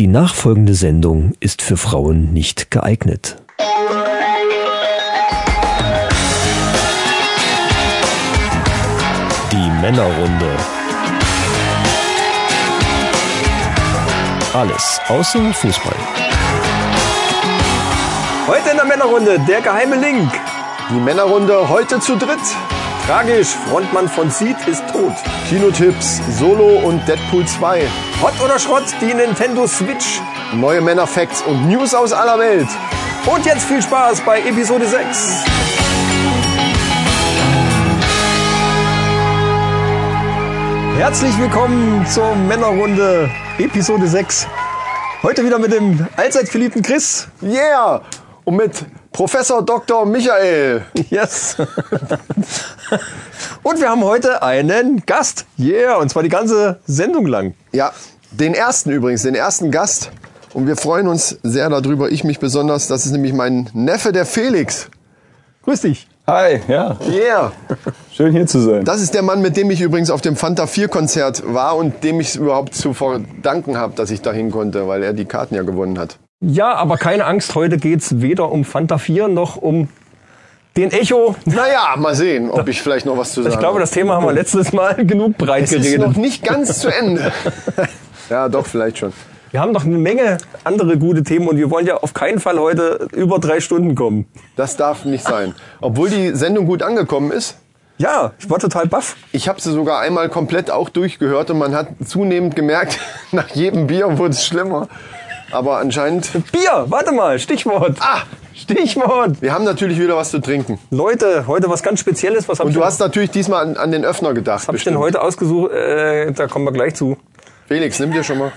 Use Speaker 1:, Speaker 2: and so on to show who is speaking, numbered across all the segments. Speaker 1: Die nachfolgende Sendung ist für Frauen nicht geeignet. Die Männerrunde. Alles außer Fußball.
Speaker 2: Heute in der Männerrunde der geheime Link.
Speaker 3: Die Männerrunde heute zu dritt.
Speaker 2: Tragisch, Frontmann von Seed ist tot.
Speaker 3: Kinotipps, Solo und Deadpool 2.
Speaker 2: Hot oder Schrott, die Nintendo Switch.
Speaker 3: Neue Männerfacts und News aus aller Welt.
Speaker 2: Und jetzt viel Spaß bei Episode 6. Herzlich willkommen zur Männerrunde Episode 6. Heute wieder mit dem allseits geliebten Chris.
Speaker 3: Yeah! Und mit Professor Dr. Michael.
Speaker 2: Yes. Und wir haben heute einen Gast. Yeah, und zwar die ganze Sendung lang.
Speaker 3: Ja, den ersten übrigens, den ersten Gast. Und wir freuen uns sehr darüber, ich mich besonders. Das ist nämlich mein Neffe, der Felix.
Speaker 2: Grüß dich.
Speaker 4: Hi, ja,
Speaker 3: Yeah!
Speaker 4: schön hier zu sein.
Speaker 3: Das ist der Mann, mit dem ich übrigens auf dem Fanta 4 Konzert war und dem ich es überhaupt zu verdanken habe, dass ich dahin konnte, weil er die Karten ja gewonnen hat.
Speaker 2: Ja, aber keine Angst, heute geht's weder um Fanta 4 noch um den Echo.
Speaker 3: Naja, mal sehen, ob ich vielleicht noch was zu sagen
Speaker 2: Ich glaube, das Thema haben wir letztes Mal genug breit
Speaker 3: Es ist noch
Speaker 2: geredet.
Speaker 3: nicht ganz zu Ende. ja, doch, vielleicht schon.
Speaker 2: Wir haben noch eine Menge andere gute Themen und wir wollen ja auf keinen Fall heute über drei Stunden kommen.
Speaker 3: Das darf nicht sein. Obwohl die Sendung gut angekommen ist.
Speaker 2: Ja, ich war total baff.
Speaker 3: Ich habe sie sogar einmal komplett auch durchgehört und man hat zunehmend gemerkt, nach jedem Bier wurde es schlimmer. Aber anscheinend,
Speaker 2: Bier, warte mal, Stichwort.
Speaker 3: Ah!
Speaker 2: Stichwort.
Speaker 3: wir haben natürlich wieder was zu trinken.
Speaker 2: Leute, heute was ganz Spezielles. Was hab
Speaker 3: Und
Speaker 2: ich
Speaker 3: du
Speaker 2: denn-
Speaker 3: hast natürlich diesmal an, an den Öffner gedacht.
Speaker 2: hab ich denn heute ausgesucht? Äh, da kommen wir gleich zu.
Speaker 3: Felix, nimm dir schon mal.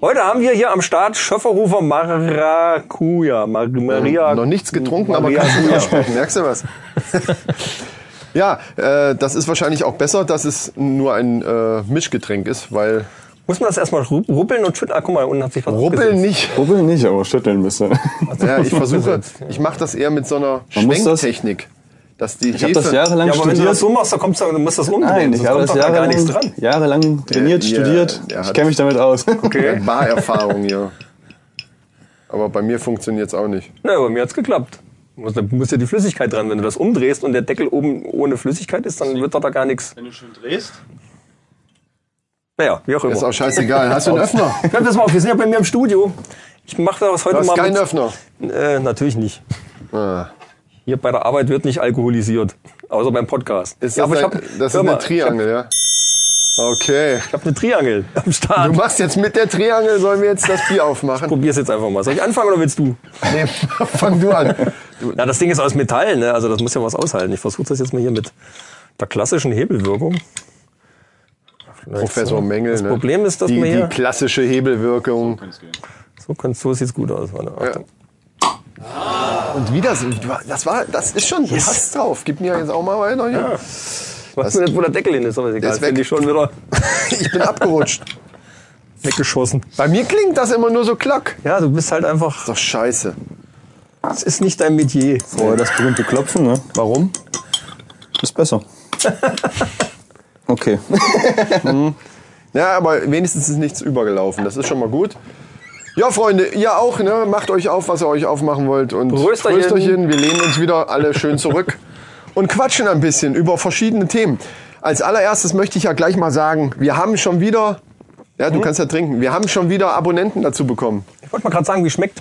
Speaker 2: Heute haben wir hier am Start Schöfferhofer Maracuja. Mar Maria.
Speaker 3: Äh, Noch nichts getrunken, aber
Speaker 2: Maria
Speaker 3: kannst
Speaker 2: Cuja.
Speaker 3: drüber sprechen. Merkst du was? ja, äh, das ist wahrscheinlich auch besser, dass es nur ein äh, Mischgetränk ist, weil
Speaker 2: Muss man das erstmal rup- ruppeln und schütteln? Ah, guck mal, unten hat sich was
Speaker 3: ruppeln nicht
Speaker 4: Rubbeln nicht, aber schütteln ein bisschen.
Speaker 3: Ja, ich versuche, ich mache das eher mit so einer
Speaker 4: Man muss das-
Speaker 3: Schwenktechnik. Dass die
Speaker 4: Ich habe das jahrelang
Speaker 2: Ja, aber wenn du das
Speaker 4: studiert.
Speaker 2: so machst, dann kommst du, dann musst du das umdrehen.
Speaker 4: Nein, ich
Speaker 2: Sonst
Speaker 4: habe
Speaker 2: kommt
Speaker 4: das
Speaker 2: doch da gar nichts
Speaker 4: jahrelang,
Speaker 2: dran.
Speaker 4: jahrelang trainiert,
Speaker 3: Ja, ja,
Speaker 4: studiert.
Speaker 3: er
Speaker 4: Ich
Speaker 3: hat-
Speaker 4: kenne mich damit aus.
Speaker 3: okay. Barerfahrung hier. Aber bei mir funktioniert's auch nicht.
Speaker 2: Na, bei mir hat's geklappt. Muss, da muss ja die Flüssigkeit dran. Wenn du das umdrehst und der Deckel oben ohne Flüssigkeit ist, dann wird doch da gar nichts.
Speaker 5: Wenn du schön drehst.
Speaker 2: Naja, wie auch immer.
Speaker 3: Ist auch scheißegal. Hast du einen Öffner?
Speaker 2: Bleib das mal auf, wir sind ja bei mir im Studio. Ich mache das heute
Speaker 3: Du hast
Speaker 2: mal
Speaker 3: keinen
Speaker 2: mit.
Speaker 3: Öffner. ne?
Speaker 2: Äh, natürlich nicht.
Speaker 3: Ah,
Speaker 2: Hier bei der Arbeit wird nicht alkoholisiert. Außer beim Podcast.
Speaker 3: Ist das
Speaker 2: Ja, aber ich
Speaker 3: eine,
Speaker 2: hab-
Speaker 3: das ist
Speaker 2: hör mal,
Speaker 3: eine Triangel, ja? Okay.
Speaker 2: Ich habe eine Triangel am Start.
Speaker 3: Du machst jetzt mit der Triangel, sollen wir jetzt das Bier aufmachen?
Speaker 2: Probier's jetzt einfach mal. Soll ich anfangen oder willst du?
Speaker 3: Nee, fang du an. Du,
Speaker 2: Na, das Ding ist aus Metall, ne? Also das muss ja was aushalten. Ich versuche das jetzt mal hier mit der klassischen Hebelwirkung.
Speaker 3: Professor Mengel,
Speaker 2: Das
Speaker 3: ne?
Speaker 2: Problem ist, dass
Speaker 3: die,
Speaker 2: man
Speaker 3: die
Speaker 2: hier...
Speaker 3: klassische Hebelwirkung.
Speaker 2: So, kannst, so sieht's gut aus. Warte, Achtung.
Speaker 3: Und wieder so, das war, das ist schon, du hast drauf. Gib mir jetzt auch mal weiter hier.
Speaker 2: Weißt du nicht, wo der Deckel hin ist, aber ist egal.
Speaker 3: Der ist weg.
Speaker 2: Bin ich schon wieder
Speaker 3: Ich bin abgerutscht.
Speaker 2: weggeschossen.
Speaker 3: Bei mir klingt das immer nur so klack.
Speaker 2: Ja, du bist halt einfach...
Speaker 3: Doch scheiße.
Speaker 2: Das ist nicht dein Metier.
Speaker 4: Boah, das berühmte Klopfen, ne?
Speaker 3: Warum?
Speaker 4: Ist besser. Okay.
Speaker 3: Ja, aber wenigstens ist nichts übergelaufen. Das ist schon mal gut. Ja, Freunde, ihr auch, ne? Macht euch auf, was ihr euch aufmachen wollt. Und
Speaker 2: Prösterchen.
Speaker 3: Prösterchen. Wir lehnen uns wieder alle schön zurück und quatschen ein bisschen über verschiedene Themen. Als allererstes möchte ich ja gleich mal sagen, wir haben schon wieder, ja,
Speaker 2: Hm?
Speaker 3: du kannst ja trinken, wir haben schon wieder Abonnenten dazu bekommen.
Speaker 2: Ich wollte mal gerade sagen, wie schmeckt.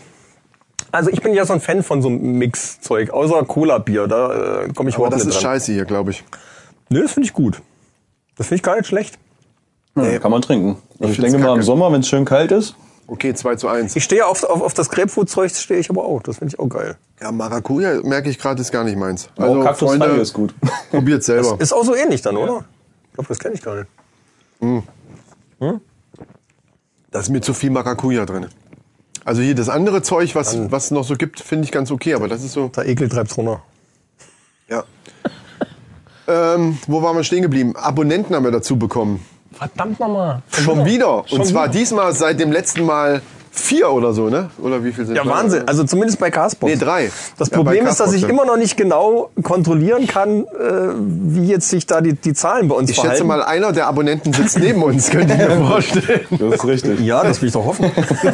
Speaker 2: Also ich bin ja so ein Fan von so einem Mix-Zeug. Außer Cola-Bier, da äh, komme ich
Speaker 3: Aber
Speaker 2: überhaupt
Speaker 3: das
Speaker 2: nicht
Speaker 3: ist
Speaker 2: dran.
Speaker 3: scheiße hier, glaube ich.
Speaker 2: Nö, das finde ich gut. Das finde ich gar nicht schlecht.
Speaker 4: Ja, Hm, kann man trinken. Also ich
Speaker 3: find's
Speaker 4: denke mal im
Speaker 3: kacke.
Speaker 4: Sommer, wenn es schön kalt ist. oh,
Speaker 3: Okay, 2 zu 1.
Speaker 2: Ich stehe ja auf, auf, auf das Grapefruit-Zeug, stehe ich aber auch. Das finde ich auch geil.
Speaker 3: Ja, Maracuja merke ich gerade, ist gar nicht meins.
Speaker 2: Also,
Speaker 4: auch Kaktus Fanny ist gut.
Speaker 3: probiert selber.
Speaker 2: Ist auch so ähnlich dann, oder? Ich glaube, das kenne ich gar nicht.
Speaker 3: Da ist mir zu viel Maracuja drin. Also hier das andere Zeug, was was es noch so gibt, finde ich ganz okay, aber das ist so.
Speaker 2: Der Ekel treibt's runter.
Speaker 3: Ja. ähm, wo waren wir stehen geblieben? Abonnenten haben wir dazu bekommen.
Speaker 2: Verdammt nochmal.
Speaker 3: Schon wieder. Und
Speaker 2: Schon
Speaker 3: zwar diesmal seit dem letzten Mal vier oder so, ne? Oder wie viel sind
Speaker 2: Ja,
Speaker 3: wir?
Speaker 2: Wahnsinn. Also zumindest bei Castbox.
Speaker 3: Nee, drei.
Speaker 2: Das
Speaker 3: Ja,
Speaker 2: Problem
Speaker 3: bei
Speaker 2: ist, dass ich
Speaker 3: Castbox, ja.
Speaker 2: immer noch nicht genau kontrollieren kann, äh, wie jetzt sich da die, die Zahlen bei uns
Speaker 3: Ich
Speaker 2: verhalten.
Speaker 3: schätze mal, einer der Abonnenten sitzt neben uns, könnte ich mir vorstellen.
Speaker 4: Das ist richtig.
Speaker 2: Ja, das will ich doch hoffen.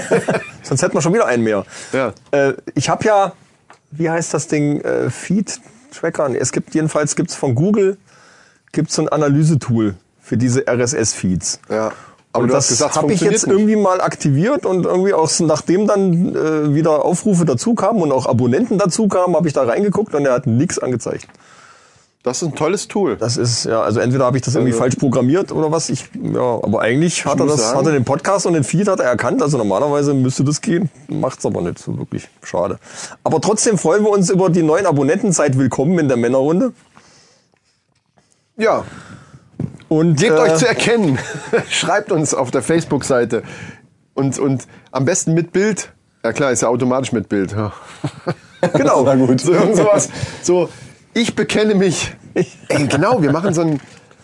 Speaker 2: Sonst hätten wir schon wieder einen mehr.
Speaker 3: Ja.
Speaker 2: Äh, ich habe ja, wie heißt das Ding, äh, Feed-Tracker. Nee, Es gibt jedenfalls gibt's von Google gibt's so ein Analysetool für diese RSS-Feeds.
Speaker 3: Ja. Aber
Speaker 2: und
Speaker 3: du hast
Speaker 2: das
Speaker 3: gesagt, es
Speaker 2: habe ich
Speaker 3: funktioniert
Speaker 2: jetzt
Speaker 3: nicht.
Speaker 2: irgendwie mal aktiviert und irgendwie auch so, nachdem dann äh, wieder Aufrufe dazu kamen und auch Abonnenten dazu kamen, habe ich da reingeguckt und er hat nichts angezeigt.
Speaker 3: Das ist ein tolles Tool.
Speaker 2: Das ist ja, also entweder habe ich das irgendwie falsch programmiert oder was. Ich ja, aber eigentlich hat er
Speaker 3: muss
Speaker 2: das,
Speaker 3: sagen-
Speaker 2: hat er den Podcast und den Feed hat er erkannt. Also normalerweise müsste das gehen, macht's aber nicht so wirklich. Schade. Aber trotzdem freuen wir uns über die neuen Abonnenten. Seid willkommen in der Männerrunde.
Speaker 3: Ja.
Speaker 2: Und
Speaker 3: Gebt
Speaker 2: äh,
Speaker 3: euch zu erkennen. Schreibt uns auf der Facebook-Seite. Und, und am besten mit Bild. Ja klar, ist ja automatisch mit Bild. Ja.
Speaker 2: genau.
Speaker 4: Na gut.
Speaker 3: So, irgend sowas. So, ich bekenne mich. Ey, genau, wir machen so ein,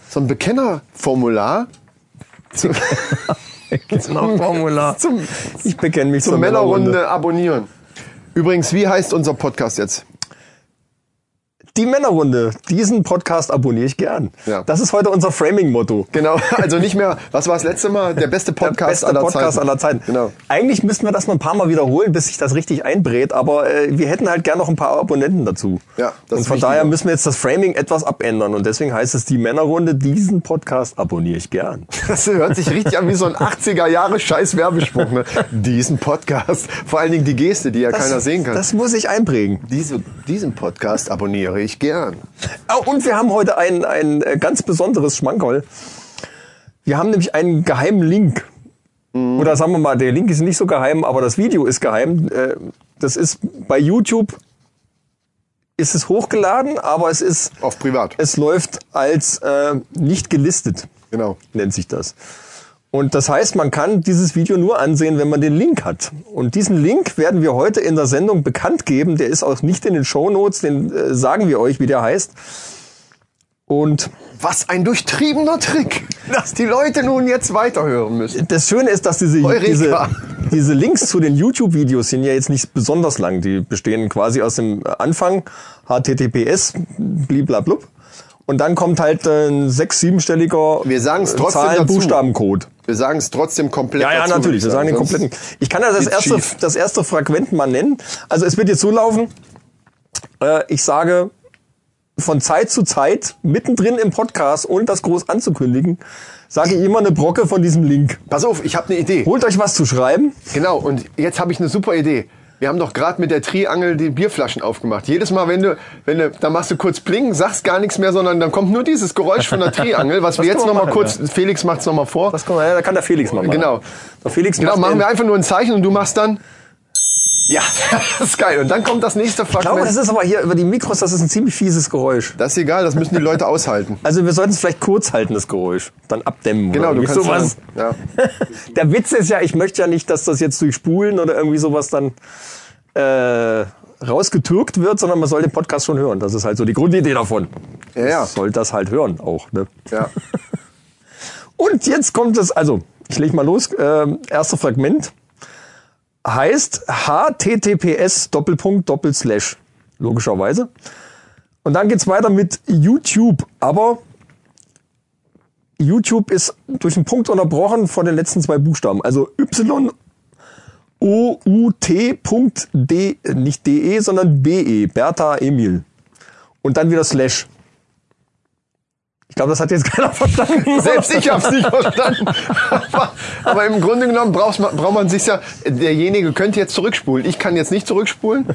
Speaker 3: so ein Bekennerformular
Speaker 2: genau. Formular.
Speaker 3: zum,
Speaker 2: Ich bekenne mich
Speaker 3: zur Männerrunde abonnieren. Übrigens, wie heißt unser Podcast jetzt?
Speaker 2: Die Männerrunde. Diesen Podcast abonniere ich gern.
Speaker 3: Ja.
Speaker 2: Das ist heute unser Framing-Motto.
Speaker 3: Genau, also nicht mehr, was war das letzte Mal? Der beste Podcast,
Speaker 2: der beste
Speaker 3: aller,
Speaker 2: Podcast
Speaker 3: Zeiten.
Speaker 2: aller Zeiten.
Speaker 3: Genau.
Speaker 2: Eigentlich müssten wir das noch ein paar Mal wiederholen, bis sich das richtig einbrät, aber äh, wir hätten halt gern noch ein paar Abonnenten dazu.
Speaker 3: Ja, das
Speaker 2: und
Speaker 3: ist
Speaker 2: von
Speaker 3: wichtig,
Speaker 2: daher
Speaker 3: ja.
Speaker 2: müssen wir jetzt das Framing etwas abändern und deswegen heißt es die Männerrunde, diesen Podcast abonniere ich gern.
Speaker 3: Das hört sich richtig an wie so ein 80er-Jahre-Scheiß-Werbespruch. Ne? Diesen Podcast, vor allen Dingen die Geste, die ja keiner sehen kann.
Speaker 2: Das muss ich einprägen.
Speaker 3: Diese, diesen Podcast abonniere ich gern.
Speaker 2: Oh, und wir haben heute ein, ein äh, ganz besonderes Schmankerl. Wir haben nämlich einen geheimen Link. Oder sagen wir mal, der Link ist nicht so geheim, aber das Video ist geheim. Äh, Das ist bei YouTube ist es hochgeladen, aber es ist
Speaker 3: Auf privat.
Speaker 2: Es läuft als äh, nicht gelistet,
Speaker 3: Genau.
Speaker 2: nennt sich das. Und das heißt, man kann dieses Video nur ansehen, wenn man den Link hat. Und diesen Link werden wir heute in der Sendung bekannt geben. Der ist auch nicht in den Shownotes, den äh, sagen wir euch, wie der heißt. Und
Speaker 3: Was ein durchtriebener Trick, dass die Leute nun jetzt weiterhören müssen.
Speaker 2: das Schöne ist, dass diese, diese,
Speaker 3: Eureka.
Speaker 2: diese Links zu den YouTube-Videos sind ja jetzt nicht besonders lang. Die bestehen quasi aus dem Anfang, HTTPS, bliblablub. Und dann kommt halt ein sechs-, siebenstelliger
Speaker 3: Wir sagen's
Speaker 2: äh,
Speaker 3: trotzdem dazu.
Speaker 2: Zahlen-Buchstaben-Code.
Speaker 3: Wir sagen es trotzdem komplett.
Speaker 2: Ja, ja,
Speaker 3: dazu,
Speaker 2: natürlich.
Speaker 3: würde
Speaker 2: Wir
Speaker 3: ich
Speaker 2: sagen den
Speaker 3: Sonst-
Speaker 2: kompletten. Ich kann ja das
Speaker 3: geht's
Speaker 2: erste,
Speaker 3: schief.
Speaker 2: das erste Fragment mal nennen. Also es wird jetzt so laufen. Äh, ich sage von Zeit zu Zeit, mittendrin im Podcast, ohne das groß anzukündigen, sage ich immer eine Brocke von diesem Link.
Speaker 3: Pass auf, ich habe eine Idee.
Speaker 2: Holt euch was zu schreiben.
Speaker 3: Genau, und jetzt habe ich eine super Idee. Wir haben doch gerade mit der Triangel die Bierflaschen aufgemacht. Jedes Mal, wenn du, wenn du, dann machst du kurz blinken, sagst gar nichts mehr, sondern dann kommt nur dieses Geräusch von der Triangel, was wir
Speaker 2: können wir
Speaker 3: jetzt nochmal
Speaker 2: machen,
Speaker 3: kurz, Felix macht's nochmal vor.
Speaker 2: Das kann, man, ja, da kann der Felix mal machen.
Speaker 3: Genau.
Speaker 2: Der Felix
Speaker 3: Genau,
Speaker 2: macht
Speaker 3: machen
Speaker 2: den-
Speaker 3: wir einfach nur ein Zeichen und du machst dann. Ja, das ist geil. Und dann kommt das nächste
Speaker 2: Ich glaube, das
Speaker 3: Fragment.
Speaker 2: ist aber hier über die Mikros, das ist ein ziemlich fieses Geräusch.
Speaker 3: Das ist egal, das müssen die Leute aushalten.
Speaker 2: Also wir sollten es vielleicht kurz halten, das Geräusch. Dann abdämmen.
Speaker 3: Genau,
Speaker 2: oder
Speaker 3: du
Speaker 2: irgendwie
Speaker 3: kannst
Speaker 2: sowas.
Speaker 3: Ja.
Speaker 2: Der Witz ist ja, ich möchte ja nicht, dass das jetzt durch Spulen oder irgendwie sowas dann äh, rausgetürkt wird, sondern man soll den Podcast schon hören. Das ist halt so die Grundidee davon.
Speaker 3: Ja, ja.
Speaker 2: Man soll das halt hören auch. Ne?
Speaker 3: Ja.
Speaker 2: Und jetzt kommt es, also ich leg mal los. Ähm, erste Fragment heißt https Doppelpunkt Doppelslash logischerweise. Und dann geht's weiter mit YouTube, aber YouTube ist durch einen Punkt unterbrochen von den letzten zwei Buchstaben. Also Y O U T Punkt D äh, nicht DE, sondern BE Bertha Emil. Und dann wieder Slash. Ich glaube, das hat jetzt keiner verstanden.
Speaker 3: Selbst ich hab's nicht verstanden. Aber, aber im Grunde genommen braucht man, braucht man sich ja, derjenige könnte jetzt zurückspulen. Ich kann jetzt nicht zurückspulen,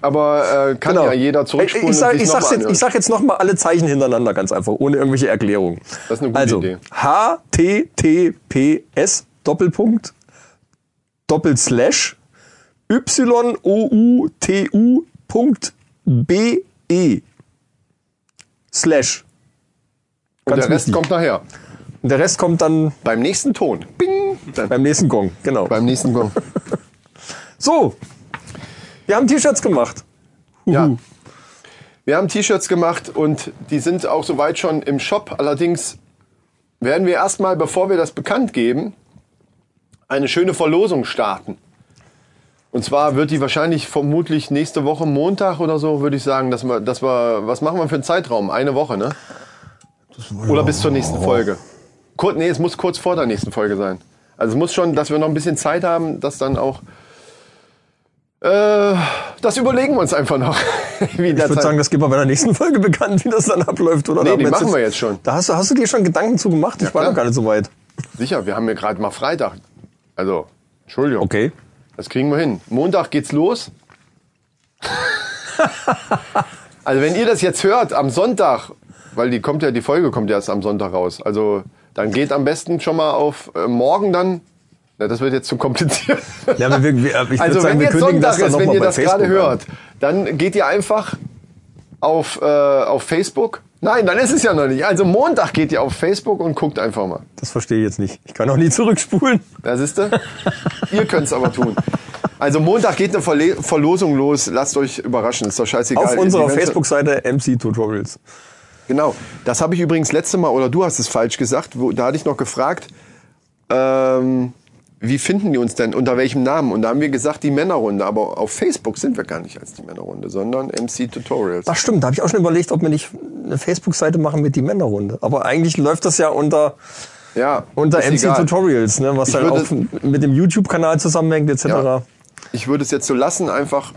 Speaker 3: aber äh, kann ja jeder zurückspulen.
Speaker 2: Genau. Ich, ich, sag,
Speaker 3: und sich
Speaker 2: ich, sag's jetzt, ich
Speaker 3: noch mal anhören.
Speaker 2: sag jetzt nochmal alle Zeichen hintereinander, ganz einfach, ohne irgendwelche Erklärungen.
Speaker 3: Das ist eine gute
Speaker 2: also,
Speaker 3: Idee.
Speaker 2: HTTPS Doppelpunkt Doppelslash YOUTU Punkt BE Slash.
Speaker 3: und
Speaker 2: ganz
Speaker 3: der Rest
Speaker 2: wichtig.
Speaker 3: kommt nachher.
Speaker 2: Und der Rest kommt dann
Speaker 3: Beim nächsten Ton. Bing. Dann
Speaker 2: beim nächsten Gong, genau.
Speaker 3: beim nächsten Ton.
Speaker 2: So, wir haben T-Shirts gemacht.
Speaker 3: Ja.
Speaker 2: Huhu.
Speaker 3: Wir haben T-Shirts gemacht und die sind auch soweit schon im Shop. Allerdings werden wir erstmal, bevor wir das bekannt geben, eine schöne Verlosung starten. Und zwar wird die wahrscheinlich vermutlich nächste Woche Montag oder so, würde ich sagen, dass wir, dass wir, was machen wir für einen Zeitraum? Eine Woche, ne? Oder bis zur nächsten Folge. Kur nee, es muss kurz vor der nächsten Folge sein. Also es muss schon, dass wir noch ein bisschen Zeit haben, dass dann auch. Äh, das überlegen wir uns einfach noch. Wie
Speaker 2: Ich würde sagen, das geben wir bei der nächsten Folge bekannt, wie das dann abläuft, oder? Da
Speaker 3: nee,
Speaker 2: haben
Speaker 3: die
Speaker 2: jetzt-
Speaker 3: machen wir jetzt schon.
Speaker 2: Da hast du, hast du dir schon Gedanken zu gemacht? Ich war
Speaker 3: klar.
Speaker 2: noch gar nicht so weit.
Speaker 3: Sicher, wir haben ja gerade mal Freitag. Also, Entschuldigung.
Speaker 2: Okay.
Speaker 3: Das kriegen wir hin. Montag geht's los. also wenn ihr das jetzt hört am Sonntag, weil die kommt ja, die Folge kommt ja erst am Sonntag raus. Also dann geht am besten schon mal auf äh, morgen dann. Na, das wird jetzt zu kompliziert.
Speaker 2: Ja, aber wir- wir- aber ich würd
Speaker 3: also
Speaker 2: sagen,
Speaker 3: wenn
Speaker 2: wir
Speaker 3: jetzt
Speaker 2: kündigen
Speaker 3: Sonntag
Speaker 2: das dann
Speaker 3: ist,
Speaker 2: noch
Speaker 3: wenn
Speaker 2: mal
Speaker 3: ihr
Speaker 2: bei
Speaker 3: das gerade
Speaker 2: Facebook an.
Speaker 3: hört, dann geht ihr einfach auf, äh, auf Facebook. Nein, dann ist es ja noch nicht. Also Montag geht ihr auf Facebook und guckt einfach mal.
Speaker 2: Das verstehe ich jetzt nicht. Ich kann auch nie zurückspulen.
Speaker 3: Ja, siehst du? Ihr könnt's aber tun. Also Montag geht eine Verle Verlosung los. Lasst euch überraschen, ist doch scheißegal.
Speaker 2: Auf
Speaker 3: Die
Speaker 2: unserer
Speaker 3: Menschen-
Speaker 2: Facebook-Seite MC Tutorials.
Speaker 3: Genau. Das habe ich übrigens letzte Mal, oder du hast es falsch gesagt, wo, da hatte ich noch gefragt, ähm, wie finden die uns denn, unter welchem Namen? Und da haben wir gesagt, die Männerrunde. Aber auf Facebook sind wir gar nicht als die Männerrunde, sondern MC Tutorials.
Speaker 2: Ach stimmt, da habe ich auch schon überlegt, ob wir nicht eine Facebook-Seite machen mit die Männerrunde. Aber eigentlich läuft das ja unter,
Speaker 3: Ja,
Speaker 2: unter
Speaker 3: ist
Speaker 2: MC
Speaker 3: egal.
Speaker 2: Tutorials, ne? was
Speaker 3: Ich
Speaker 2: dann
Speaker 3: würde-
Speaker 2: auch mit dem YouTube-Kanal zusammenhängt etc.
Speaker 3: Ja. Ich würde es jetzt so lassen, einfach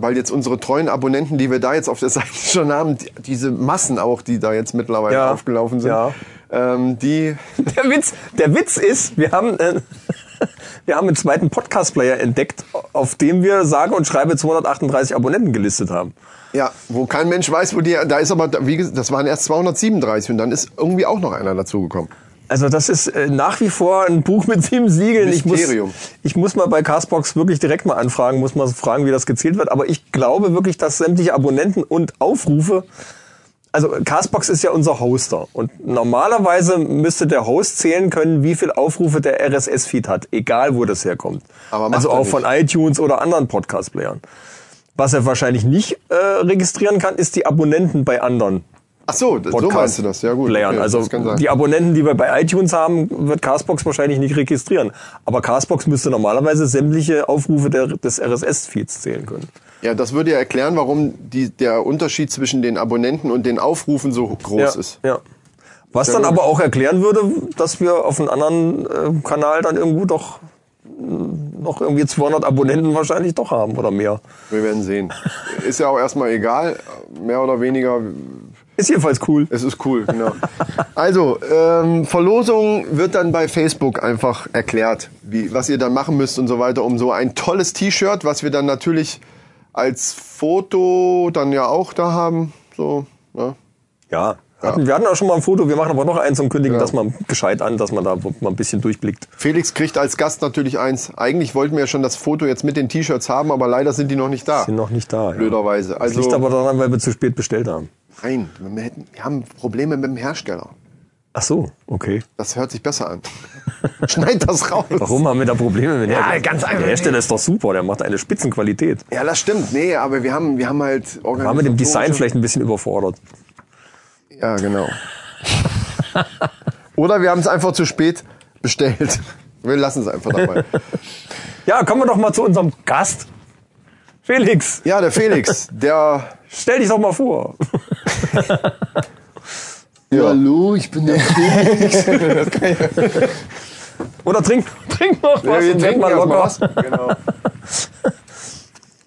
Speaker 3: weil jetzt unsere treuen Abonnenten, die wir da jetzt auf der Seite schon haben, die, diese Massen auch, die da jetzt mittlerweile
Speaker 2: Ja.
Speaker 3: aufgelaufen sind,
Speaker 2: Ja.
Speaker 3: ähm, die
Speaker 2: Der Witz, der Witz ist, wir haben, äh, wir haben einen zweiten Podcast-Player entdeckt, auf dem wir sage und schreibe 238 Abonnenten gelistet haben.
Speaker 3: ja, wo kein Mensch weiß, wo die da ist aber wie gesagt, das waren erst 237 und dann ist irgendwie auch noch einer dazugekommen.
Speaker 2: Also das ist äh, nach wie vor ein Buch mit sieben Siegeln. Ich muss,
Speaker 3: Mysterium.
Speaker 2: ich muss mal bei Castbox wirklich direkt mal anfragen, muss mal fragen, wie das gezählt wird. Aber ich glaube wirklich, dass sämtliche Abonnenten und Aufrufe, also Castbox ist ja unser Hoster und normalerweise müsste der Host zählen können, wie viel Aufrufe der RSS-Feed hat, egal wo das herkommt.
Speaker 3: Aber macht
Speaker 2: also
Speaker 3: er
Speaker 2: auch
Speaker 3: nicht.
Speaker 2: von iTunes oder anderen Podcast-Playern. Was er wahrscheinlich nicht äh, registrieren kann, ist die Abonnenten bei anderen
Speaker 3: Ach so, d- so
Speaker 2: Podcast
Speaker 3: meinst du das? Ja gut.
Speaker 2: Playern.
Speaker 3: okay,
Speaker 2: also
Speaker 3: das kann sein.
Speaker 2: die Abonnenten, die wir bei iTunes haben, wird Castbox wahrscheinlich nicht registrieren. Aber Castbox müsste normalerweise sämtliche Aufrufe der, des RSS-Feeds zählen können.
Speaker 3: ja, das würde ja erklären, warum die, der Unterschied zwischen den Abonnenten und den Aufrufen so groß
Speaker 2: ja,
Speaker 3: ist.
Speaker 2: ja. Was
Speaker 3: Sehr
Speaker 2: dann
Speaker 3: gut.
Speaker 2: aber auch erklären würde, dass wir auf einem anderen äh, Kanal dann irgendwo doch mh, noch irgendwie 200 Abonnenten wahrscheinlich doch haben oder mehr.
Speaker 3: Wir werden sehen. Ist ja auch erstmal egal, mehr oder weniger
Speaker 2: Ist jedenfalls cool.
Speaker 3: Es ist cool, genau. also, ähm, Verlosung wird dann bei Facebook einfach erklärt, wie, was ihr dann machen müsst und so weiter, um so ein tolles T-Shirt, was wir dann natürlich als Foto dann ja auch da haben. So, ne?
Speaker 2: Ja. Hatten, wir hatten auch schon mal ein Foto, wir machen aber noch eins und kündigen
Speaker 3: Ja.
Speaker 2: das mal gescheit an, dass man da mal ein bisschen durchblickt.
Speaker 3: Felix kriegt als Gast natürlich eins. Eigentlich wollten wir ja schon das Foto jetzt mit den T-Shirts haben, aber leider sind die noch nicht da.
Speaker 2: Sind noch nicht da. ja.
Speaker 3: Blöderweise.
Speaker 2: Das liegt
Speaker 3: Also,
Speaker 2: aber daran, weil wir zu spät bestellt haben.
Speaker 3: nein, wir, hätten, wir haben Probleme mit dem Hersteller.
Speaker 2: Ach so, okay.
Speaker 3: Das hört sich besser an. Schneid das raus.
Speaker 2: Warum haben wir da Probleme mit
Speaker 3: Ja, ganz einfach.
Speaker 2: Der Hersteller ist doch super, der macht eine Spitzenqualität.
Speaker 3: Ja, das stimmt. Nee, aber wir haben, wir haben halt
Speaker 2: Wir Waren mit dem Design
Speaker 3: organisatorische-
Speaker 2: vielleicht ein bisschen überfordert.
Speaker 3: Ja, genau. Oder wir haben es einfach zu spät bestellt. Wir lassen es einfach dabei.
Speaker 2: Ja, kommen wir doch mal zu unserem Gast. Felix,
Speaker 3: Ja, der Felix, der.
Speaker 2: stell dich doch mal vor.
Speaker 3: Ja.
Speaker 4: Hallo, ich bin der Felix.
Speaker 2: Oder trink, trink noch was.
Speaker 3: wir
Speaker 2: und werd
Speaker 3: trinken
Speaker 2: mal
Speaker 3: erst mal
Speaker 2: locker.
Speaker 3: was.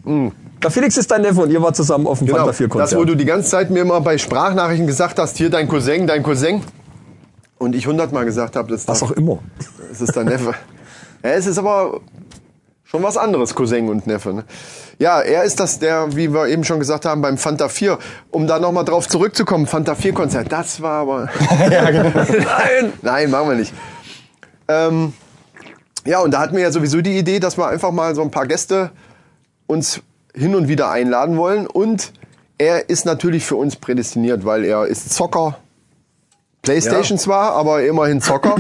Speaker 3: Genau.
Speaker 2: Der Felix ist dein Neffe und ihr wart zusammen auf dem genau, Fanta 4
Speaker 3: Genau. Das, wo
Speaker 2: Konzert.
Speaker 3: du die ganze Zeit mir immer bei Sprachnachrichten gesagt hast, hier dein Cousin, dein Cousin. Und ich hundertmal gesagt habe, das,
Speaker 2: was auch immer.
Speaker 3: das ist dein Neffe. Ja, es ist aber schon was anderes, Cousin und Neffe. Ne? Ja, er ist das, der, wie wir eben schon gesagt haben, beim Fanta 4. Um da nochmal drauf zurückzukommen, Fanta 4 Konzert, das war aber...
Speaker 2: Nein!
Speaker 3: Nein, machen wir nicht. Ähm, ja, und da hatten wir ja sowieso die Idee, dass wir einfach mal so ein paar Gäste uns hin und wieder einladen wollen. Und er ist natürlich für uns prädestiniert, weil er ist Zocker. Playstation zwar, aber immerhin Zocker.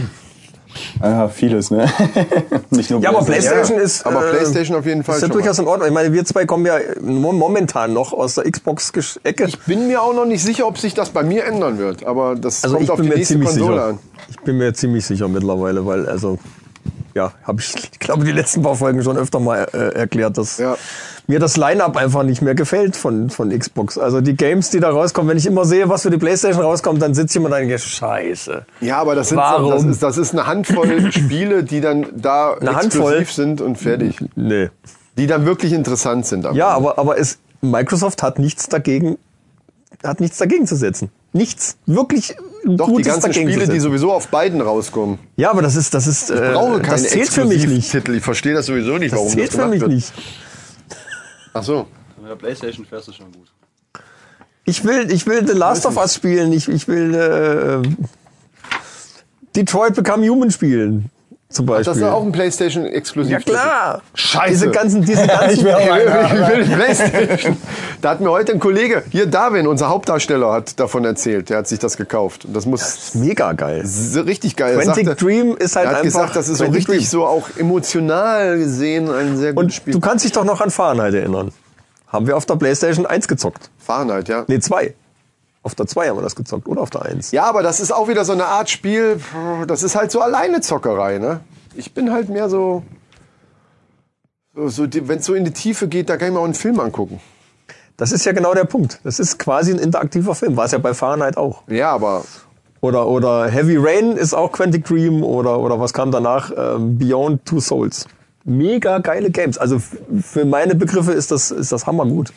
Speaker 4: Aha, vieles, ne? Nicht nur
Speaker 2: Ja, aber
Speaker 4: PlayStation.
Speaker 2: PlayStation ist. äh,
Speaker 3: aber PlayStation auf jeden Fall
Speaker 2: Ist ja
Speaker 3: schon mal.
Speaker 2: durchaus in Ordnung. Ich meine, wir zwei kommen ja mo- momentan noch aus der Xbox-Ecke.
Speaker 3: Ich bin mir auch noch nicht sicher, ob sich das bei mir ändern
Speaker 2: Also
Speaker 3: wird, aber das kommt auf die nächste Konsole an.
Speaker 2: Ich bin mir ziemlich sicher mittlerweile, weil also ja, habe ich, ich glaube, die letzten paar Folgen schon öfter mal äh, erklärt, dass
Speaker 3: Ja.
Speaker 2: mir das Line-Up einfach nicht mehr gefällt von, von Xbox. Also die Games, die da rauskommen, wenn ich immer sehe, was für die Playstation rauskommt, dann sitze ich immer da und denke, scheiße.
Speaker 3: Ja, aber das, sind,
Speaker 2: Warum?
Speaker 3: das, ist, das ist eine Handvoll Spiele, die dann da
Speaker 2: Eine
Speaker 3: explosiv
Speaker 2: Handvoll?
Speaker 3: sind und fertig.
Speaker 2: Nee.
Speaker 3: Die dann wirklich interessant sind. am
Speaker 2: Ja, aber, aber es, Microsoft hat nichts dagegen, hat nichts dagegen zu setzen. Nichts. Wirklich
Speaker 3: Doch, die
Speaker 2: Gutes
Speaker 3: ganzen
Speaker 2: dagegen zu
Speaker 3: Spiele, die
Speaker 2: setzen.
Speaker 3: sowieso auf beiden rauskommen.
Speaker 2: Ja, aber das ist, das ist, ich
Speaker 3: Brauche
Speaker 2: äh, das
Speaker 3: keine
Speaker 2: zählt für mich nicht.
Speaker 3: Exklusivtitel. Ich verstehe das sowieso nicht,
Speaker 2: Das
Speaker 3: warum
Speaker 2: zählt
Speaker 3: das
Speaker 2: für
Speaker 3: gemacht
Speaker 2: mich
Speaker 3: wird.
Speaker 2: nicht.
Speaker 3: Ach so.
Speaker 4: Mit der Playstation fährst du schon gut.
Speaker 2: Ich will, ich will The Last of Us spielen. Ich, ich will äh, äh, Detroit Become Human spielen. Zum Beispiel.
Speaker 3: Das ist auch ein PlayStation exklusiv.
Speaker 2: ja klar.
Speaker 3: Scheiße.
Speaker 2: Diese ganzen, diese ganzen.
Speaker 3: Ich will, ich will PlayStation. Da hat mir heute ein Kollege, hier Darwin, unser Hauptdarsteller, hat davon erzählt. Der hat sich das gekauft. Und das muss
Speaker 2: Mega geil.
Speaker 3: s- richtig geil. Er
Speaker 2: Quantic
Speaker 3: sagte-
Speaker 2: Dream ist halt
Speaker 3: er hat
Speaker 2: einfach
Speaker 3: gesagt, das ist so
Speaker 2: Quantic
Speaker 3: richtig
Speaker 2: Dream.
Speaker 3: so auch emotional gesehen ein sehr gutes
Speaker 2: Und
Speaker 3: Spiel.
Speaker 2: du kannst dich doch noch an Fahrenheit erinnern. Haben wir auf der PlayStation 1 gezockt.
Speaker 3: Fahrenheit, ja.
Speaker 2: Nee, 2. Auf der 2 haben wir das gezockt oder auf der 1.
Speaker 3: Ja, aber das ist auch wieder so eine Art Spiel, pff, das ist halt so alleine Zockerei, ne? Ich bin halt mehr so, so, so wenn es so in die Tiefe geht, da kann ich mir auch einen Film angucken.
Speaker 2: Das ist ja genau der Punkt. Das ist quasi ein interaktiver Film. War es ja bei Fahrenheit auch.
Speaker 3: Ja, aber
Speaker 2: Oder, oder Heavy Rain ist auch Quantic Dream oder, oder was kam danach? Ähm, Beyond Two Souls. Mega geile Games. Also f- für meine Begriffe ist das, ist das hammergut.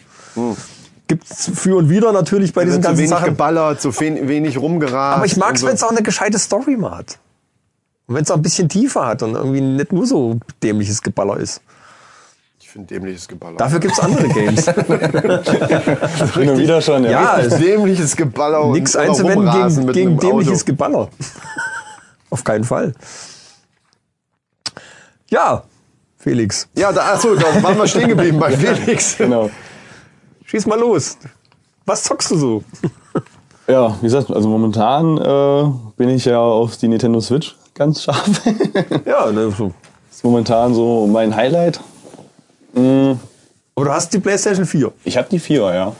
Speaker 2: Gibt's für und wieder natürlich bei diesen
Speaker 3: wird so
Speaker 2: ganzen
Speaker 3: Hm. wenig
Speaker 2: Sachen.
Speaker 3: geballert, so fen- wenig rumgerast.
Speaker 2: Aber ich mag's,
Speaker 3: und
Speaker 2: wenn's auch eine gescheite Story mal hat. Und wenn's auch ein bisschen tiefer hat und irgendwie nicht nur so dämliches Geballer ist.
Speaker 3: Ich finde dämliches Geballer.
Speaker 2: Dafür gibt's andere Games.
Speaker 4: Hin und wieder schon, ja.
Speaker 2: ja, es-
Speaker 3: dämliches Geballer und
Speaker 2: Nix
Speaker 3: immer
Speaker 2: einzuwenden
Speaker 3: rumrasen
Speaker 2: gegen,
Speaker 3: mit
Speaker 2: gegen
Speaker 3: einem
Speaker 2: dämliches
Speaker 3: Auto.
Speaker 2: Geballer. Auf keinen Fall. Ja, Felix,
Speaker 3: Ja, da, achso, da waren wir stehen geblieben bei Felix.
Speaker 4: Genau.
Speaker 2: schieß mal los. Was zockst du so?
Speaker 4: Ja, wie gesagt, also momentan äh, bin ich ja auf die Nintendo Switch ganz scharf.
Speaker 2: Ja, ne, so.
Speaker 4: ist momentan so mein Highlight.
Speaker 2: Aber du hast die PlayStation 4.
Speaker 4: Ich habe die 4, ja.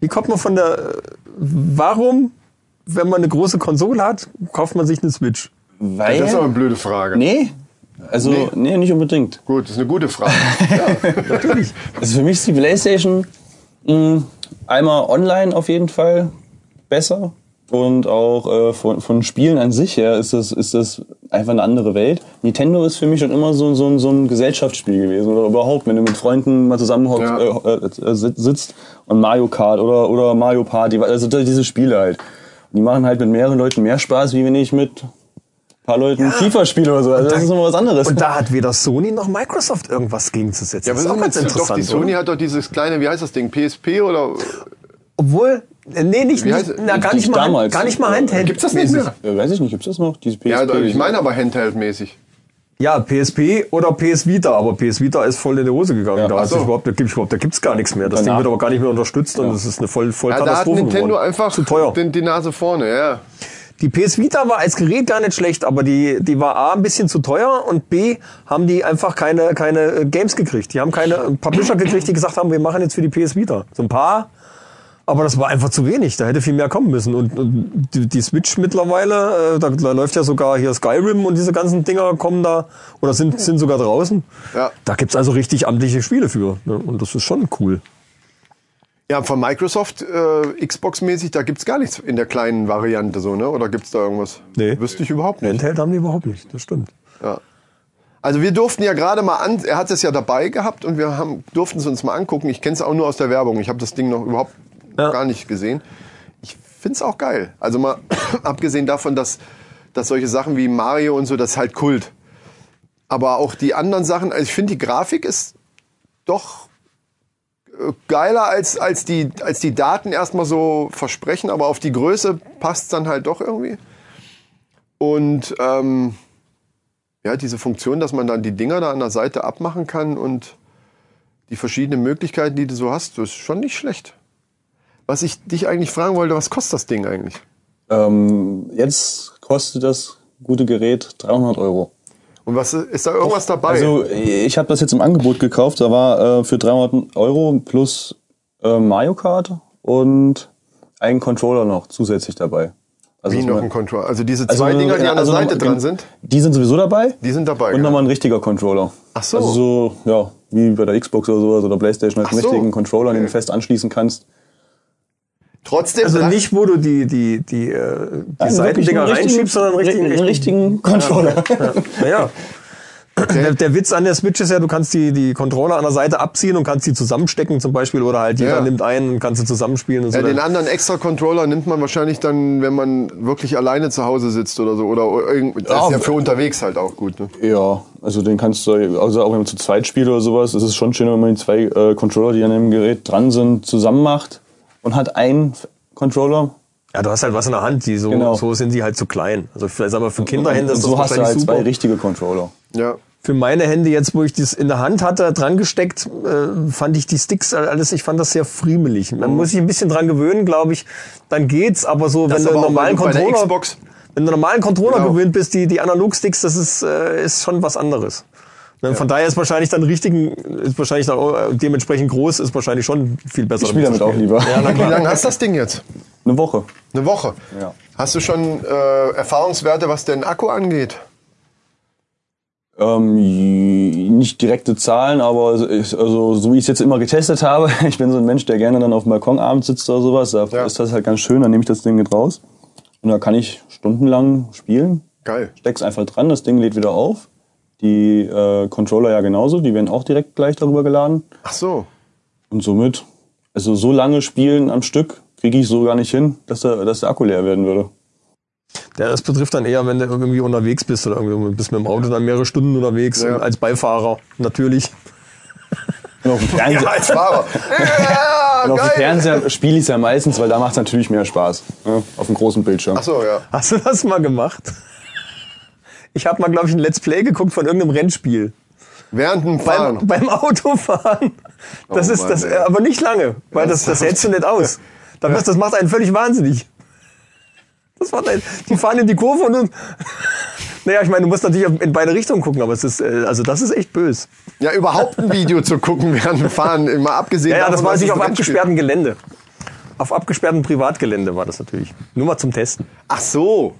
Speaker 2: Wie kommt man von der. äh, Warum, wenn man eine große Konsole hat, kauft man sich eine Switch?
Speaker 4: Weil.
Speaker 3: Das ist aber eine blöde Frage.
Speaker 4: nee. Also, nee. nicht unbedingt.
Speaker 3: Gut, das ist eine gute Frage.
Speaker 4: Also für mich ist die Playstation mh, einmal online auf jeden Fall besser. Und auch äh, von, von Spielen an sich her ist das, ist das einfach eine andere Welt. Nintendo ist für mich schon immer so, ein- so, ein- so ein Gesellschaftsspiel gewesen. Oder überhaupt, wenn du mit Freunden mal zusammenhockst,
Speaker 3: Ja.
Speaker 4: äh, äh, äh, sit- sitzt und Mario Kart oder, oder Mario Party, also da- diese Spiele halt. Und die machen halt mit mehreren Leuten mehr Spaß, wie wenn ich mit ein paar Leuten FIFA spiele oder so. Also das ist immer was anderes.
Speaker 2: Und da hat weder Sony noch Microsoft irgendwas gegenzusetzen.
Speaker 3: Ja, aber das ist doch, die Sony hat doch dieses kleine, wie heißt das Ding, PSP oder
Speaker 2: Obwohl, äh, nee, nicht,
Speaker 3: Wie
Speaker 2: nicht
Speaker 3: heißt-
Speaker 2: na, gar, nicht
Speaker 4: Nicht
Speaker 2: mal,
Speaker 4: damals.
Speaker 2: gar nicht mal Handheld.
Speaker 3: Gibt's das nicht mehr?
Speaker 4: Äh, weiß ich nicht, gibt's das noch? Diese PSP?
Speaker 3: Ja, also ich meine aber Handheld-mäßig.
Speaker 2: Ja, PSP oder PS Vita, aber PS Vita ist voll in die Hose gegangen.
Speaker 4: Ja,
Speaker 2: da
Speaker 4: ach
Speaker 2: hat sich
Speaker 3: so.
Speaker 2: überhaupt, da gibt's überhaupt, da gibt's gar nichts mehr. Das Ding
Speaker 4: Danach-
Speaker 2: wird aber gar nicht mehr unterstützt und es ist eine voll, voll
Speaker 3: Ja, da hat
Speaker 2: Katastrophe
Speaker 3: Nintendo
Speaker 2: geworden.
Speaker 3: einfach
Speaker 2: zu teuer.
Speaker 3: Den, die Nase vorne, ja.
Speaker 2: Die PS Vita war als Gerät gar nicht schlecht, aber die, die war A, ein bisschen zu teuer und B, haben die einfach keine, keine äh, Games gekriegt. Die haben keine äh, Publisher gekriegt, die gesagt haben, wir machen jetzt für die PS Vita. So ein paar, aber das war einfach zu wenig. Da hätte viel mehr kommen müssen. Und, und die, die Switch mittlerweile, äh, da, da läuft ja sogar hier Skyrim und diese ganzen Dinger kommen da oder sind, sind sogar draußen.
Speaker 3: Ja.
Speaker 2: Da gibt's also richtig amtliche Spiele für. Ne? Und das ist schon cool.
Speaker 3: Ja, von Microsoft, äh, Xbox-mäßig, da gibt's gar nichts in der kleinen Variante so, ne? Oder gibt's da irgendwas?
Speaker 2: Nee.
Speaker 3: Wüsste ich überhaupt nicht.
Speaker 2: Handheld haben die überhaupt nicht, das stimmt.
Speaker 3: Ja. Also wir durften ja gerade mal an, er hat es ja dabei gehabt und wir haben, durften es uns mal angucken. Ich kenne es auch nur aus der Werbung. Ich habe das Ding noch überhaupt
Speaker 2: Ja.
Speaker 3: gar nicht gesehen. Ich find's auch geil. Also mal abgesehen davon, dass, dass solche Sachen wie Mario und so, das ist halt Kult. Aber auch die anderen Sachen, also ich finde die Grafik ist doch äh, geiler als, als, die, als die Daten erstmal so versprechen, aber auf die Größe passt dann halt doch irgendwie. Und ähm, ja, diese Funktion, dass man dann die Dinger da an der Seite abmachen kann und die verschiedenen Möglichkeiten, die du so hast, das ist schon nicht schlecht. Was ich dich eigentlich fragen wollte, was kostet das Ding eigentlich?
Speaker 4: Ähm, jetzt kostet das gute Gerät 300 Euro.
Speaker 3: Und was ist da irgendwas dabei?
Speaker 4: Also ich habe das jetzt im Angebot gekauft. Da war äh, für 300 Euro plus äh, Mario Kart und einen Controller noch zusätzlich dabei. Also
Speaker 3: Wie
Speaker 4: dass
Speaker 3: noch
Speaker 4: man-
Speaker 3: ein Controller. Also diese zwei
Speaker 4: also
Speaker 3: Dinger, die an der
Speaker 4: also
Speaker 3: Seite
Speaker 4: nochmal-
Speaker 3: dran sind.
Speaker 4: Die sind sowieso dabei.
Speaker 3: Die sind dabei,
Speaker 4: Und
Speaker 3: ja.
Speaker 4: nochmal ein richtiger Controller.
Speaker 3: Ach so.
Speaker 4: Also so, ja, wie bei der Xbox oder sowas oder Playstation, als
Speaker 3: Ach
Speaker 4: einen
Speaker 3: so.
Speaker 4: richtigen Controller, den
Speaker 3: Okay.
Speaker 4: du fest anschließen kannst.
Speaker 3: Trotzdem.
Speaker 2: Also
Speaker 3: sagt-
Speaker 2: nicht, wo du die, die, die, äh, die
Speaker 4: Also
Speaker 2: Seitendinger reinschiebst, sondern richtig.
Speaker 4: einen richtigen Controller.
Speaker 2: Naja. Der, der Witz an der Switch ist ja, du kannst die, die Controller an der Seite abziehen und kannst die zusammenstecken zum Beispiel oder halt jeder
Speaker 3: Ja.
Speaker 2: nimmt einen und kannst sie zusammenspielen und so.
Speaker 3: Ja, den
Speaker 2: Dann-
Speaker 3: anderen extra Controller nimmt man wahrscheinlich dann, wenn man wirklich alleine zu Hause sitzt oder so. Oder irgend, das ist
Speaker 4: Ja.
Speaker 3: ja für unterwegs halt auch gut. Ne?
Speaker 4: Ja, also den kannst du, also auch wenn man zu zweit spielt oder sowas, ist es schon schön, wenn man die zwei äh, Controller, die an dem Gerät dran sind, zusammen macht und hat einen F- Controller.
Speaker 2: ja, du hast halt was in der Hand, die so,
Speaker 4: Genau.
Speaker 2: so sind die halt zu klein. Also vielleicht sagen wir für Kinderhände
Speaker 4: und
Speaker 2: ist das
Speaker 4: so hast du
Speaker 2: wahrscheinlich
Speaker 4: halt zwei
Speaker 2: super.
Speaker 4: richtige Controller.
Speaker 3: Ja.
Speaker 2: Für meine Hände jetzt, wo ich das in der Hand hatte, dran gesteckt, äh, fand ich die Sticks alles, ich fand das sehr friemelig. Man muss sich ein bisschen dran gewöhnen, glaube ich, dann geht's, aber so,
Speaker 3: Mhm. Das
Speaker 2: wenn du
Speaker 3: aber
Speaker 2: einen
Speaker 3: auch bei-
Speaker 2: normalen
Speaker 3: bei der
Speaker 2: Controller,
Speaker 3: Xbox.
Speaker 2: wenn du einen normalen Controller
Speaker 3: Genau.
Speaker 2: gewöhnt bist, die, die Analog-Sticks, das ist, äh, ist schon was anderes. Ne, Von daher ist wahrscheinlich dann richtigen, ist wahrscheinlich dann, auch, äh, dementsprechend groß, ist wahrscheinlich schon viel besser.
Speaker 4: Ich spiele damit
Speaker 2: zu
Speaker 4: auch
Speaker 2: spielen.
Speaker 4: lieber.
Speaker 2: Ja, na
Speaker 3: Wie
Speaker 2: klar.
Speaker 3: lange hast du das Ding jetzt?
Speaker 4: Eine Woche.
Speaker 3: Eine Woche.
Speaker 4: Ja.
Speaker 3: Hast du schon äh, Erfahrungswerte, was den Akku angeht?
Speaker 4: Ähm, j- nicht direkte Zahlen, aber es ist- also, so wie ich es jetzt immer getestet habe, ich bin so ein Mensch, der gerne dann auf dem Balkon abends sitzt oder sowas, da
Speaker 3: Ja.
Speaker 4: ist das halt ganz schön, dann nehme ich das Ding mit raus und da kann ich stundenlang spielen.
Speaker 3: Geil.
Speaker 4: Steck's einfach dran, das Ding lädt wieder auf. Die äh, Controller ja genauso, die werden auch direkt gleich darüber geladen.
Speaker 3: Ach so.
Speaker 4: Und somit, also so lange Spielen am Stück kriege ich so gar nicht hin, dass der, dass der Akku leer werden würde.
Speaker 2: Ja, das betrifft dann eher, wenn du irgendwie unterwegs bist oder irgendwie bist mit dem Auto dann mehrere Stunden unterwegs
Speaker 3: Ja.
Speaker 2: und als Beifahrer natürlich.
Speaker 4: Und auf dem Fernseher,
Speaker 3: Fahrer. ja,
Speaker 4: und
Speaker 2: Genau,
Speaker 4: auf dem
Speaker 3: geil.
Speaker 4: Fernseher spiele ich es ja meistens, weil da macht es natürlich mehr Spaß. Ne? Auf dem großen Bildschirm.
Speaker 3: Ach so, ja.
Speaker 2: Hast du das mal gemacht? Ich habe mal, glaube ich, ein Let's Play geguckt von irgendeinem Rennspiel.
Speaker 3: Während dem
Speaker 2: Beim,
Speaker 3: Fahren.
Speaker 2: beim Autofahren. Das
Speaker 3: Ah, genau. Oh
Speaker 2: ist
Speaker 3: Mann,
Speaker 2: das,
Speaker 3: ey.
Speaker 2: aber nicht lange, weil das, das hältst du nicht aus. Da bist- Das macht einen völlig wahnsinnig. Das macht einen, die fahren in die Kurve und dann, naja, ich meine, du musst natürlich in beide Richtungen gucken, aber es ist, äh, also das ist echt böse.
Speaker 3: Ja, überhaupt ein Video zu gucken während dem Fahren, immer abgesehen
Speaker 2: Ja, ja, das
Speaker 3: davon,
Speaker 2: war
Speaker 3: dass
Speaker 2: natürlich
Speaker 3: es
Speaker 2: auf
Speaker 3: ein also Rennspiel-
Speaker 2: abgesperrtem Gelände. Auf abgesperrtem Privatgelände war das natürlich. Nur mal zum Testen.
Speaker 3: Ach so.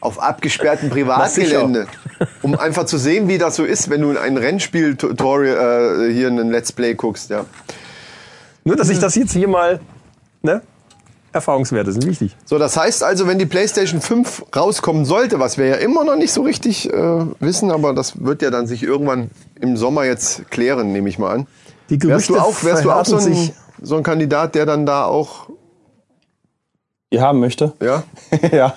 Speaker 3: Auf abgesperrtem Privatgelände. Um einfach zu sehen, wie das so ist, wenn du ein Rennspiel-Tutorial äh, hier in ein Let's Play guckst, ja.
Speaker 2: Nur, dass ich das jetzt hier mal, ne? Erfahrungswerte sind wichtig.
Speaker 3: So, das heißt also, wenn die PlayStation 5 rauskommen sollte, was wir ja immer noch nicht so richtig äh, wissen, aber das wird ja dann sich irgendwann im Sommer jetzt klären, nehme ich mal an.
Speaker 2: Die
Speaker 3: Wärst
Speaker 2: Gerüchte
Speaker 3: du auch, wärst du auch so,
Speaker 2: verhärten
Speaker 3: ein,
Speaker 2: sich.
Speaker 3: so ein Kandidat, der dann da auch,
Speaker 4: Ihr haben möchte?
Speaker 3: ja?
Speaker 4: ja.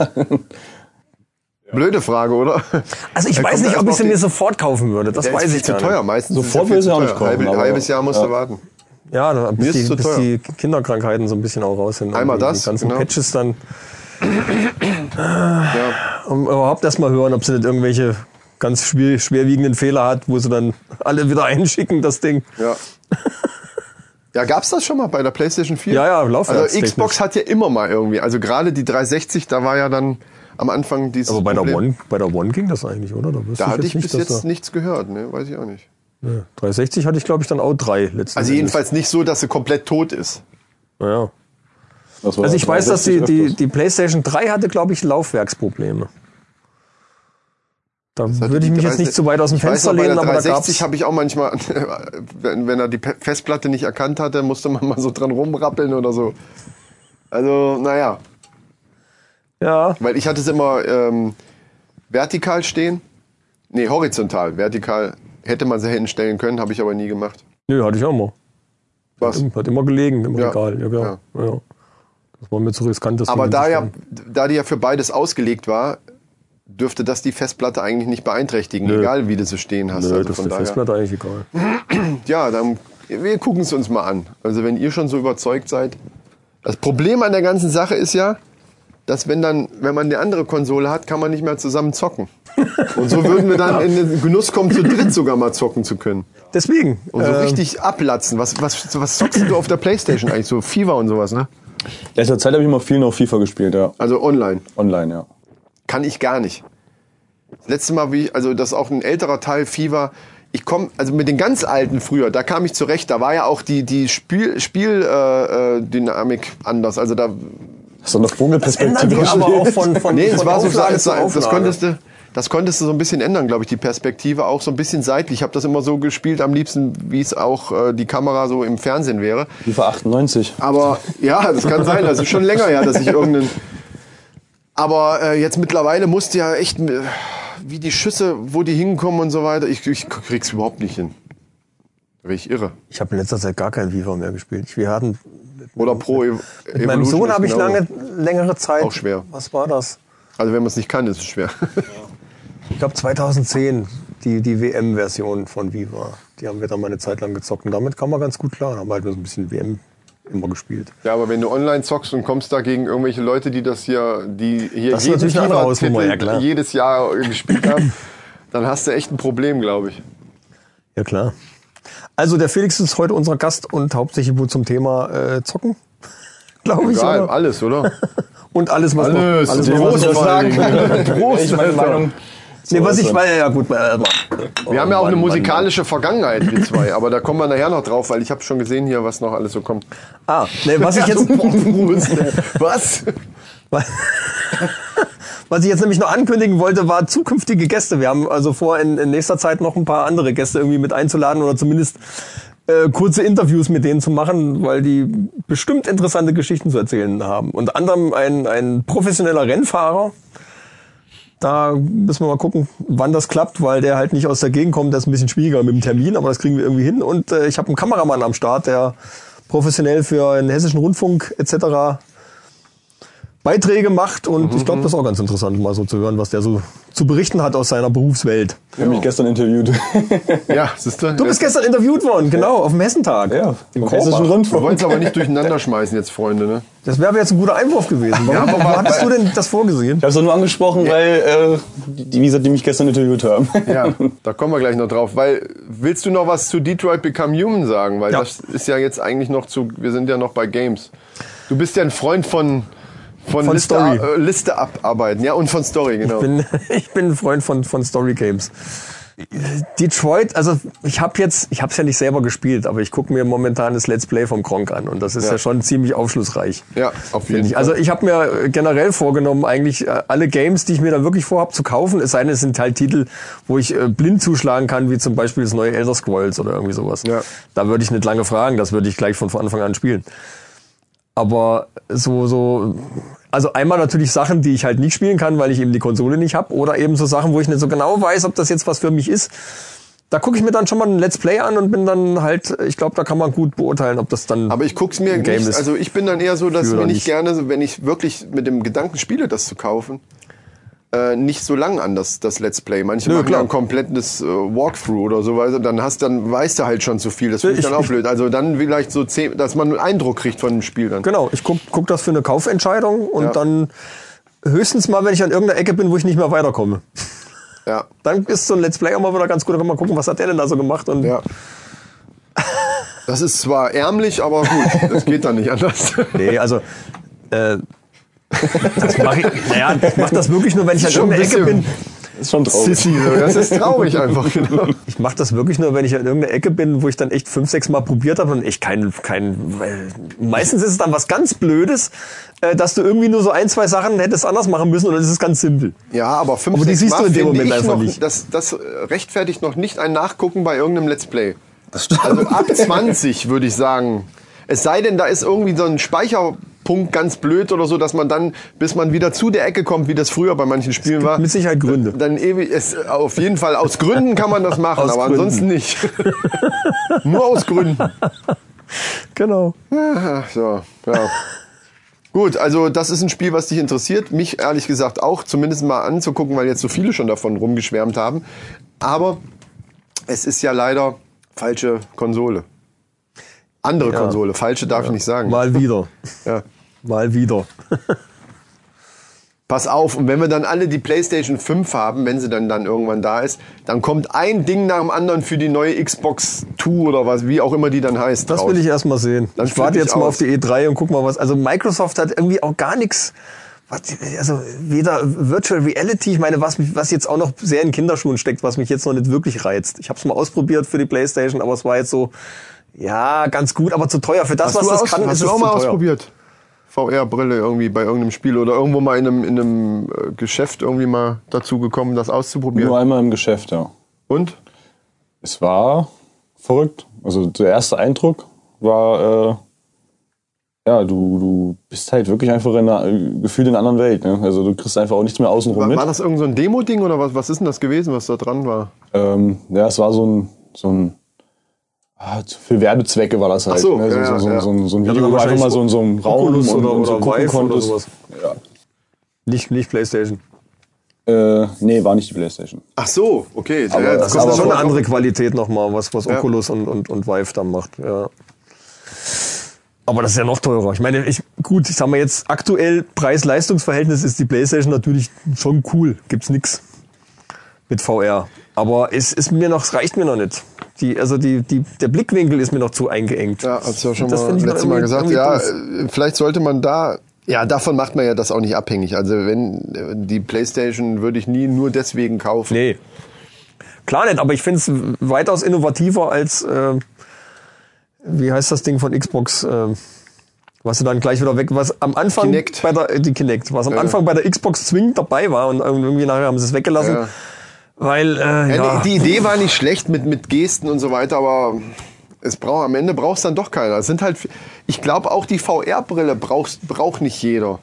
Speaker 3: Blöde Frage, oder?
Speaker 2: Also ich
Speaker 3: Da
Speaker 2: weiß
Speaker 3: kommt
Speaker 2: nicht,
Speaker 3: erst
Speaker 2: ob ich
Speaker 3: noch
Speaker 2: sie
Speaker 3: die-
Speaker 2: mir sofort kaufen würde. Das
Speaker 3: Der ist
Speaker 2: weiß
Speaker 3: viel
Speaker 2: ich
Speaker 3: zu
Speaker 2: gar
Speaker 3: teuer. Meistens
Speaker 4: Sofort
Speaker 3: ist
Speaker 4: willst
Speaker 3: er
Speaker 4: du ja auch
Speaker 3: viel
Speaker 4: nicht
Speaker 3: zu teuer.
Speaker 4: kaufen,
Speaker 3: Halbe,
Speaker 4: aber-
Speaker 3: halbes Jahr musst
Speaker 4: ja.
Speaker 3: du warten.
Speaker 2: nicht. Ja, da-
Speaker 3: Mir
Speaker 2: bis,
Speaker 3: ist
Speaker 2: die,
Speaker 3: zu
Speaker 2: bis
Speaker 3: teuer.
Speaker 2: die Kinderkrankheiten so ein bisschen auch raus sind.
Speaker 3: Einmal
Speaker 2: Und die
Speaker 3: das,
Speaker 2: ganzen
Speaker 3: genau.
Speaker 2: Patches dann,
Speaker 3: Ja.
Speaker 2: um überhaupt erstmal hören, ob sie nicht irgendwelche ganz schwer, schwerwiegenden Fehler hat, wo sie dann alle wieder einschicken, das Ding.
Speaker 3: Ja. Ja, gab's das schon mal bei der PlayStation 4?
Speaker 2: Ja, ja, laufwerkstechnisch.
Speaker 3: Also Xbox hat ja immer mal irgendwie, also gerade die 360, da war ja dann am Anfang dieses
Speaker 2: Aber Also bei der,
Speaker 3: Problem.
Speaker 2: One, bei der One ging das eigentlich, oder? Da, wüsste
Speaker 3: Da hatte ich bis
Speaker 2: dass
Speaker 3: jetzt
Speaker 2: da-
Speaker 3: nichts gehört, ne? Weiß ich auch nicht.
Speaker 2: Ja, 360 hatte ich, glaube ich, dann auch drei letztens.
Speaker 3: Also jedenfalls nicht so, dass sie komplett tot ist.
Speaker 2: Ja.
Speaker 4: Das war
Speaker 2: Also ich weiß, dass die,
Speaker 4: 63
Speaker 2: die,
Speaker 4: öfters.
Speaker 2: die PlayStation 3 hatte, glaube ich, Laufwerksprobleme. Da
Speaker 3: hatte
Speaker 2: würde ich
Speaker 3: die
Speaker 2: mich jetzt
Speaker 3: 360
Speaker 2: nicht zu weit aus dem
Speaker 3: Ich weiß
Speaker 2: Fenster
Speaker 3: noch, bei der
Speaker 2: lehnen, aber da gab's
Speaker 3: 360 habe ich auch manchmal, wenn, wenn er die Pe- Festplatte nicht erkannt hatte, musste man mal so dran rumrappeln oder so. Also, naja.
Speaker 2: Ja,
Speaker 3: Weil ich hatte es immer ähm, vertikal stehen. Nee, horizontal. Vertikal hätte man sie hinten stellen können, habe ich aber nie gemacht.
Speaker 2: nö, hatte ich auch mal.
Speaker 3: Was?
Speaker 2: Hat immer gelegen, im
Speaker 3: Ja.
Speaker 2: Regal. Ja, klar. Ja. Das war mir zu riskant. Das
Speaker 3: Aber
Speaker 2: Ding
Speaker 3: da, ja,
Speaker 2: hinzustellen.
Speaker 3: da die ja für beides ausgelegt war, dürfte das die Festplatte eigentlich nicht beeinträchtigen,
Speaker 2: Nö.
Speaker 3: egal wie du sie stehen hast.
Speaker 2: Nö,
Speaker 3: also
Speaker 2: das ist der
Speaker 3: von daher.
Speaker 2: Festplatte eigentlich egal.
Speaker 3: Ja, dann wir gucken es uns mal an. Also wenn ihr schon so überzeugt seid. Das Problem an der ganzen Sache ist ja, dass wenn dann, wenn man eine andere Konsole hat, kann man nicht mehr zusammen zocken. Und so würden wir dann in den Genuss kommen, zu dritt sogar mal zocken zu können.
Speaker 2: Deswegen.
Speaker 3: Und so
Speaker 2: ähm,
Speaker 3: richtig ablatzen. Was, was, was zockst du auf der Playstation eigentlich? So Fever und sowas, ne?
Speaker 4: Letzter Zeit habe ich immer viel noch FIFA gespielt, ja.
Speaker 3: Also online.
Speaker 4: Online, ja.
Speaker 3: Kann ich gar nicht. Das letzte Mal, wie ich, also das ist auch ein älterer Teil, Fever. Ich komme, also mit den ganz alten früher, da kam ich zurecht. Da war ja auch die, die Spieldynamik Spiel, äh, äh, Dynamik anders. Also da
Speaker 4: So eine Vogelperspektive.
Speaker 2: ändern die aber auch von- von-
Speaker 3: nee, es war so,
Speaker 2: Auflage
Speaker 3: es,
Speaker 2: zu
Speaker 3: war- das
Speaker 2: Auflage.
Speaker 3: konntest du, das konntest du so ein bisschen ändern, glaube ich, die Perspektive auch so ein bisschen seitlich. Ich habe das immer so gespielt, am liebsten, wie es auch äh, die Kamera so im Fernsehen wäre.
Speaker 4: FIFA 98.
Speaker 3: Aber ja, das kann sein. Das ist schon länger her, dass ich irgendeinen. Aber äh, jetzt mittlerweile musst du ja echt, äh, wie die Schüsse, wo die hinkommen und so weiter. Ich, ich krieg's überhaupt nicht hin. Da bin ich irre.
Speaker 2: Ich habe in letzter Zeit gar kein FIFA mehr gespielt. Ich, wir hatten
Speaker 3: Oder pro Ev
Speaker 2: mit meinem
Speaker 3: Evolution
Speaker 2: Sohn
Speaker 3: ist
Speaker 2: habe ich
Speaker 3: genau.
Speaker 2: lange, längere Zeit.
Speaker 3: Auch schwer.
Speaker 2: Was war das?
Speaker 3: Also wenn man es nicht kann, ist es schwer.
Speaker 2: Ich glaube 2010 die die WM-Version von Viva. Die haben wir dann mal eine Zeit lang gezockt und damit kam man ganz gut klar. Dann haben wir halt nur so ein bisschen WM immer gespielt.
Speaker 3: Ja, aber wenn du online zockst und kommst da gegen irgendwelche Leute, die das hier, die hier
Speaker 2: Das ist natürlich eine andere
Speaker 3: FIFA-Titel
Speaker 2: Hausnummer, ja klar.
Speaker 3: jedes Jahr gespielt haben, dann hast du echt ein Problem, glaube ich.
Speaker 2: Ja klar. Also der Felix ist heute unser Gast und hauptsächlich wohl zum Thema äh, Zocken, glaube ich.
Speaker 3: Egal,
Speaker 2: oder?
Speaker 3: alles, oder?
Speaker 2: Und alles was
Speaker 3: Alles,
Speaker 2: noch, alles
Speaker 3: dem
Speaker 2: was
Speaker 3: muss
Speaker 2: noch
Speaker 3: man
Speaker 2: sagen.
Speaker 3: sagen. Prost,
Speaker 4: ich meine
Speaker 3: Alter.
Speaker 4: Meinung. also,
Speaker 2: Nee, was ich weil ja gut. Äh,
Speaker 3: Wir haben ja auch eine musikalische Vergangenheit, wir zwei, aber da kommen wir nachher noch drauf, weil ich habe schon gesehen hier, was noch alles so kommt.
Speaker 2: ah, nee, was ich jetzt
Speaker 3: was?
Speaker 2: Was ich jetzt nämlich noch ankündigen wollte, war zukünftige Gäste. Wir haben also vor, in, in nächster Zeit noch ein paar andere Gäste irgendwie mit einzuladen oder zumindest äh, kurze Interviews mit denen zu machen, weil die bestimmt interessante Geschichten zu erzählen haben. Unter anderem ein, ein professioneller Rennfahrer. Da müssen wir mal gucken, wann das klappt, weil der halt nicht aus der Gegend kommt. Der ist ein bisschen schwieriger mit dem Termin, aber das kriegen wir irgendwie hin. Und äh, ich habe einen Kameramann am Start, der professionell für den hessischen Rundfunk etc. Beiträge macht und ich glaube, das ist auch ganz interessant, mal so zu hören, was der so zu berichten hat aus seiner Berufswelt.
Speaker 4: Ich habe mich gestern interviewt.
Speaker 3: Ja, siehst du?
Speaker 2: Du bist gestern interviewt worden, genau, auf dem Hessentag.
Speaker 4: ja,
Speaker 2: im
Speaker 4: im Hessischen
Speaker 2: Rundfunk.
Speaker 3: wir
Speaker 4: Rundfunk.
Speaker 3: wollen es aber nicht durcheinander schmeißen jetzt, Freunde, ne?
Speaker 2: Das wäre aber jetzt ein guter Einwurf gewesen. Warum,
Speaker 3: aber
Speaker 2: warum
Speaker 3: mal-
Speaker 2: hattest du denn das vorgesehen?
Speaker 4: Ich habe es nur angesprochen, weil, äh, die, wie gesagt, die mich gestern interviewt haben.
Speaker 3: Ja, da kommen wir gleich noch drauf, weil willst du noch was zu Detroit Become Human sagen, weil
Speaker 2: Ja.
Speaker 3: das ist ja jetzt eigentlich noch zu wir sind ja noch bei Games. Du bist ja ein Freund von von,
Speaker 2: Von
Speaker 3: Liste,
Speaker 2: Story.
Speaker 3: äh, Liste abarbeiten, ja, und von Story, genau.
Speaker 2: Ich bin, ich bin ein Freund von, von Story Games. Detroit, also ich habe jetzt, ich habe es ja nicht selber gespielt, aber ich gucke mir momentan das Let's Play vom Kronk an und das ist
Speaker 3: Ja.
Speaker 2: ja schon ziemlich aufschlussreich.
Speaker 3: ja, auf jeden
Speaker 2: Nicht.
Speaker 3: Fall.
Speaker 2: Also ich habe mir äh, generell vorgenommen, eigentlich äh, alle Games, die ich mir da wirklich vorhabe zu kaufen, es sei denn, es sind halt Titel, wo ich äh, blind zuschlagen kann, wie zum Beispiel das neue Elder Scrolls oder irgendwie sowas.
Speaker 3: Ja.
Speaker 2: Da würde ich nicht lange fragen, das würde ich gleich von von Anfang an spielen. Aber so, so, also einmal natürlich Sachen, die ich halt nicht spielen kann, weil ich eben die Konsole nicht habe, oder eben so Sachen, wo ich nicht so genau weiß, ob das jetzt was für mich ist. Da gucke ich mir dann schon mal ein Let's Play an und bin dann halt, ich glaube, da kann man gut beurteilen, ob das dann.
Speaker 3: Aber ich guck's mir
Speaker 2: ein
Speaker 3: nicht,
Speaker 2: Game ist.
Speaker 3: also ich bin dann eher so, dass
Speaker 2: Für
Speaker 3: mir
Speaker 2: oder
Speaker 3: nicht,
Speaker 2: nicht.
Speaker 3: gerne, so, wenn ich wirklich mit dem Gedanken spiele, das zu kaufen, äh, nicht so lang an das, das Let's Play. Manche machen
Speaker 2: klar.
Speaker 3: ja ein komplettes äh, Walkthrough oder so, weil dann hast, dann weißt du halt schon zu viel. Das finde ich
Speaker 2: Ich-
Speaker 3: dann auch blöd. Also dann vielleicht so zehn, dass man einen Eindruck kriegt von dem Spiel dann.
Speaker 2: Genau, ich guck, guck das für eine Kaufentscheidung und
Speaker 3: Ja.
Speaker 2: dann höchstens mal, wenn ich an irgendeiner Ecke bin, wo ich nicht mehr weiterkomme.
Speaker 3: Ja.
Speaker 2: Dann ist so ein Let's Play auch mal wieder ganz gut. Da kann man gucken, was hat der denn da so gemacht. Und
Speaker 3: Ja. Das ist zwar ärmlich, aber gut, das geht dann nicht anders.
Speaker 2: Nee, also äh, das mache ich, naja, ich mach das wirklich nur, wenn ich an
Speaker 3: Schon ein
Speaker 2: irgendeiner Ecke
Speaker 3: bisschen
Speaker 2: bin. Oh.
Speaker 4: Ist schon traurig.
Speaker 3: Sissy, so, das ist traurig einfach, genau.
Speaker 2: Ich mache das wirklich nur, wenn ich an irgendeiner Ecke bin, wo ich dann echt fünf, sechs Mal probiert habe und echt kein, kein, weil meistens ist es dann was ganz Blödes, äh, dass du irgendwie nur so ein, zwei Sachen hättest anders machen müssen und es ist ganz simpel.
Speaker 3: Ja, aber fünf,
Speaker 2: Aber die
Speaker 3: sechs
Speaker 2: siehst du in dem
Speaker 3: finde
Speaker 2: Moment
Speaker 3: ich
Speaker 2: einfach
Speaker 3: noch,
Speaker 2: nicht.
Speaker 3: Das, das rechtfertigt noch nicht ein Nachgucken bei irgendeinem Let's Play. Also ab 20 würde ich sagen. Es sei denn, da ist irgendwie so ein Speicherpunkt ganz blöd oder so, dass man dann, bis man wieder zu der Ecke kommt, wie das früher bei manchen Spielen war.
Speaker 2: Mit Sicherheit Gründe.
Speaker 3: Dann ewig, es, auf jeden Fall, aus Gründen kann man das machen,
Speaker 2: Aus
Speaker 3: aber
Speaker 2: Gründen.
Speaker 3: ansonsten nicht. Nur aus Gründen.
Speaker 2: Genau.
Speaker 3: Ach so, ja. Gut, also das ist ein Spiel, was dich interessiert. Mich ehrlich gesagt auch, zumindest mal anzugucken, weil jetzt so viele schon davon rumgeschwärmt haben. Aber es ist ja leider falsche Konsole. Andere Konsole, falsche darf ich nicht sagen.
Speaker 2: Mal wieder.
Speaker 3: Ja.
Speaker 2: Mal wieder.
Speaker 3: Pass auf, und wenn wir dann alle die PlayStation 5 haben, wenn sie dann, dann irgendwann da ist, dann kommt ein Ding nach dem anderen für die neue Xbox 2 oder was, wie auch immer die dann heißt.
Speaker 2: Das
Speaker 3: raus.
Speaker 2: will ich erstmal sehen.
Speaker 3: Dann
Speaker 2: ich warte
Speaker 3: flipp ich
Speaker 2: jetzt mal
Speaker 3: aus.
Speaker 2: auf die E3 und guck mal was. Also Microsoft hat irgendwie auch gar nichts. was- Also weder Virtual Reality, ich meine, was, mich- was jetzt auch noch sehr in Kinderschuhen steckt, was mich jetzt noch nicht wirklich reizt. Ich habe es mal ausprobiert für die PlayStation, aber es war jetzt so, ja, ganz gut, aber zu teuer. Für das,
Speaker 3: Hast,
Speaker 2: was
Speaker 3: du,
Speaker 2: das
Speaker 3: aus,
Speaker 2: kann,
Speaker 3: hast
Speaker 2: ist
Speaker 3: du
Speaker 2: es
Speaker 3: auch
Speaker 2: zu
Speaker 3: mal
Speaker 2: teuer.
Speaker 3: ausprobiert? VR-Brille irgendwie bei irgendeinem Spiel oder irgendwo mal in einem, in einem äh, Geschäft irgendwie mal dazu gekommen, das auszuprobieren.
Speaker 4: Nur einmal im Geschäft, ja.
Speaker 3: Und?
Speaker 4: Es war verrückt. Also der erste Eindruck war, äh, ja, du, du bist halt wirklich einfach in einer, äh, gefühlt in einer anderen Welt. Ne? Also du kriegst einfach auch nichts mehr außenrum
Speaker 3: War,
Speaker 4: mit.
Speaker 3: war das irgend so ein Demo-Ding oder was, was ist denn das gewesen, was da dran war?
Speaker 4: Ähm, ja, es war so ein, so ein ah, für Werbezwecke war das halt.
Speaker 3: so,
Speaker 4: ne? so,
Speaker 3: ja,
Speaker 4: so, so,
Speaker 3: ja.
Speaker 4: so, ein- so ein
Speaker 2: Ja,
Speaker 4: Video,
Speaker 2: dann
Speaker 4: wo einfach mal so in so einem Raum
Speaker 2: Oculus
Speaker 4: und,
Speaker 2: oder,
Speaker 4: und so
Speaker 2: oder
Speaker 4: gucken
Speaker 2: Vive oder
Speaker 4: konntest.
Speaker 2: sowas. Nicht, nicht Playstation.
Speaker 4: Äh, nee, war nicht die Playstation.
Speaker 3: Ach so, okay.
Speaker 4: Aber
Speaker 3: ja,
Speaker 2: Das
Speaker 3: jetzt kommt
Speaker 4: das aber
Speaker 2: ist
Speaker 3: das
Speaker 2: schon
Speaker 3: schon
Speaker 2: eine
Speaker 3: an.
Speaker 2: andere Qualität nochmal, was, was
Speaker 3: Ja.
Speaker 2: Oculus und, und, und Vive dann macht. Ja. Aber das ist ja noch teurer. Ich meine, ich, gut, ich sag mal jetzt, aktuell Preis-Leistungs-Verhältnis ist die Playstation natürlich schon cool. Gibt's nix mit VR. Aber es ist mir noch, es reicht mir noch nicht. Die, also die, die, der Blickwinkel ist mir noch zu eingeengt.
Speaker 3: Ja, hab's ja schon
Speaker 2: Das
Speaker 3: mal
Speaker 2: find ich
Speaker 3: letztes
Speaker 2: noch
Speaker 3: Mal
Speaker 2: irgendwie-
Speaker 3: gesagt.
Speaker 2: irgendwie
Speaker 3: Ja,
Speaker 2: doof.
Speaker 3: äh, vielleicht sollte man da. Ja, davon macht man ja das auch nicht abhängig. Also wenn äh, die PlayStation würde ich nie nur deswegen kaufen.
Speaker 2: Nee. Klar nicht, aber ich finde es weitaus innovativer als, äh, wie heißt das Ding von Xbox, äh, was sie dann gleich wieder weg, was am Anfang
Speaker 3: Kinect.
Speaker 2: bei der, äh, die Kinect, was am Anfang bei der Xbox zwingend dabei war und irgendwie nachher haben sie es weggelassen,
Speaker 3: Ja.
Speaker 2: weil, äh,
Speaker 3: Ja,
Speaker 2: ja,
Speaker 3: nee, Die Idee war nicht schlecht mit, mit Gesten und so weiter, aber es braucht am Ende braucht es dann doch keiner. Es sind halt, ich glaube auch die VR-Brille braucht braucht nicht jeder.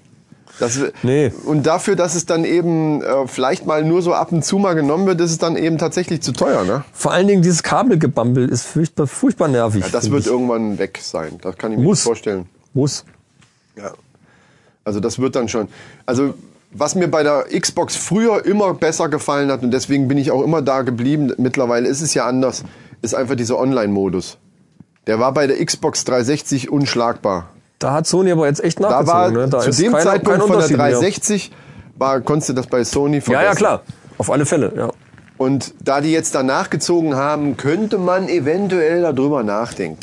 Speaker 3: Das,
Speaker 2: Nee.
Speaker 3: Und dafür, dass es dann eben äh, vielleicht mal nur so ab und zu mal genommen wird, ist es dann eben tatsächlich zu teuer. Ne?
Speaker 2: vor allen Dingen dieses Kabelgebammel ist furchtbar, furchtbar nervig.
Speaker 3: Ja, das
Speaker 2: find
Speaker 3: wird
Speaker 2: ich.
Speaker 3: irgendwann weg sein. Das kann ich mir
Speaker 2: Muss.
Speaker 3: nicht vorstellen.
Speaker 2: Muss.
Speaker 3: Ja. Also das wird dann schon. Also was mir bei der Xbox früher immer besser gefallen hat und deswegen bin ich auch immer da geblieben, mittlerweile ist es ja anders, ist einfach dieser Online-Modus. Der war bei der Xbox 360 unschlagbar.
Speaker 2: Da hat Sony aber jetzt echt
Speaker 3: Da
Speaker 2: nachgezogen.
Speaker 3: war
Speaker 2: ne? da
Speaker 3: zu
Speaker 2: ist
Speaker 3: dem
Speaker 2: kein-
Speaker 3: Zeitpunkt
Speaker 2: kein
Speaker 3: von der
Speaker 2: Unterschied mehr.
Speaker 3: 360 war, konntest du das bei Sony
Speaker 2: Ja,
Speaker 3: verbessern.
Speaker 2: ja, klar. Auf alle Fälle, ja.
Speaker 3: Und da die jetzt danach gezogen haben, könnte man eventuell darüber nachdenken.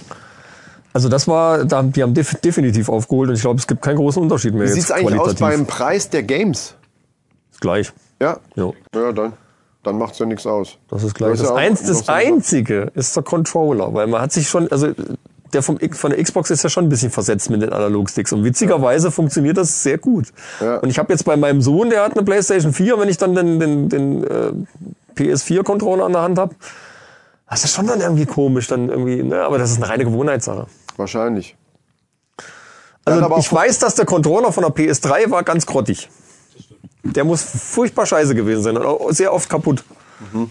Speaker 2: Also das war, da, die haben def definitiv aufgeholt und ich glaube, es gibt keinen großen Unterschied mehr
Speaker 3: Wie
Speaker 2: jetzt
Speaker 3: sieht's eigentlich aus
Speaker 2: qualitativ.
Speaker 3: beim Preis der Games?
Speaker 2: Ist gleich.
Speaker 3: Ja.
Speaker 2: Jo.
Speaker 3: Ja, dann, dann macht's ja nichts aus.
Speaker 2: Das ist gleich. Das,
Speaker 3: ja auch-
Speaker 2: Einz
Speaker 3: auch
Speaker 2: das
Speaker 3: so-
Speaker 2: Einzige ist der Controller, weil man hat sich schon, also der vom, von der Xbox ist ja schon ein bisschen versetzt mit den Analogsticks und witzigerweise funktioniert das sehr gut.
Speaker 3: Ja.
Speaker 2: Und ich habe jetzt bei meinem Sohn, der hat eine PlayStation 4, wenn ich dann den, den, den äh, PS4-Controller an der Hand habe, das ist schon dann irgendwie komisch, dann irgendwie, ne? aber das ist eine reine Gewohnheitssache.
Speaker 3: Wahrscheinlich.
Speaker 2: Also
Speaker 3: Dann aber
Speaker 2: ich
Speaker 3: auch-
Speaker 2: weiß, dass der Controller von der PS3 war ganz grottig. Der muss furchtbar scheiße gewesen sein und auch sehr oft kaputt.
Speaker 3: Mhm.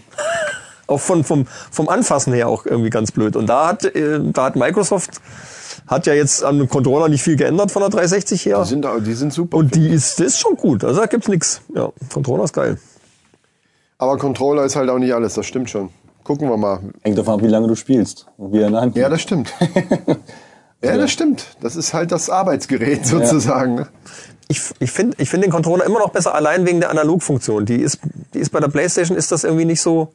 Speaker 2: Auch von, vom, vom Anfassen her auch irgendwie ganz blöd. Und da hat, äh, da hat Microsoft, hat ja jetzt an dem Controller nicht viel geändert von der 360 her.
Speaker 3: Die sind, da- die sind super.
Speaker 2: Und die ist, das ist schon gut. Also da gibt's nix. Ja, Controller ist geil.
Speaker 3: Aber Controller ist halt auch nicht alles, das stimmt schon. Gucken wir mal.
Speaker 4: Hängt davon ab, wie lange du spielst und wie er in der Hand
Speaker 3: Ja,
Speaker 4: liegt.
Speaker 3: das stimmt. ja, das stimmt. Das ist halt das Arbeitsgerät sozusagen. ne?
Speaker 2: Ich, ich finde ich find den Controller immer noch besser allein wegen der Analogfunktion. Die ist, die ist bei der Playstation ist das irgendwie nicht so,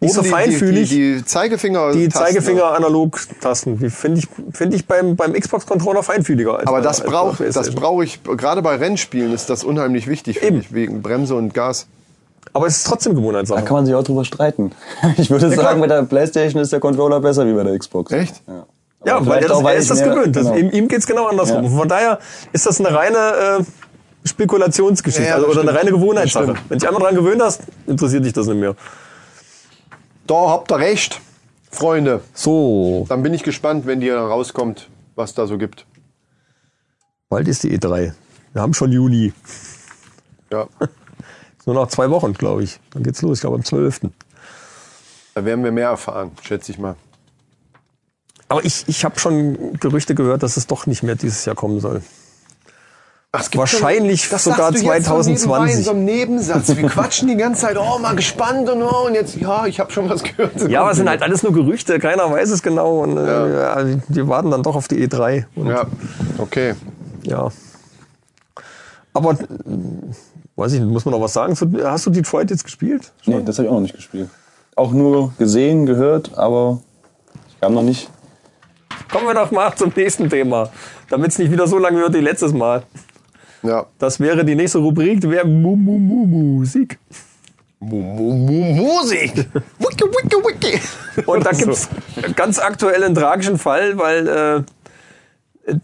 Speaker 2: nicht so
Speaker 3: Oben die-
Speaker 2: feinfühlig.
Speaker 3: Die, die, die Zeigefinger.
Speaker 2: die
Speaker 3: Tasten,
Speaker 2: Zeigefinger analog Tasten, die finde ich finde ich beim beim Xbox Controller feinfühliger. Als
Speaker 3: Aber
Speaker 2: bei-
Speaker 3: das
Speaker 2: als bei
Speaker 3: braucht, das
Speaker 2: PlayStation.
Speaker 3: brauche ich, gerade bei Rennspielen ist das unheimlich wichtig, finde
Speaker 2: Eben.
Speaker 3: ich, wegen Bremse und Gas.
Speaker 2: Aber es ist trotzdem
Speaker 4: Da
Speaker 2: Gewohnheitssache.
Speaker 4: kann man sich auch drüber streiten. Ich würde
Speaker 3: klar.
Speaker 4: sagen, bei der Playstation ist der Controller besser wie bei der Xbox.
Speaker 3: Echt?
Speaker 4: Ja,
Speaker 2: Ja,
Speaker 4: Aber
Speaker 2: weil
Speaker 4: vielleicht
Speaker 2: er, das,
Speaker 4: auch, weil
Speaker 2: er ist
Speaker 4: ich
Speaker 2: das
Speaker 4: mir-
Speaker 2: gewöhnt. Das,
Speaker 4: genau.
Speaker 2: ihm, ihm geht's genau andersrum.
Speaker 4: Ja.
Speaker 2: Von daher ist das eine reine äh, Spekulationsgeschichte,
Speaker 3: Ja, ja,
Speaker 2: also
Speaker 3: das
Speaker 2: oder eine
Speaker 3: stimmt.
Speaker 2: reine Gewohnheitssache.
Speaker 3: Das stimmt.
Speaker 2: Wenn dich einmal dran gewöhnt hast, interessiert dich das nicht mehr.
Speaker 3: Da habt ihr recht, Freunde.
Speaker 2: So,
Speaker 3: Dann bin ich gespannt, wenn die da rauskommt, was da so gibt.
Speaker 2: bald ist die E3. Wir haben schon Juni.
Speaker 3: Ja.
Speaker 2: Nur noch zwei Wochen, glaube ich. Dann geht's los. Ich glaube am 12.
Speaker 3: Da werden wir mehr erfahren, schätze ich mal.
Speaker 2: Aber ich, ich habe schon Gerüchte gehört, dass es doch nicht mehr dieses Jahr kommen soll.
Speaker 3: Ach, es
Speaker 2: Wahrscheinlich
Speaker 3: schon- das
Speaker 2: sogar
Speaker 3: sagst du jetzt so nebenbei in
Speaker 2: 2020.
Speaker 3: So einem Nebensatz. Wir quatschen die ganze Zeit, oh, mal gespannt und oh, und jetzt, ja, ich habe schon was gehört.
Speaker 2: Ja, aber es sind halt alles nur Gerüchte, keiner weiß es genau. Und äh, ja. die- die warten dann doch auf die E3. Und, ja.
Speaker 3: Ja, okay.
Speaker 2: Aber äh, weiß ich nicht, muss man noch was sagen? zu- Hast du Detroit jetzt gespielt?
Speaker 4: Nee, das habe ich auch noch nicht gespielt. Auch nur gesehen, gehört, aber ich kam noch nicht.
Speaker 2: Kommen wir doch mal zum nächsten Thema. Damit es nicht wieder so lange wird wie letztes Mal.
Speaker 3: Ja.
Speaker 2: Das wäre die nächste Rubrik, wäre Mu Mu Mu Musik.
Speaker 3: Mu- mu- mu- Musik! Wicke, wicke, wicke!
Speaker 2: Und da gibt's ganz aktuell einen tragischen Fall, weil äh,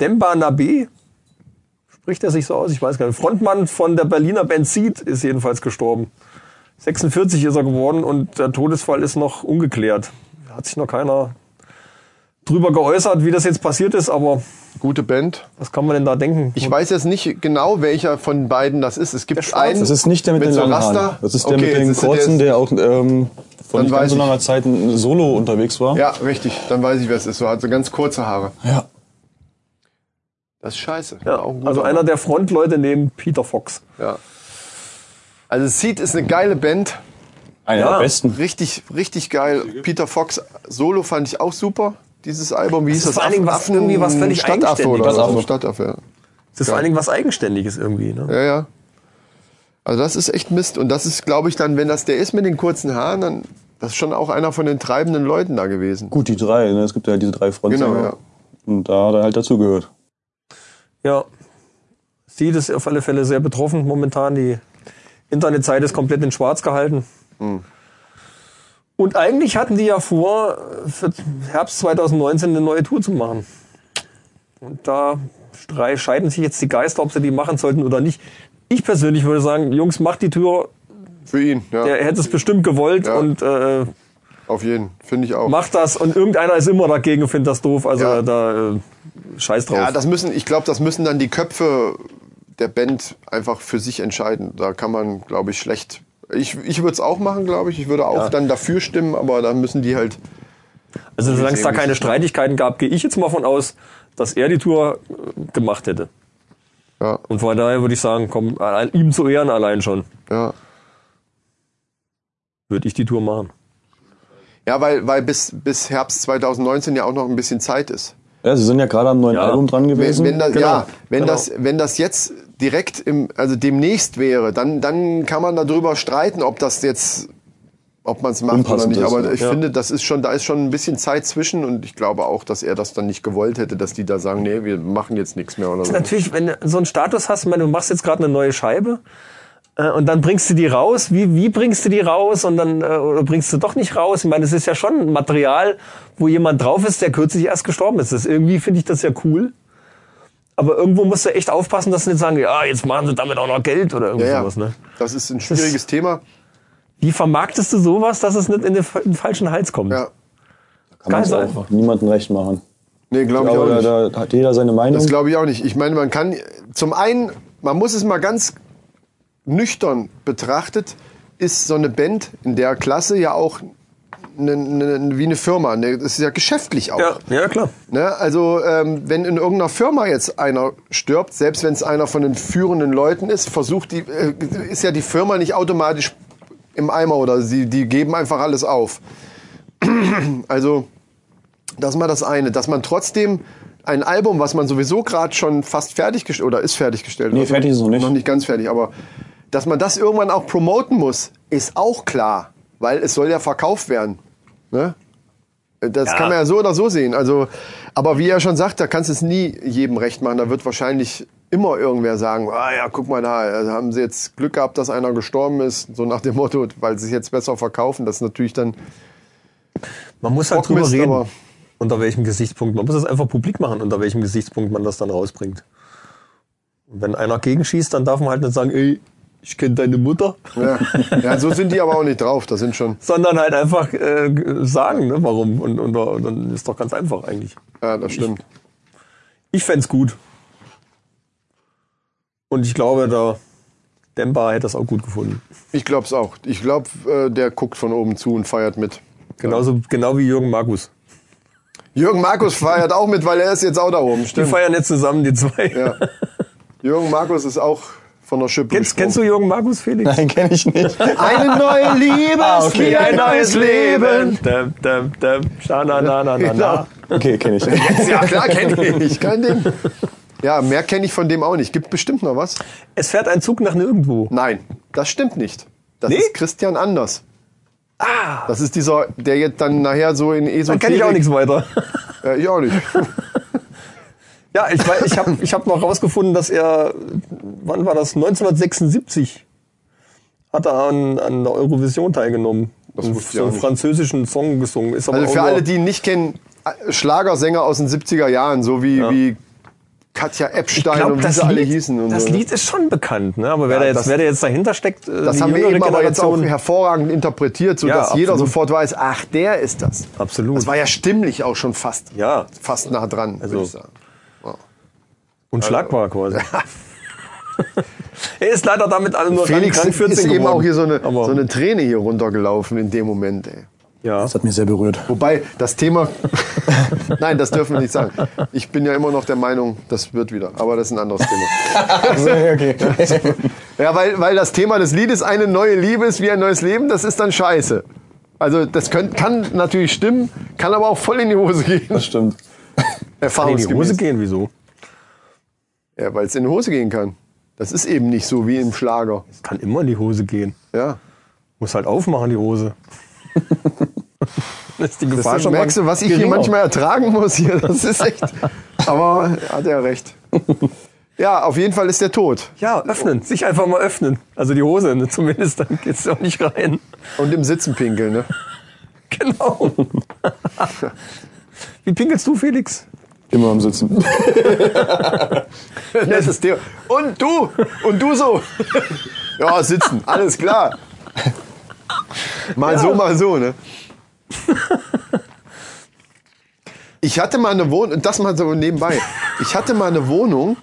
Speaker 2: Demba Nabi Spricht er sich so aus? Ich weiß gar nicht. Frontmann von der Berliner Band Seed ist jedenfalls gestorben. 46 ist er geworden und der Todesfall ist noch ungeklärt. Hat sich noch keiner drüber geäußert, wie das jetzt passiert ist, aber
Speaker 3: Gute Band.
Speaker 2: was kann man denn da denken?
Speaker 3: Ich weiß jetzt nicht genau, welcher von beiden das ist. Es gibt
Speaker 2: Schwarze.
Speaker 3: einen.
Speaker 4: Das ist nicht der mit,
Speaker 3: Mit
Speaker 4: den
Speaker 3: so
Speaker 4: langen
Speaker 3: Raster?
Speaker 4: Haaren. Das ist der
Speaker 3: Okay,
Speaker 4: mit den
Speaker 3: jetzt ist der-
Speaker 4: kurzen, der auch ähm, vor
Speaker 3: Dann weiß
Speaker 4: nicht ganz so
Speaker 3: ich.
Speaker 4: langer Zeit ein solo unterwegs war.
Speaker 3: Ja, richtig. Dann weiß ich, wer es ist. So hat so ganz kurze Haare.
Speaker 4: ja.
Speaker 3: Das ist scheiße.
Speaker 2: ja,
Speaker 3: Auch ein guter
Speaker 2: also einer der Frontleute neben Peter Fox.
Speaker 3: Ja. Also Seed ist eine geile Band.
Speaker 4: Einer
Speaker 2: Ja.
Speaker 4: der besten.
Speaker 3: Richtig, richtig geil. Peter Fox Solo fand ich auch super. Dieses Album, wie hieß das?
Speaker 2: ist Also vor allen Dingen was- irgendwie was völlig
Speaker 3: Stadtaffe
Speaker 2: eigenständiges.
Speaker 3: oder so.
Speaker 4: Stadtaffe.
Speaker 3: Stadtaffe,
Speaker 2: Das ist vor allen Dingen was Eigenständiges irgendwie. Ne?
Speaker 3: ja. ja, ja. Also das ist echt Mist. Und das ist, glaube ich, dann, wenn das der ist mit den kurzen Haaren, dann das ist schon auch einer von den treibenden Leuten da gewesen.
Speaker 4: Gut, die drei. Ne? Es gibt ja diese drei Fronten.
Speaker 3: Genau, ja.
Speaker 4: Und da hat er halt dazugehört.
Speaker 2: Ja. Seed ist auf alle Fälle sehr betroffen momentan. Die Internetseite ist komplett in schwarz gehalten.
Speaker 3: Hm.
Speaker 2: Und eigentlich hatten die ja vor, für Herbst 2019 eine neue Tour zu machen. Und da strei- scheiden sich jetzt die Geister, ob sie die machen sollten oder nicht. Ich persönlich würde sagen, Jungs, macht die Tür.
Speaker 3: Für ihn, ja.
Speaker 2: Der hätte es bestimmt gewollt
Speaker 3: Ja.
Speaker 2: und äh,
Speaker 3: Auf jeden, finde ich auch.
Speaker 2: macht das. Und irgendeiner ist immer dagegen und findet das doof. Also
Speaker 3: Ja.
Speaker 2: da äh, scheiß drauf.
Speaker 3: Ja, das müssen, ich glaube, das müssen dann die Köpfe der Band einfach für sich entscheiden. Da kann man, glaube ich, schlecht. Ich, ich würde es auch machen, glaube ich. Ich würde auch dann dafür stimmen, aber da müssen die halt.
Speaker 2: Also solange es da
Speaker 3: eben
Speaker 2: keine
Speaker 3: nicht.
Speaker 2: Streitigkeiten gab, gehe ich jetzt mal von aus, dass er die Tour äh, gemacht hätte.
Speaker 3: Ja,
Speaker 2: Und von daher würde ich sagen, komm, allein, ihm zu Ehren allein schon,
Speaker 3: ja.
Speaker 2: würde ich die Tour machen.
Speaker 3: ja weil, weil bis, bis Herbst 2019 ja auch noch ein bisschen Zeit ist.
Speaker 4: Ja, sie sind ja gerade am neuen
Speaker 2: Ja.
Speaker 4: Album dran
Speaker 3: Wenn,
Speaker 4: gewesen.
Speaker 3: wenn das,
Speaker 2: Genau.
Speaker 3: Ja, wenn,
Speaker 2: Genau.
Speaker 3: das, wenn das jetzt direkt im, also demnächst wäre, dann, dann kann man darüber streiten, ob das jetzt, ob man es macht oder
Speaker 4: Unpassend
Speaker 3: nicht.
Speaker 4: ist,
Speaker 3: Aber
Speaker 4: ne?
Speaker 3: ich
Speaker 2: Ja.
Speaker 3: finde, das ist schon, da ist schon ein bisschen Zeit zwischen und ich glaube auch, dass er das dann nicht gewollt hätte, dass die da sagen, nee, wir machen jetzt nichts mehr oder so.
Speaker 2: Natürlich, wenn du so einen Status hast, ich meine, du machst jetzt gerade eine neue Scheibe äh, und dann bringst du die raus. Wie, wie bringst du die raus und dann äh, oder bringst du doch nicht raus? Ich meine, es ist ja schon Material, wo jemand drauf ist, der kürzlich erst gestorben ist. Das, irgendwie finde ich das ja cool. Aber irgendwo musst du echt aufpassen, dass sie nicht sagen, ja, jetzt machen sie damit auch noch Geld oder irgendwas.
Speaker 3: Ja, ja.
Speaker 2: sowas, ne?
Speaker 3: Das ist ein schwieriges Thema.
Speaker 2: Wie vermarktest du sowas, dass es nicht in den, fa- in den falschen Hals kommt?
Speaker 3: Ja.
Speaker 4: kann man es
Speaker 2: geil.
Speaker 4: einfach niemandem recht machen.
Speaker 3: Nee, glaube ich auch
Speaker 4: Aber
Speaker 3: nicht.
Speaker 4: da, da hat jeder seine Meinung.
Speaker 3: Das glaube ich auch nicht. Ich meine, man kann zum einen, man muss es mal ganz nüchtern betrachtet, ist so eine Band in der Klasse ja auch eine, eine, wie eine Firma. Ne, Das ist ja geschäftlich auch.
Speaker 2: Ja, ja klar.
Speaker 3: Ne? Also ähm, wenn in irgendeiner Firma jetzt einer stirbt, selbst wenn es einer von den führenden Leuten ist, versucht die, äh, ist ja die Firma nicht automatisch im Eimer oder sie die geben einfach alles auf. also das ist mal das eine, dass man trotzdem ein Album, was man sowieso gerade schon fast fertiggestellt oder ist fertiggestellt.
Speaker 4: Nee, fertig ist es noch nicht.
Speaker 3: Noch nicht ganz fertig, aber dass man das irgendwann auch promoten muss, ist auch klar, weil es soll ja verkauft werden. Ne? Das kann man ja so oder so sehen. Also, aber wie er schon sagt, da kannst du es nie jedem recht machen. Da wird wahrscheinlich immer irgendwer sagen, ah ja, guck mal da, also haben sie jetzt Glück gehabt, dass einer gestorben ist, so nach dem Motto, weil sie es jetzt besser verkaufen. Das ist natürlich dann,
Speaker 2: Man muss halt
Speaker 3: Bockmist,
Speaker 2: drüber reden,
Speaker 3: aber-
Speaker 2: unter welchem Gesichtspunkt. Man muss es einfach publik machen, unter welchem Gesichtspunkt man das dann rausbringt. Und wenn einer gegenschießt, dann darf man halt nicht sagen, ey, ich kenne deine Mutter,
Speaker 3: ja, ja, so sind die aber auch nicht drauf. Das sind schon,
Speaker 2: sondern halt einfach äh, sagen, ne, warum. Und, und, und dann ist doch ganz einfach eigentlich.
Speaker 3: ja, das stimmt.
Speaker 2: Ich fänd's gut. Und ich glaube, der Demba hätte das auch gut gefunden.
Speaker 3: Ich glaub's auch. Ich glaub, äh, der guckt von oben zu und feiert mit.
Speaker 2: Genauso, genau wie Jürgen Markus.
Speaker 3: Jürgen Markus feiert auch mit, weil er ist jetzt auch da oben.
Speaker 2: Die
Speaker 3: Stimmt.
Speaker 2: feiern jetzt zusammen, die zwei.
Speaker 3: Ja. Jürgen Markus ist auch von der Schippe
Speaker 2: Kennst, kennst du
Speaker 3: gesprungen.
Speaker 2: Jürgen Markus, Felix?
Speaker 4: Nein, kenne ich nicht.
Speaker 3: Eine neue Liebe
Speaker 4: Ah,
Speaker 3: ist
Speaker 4: okay.
Speaker 3: wie ein neues Leben.
Speaker 2: Dum, dum, dum. Scha, na, na, na, na, na.
Speaker 4: Okay, kenne ich.
Speaker 3: Ja, klar, kenne ich. Kein Ding. Ja, mehr kenne ich von dem auch nicht. Gibt bestimmt noch was.
Speaker 2: Es fährt ein Zug nach nirgendwo.
Speaker 3: Nein, das stimmt nicht. Das
Speaker 2: Nee?
Speaker 3: ist Christian Anders. Ah. Das ist dieser, der jetzt dann nachher so in Esoterik...
Speaker 2: Dann kenne ich auch nichts weiter.
Speaker 3: Äh, ich auch nicht.
Speaker 2: Ja, ich, wei- ich habe ich hab noch rausgefunden, dass er, wann war das? 1976 hat er an, an der Eurovision teilgenommen.
Speaker 3: Das
Speaker 2: Und
Speaker 3: wusste ich
Speaker 2: so
Speaker 3: auch
Speaker 2: einen
Speaker 3: nicht.
Speaker 2: französischen Song gesungen. Ist aber
Speaker 3: Also
Speaker 2: auch
Speaker 3: für
Speaker 2: nur-
Speaker 3: alle, die ihn nicht kennen, Schlagersänger aus den 70er Jahren, so wie, wie Katja Epstein
Speaker 2: glaub,
Speaker 3: und wie
Speaker 2: das
Speaker 3: sie alle
Speaker 2: Lied-
Speaker 3: hießen. Und
Speaker 2: das
Speaker 3: so.
Speaker 2: Lied ist schon bekannt, ne? aber wer,
Speaker 3: Ja,
Speaker 2: da jetzt,
Speaker 3: das-
Speaker 2: wer da jetzt dahinter steckt, äh,
Speaker 3: Das haben wir eben aber jetzt auch hervorragend interpretiert,
Speaker 2: Ja,
Speaker 3: sodass jeder
Speaker 2: absolut.
Speaker 3: sofort weiß, ach, der ist das.
Speaker 2: Absolut.
Speaker 3: Das war ja stimmlich auch schon fast,
Speaker 2: Ja. Also
Speaker 3: fast nah dran, würde ich sagen. Also.
Speaker 2: unschlagbar quasi. er ist leider damit alle nur
Speaker 3: Felix
Speaker 2: ran- ran
Speaker 3: ist eben
Speaker 2: geworden.
Speaker 3: auch hier so eine,
Speaker 2: aber,
Speaker 3: so eine Träne hier runtergelaufen in dem Moment. Ey.
Speaker 2: ja.
Speaker 4: Das hat mich sehr berührt.
Speaker 3: Wobei das Thema, nein, das dürfen wir nicht sagen. Ich bin ja immer noch der Meinung, das wird wieder, aber das ist ein anderes Thema.
Speaker 4: Also, okay.
Speaker 3: Ja, weil, weil das Thema des Liedes eine neue Liebe ist wie ein neues Leben, das ist dann scheiße. Also das könnt, kann natürlich stimmen, kann aber auch voll in die Hose gehen.
Speaker 4: Das stimmt.
Speaker 2: Nee, in die
Speaker 3: Erfahrungsgemäß.
Speaker 2: Hose gehen, wieso?
Speaker 3: Ja, weil es in die Hose gehen kann. Das ist eben nicht so wie im Schlager.
Speaker 2: Es kann immer in die Hose gehen.
Speaker 3: Ja.
Speaker 2: Muss halt aufmachen, die Hose. Das ist die Gefahr
Speaker 3: Das
Speaker 2: schon
Speaker 3: merkst
Speaker 2: mal
Speaker 3: du, was ich hier
Speaker 2: geringer.
Speaker 3: manchmal ertragen muss hier. Das ist echt. Aber hat er recht. Ja, auf jeden Fall ist der tot.
Speaker 2: Ja, öffnen. Sich einfach mal öffnen. Also die Hose ne? zumindest, dann geht's ja auch nicht rein.
Speaker 3: Und im Sitzen pinkeln, ne?
Speaker 2: Genau. Wie pinkelst du, Felix?
Speaker 4: Immer am Sitzen.
Speaker 3: Das ist der. Und du! Und du so! Ja, sitzen, alles klar. Mal so, mal so, ne? Ich hatte mal eine Wohnung, das mal so nebenbei. Ich hatte mal eine Wohnung.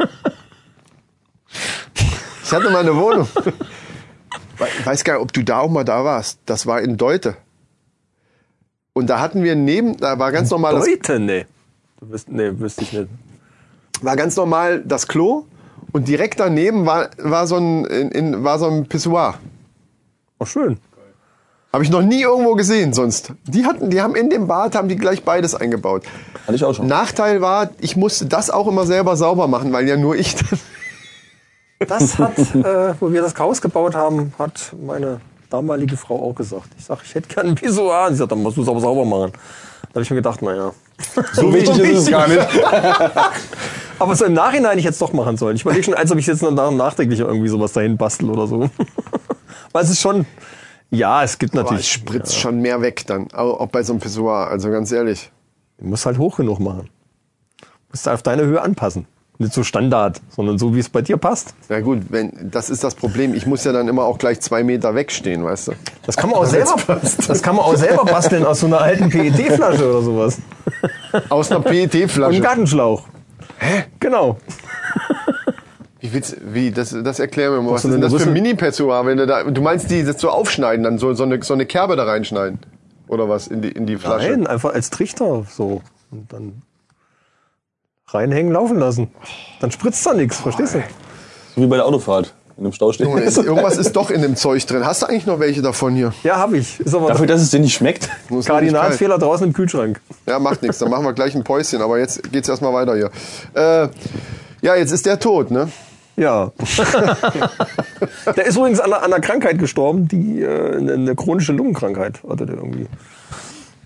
Speaker 3: Ich hatte mal eine Wohnung. Ich weiß gar nicht, ob du da auch mal da warst. Das war in Deute. Und da hatten wir neben, da war ganz normal das
Speaker 2: Leute, nee. Du bist, nee, wüsste ich nicht.
Speaker 3: war ganz normal das Klo und direkt daneben war, war, so, ein, in, in, war so ein Pissoir.
Speaker 2: Oh, schön.
Speaker 3: Habe ich noch nie irgendwo gesehen sonst. Die hatten, die haben in dem Bad haben die gleich beides eingebaut.
Speaker 4: Hatte ich auch schon.
Speaker 3: Nachteil war, ich musste das auch immer selber sauber machen, weil ja nur ich. das-
Speaker 2: Das hat, äh, wo wir das Haus gebaut haben, hat meine damalige Frau auch gesagt. Ich sag, ich hätte gern ein Pissoir. Sie sagt, dann musst du es aber sauber machen. Da habe ich mir gedacht, naja.
Speaker 4: So wichtig ist es gar nicht.
Speaker 2: Aber so im Nachhinein ich jetzt doch machen sollen. Ich überlege schon, als ob ich jetzt noch nach, nachträglich irgendwie sowas dahin bastel oder so. Weil es ist schon, ja, es gibt
Speaker 3: Boah, es
Speaker 2: natürlich,
Speaker 3: spritzt schon mehr weg dann, auch auch bei so einem Pissoir. Also ganz ehrlich.
Speaker 2: du musst halt hoch genug machen. Musst du auf deine Höhe anpassen. Nicht so Standard, sondern so, wie es bei dir passt.
Speaker 3: Na gut, wenn, das ist das Problem. Ich muss ja dann immer auch gleich zwei Meter wegstehen, weißt du.
Speaker 2: Das kann man auch selber, das kann man auch selber basteln aus so einer alten PET-Flasche oder sowas.
Speaker 3: Aus einer
Speaker 2: Und
Speaker 3: E
Speaker 2: einem
Speaker 3: PET-Flasche.
Speaker 2: Gartenschlauch. Hä? Genau.
Speaker 3: Wie, willst, wie das, das erklär mir mal. Was
Speaker 2: so
Speaker 3: ist denn
Speaker 2: eine
Speaker 3: das für
Speaker 2: Rüssel-
Speaker 3: ein Mini-Pessoir? Wenn du da, du meinst, die das so aufschneiden, dann so, so, eine, so eine Kerbe da reinschneiden? Oder was? In die, in die Flasche?
Speaker 2: Nein, einfach als Trichter so. Und dann reinhängen, laufen lassen. Dann spritzt da nichts, verstehst du?
Speaker 4: So wie bei der Autofahrt. In einem Stau stehen.
Speaker 3: Junge, ist- Irgendwas ist doch in dem Zeug drin. Hast du eigentlich noch welche davon hier?
Speaker 2: Ja, habe ich. Ist aber
Speaker 4: Dafür, dass es dir nicht schmeckt.
Speaker 3: Muss noch nicht kalt.
Speaker 2: Kardinalsfehler draußen im Kühlschrank.
Speaker 3: Ja, macht nichts. Dann machen wir gleich ein Päuschen. Aber jetzt geht's erstmal weiter hier. Äh, ja, jetzt ist der tot, ne?
Speaker 2: Ja. der ist übrigens an einer, an einer Krankheit gestorben, die äh, eine, eine chronische Lungenkrankheit hatte der irgendwie.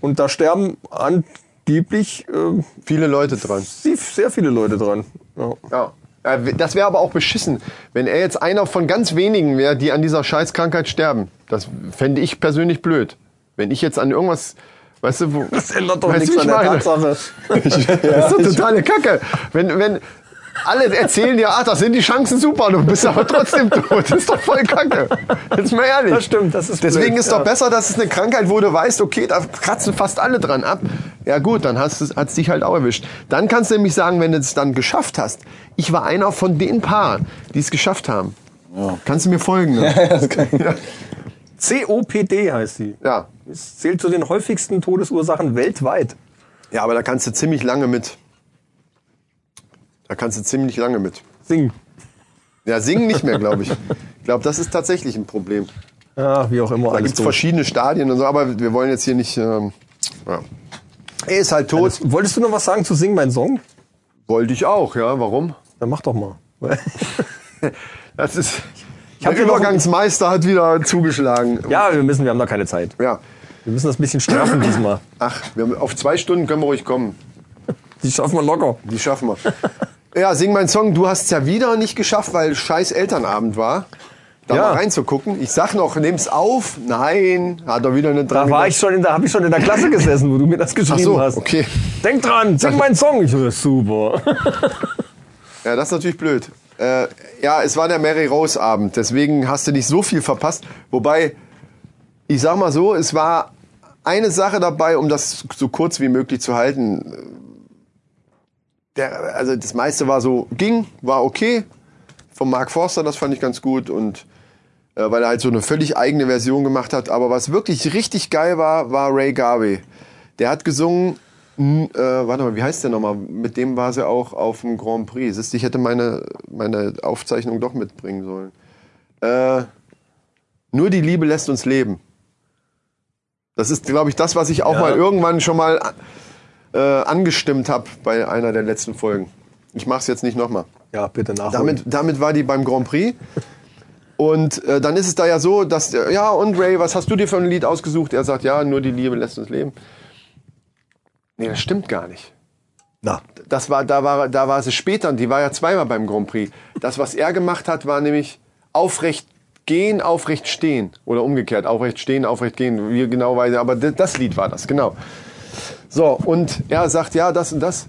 Speaker 2: Und da sterben angeblich äh,
Speaker 3: Viele Leute dran.
Speaker 2: sie- sehr viele Leute dran. Ja.
Speaker 3: Ja. Äh, w- Das wäre aber auch beschissen, wenn er jetzt einer von ganz wenigen wäre, die an dieser Scheißkrankheit sterben. Das fände ich persönlich blöd. Wenn ich jetzt an irgendwas, weißt du, wo,
Speaker 2: Das ändert doch
Speaker 3: Weißt du,
Speaker 2: nichts an
Speaker 3: wie ich
Speaker 2: der
Speaker 3: meine?
Speaker 2: Tatsache.
Speaker 3: Das ist doch totale Kacke. Wenn, wenn alle erzählen dir, ah, das sind die Chancen super, du bist aber trotzdem tot. Das ist doch voll Kacke. Jetzt mal ehrlich.
Speaker 2: Das stimmt, das ist
Speaker 3: Deswegen
Speaker 2: blöd,
Speaker 3: ist doch besser, dass es eine Krankheit, wo du weißt, okay, da kratzen fast alle dran ab. Ja gut, dann hast es hat's dich halt auch erwischt. Dann kannst du nämlich sagen, wenn du es dann geschafft hast, ich war einer von den paar, die es geschafft haben. Kannst du mir folgen? Ne?
Speaker 4: Das kann ich.
Speaker 2: COPD heißt sie.
Speaker 3: Ja.
Speaker 2: Es zählt zu den häufigsten Todesursachen weltweit.
Speaker 3: ja, aber da kannst du ziemlich lange mit. Da kannst du ziemlich lange mit.
Speaker 2: Singen.
Speaker 3: Ja, singen nicht mehr, glaube ich. Ich glaube, das ist tatsächlich ein Problem.
Speaker 2: Ja, wie auch immer.
Speaker 3: Da gibt es verschiedene Stadien und so, aber wir wollen jetzt hier nicht. Ähm, ja. Er ist halt tot.
Speaker 2: Wolltest du noch was sagen zu Sing mein Song?
Speaker 3: Wollte ich auch, ja. Warum?
Speaker 2: Dann mach doch mal.
Speaker 3: Das ist.
Speaker 2: Ich hab
Speaker 3: der
Speaker 2: hier noch-
Speaker 3: Übergangsmeister hat wieder zugeschlagen.
Speaker 2: ja, wir müssen, wir haben da keine Zeit.
Speaker 3: Ja.
Speaker 2: Wir müssen das ein bisschen straffen diesmal.
Speaker 3: Ach, wir haben, auf zwei Stunden können wir ruhig kommen.
Speaker 2: Die schaffen wir locker.
Speaker 3: Die schaffen wir. Ja, sing mein Song. Du hast es ja wieder nicht geschafft, weil scheiß Elternabend war. Da
Speaker 2: Ja.
Speaker 3: mal reinzugucken. Ich sag noch, nimm's auf. Nein, hat er wieder nicht dran
Speaker 2: Da war
Speaker 3: gedacht.
Speaker 2: ich schon in der, habe ich schon in der Klasse gesessen, wo du mir das geschrieben
Speaker 3: Ach so,
Speaker 2: hast.
Speaker 3: okay.
Speaker 2: Denk dran, sing meinen Song. Ich so, super.
Speaker 3: Ja, das ist natürlich blöd. Äh, ja, es war der Mary Rose Abend, deswegen hast du nicht so viel verpasst. Wobei, ich sag mal so, es war eine Sache dabei, um das so kurz wie möglich zu halten. Der, also das meiste war so, ging, war okay. Von Mark Forster, das fand ich ganz gut und äh, weil er halt so eine völlig eigene Version gemacht hat. Aber was wirklich richtig geil war, war Ray Garvey. Der hat gesungen, n- äh, warte mal, wie heißt der nochmal? Mit dem war sie auch auf dem Grand Prix. Siehst du, ich hätte meine, meine Aufzeichnung doch mitbringen sollen. Äh, nur die Liebe lässt uns leben. Das ist, glaube ich, das, was ich auch mal irgendwann schon mal äh, angestimmt habe bei einer der letzten Folgen. Ich mache es jetzt nicht nochmal.
Speaker 2: Ja, bitte nachholen.
Speaker 3: Damit, damit war die beim Grand Prix. Und äh, dann ist es da ja so, dass, äh, ja, und Ray, was hast du dir für ein Lied ausgesucht? Er sagt, ja, nur die Liebe lässt uns leben. Nee, das stimmt gar nicht.
Speaker 2: Na,
Speaker 3: Das war, da, war, da war sie später und die war ja zweimal beim Grand Prix. Das, was er gemacht hat, war nämlich aufrecht gehen, aufrecht stehen. Oder umgekehrt, aufrecht stehen, aufrecht gehen. Wie genau weiß ich, aber d- das Lied war das, genau. So, und er sagt, ja, das und das.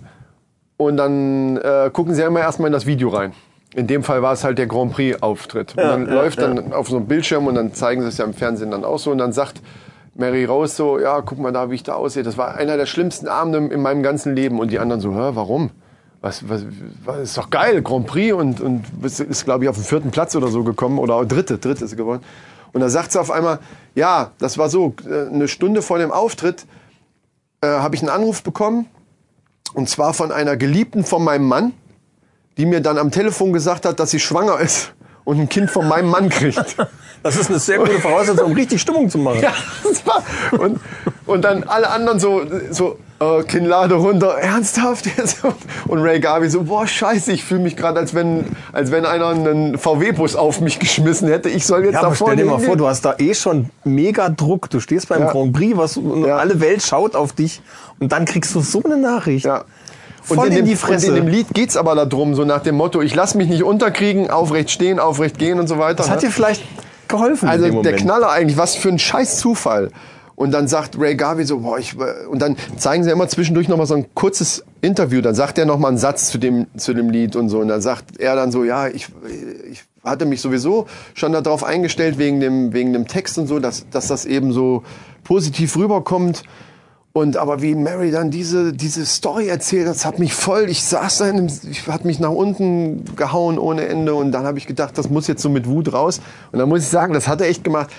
Speaker 3: Und dann äh, gucken sie ja immer erstmal in das Video rein. In dem Fall war es halt der Grand Prix-Auftritt. und dann läuft dann auf so einem Bildschirm und dann zeigen sie es ja im Fernsehen dann auch so. Und dann sagt Mary Rose so, ja, guck mal da, wie ich da aussehe. Das war einer der schlimmsten Abende in meinem ganzen Leben. Und die anderen so, hä, warum? Was, was, was ist doch geil, Grand Prix und, und ist, ist glaube ich, auf den vierten Platz oder so gekommen oder dritte, dritte ist sie geworden. Und dann sagt sie auf einmal, ja, das war so, äh, eine Stunde vor dem Auftritt äh, habe ich einen Anruf bekommen und zwar von einer Geliebten von meinem Mann, die mir dann am Telefon gesagt hat, dass sie schwanger ist und ein Kind von meinem Mann kriegt.
Speaker 2: das ist eine sehr gute Voraussetzung, um richtig Stimmung zu machen.
Speaker 3: Ja, das war- und, und dann alle anderen so, so äh, Kinnlade runter, ernsthaft jetzt? Und Ray Garvey so, boah, scheiße, ich fühle mich gerade, als wenn, als wenn einer einen VW-Bus auf mich geschmissen hätte. Ich soll jetzt
Speaker 2: Ja,
Speaker 3: da
Speaker 2: aber stell
Speaker 3: vorne
Speaker 2: dir mal
Speaker 3: hingehen.
Speaker 2: vor, du hast da eh schon mega Druck. Du stehst beim
Speaker 3: Ja.
Speaker 2: Grand Prix, was und
Speaker 3: Ja.
Speaker 2: alle Welt schaut auf dich und dann kriegst du so eine Nachricht.
Speaker 3: Ja.
Speaker 2: Voll
Speaker 3: und in,
Speaker 2: in
Speaker 3: dem,
Speaker 2: die Fresse.
Speaker 3: Und in dem Lied geht's aber darum, so nach dem Motto, ich lass mich nicht unterkriegen, aufrecht stehen, aufrecht gehen und so weiter.
Speaker 2: Das hat
Speaker 3: ne?
Speaker 2: dir vielleicht geholfen. in dem
Speaker 3: Also der
Speaker 2: Moment.
Speaker 3: Knaller eigentlich, was für ein scheiß Zufall. Und dann sagt Ray Garvey so, boah, ich, und dann zeigen sie immer zwischendurch nochmal so ein kurzes Interview, dann sagt er nochmal einen Satz zu dem, zu dem Lied und so, und dann sagt er dann so, ja, ich, ich hatte mich sowieso schon darauf eingestellt, wegen dem, wegen dem Text und so, dass, dass das eben so positiv rüberkommt. Und aber wie Mary dann diese, diese Story erzählt, das hat mich voll, ich saß da in dem, ich hat mich nach unten gehauen ohne Ende und dann habe ich gedacht, das muss jetzt so mit Wut raus. Und dann muss ich sagen, das hat er echt gemacht.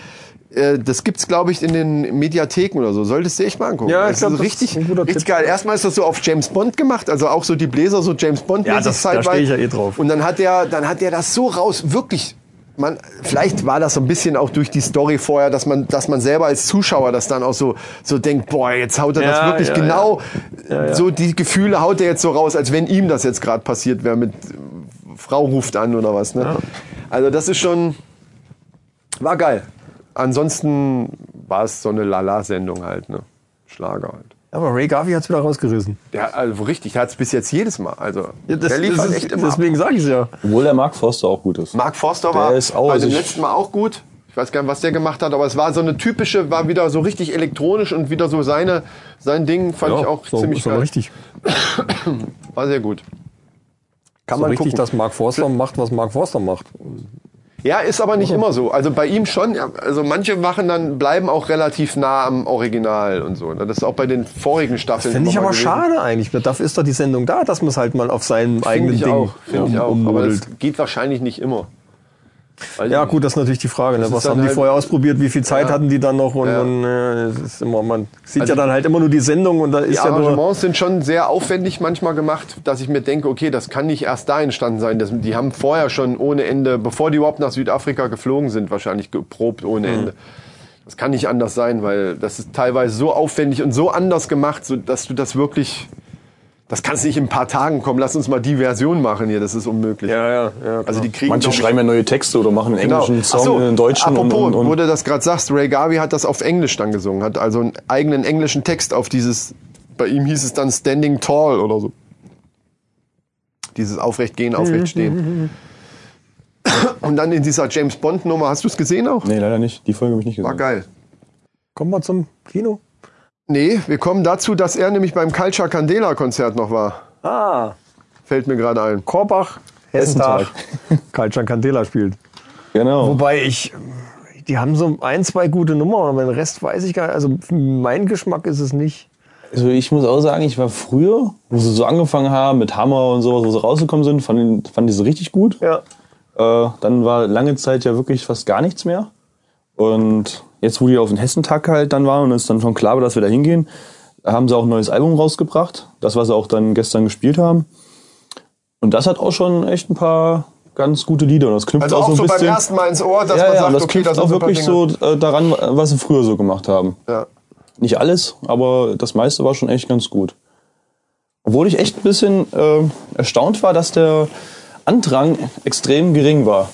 Speaker 3: Äh, Das gibt's, glaube ich, in den Mediatheken oder so. Solltest du echt mal angucken.
Speaker 2: Ja, ich
Speaker 3: das
Speaker 2: glaub,
Speaker 3: ist
Speaker 2: das
Speaker 3: richtig,
Speaker 2: ist ein guter
Speaker 3: richtig
Speaker 2: Tipp.
Speaker 3: geil. Erstmal ist das so auf James Bond gemacht, also auch so die Bläser so James Bond
Speaker 2: Ja, das- da
Speaker 3: zeitweise.
Speaker 2: stehe ich ja eh drauf.
Speaker 3: Und dann hat er, dann hat er das so raus, wirklich. Man, vielleicht war das so ein bisschen auch durch die Story vorher, dass man, dass man selber als Zuschauer das dann auch so, so denkt, boah, jetzt haut er das
Speaker 2: Ja,
Speaker 3: wirklich
Speaker 2: ja,
Speaker 3: genau, so die Gefühle haut er jetzt so raus, als wenn ihm das jetzt gerade passiert wäre mit äh, Frau ruft an oder was. Ne? Also das ist schon, war geil. Ansonsten war es so eine Lala-Sendung halt, ne? Schlager halt.
Speaker 2: Aber Ray Garvey hat's wieder rausgerissen.
Speaker 3: Ja, also richtig, der hat es bis jetzt jedes Mal. Also, der
Speaker 2: halt
Speaker 3: liefert echt immer. ab.
Speaker 2: deswegen sage ich ja.
Speaker 4: Obwohl der Mark Forster auch gut ist.
Speaker 3: Mark Forster
Speaker 4: Der
Speaker 3: war
Speaker 4: ist auch-
Speaker 3: bei dem
Speaker 4: ich-
Speaker 3: letzten Mal auch gut. Ich weiß gar nicht, was der gemacht hat, aber es war so eine typische, war wieder so richtig elektronisch und wieder so seine, sein Ding fand ich auch ziemlich geil.
Speaker 2: richtig.
Speaker 3: War sehr gut.
Speaker 2: Kann
Speaker 3: man
Speaker 2: man richtig,
Speaker 3: gucken.
Speaker 2: dass Mark Forster macht, was Mark Forster macht.
Speaker 3: Ja, ist aber nicht immer so. Also bei ihm schon. ja, Also manche machen dann, bleiben auch relativ nah am Original und so. ne? Das ist auch bei den vorigen Staffeln.
Speaker 2: Finde ich
Speaker 3: immer
Speaker 2: aber
Speaker 3: mal gewesen.
Speaker 2: schade eigentlich. Dafür ist doch die Sendung da, dass man es halt mal auf seinem
Speaker 3: Finde
Speaker 2: eigenen
Speaker 3: ich
Speaker 2: Ding um-
Speaker 3: auch. Finde ich auch. Aber
Speaker 2: ummodelt.
Speaker 3: das geht wahrscheinlich nicht immer. Weiß
Speaker 2: Ja,
Speaker 3: ich
Speaker 2: gut, das ist natürlich die Frage. Ne?
Speaker 3: ist
Speaker 2: Was
Speaker 3: dann
Speaker 2: haben die
Speaker 3: halt-
Speaker 2: vorher ausprobiert? Wie viel Zeit
Speaker 3: Ja.
Speaker 2: hatten die dann noch? Und,
Speaker 3: Ja.
Speaker 2: und äh, es ist immer, man sieht
Speaker 3: Also-
Speaker 2: ja dann halt immer nur die Sendung und da ist
Speaker 3: Die
Speaker 2: ja nur.
Speaker 3: Arrangements sind schon sehr aufwendig manchmal gemacht, dass ich mir denke, okay, das kann nicht erst da entstanden sein. Das, die haben vorher schon ohne Ende, bevor die überhaupt nach Südafrika geflogen sind, wahrscheinlich geprobt ohne
Speaker 2: Mhm.
Speaker 3: Ende. Das kann nicht anders sein, weil das ist teilweise so aufwendig und so anders gemacht, so, dass du das wirklich, das kannst nicht in ein paar Tagen kommen. Lass uns mal die Version machen hier, das ist unmöglich.
Speaker 2: ja, genau. ja.
Speaker 3: Also die kriegen
Speaker 4: Manche
Speaker 3: glaub ich,
Speaker 4: schreiben ja neue Texte oder machen einen englischen
Speaker 3: Genau. Ach
Speaker 4: Song,
Speaker 3: so,
Speaker 4: einen deutschen
Speaker 3: Apropos,
Speaker 4: und, und,
Speaker 3: wo
Speaker 4: und.
Speaker 3: du das gerade sagst, Ray Garvey hat das auf Englisch dann gesungen, hat also einen eigenen englischen Text auf dieses, bei ihm hieß es dann Standing Tall oder so. Dieses Aufrechtgehen, Aufrechtstehen. Und dann in dieser James Bond Nummer, hast du es gesehen auch?
Speaker 4: Nee, leider nicht. Die Folge habe ich nicht
Speaker 3: War
Speaker 4: gesehen.
Speaker 3: geil.
Speaker 2: Kommen wir zum Kino.
Speaker 3: Nee, wir kommen dazu, dass er nämlich beim Culture Candela Konzert noch war.
Speaker 2: Ah,
Speaker 3: Fällt mir gerade ein.
Speaker 2: Korbach, Hessentag, Kaltschan Candela spielt.
Speaker 4: Genau.
Speaker 2: Wobei ich, die haben so ein, zwei gute Nummern, aber den Rest weiß ich gar nicht. Also mein Geschmack ist es nicht.
Speaker 4: Also ich muss auch sagen, ich war früher, wo sie so angefangen haben mit Hammer und sowas, wo sie rausgekommen sind, fand, fand ich sie richtig gut.
Speaker 2: Ja.
Speaker 4: Äh, dann war lange Zeit ja wirklich fast gar nichts mehr. Und jetzt, wo die auf den Hessentag halt dann waren und es dann schon klar war, dass wir da hingehen, haben sie auch ein neues Album rausgebracht. Das, was sie auch dann gestern gespielt haben. Und das hat auch schon echt ein paar ganz gute Lieder. Und das knüpft
Speaker 3: Also
Speaker 4: auch
Speaker 3: auch
Speaker 4: so ein
Speaker 3: so beim
Speaker 4: bisschen.
Speaker 3: ersten Mal ins Ohr, dass
Speaker 4: ja,
Speaker 3: man
Speaker 4: ja,
Speaker 3: sagt,
Speaker 4: das
Speaker 3: okay,
Speaker 4: knüpft
Speaker 3: das sind
Speaker 4: auch
Speaker 3: so ein paar
Speaker 4: wirklich so äh, daran, was sie früher so gemacht haben.
Speaker 3: Dinge. Ja.
Speaker 4: Nicht alles, aber das meiste war schon echt ganz gut. Obwohl ich echt ein bisschen äh, erstaunt war, dass der Andrang extrem gering war.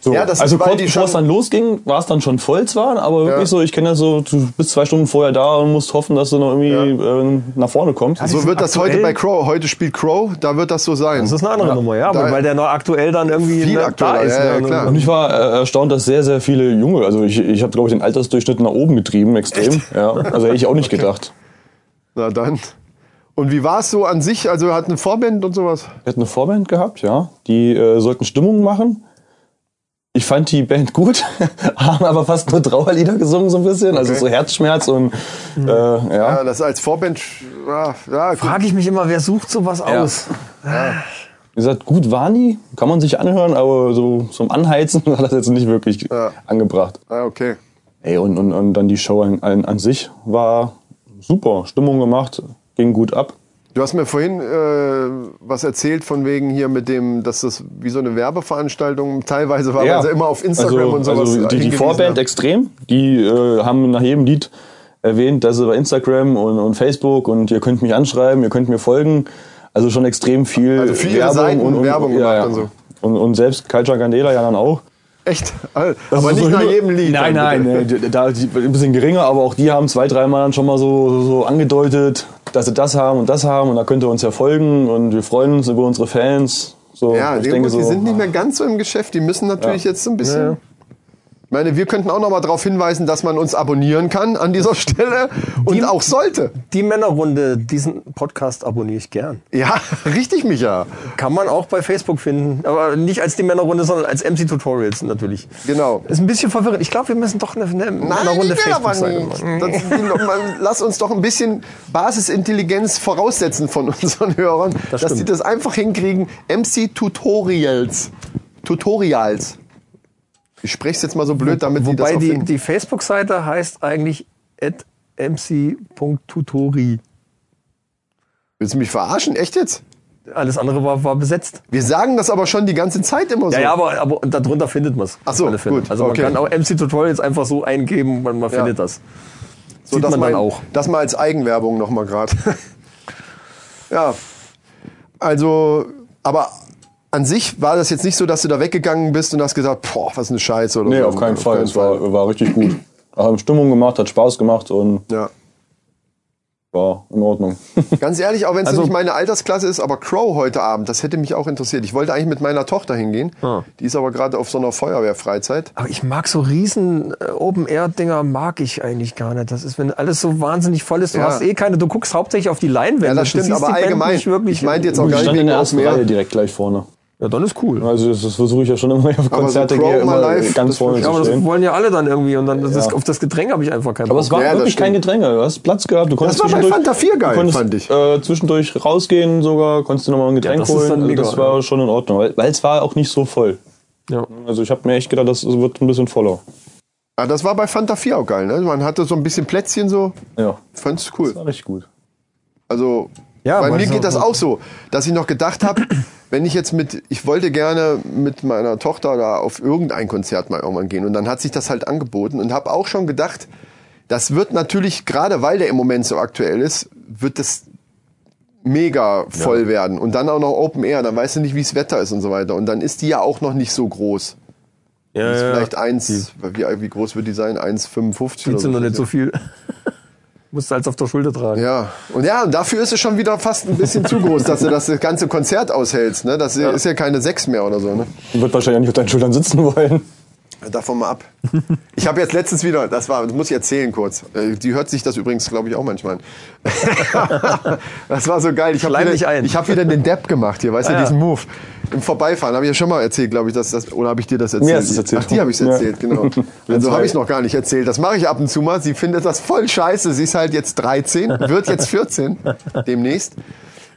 Speaker 4: So,
Speaker 3: Ja, das
Speaker 4: also
Speaker 3: ist, weil
Speaker 4: kurz
Speaker 3: die
Speaker 4: bevor es
Speaker 3: schon-
Speaker 4: dann losging, war es dann schon voll zwar, aber wirklich so, ich kenne das so, du bist zwei Stunden vorher da und musst hoffen, dass du noch irgendwie äh, nach vorne kommst.
Speaker 3: So wird das heute
Speaker 2: aktuell-
Speaker 3: bei Crow. Heute spielt Crow, da wird das so
Speaker 4: Also
Speaker 3: sein.
Speaker 2: Das ist eine andere Nummer, ja,
Speaker 3: da-
Speaker 2: weil der noch aktuell dann irgendwie
Speaker 3: Viel
Speaker 2: ne,
Speaker 3: aktueller, ja, ja,
Speaker 2: ne,
Speaker 3: klar.
Speaker 4: Und ich war äh, erstaunt, dass sehr, sehr viele Junge, also ich, ich habe, glaube ich, den Altersdurchschnitt nach oben getrieben, extrem. Ja, also hätte ich auch nicht gedacht.
Speaker 3: Na dann. Und wie war es so an sich? Also hat eine Vorband und sowas?
Speaker 4: Wir hatten eine Vorband gehabt, ja. Die äh, sollten Stimmung machen. Ich fand die Band gut, haben aber fast nur Trauerlieder gesungen so ein bisschen. Also so Herzschmerz und äh, ja.
Speaker 3: Ja, das als Vorband. Ja, ja, gut.
Speaker 2: Frage ich mich immer, wer sucht sowas aus?
Speaker 4: Wie gesagt, gut waren die, kann man sich anhören, aber so zum Anheizen hat das jetzt nicht wirklich
Speaker 3: Ja.
Speaker 4: angebracht.
Speaker 3: Ah, okay.
Speaker 4: Ey, und, und, und dann die Show an, an, an sich war super. Stimmung gemacht, ging gut ab.
Speaker 3: Du hast mir vorhin äh, was erzählt von wegen hier mit dem, dass das wie so eine Werbeveranstaltung teilweise war, weil sie immer auf Instagram
Speaker 4: also,
Speaker 3: und sowas
Speaker 4: Also die, die
Speaker 3: hingewiesen
Speaker 4: Vorband
Speaker 3: haben.
Speaker 4: extrem, die äh, haben nach jedem Lied erwähnt, dass sie bei Instagram und, und Facebook und ihr könnt mich anschreiben, ihr könnt mir folgen. Also schon extrem viel
Speaker 3: Also für ihre
Speaker 4: Werbung
Speaker 3: Seiten
Speaker 4: und, und
Speaker 3: Werbung
Speaker 4: ja,
Speaker 3: gemacht
Speaker 4: ja.
Speaker 3: und so.
Speaker 4: Und, und selbst Culture Candela ja dann auch.
Speaker 3: Echt? Ah, Aber
Speaker 4: Also
Speaker 3: nicht
Speaker 4: so
Speaker 3: nach
Speaker 4: hin-
Speaker 3: jedem Lied.
Speaker 4: Nein,
Speaker 3: dann
Speaker 4: nein,
Speaker 3: bitte.
Speaker 4: nee, da, die, ein bisschen geringer, aber auch die haben zwei, dreimal dann schon mal so, so, so angedeutet, dass sie das haben und das haben und da könnt ihr uns ja folgen und wir freuen uns über unsere Fans. So,
Speaker 3: Ja, die, gut, die sind nicht mehr ganz so im Geschäft. Die müssen natürlich jetzt so ein bisschen. Ich meine, wir könnten auch noch mal darauf hinweisen, dass man uns abonnieren kann an dieser Stelle und auch sollte.
Speaker 2: Die Männerrunde, diesen Podcast abonniere ich gern.
Speaker 3: Ja, richtig, Micha.
Speaker 2: Kann man auch bei Facebook finden, aber nicht als die Männerrunde, sondern als MC Tutorials natürlich.
Speaker 3: Genau.
Speaker 2: Ist ein bisschen verwirrend. Ich glaube, wir müssen doch eine, eine Männerrunde
Speaker 3: ich will aber
Speaker 2: Facebook-Seite
Speaker 3: nicht.
Speaker 2: machen.
Speaker 3: Das, die- man- lass uns doch ein bisschen Basisintelligenz voraussetzen von unseren Hörern, dass
Speaker 2: stimmt.
Speaker 3: die das einfach hinkriegen. MC Tutorials. Tutorials. Ich spreche es jetzt mal so blöd, damit die das
Speaker 2: Wobei
Speaker 3: auch
Speaker 2: die,
Speaker 3: finden.
Speaker 2: die Facebook-Seite heißt eigentlich mc.tutori.
Speaker 3: Willst du mich verarschen? Echt jetzt?
Speaker 2: Alles andere war, war besetzt.
Speaker 3: Wir sagen das aber schon die ganze Zeit immer so.
Speaker 2: Ja, ja, aber, aber darunter findet man es.
Speaker 3: Ach so, gut,
Speaker 2: Also
Speaker 3: okay.
Speaker 2: man kann auch MC Tutorials einfach so eingeben, man, man
Speaker 3: Ja.
Speaker 2: findet das.
Speaker 3: so
Speaker 2: sieht
Speaker 3: dass
Speaker 2: man dann
Speaker 3: mal-
Speaker 2: auch.
Speaker 3: Das mal als Eigenwerbung nochmal gerade. ja. Also, aber an sich war das jetzt nicht so, dass du da weggegangen bist und hast gesagt, boah, was eine Scheiße oder
Speaker 4: Nee,
Speaker 3: so.
Speaker 4: auf keinen Fall. Es war, war richtig gut. Haben Stimmung gemacht, hat Spaß gemacht und
Speaker 3: Ja.
Speaker 4: war in Ordnung.
Speaker 3: Ganz ehrlich, auch wenn es
Speaker 2: Also-
Speaker 3: nicht meine Altersklasse ist, aber Crow heute Abend, das hätte mich auch interessiert. Ich wollte eigentlich mit meiner Tochter hingehen.
Speaker 2: Ah.
Speaker 3: Die ist aber gerade auf so einer Feuerwehrfreizeit.
Speaker 2: Aber ich mag so riesen äh, Open-Air-Dinger, mag ich eigentlich gar nicht. Das ist, wenn alles so wahnsinnig voll ist, du
Speaker 3: Ja.
Speaker 2: hast eh keine, du guckst hauptsächlich auf die Leinwände.
Speaker 3: Ja, das
Speaker 2: Du
Speaker 3: stimmt,
Speaker 2: siehst
Speaker 3: aber
Speaker 2: die Band
Speaker 3: allgemein.
Speaker 2: Nicht wirklich
Speaker 3: Ich meinte jetzt auch
Speaker 4: Und
Speaker 3: gar
Speaker 4: ich
Speaker 3: nicht
Speaker 4: stand
Speaker 3: wegen
Speaker 4: in der
Speaker 3: auf
Speaker 4: ersten
Speaker 3: mehr.
Speaker 4: Reihe direkt gleich vorne.
Speaker 2: Ja, dann ist cool.
Speaker 4: Also das, das versuche ich ja schon immer auf Konzerte
Speaker 3: so Crow
Speaker 4: gehe,
Speaker 3: mal
Speaker 4: immer
Speaker 3: live, das
Speaker 4: ganz vorne
Speaker 2: Ja,
Speaker 4: zu
Speaker 2: aber das
Speaker 4: stehen.
Speaker 2: wollen ja alle dann irgendwie und dann das ist,
Speaker 4: Ja.
Speaker 2: auf das Getränk habe ich einfach keinen
Speaker 4: Aber
Speaker 2: Bock.
Speaker 4: es war
Speaker 3: Ja, das
Speaker 4: wirklich kein Gedränge. Du hast Platz gehabt. Du konntest
Speaker 3: war bei
Speaker 4: zwischendurch-
Speaker 3: Fanta 4 geil,
Speaker 4: du konntest,
Speaker 3: fand ich.
Speaker 4: Äh, zwischendurch rausgehen sogar, konntest du nochmal ein Getränk
Speaker 2: das ist
Speaker 4: holen.
Speaker 2: dann
Speaker 4: Also
Speaker 2: mega,
Speaker 4: das war schon in Ordnung, weil weil es war auch nicht so voll.
Speaker 2: Ja.
Speaker 4: Also ich habe mir echt gedacht, das wird ein bisschen voller.
Speaker 3: Ah, das war bei Fanta 4 auch geil, ne? Man hatte so ein bisschen Plätzchen so.
Speaker 4: Ja,
Speaker 3: Fand's
Speaker 4: das
Speaker 3: cool.
Speaker 4: war richtig gut.
Speaker 3: Also
Speaker 2: Ja,
Speaker 3: bei
Speaker 2: aber
Speaker 3: mir
Speaker 2: so-
Speaker 3: geht das auch so, dass ich noch gedacht habe, wenn ich jetzt mit, ich wollte gerne mit meiner Tochter da auf irgendein Konzert mal irgendwann gehen und dann hat sich das halt angeboten und habe auch schon gedacht, das wird natürlich gerade weil der im Moment so aktuell ist, wird das mega voll werden und dann auch noch Open Air, dann weißt du nicht, wie das Wetter ist und so weiter und dann ist die ja auch noch nicht so groß. Die ist vielleicht eins, wie, wie groß wird die sein? 1,55
Speaker 2: Die
Speaker 3: oder
Speaker 2: sind
Speaker 3: so.
Speaker 2: noch nicht so viel. Musst du als auf der Schulter tragen.
Speaker 3: Ja, und ja, und dafür ist es schon wieder fast ein bisschen zu groß, dass du das ganze Konzert aushältst. Ne? Das ist ja keine sechs mehr oder so. Ne?
Speaker 4: Wird wahrscheinlich auch nicht auf deinen Schultern sitzen wollen.
Speaker 3: Davon mal ab. Ich habe jetzt letztens wieder, das war, das muss ich erzählen kurz. Äh, Die hört sich das übrigens, glaube ich, auch manchmal an. das war so geil. Ich habe
Speaker 2: Schleim dich
Speaker 3: wieder,
Speaker 2: ein.
Speaker 3: ich hab wieder den Depp gemacht hier, weißt du,
Speaker 2: Ah, ja.
Speaker 3: diesen Move. Im Vorbeifahren habe ich ja schon mal erzählt, glaube ich, dass das, oder habe ich dir das erzählt?
Speaker 4: hast du es erzählt.
Speaker 3: Ach, die habe ich
Speaker 4: Ja.
Speaker 3: erzählt, genau. Also
Speaker 4: zwei.
Speaker 3: habe ich noch gar nicht erzählt. Das mache ich ab und zu mal. Sie findet das voll scheiße. Sie ist halt jetzt 13, wird jetzt 14 demnächst.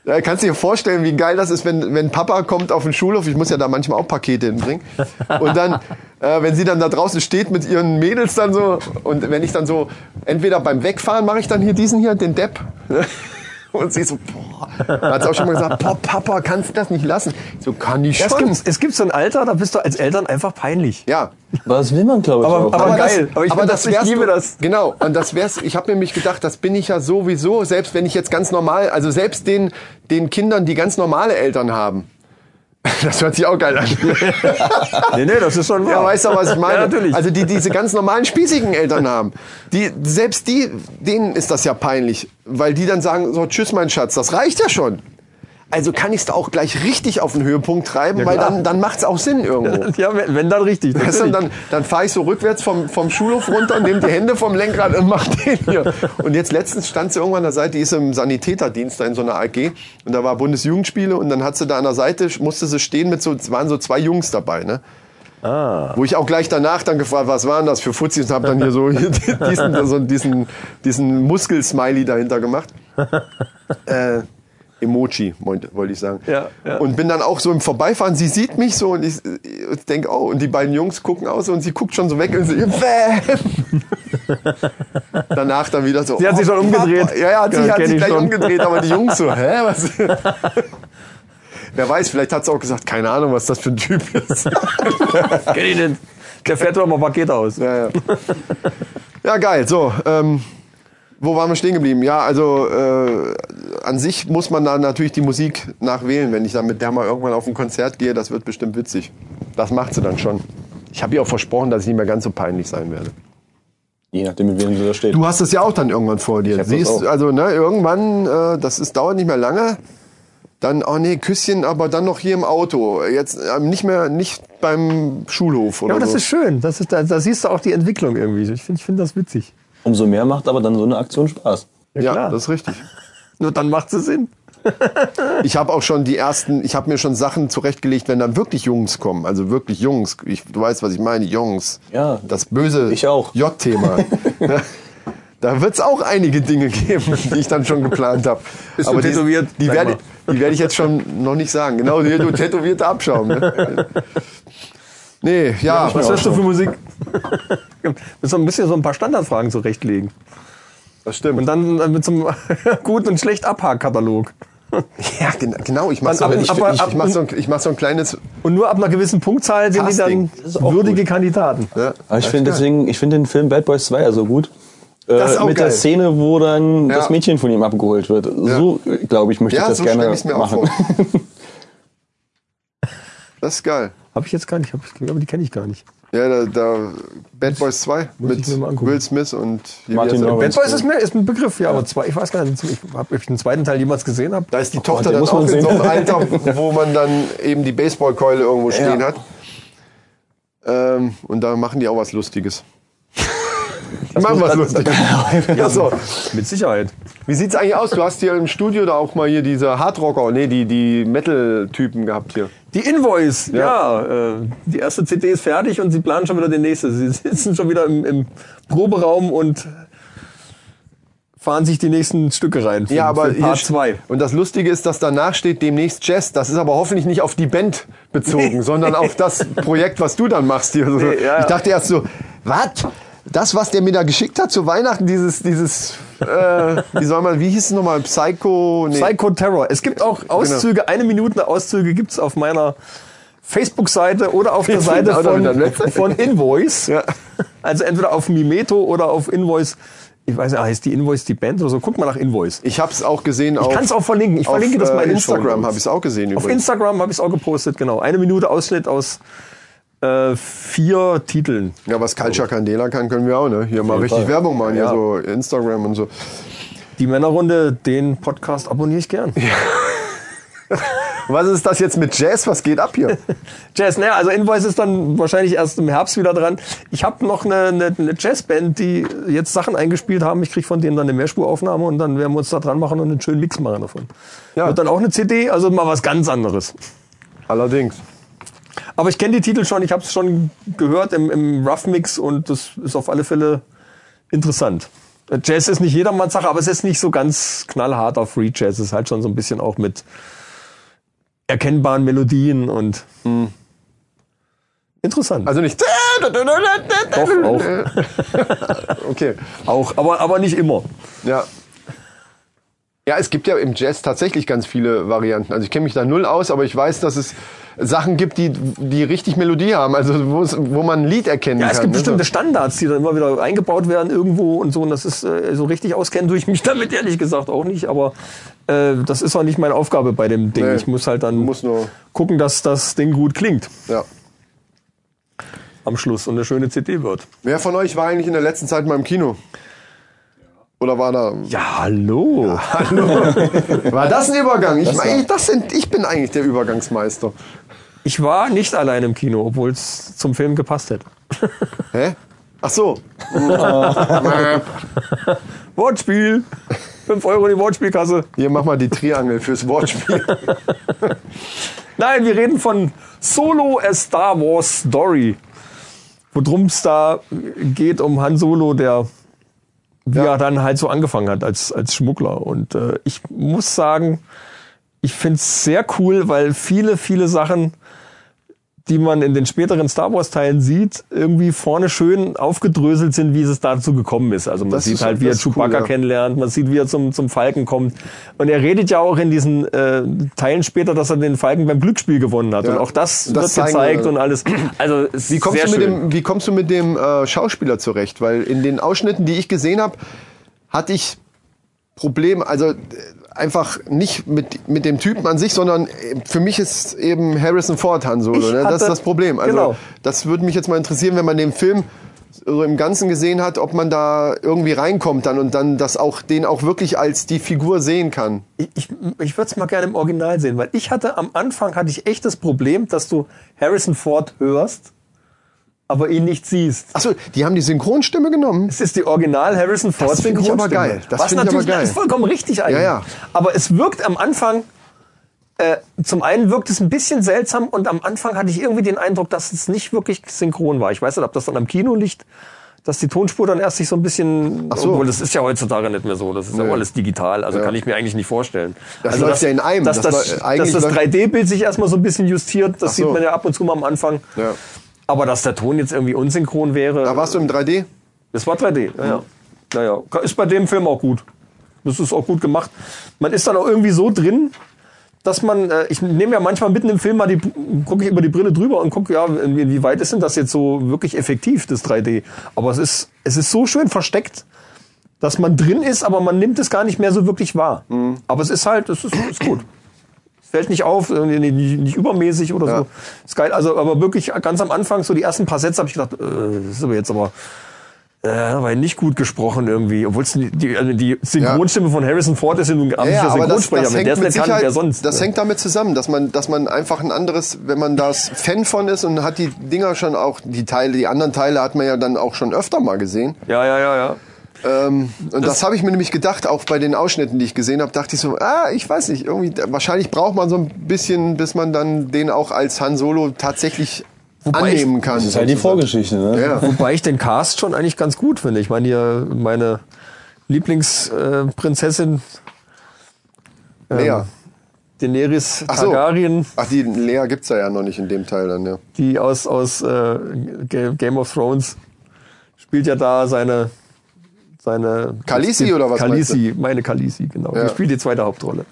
Speaker 3: Ja, kannst du dir vorstellen, wie geil das ist, wenn, wenn Papa kommt auf den Schulhof, ich muss ja da manchmal auch Pakete hinbringen, und dann, äh, wenn sie dann da draußen steht mit ihren Mädels dann so, und wenn ich dann so, entweder beim Wegfahren mache ich dann hier diesen hier, den Depp, ne? und sie so, boah, hat sie auch schon mal gesagt, boah, Papa, kannst du das nicht lassen? Ich So kann ich
Speaker 2: Es
Speaker 3: schon.
Speaker 2: gibt, es gibt so ein Alter, da bist du als Eltern einfach peinlich.
Speaker 3: Ja,
Speaker 4: Aber das will man, glaube ich,
Speaker 2: Aber-
Speaker 4: auch.
Speaker 2: aber-
Speaker 3: das-
Speaker 2: geil. Aber ich find das- ich
Speaker 3: wärst
Speaker 2: liebe
Speaker 3: du-
Speaker 2: das.
Speaker 3: Genau, und das wär's, ich habe nämlich gedacht, das bin ich ja sowieso, selbst wenn ich jetzt ganz normal, also selbst den, den Kindern, die ganz normale Eltern haben. Das hört sich auch geil an.
Speaker 2: Nee, nee, das ist schon
Speaker 3: Ja, weißt du, was ich meine?
Speaker 2: Ja, natürlich.
Speaker 3: Also die diese ganz normalen spießigen Eltern haben. Die selbst die denen ist das ja peinlich, weil die dann sagen so tschüss mein Schatz, das reicht ja schon. Also kann ich es auch gleich richtig auf den Höhepunkt treiben, weil
Speaker 2: klar.
Speaker 3: dann dann macht's auch Sinn irgendwo.
Speaker 2: ja, wenn, wenn dann richtig.
Speaker 3: Weißt du,
Speaker 2: natürlich.
Speaker 3: und dann dann fahre ich so rückwärts vom, vom Schulhof runter, nehme die Hände vom Lenkrad und mach den hier. Und jetzt letztens stand sie irgendwann an der Seite, die ist im Sanitäterdienst da in so einer AG und da war Bundesjugendspiele und dann hat sie da an der Seite, musste sie stehen mit so, es waren so zwei Jungs dabei, ne? Wo ich auch gleich danach dann gefragt, was waren das für Fuzzis und habe dann hier so hier diesen, so diesen, diesen Muskelsmiley dahinter gemacht. Äh, Emoji, meint- wollte ich sagen.
Speaker 2: Ja, ja.
Speaker 3: Und bin dann auch so im Vorbeifahren, sie sieht mich so und ich, ich denke, oh, und die beiden Jungs gucken aus und sie guckt schon so weg und so, bäm. Danach dann wieder so. "Oh,
Speaker 2: Sie hat sich schon umgedreht.
Speaker 3: Papa. Ja, ja, hat
Speaker 2: Ja,
Speaker 3: sich, hat
Speaker 2: kenn
Speaker 3: sich
Speaker 2: ich
Speaker 3: gleich
Speaker 2: schon.
Speaker 3: umgedreht, aber die Jungs so, hä, was? Wer weiß, vielleicht hat sie auch gesagt, keine Ahnung, was das für ein Typ ist.
Speaker 2: Kenn ich nicht. Der fährt doch mal Pakete aus.
Speaker 3: Ja, ja. ja geil. So, ähm, wo waren wir stehen geblieben? Ja, also äh, an sich muss man da natürlich die Musik nachwählen. Wenn ich dann mit der mal irgendwann auf ein Konzert gehe, das wird bestimmt witzig. Das macht sie dann schon. Ich habe ihr auch versprochen, dass ich nicht mehr ganz so peinlich sein werde.
Speaker 4: Je nachdem, mit wem du da stehst.
Speaker 3: Du hast es ja auch dann irgendwann vor dir.
Speaker 4: hab das
Speaker 3: Siehst,
Speaker 4: auch.
Speaker 3: also ne, irgendwann, äh, das ist, dauert nicht mehr lange. Dann, oh nee, Küsschen, aber dann noch hier im Auto. Jetzt ähm, nicht mehr, nicht beim Schulhof oder
Speaker 2: Ja, aber das
Speaker 3: so.
Speaker 2: ist schön. Das ist, da, da siehst du auch die Entwicklung irgendwie. Ich finde ich find das witzig.
Speaker 4: Umso mehr macht aber dann so eine Aktion Spaß.
Speaker 3: ja,
Speaker 2: klar.
Speaker 3: das ist richtig.
Speaker 2: Nur dann macht es Sinn.
Speaker 3: Ich habe auch schon die ersten, ich habe mir schon Sachen zurechtgelegt, wenn dann wirklich Jungs kommen. Also wirklich Jungs. Ich, du weißt, was ich meine, Jungs.
Speaker 4: Ja.
Speaker 3: Das böse
Speaker 4: Ich auch.
Speaker 3: J-Thema. Ne? da wird es auch einige Dinge geben, die ich dann schon geplant habe.
Speaker 2: Bist du
Speaker 3: die,
Speaker 2: tätowiert?
Speaker 3: Die
Speaker 2: Sag
Speaker 3: werde
Speaker 2: mal.
Speaker 3: die werd ich jetzt schon noch nicht sagen. Genau, hier, du tätowierte Abschaum. Ne? Nee, ja.
Speaker 2: Was hörst du für Musik? Wir müssen ein bisschen so ein paar Standardfragen zurechtlegen.
Speaker 3: Das stimmt.
Speaker 2: Und dann äh, mit so einem gut und schlecht Abhaarkatalog.
Speaker 3: ja, gen- genau. Ich mache so,
Speaker 2: Dann ab-
Speaker 3: ich, ich,
Speaker 2: aber ab-
Speaker 3: ich mach so, ein- ich mach so ein kleines...
Speaker 2: Und nur ab einer gewissen Punktzahl sind
Speaker 3: Casting.
Speaker 2: die
Speaker 4: Das ist
Speaker 2: dann
Speaker 4: auch
Speaker 2: würdige Kandidaten.
Speaker 3: Ne?
Speaker 4: Aber ich finde deswegen, ich finde den Film Bad Boys 2 ja so gut. Äh,
Speaker 3: Das ist auch
Speaker 4: mit
Speaker 3: geil.
Speaker 4: der Szene, wo dann
Speaker 3: Ja.
Speaker 4: das Mädchen von ihm abgeholt wird. So, glaube ich, möchte
Speaker 3: Ja,
Speaker 4: ich das
Speaker 3: so
Speaker 4: gerne
Speaker 3: stelle ich mir auch
Speaker 4: machen.
Speaker 3: vor. Das ist geil.
Speaker 2: Habe ich jetzt gar nicht. Hab ich, glaube, die kenne ich gar nicht.
Speaker 3: Ja, da, da Bad Boys 2
Speaker 2: ich
Speaker 3: mit
Speaker 2: mir mal angucken.
Speaker 3: Will Smith und wie
Speaker 4: Martin
Speaker 3: heißt er?
Speaker 4: Lawrence.
Speaker 2: Bad Boys ist, mir, ist ein Begriff, ja, aber zwei, ich weiß gar nicht, ich, ob ich den zweiten Teil jemals gesehen habe.
Speaker 3: Da ist die Tochter dann
Speaker 4: Oh, muss man
Speaker 3: auch in so einem
Speaker 4: sehen.
Speaker 3: Alter, wo man dann eben die Baseballkeule irgendwo stehen hat. Ähm, und da machen die auch was Lustiges. Die machen was Lustiges. ja, so.
Speaker 2: Mit Sicherheit.
Speaker 3: Wie sieht's eigentlich aus? Du hast hier im Studio da auch mal hier diese Hardrocker, nee, die, die Metal-Typen gehabt hier.
Speaker 2: Die Invoice, ja. äh, die erste CD ist fertig und sie planen schon wieder die nächste. Sie sitzen schon wieder im, im Proberaum und fahren sich die nächsten Stücke rein. für-
Speaker 3: Ja, aber
Speaker 2: für Part
Speaker 3: hier-
Speaker 2: 2.
Speaker 3: Und das Lustige ist, dass danach steht demnächst Jazz. Das ist aber hoffentlich nicht auf die Band bezogen, sondern auf das Projekt, was du dann machst hier. Also,
Speaker 2: Nee, ja, ja.
Speaker 3: Ich dachte erst so, was? Das, was der mir da geschickt hat zu Weihnachten, dieses, dieses, äh, wie soll man, wie hieß es nochmal, Psycho, nee.
Speaker 2: Psycho Terror. Es gibt auch
Speaker 3: Genau.
Speaker 2: Auszüge, eine Minute Auszüge gibt's auf meiner Facebook-Seite oder auf der
Speaker 3: Jetzt
Speaker 2: Seite
Speaker 3: sind wir auch noch
Speaker 2: von,
Speaker 3: wieder, ne?
Speaker 2: von Invoice.
Speaker 3: Ja.
Speaker 2: Also entweder auf Mimeto oder auf Invoice. Ich weiß nicht, heißt die Invoice die Band oder so? Guck mal nach Invoice.
Speaker 3: Ich hab's auch gesehen auf,
Speaker 2: Ich kann es auch verlinken. Ich
Speaker 3: auf,
Speaker 2: verlinke das
Speaker 3: äh,
Speaker 2: mal in den Show
Speaker 3: Instagram
Speaker 2: Notes.
Speaker 3: habe ich es auch gesehen
Speaker 2: Auf
Speaker 3: übrigens.
Speaker 2: Instagram habe ich es auch gepostet, genau. Eine Minute Ausschnitt aus äh, vier Titeln.
Speaker 3: Ja, was Culture Candela kann, können wir auch, ne? Hier mal richtig
Speaker 4: Fall.
Speaker 3: Werbung machen,
Speaker 2: Ja.
Speaker 3: hier so Instagram und so.
Speaker 2: Die Männerrunde, den Podcast abonniere ich gern.
Speaker 3: Was ist das jetzt mit Jazz? Was geht ab hier?
Speaker 2: Jazz, naja, also Invoice ist dann wahrscheinlich erst im Herbst wieder dran. Ich habe noch eine, eine, eine Jazzband, die jetzt Sachen eingespielt haben. Ich krieg von denen dann eine Mehrspuraufnahme und dann werden wir uns da dran machen und einen schönen Mix machen davon.
Speaker 3: Ja.
Speaker 2: Wird dann auch eine CD, also mal was ganz anderes.
Speaker 3: Allerdings.
Speaker 2: Aber ich kenne die Titel schon, ich habe es schon gehört im, im Rough Mix und das ist auf alle Fälle interessant. Äh, Jazz ist nicht jedermanns Sache, aber es ist nicht so ganz knallharter Free Jazz. Es ist halt schon so ein bisschen auch mit erkennbaren Melodien und interessant. Äh,
Speaker 3: Also nicht.
Speaker 2: Ah, Doch, auch.
Speaker 3: Okay.
Speaker 2: auch, aber, aber nicht immer.
Speaker 3: Ja. Ja, es gibt ja im Jazz tatsächlich ganz viele Varianten. Also ich kenne mich da null aus, aber ich weiß, dass es Sachen gibt, die, die richtig Melodie haben, also wo es- wo man ein Lied erkennen
Speaker 2: Ja,
Speaker 3: kann.
Speaker 2: es gibt
Speaker 3: ne?
Speaker 2: bestimmte Standards, die dann immer wieder eingebaut werden irgendwo und so. Und das ist äh, so richtig auskennen tue ich mich damit ehrlich gesagt auch nicht. Aber äh, das ist auch nicht meine Aufgabe bei dem Ding.
Speaker 3: Nee.
Speaker 2: Ich muss halt dann
Speaker 3: Muss nur-
Speaker 2: gucken, dass das Ding gut klingt
Speaker 3: ja.
Speaker 2: am Schluss und eine schöne CD wird.
Speaker 3: Wer von euch war eigentlich in der letzten Zeit mal im Kino? Oder war da.
Speaker 2: Ja, hallo.
Speaker 3: War das ein Übergang? Ich,
Speaker 4: Das war-
Speaker 3: mein, das sind, ich bin eigentlich der Übergangsmeister.
Speaker 2: Ich war nicht allein im Kino, obwohl es zum Film gepasst hätte.
Speaker 3: Hä? Ach so.
Speaker 2: Wortspiel. 5 Euro in die Wortspielkasse.
Speaker 3: Hier mach mal die Triangel fürs Wortspiel.
Speaker 2: Nein, wir reden von Solo A Star Wars Story. Worum es da geht, um Han Solo, der wie
Speaker 3: Ja.
Speaker 2: er dann halt so angefangen hat als, als Schmuggler. Und äh, ich muss sagen, ich finde es sehr cool, weil viele, viele Sachen, die man in den späteren Star Wars-Teilen sieht, irgendwie vorne schön aufgedröselt sind, wie es dazu gekommen ist. Also man
Speaker 3: Das
Speaker 2: sieht
Speaker 3: ist-
Speaker 2: halt, wie er
Speaker 3: das ist cool,
Speaker 2: Chewbacca
Speaker 3: ja.
Speaker 2: kennenlernt, man sieht, wie er zum, zum Falken kommt. Und er redet ja auch in diesen äh, Teilen später, dass er den Falken beim Glücksspiel gewonnen hat.
Speaker 3: Ja.
Speaker 2: Und auch das,
Speaker 3: Das
Speaker 2: wird
Speaker 3: zeigen wir
Speaker 2: gezeigt
Speaker 3: dann.
Speaker 2: und alles. Also es
Speaker 3: Wie kommst,
Speaker 2: sehr
Speaker 3: du mit
Speaker 2: schön.
Speaker 3: dem, wie kommst du mit dem äh, Schauspieler zurecht? Weil in den Ausschnitten, die ich gesehen habe, hatte ich Probleme, also äh, einfach nicht mit, mit dem Typen an sich, sondern äh, für mich ist eben Harrison Ford Han Solo.
Speaker 2: Ich
Speaker 3: Ne? Das
Speaker 2: hatte-
Speaker 3: ist das Problem. Also
Speaker 2: genau.
Speaker 3: das würde mich jetzt mal interessieren, wenn man den Film so im Ganzen gesehen hat, ob man da irgendwie reinkommt dann und dann das auch den auch wirklich als die Figur sehen kann.
Speaker 2: ich, ich, ich würde es mal gerne im Original sehen, weil ich hatte am Anfang hatte ich echt das Problem, dass du Harrison Ford hörst, aber ihn nicht siehst.
Speaker 3: Achso, die haben die Synchronstimme genommen.
Speaker 2: Es ist die Original Harrison Ford
Speaker 3: Das find ich aber
Speaker 2: Synchronstimme.
Speaker 3: geil. Das
Speaker 2: was
Speaker 3: find ich aber
Speaker 2: natürlich
Speaker 3: geil.
Speaker 2: ist vollkommen richtig eigentlich.
Speaker 3: Ja, ja.
Speaker 2: Aber es wirkt am Anfang äh, zum einen wirkt es ein bisschen seltsam und am Anfang hatte ich irgendwie den Eindruck, dass es nicht wirklich synchron war. Ich weiß nicht, ob das dann am Kino liegt, dass die Tonspur dann erst sich so ein bisschen,
Speaker 3: Ach so.
Speaker 2: obwohl das ist ja heutzutage nicht mehr so, das ist
Speaker 3: Nee.
Speaker 2: ja alles digital, also
Speaker 3: Ja.
Speaker 2: kann ich mir eigentlich nicht vorstellen. Also
Speaker 3: Das läuft ja in einem.
Speaker 2: Dass
Speaker 3: Das
Speaker 2: das,
Speaker 3: läu- eigentlich
Speaker 2: dass das
Speaker 3: läuft-
Speaker 2: 3D-Bild sich erstmal so ein bisschen justiert, das
Speaker 3: Ach so.
Speaker 2: sieht man ja ab und zu mal am Anfang.
Speaker 3: Ja.
Speaker 2: Aber dass der Ton jetzt irgendwie unsynchron wäre.
Speaker 3: Da warst du im 3D?
Speaker 2: Das war 3D, ja, ja. Naja, ist bei dem Film auch gut. Das ist auch gut gemacht. Man ist dann auch irgendwie so drin, dass man, äh, ich nehme ja manchmal mitten im Film mal die, gucke ich über die Brille drüber und gucke, ja, inwieweit ist denn das jetzt so wirklich effektiv, das 3D? Aber es ist, es ist so schön versteckt, dass man drin ist, aber man nimmt es gar nicht mehr so wirklich wahr. Aber es ist halt, es ist, ist gut. Es fällt nicht auf, äh, nicht, nicht übermäßig oder so. Ist geil. Also, aber wirklich ganz am Anfang, so die ersten paar Sätze, habe ich gedacht, äh, das ist aber jetzt aber, äh, aber nicht gut gesprochen irgendwie. Obwohl es die, die, also die Synchronstimme von Harrison Ford ist ja nun absoluter Synchronsprecher. Wenn der es nicht kann, wer sonst?
Speaker 3: das hängt damit zusammen, dass man, dass man einfach ein anderes, wenn man das Fan von ist und hat die Dinger schon auch, die Teile, die anderen Teile hat man ja dann auch schon öfter mal gesehen.
Speaker 2: ja, ja, ja, ja.
Speaker 3: Ähm, und das, habe ich mir nämlich gedacht, auch bei den Ausschnitten, die ich gesehen habe, dachte ich so, ah, ich weiß nicht, irgendwie, wahrscheinlich braucht man so ein bisschen, bis man dann den auch als Han Solo tatsächlich
Speaker 2: ich-
Speaker 3: annehmen kann.
Speaker 4: Das ist halt die Vorgeschichte, ne?
Speaker 3: Ja.
Speaker 2: Wobei ich den Cast schon eigentlich ganz gut finde. Ich meine, hier meine Lieblingsprinzessin äh, Prinzessin
Speaker 3: Lea.
Speaker 2: Daenerys
Speaker 3: Ach so.
Speaker 2: Targaryen,
Speaker 3: Ach, die Lea gibt's ja ja noch nicht in dem Teil dann, ja.
Speaker 2: die aus, aus äh, Ga- Game of Thrones spielt ja da seine. seine
Speaker 3: Khaleesi
Speaker 2: die-
Speaker 3: oder was meinst
Speaker 2: Khaleesi, meine Khaleesi, genau.
Speaker 3: Ja.
Speaker 2: Die spielt die zweite Hauptrolle.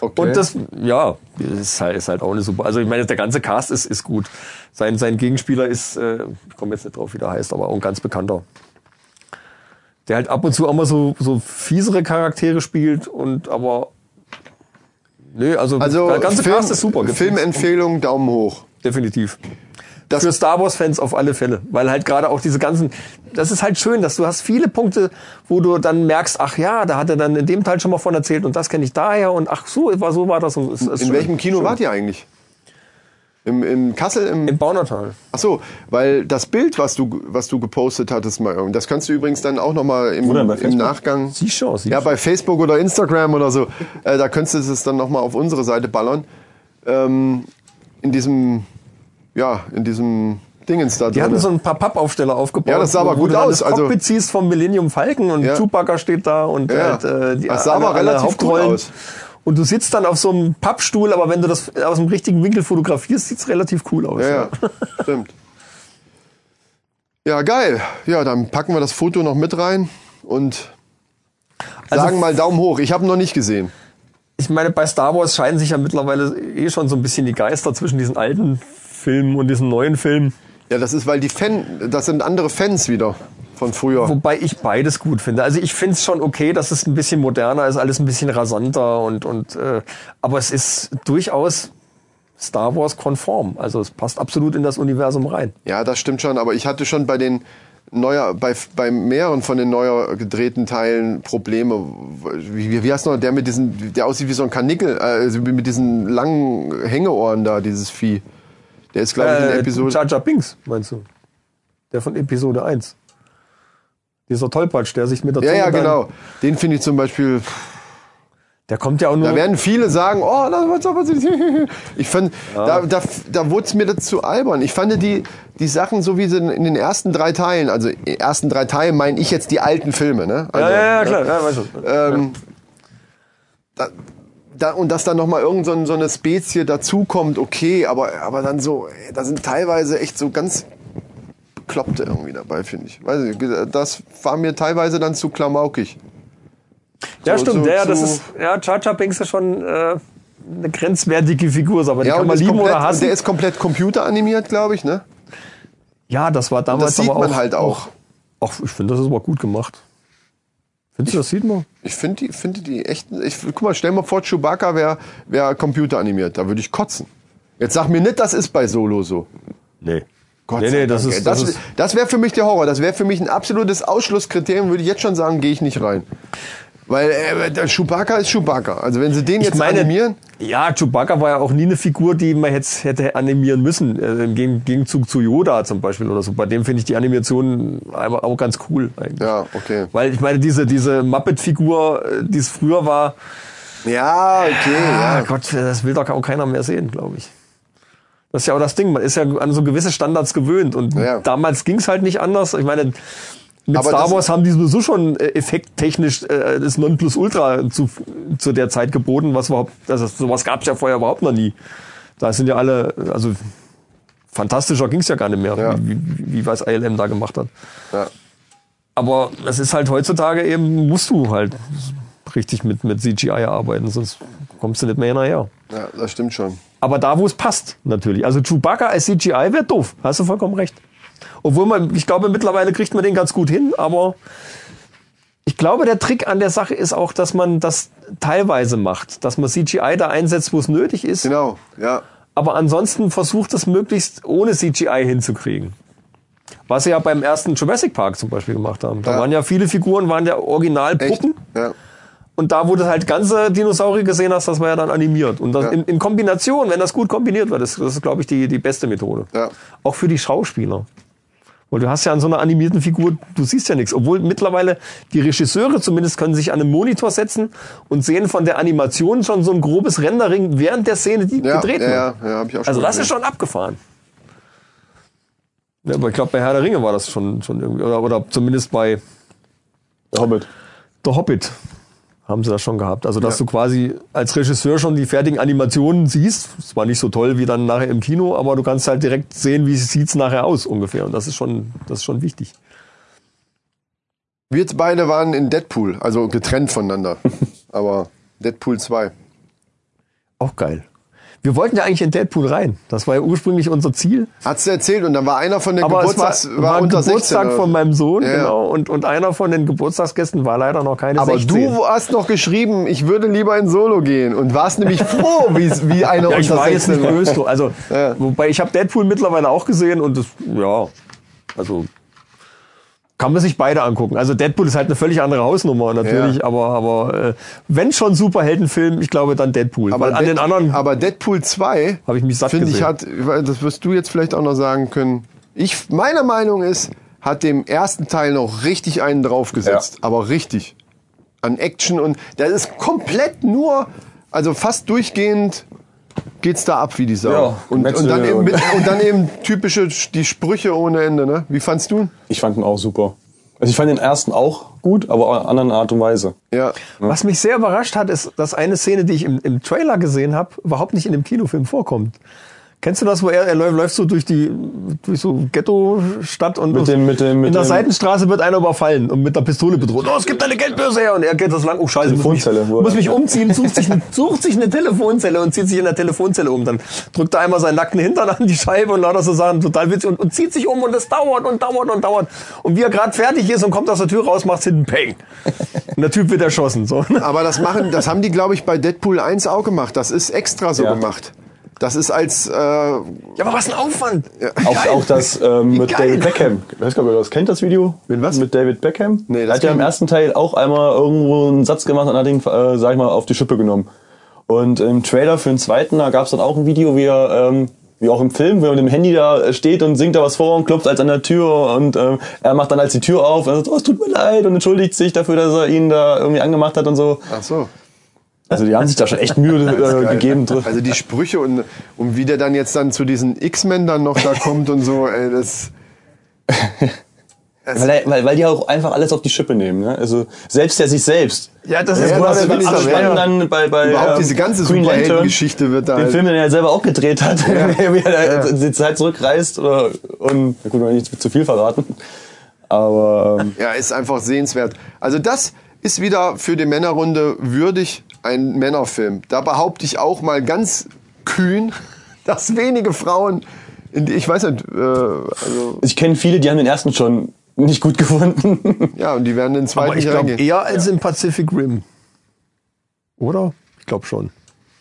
Speaker 3: Okay.
Speaker 2: Und das, ja, ist halt, ist halt auch eine super. Also ich meine, der ganze Cast ist, ist gut. Sein, sein Gegenspieler ist, äh, ich komme jetzt nicht drauf, wie der heißt, aber auch ein ganz bekannter. Der halt ab und zu auch mal so, so fiesere Charaktere spielt und aber. Nö, also,
Speaker 3: also,
Speaker 2: der ganze
Speaker 3: Film,
Speaker 2: Cast ist super.
Speaker 3: Filmempfehlung, Daumen hoch.
Speaker 2: Definitiv.
Speaker 3: Das-
Speaker 2: für Star Wars Fans auf alle Fälle, weil halt gerade auch diese ganzen, das ist halt schön, dass du hast viele Punkte, wo du dann merkst, ach ja, da hat er dann in dem Teil schon mal von erzählt und das kenne ich daher und ach so, war so war das. Und es ist
Speaker 3: In
Speaker 2: schön.
Speaker 3: welchem Kino wart ihr eigentlich? Im, in Kassel? Im,
Speaker 2: Im Baunatal.
Speaker 3: ach so, weil das Bild, was du, was du gepostet hattest, mal, und das kannst du übrigens dann auch nochmal im,
Speaker 4: Wo denn, bei
Speaker 3: im
Speaker 4: Facebook?
Speaker 3: Nachgang.
Speaker 2: Siehst du, siehst
Speaker 3: Ja,
Speaker 2: du.
Speaker 3: bei Facebook oder Instagram oder so. Äh, da könntest du es dann nochmal auf unsere Seite ballern. Ähm, in diesem, ja, in diesem Dingens da
Speaker 2: Die hatten
Speaker 3: drinne.
Speaker 2: so ein paar Pappaufsteller aufgebaut.
Speaker 3: Ja, das sah aber
Speaker 2: wo
Speaker 3: gut
Speaker 2: du dann
Speaker 3: aus,
Speaker 2: Das
Speaker 3: also-
Speaker 2: Cockpit siehst vom Millennium Falcon und
Speaker 3: Ja.
Speaker 2: Chewbacca steht da und
Speaker 3: Ja.
Speaker 2: halt, äh, die
Speaker 3: Das sah aber relativ gut
Speaker 2: Hauptrollen.
Speaker 3: aus.
Speaker 2: Und du sitzt dann auf so einem Pappstuhl, aber wenn du das aus dem richtigen Winkel fotografierst, sieht's relativ cool aus.
Speaker 3: Ja, ja, stimmt. Ja, geil. Ja, dann packen wir das Foto noch mit rein und
Speaker 2: Also-
Speaker 3: sagen mal Daumen hoch. Ich habe noch nicht gesehen.
Speaker 2: Ich meine, bei Star Wars scheiden sich ja mittlerweile eh schon so ein bisschen die Geister zwischen diesen alten Filmen und diesen neuen Filmen.
Speaker 3: Ja, das ist, weil die Fan, das sind andere Fans wieder von früher.
Speaker 2: Wobei ich beides gut finde. Also ich finde es schon okay, dass es ein bisschen moderner ist, alles ein bisschen rasanter und und äh, aber es ist durchaus Star Wars konform. Also es passt absolut in das Universum rein.
Speaker 3: Ja, das stimmt schon, aber ich hatte schon bei den neuer, bei, bei mehreren von den neuer gedrehten Teilen Probleme. Wie, wie, wie heißt noch der mit diesen, der aussieht wie so ein Karnickel, äh, also mit diesen langen Hängeohren da, dieses Vieh. Der ist, glaube ich, in der Episode.
Speaker 2: Äh, Jar Jar Binks, meinst du? Der von Episode 1. Dieser Tollpatsch, der sich mit der
Speaker 3: Ja, ja,
Speaker 2: Zunge dann-
Speaker 3: genau. Den finde ich zum Beispiel.
Speaker 2: Der kommt ja auch nur
Speaker 3: Da werden viele sagen, oh, das wird's aber so- Ich fand, da, da, da wurde es mir dazu albern. Ich fand die, die Sachen so wie sie in den ersten drei Teilen, also ersten drei Teilen meine ich jetzt die alten Filme, ne? Also,
Speaker 2: ja, ja, ja, klar, ja, weißt du.
Speaker 3: Ähm, da, da, und dass dann nochmal irgend so, ein- so eine Spezie dazukommt, okay, aber, aber dann so, ey, da sind teilweise echt so ganz Bekloppte irgendwie dabei, finde ich. Weiß nicht, das war mir teilweise dann zu klamaukig.
Speaker 2: Ja,
Speaker 3: So-
Speaker 2: stimmt.
Speaker 3: so-
Speaker 2: ja, ja, das
Speaker 3: so-
Speaker 2: ist, ja, Jar Jar Binks ist schon äh, eine grenzwertige Figur, aber die
Speaker 3: Ja,
Speaker 2: kann
Speaker 3: und
Speaker 2: man
Speaker 3: ist
Speaker 2: lieben
Speaker 3: komplett,
Speaker 2: oder
Speaker 3: und
Speaker 2: hassen.
Speaker 3: der ist komplett computeranimiert, glaube ich, ne?
Speaker 2: Ja, das war damals
Speaker 3: Das sieht
Speaker 2: aber
Speaker 3: man
Speaker 2: auch,
Speaker 3: halt auch.
Speaker 2: Ach, ich finde, das ist aber gut gemacht. Findest du, das sieht man?
Speaker 3: Ich finde die, finde die echt. Ich, guck mal, stell mal vor, Chewbacca wäre wär computeranimiert. Da würde ich kotzen. Jetzt sag mir nicht, das ist bei Solo so.
Speaker 2: Nee.
Speaker 3: Gott
Speaker 2: nee,
Speaker 3: sei
Speaker 2: nee, das
Speaker 3: Dank, ey.
Speaker 2: ist, das
Speaker 3: das,
Speaker 2: ist,
Speaker 3: das wäre für mich der Horror. Das wäre für mich ein absolutes Ausschlusskriterium. Würde ich jetzt schon sagen, gehe ich nicht rein. Weil äh, der Chewbacca ist Chewbacca. Also wenn sie den jetzt animieren,
Speaker 2: ja, Chewbacca war ja auch nie eine Figur, die man jetzt hätte animieren müssen. Äh, Im Gegen- Gegenzug zu Yoda zum Beispiel oder so. Bei dem finde ich die Animation aber auch ganz cool eigentlich.
Speaker 3: ja, okay.
Speaker 2: Weil ich meine, diese, diese Muppet-Figur, äh, die es früher war,
Speaker 3: Ja, okay,
Speaker 2: Ah,
Speaker 3: ja.
Speaker 2: Gott, das will doch auch keiner mehr sehen, glaube ich. Das ist ja auch das Ding, man ist ja an so gewisse Standards gewöhnt und
Speaker 3: Ja.
Speaker 2: damals ging's halt nicht anders. Ich meine, mit
Speaker 3: Aber
Speaker 2: Star
Speaker 3: das-
Speaker 2: Wars haben die sowieso schon äh, effekttechnisch äh, das Nonplusultra zu, zu der Zeit geboten, was überhaupt, also sowas gab's ja vorher überhaupt noch nie. Da sind ja alle, also fantastischer ging's ja gar nicht mehr,
Speaker 3: Ja.
Speaker 2: wie, wie, wie was ILM da gemacht hat.
Speaker 3: ja.
Speaker 2: Aber das ist halt heutzutage eben, musst du halt richtig mit, mit CGI arbeiten, sonst kommst du nicht mehr hinterher.
Speaker 3: Ja, das stimmt schon.
Speaker 2: Aber da, wo es passt, natürlich. Also Chewbacca als CGI wäre doof. Hast du vollkommen recht. Obwohl man, ich glaube, mittlerweile kriegt man den ganz gut hin, aber ich glaube, der Trick an der Sache ist auch, dass man das teilweise macht. Dass man CGI da einsetzt, wo es nötig ist.
Speaker 3: Genau, ja.
Speaker 2: Aber ansonsten versucht es möglichst ohne CGI hinzukriegen. Was sie ja beim ersten Jurassic Park zum Beispiel gemacht haben. Da
Speaker 3: Ja.
Speaker 2: waren ja viele Figuren, waren ja
Speaker 3: Echt?
Speaker 2: Originalpuppen.
Speaker 3: Ja.
Speaker 2: Und da, wo du halt ganze Dinosaurier gesehen hast, das war ja dann animiert. Und das
Speaker 3: Ja.
Speaker 2: in, in Kombination, wenn das gut kombiniert wird, das, das ist, glaube ich, die, die beste Methode.
Speaker 3: Ja.
Speaker 2: Auch für die Schauspieler. Weil du hast ja an so einer animierten Figur, du siehst ja nichts. Obwohl mittlerweile die Regisseure zumindest können sich an einen Monitor setzen und sehen von der Animation schon so ein grobes Rendering während der Szene, die
Speaker 3: Ja,
Speaker 2: gedreht
Speaker 3: ja,
Speaker 2: wird.
Speaker 3: ja, ja, hab ich auch
Speaker 2: Also
Speaker 3: schon
Speaker 2: das
Speaker 3: gesehen.
Speaker 2: ist schon abgefahren. Ja, aber ich glaube, bei Herr der Ringe war das schon, schon irgendwie, oder, oder zumindest bei
Speaker 4: Der Hobbit.
Speaker 2: The Hobbit haben sie das schon gehabt. Also, dass du quasi als Regisseur schon die fertigen Animationen siehst. Es war nicht so toll wie dann nachher im Kino, aber du kannst halt direkt sehen, wie sieht's nachher aus ungefähr. Und das ist schon, das ist schon wichtig.
Speaker 3: Wir beide waren in Deadpool, also getrennt voneinander. Aber Deadpool 2.
Speaker 2: Auch geil. Wir wollten ja eigentlich in Deadpool rein. Das war ja ursprünglich unser Ziel.
Speaker 3: Hat's erzählt und dann war einer von den
Speaker 2: Aber
Speaker 3: Geburtstags
Speaker 2: es war, war, ein
Speaker 3: unter äh,
Speaker 2: Geburtstag
Speaker 3: 16, oder?
Speaker 2: von meinem Sohn,
Speaker 3: Ja, ja.
Speaker 2: genau. Und, und einer von den Geburtstagsgästen war leider noch keine
Speaker 3: Aber
Speaker 2: 16.
Speaker 3: du hast noch geschrieben, ich würde lieber in Solo gehen und warst nämlich froh, wie, wie einer
Speaker 2: ja, ich
Speaker 3: unter
Speaker 2: war jetzt
Speaker 3: 16
Speaker 2: nicht
Speaker 3: war.
Speaker 2: böse. drum. Also,
Speaker 3: Ja.
Speaker 2: wobei ich habe Deadpool mittlerweile auch gesehen und das, ja, also kann man sich beide angucken. Also Deadpool ist halt eine völlig andere Hausnummer natürlich,
Speaker 3: Ja.
Speaker 2: aber aber äh, wenn schon Superheldenfilm, ich glaube dann Deadpool. Aber weil an
Speaker 3: Dead-
Speaker 2: den anderen
Speaker 3: aber Deadpool 2
Speaker 2: Hab ich mich satt
Speaker 3: finde ich
Speaker 2: gesehen.
Speaker 3: hat weil das wirst du jetzt vielleicht auch noch sagen können. Ich meine Meinung ist, hat dem ersten Teil noch richtig einen draufgesetzt, aber richtig an Action und das ist komplett nur also fast durchgehend geht's da ab wie die Sau.
Speaker 4: Ja,
Speaker 3: und, und,
Speaker 4: Wechsel
Speaker 3: dann eben,
Speaker 4: und-
Speaker 3: mit, und dann eben typische die Sprüche ohne Ende, ne? Wie fandst du? ihn?
Speaker 4: Ich fand ihn auch super. Also ich fand den ersten auch gut, aber in einer anderen Art und Weise.
Speaker 3: Ja.
Speaker 2: Was mich sehr überrascht hat, ist, dass eine Szene, die ich im, im Trailer gesehen habe, überhaupt nicht in dem Kinofilm vorkommt. Kennst du das, wo er, er läuft, läuft so durch die durch so Ghetto-Stadt und
Speaker 4: Mit dem- mit dem- mit
Speaker 2: in der
Speaker 4: dem-
Speaker 2: Seitenstraße wird einer überfallen und mit einer Pistole bedroht. Oh, es gibt eine Geldbörse her und er geht das lang. Oh Scheiße, muss mich,
Speaker 4: Telefonzelle, wo er-
Speaker 2: muss mich umziehen, sucht sich, eine, sucht sich eine Telefonzelle und zieht sich in der Telefonzelle um. Dann drückt er einmal seinen nackten Hintern an die Scheibe und lauter so Sachen total witzig und, und zieht sich um und es dauert und dauert und dauert. Und wie er gerade fertig ist und kommt aus der Tür raus, macht's hinten Peng. Und der Typ wird erschossen. So. ne?
Speaker 3: Aber das machen, das haben die, glaube ich, bei Deadpool 1 auch gemacht. Das ist extra so
Speaker 4: Ja.
Speaker 3: gemacht. Das ist als äh, wen
Speaker 2: Ja, aber was ein Aufwand!
Speaker 4: Auch, auch das ähm, mit
Speaker 2: geil.
Speaker 3: ne?
Speaker 4: David Beckham. Ich weiß gar nicht, ob ihr das kennt, das Video.
Speaker 3: Mit was?
Speaker 4: Mit David Beckham.
Speaker 3: Nee,
Speaker 4: Nee,
Speaker 3: das
Speaker 4: das hat ja
Speaker 3: kenn
Speaker 4: im
Speaker 3: ich.
Speaker 4: ersten Teil auch einmal irgendwo einen Satz gemacht und hat ihn, äh, sag ich mal, auf die Schippe genommen. Und im Trailer für den zweiten, da gab es dann auch ein Video, wie er, ähm, wie auch im Film, wie er mit dem Handy da äh, steht und singt da was vor und klopft als an der Tür und ähm, er macht dann als die Tür auf und sagt, oh, es tut mir leid und entschuldigt sich dafür, dass er ihn da irgendwie angemacht hat und so.
Speaker 3: Ach so.
Speaker 4: Also die haben sich da schon echt Mühe äh, gegeben. drin.
Speaker 3: Also die Sprüche und, und wie der dann jetzt dann zu diesen X-Men dann noch da kommt und so, ey, das.
Speaker 4: Weil, er- weil, weil die auch einfach alles auf die Schippe nehmen. Ne? Also selbst der sich selbst.
Speaker 2: Ja, das ist
Speaker 4: ja,
Speaker 2: genau
Speaker 4: das
Speaker 2: der
Speaker 4: ist
Speaker 2: Witz
Speaker 4: Abspann
Speaker 2: dabei, ja.
Speaker 4: dann bei, bei
Speaker 3: Überhaupt
Speaker 4: ähm,
Speaker 3: diese ganze
Speaker 4: Green Lantern,
Speaker 3: Superheldengeschichte wird da
Speaker 4: Den
Speaker 3: halt-
Speaker 4: Film, den er selber auch gedreht hat,
Speaker 3: Ja.
Speaker 4: wie er da
Speaker 3: Ja.
Speaker 4: die Zeit zurückreist oder und na gut, noch nicht zu viel verraten. Aber ähm,
Speaker 3: Ja, ist einfach sehenswert. Also das ist wieder für die Männerrunde würdig ein Männerfilm. Da behaupte ich auch mal ganz kühn, dass wenige Frauen, in die, ich weiß nicht, äh, also,
Speaker 4: ich kenne viele, die haben den ersten schon nicht gut gefunden.
Speaker 3: ja, und die werden den zweiten
Speaker 2: Aber ich
Speaker 3: nicht
Speaker 2: glaube
Speaker 3: reingehen.
Speaker 2: eher als im Pacific Rim. Oder? Ich glaube schon.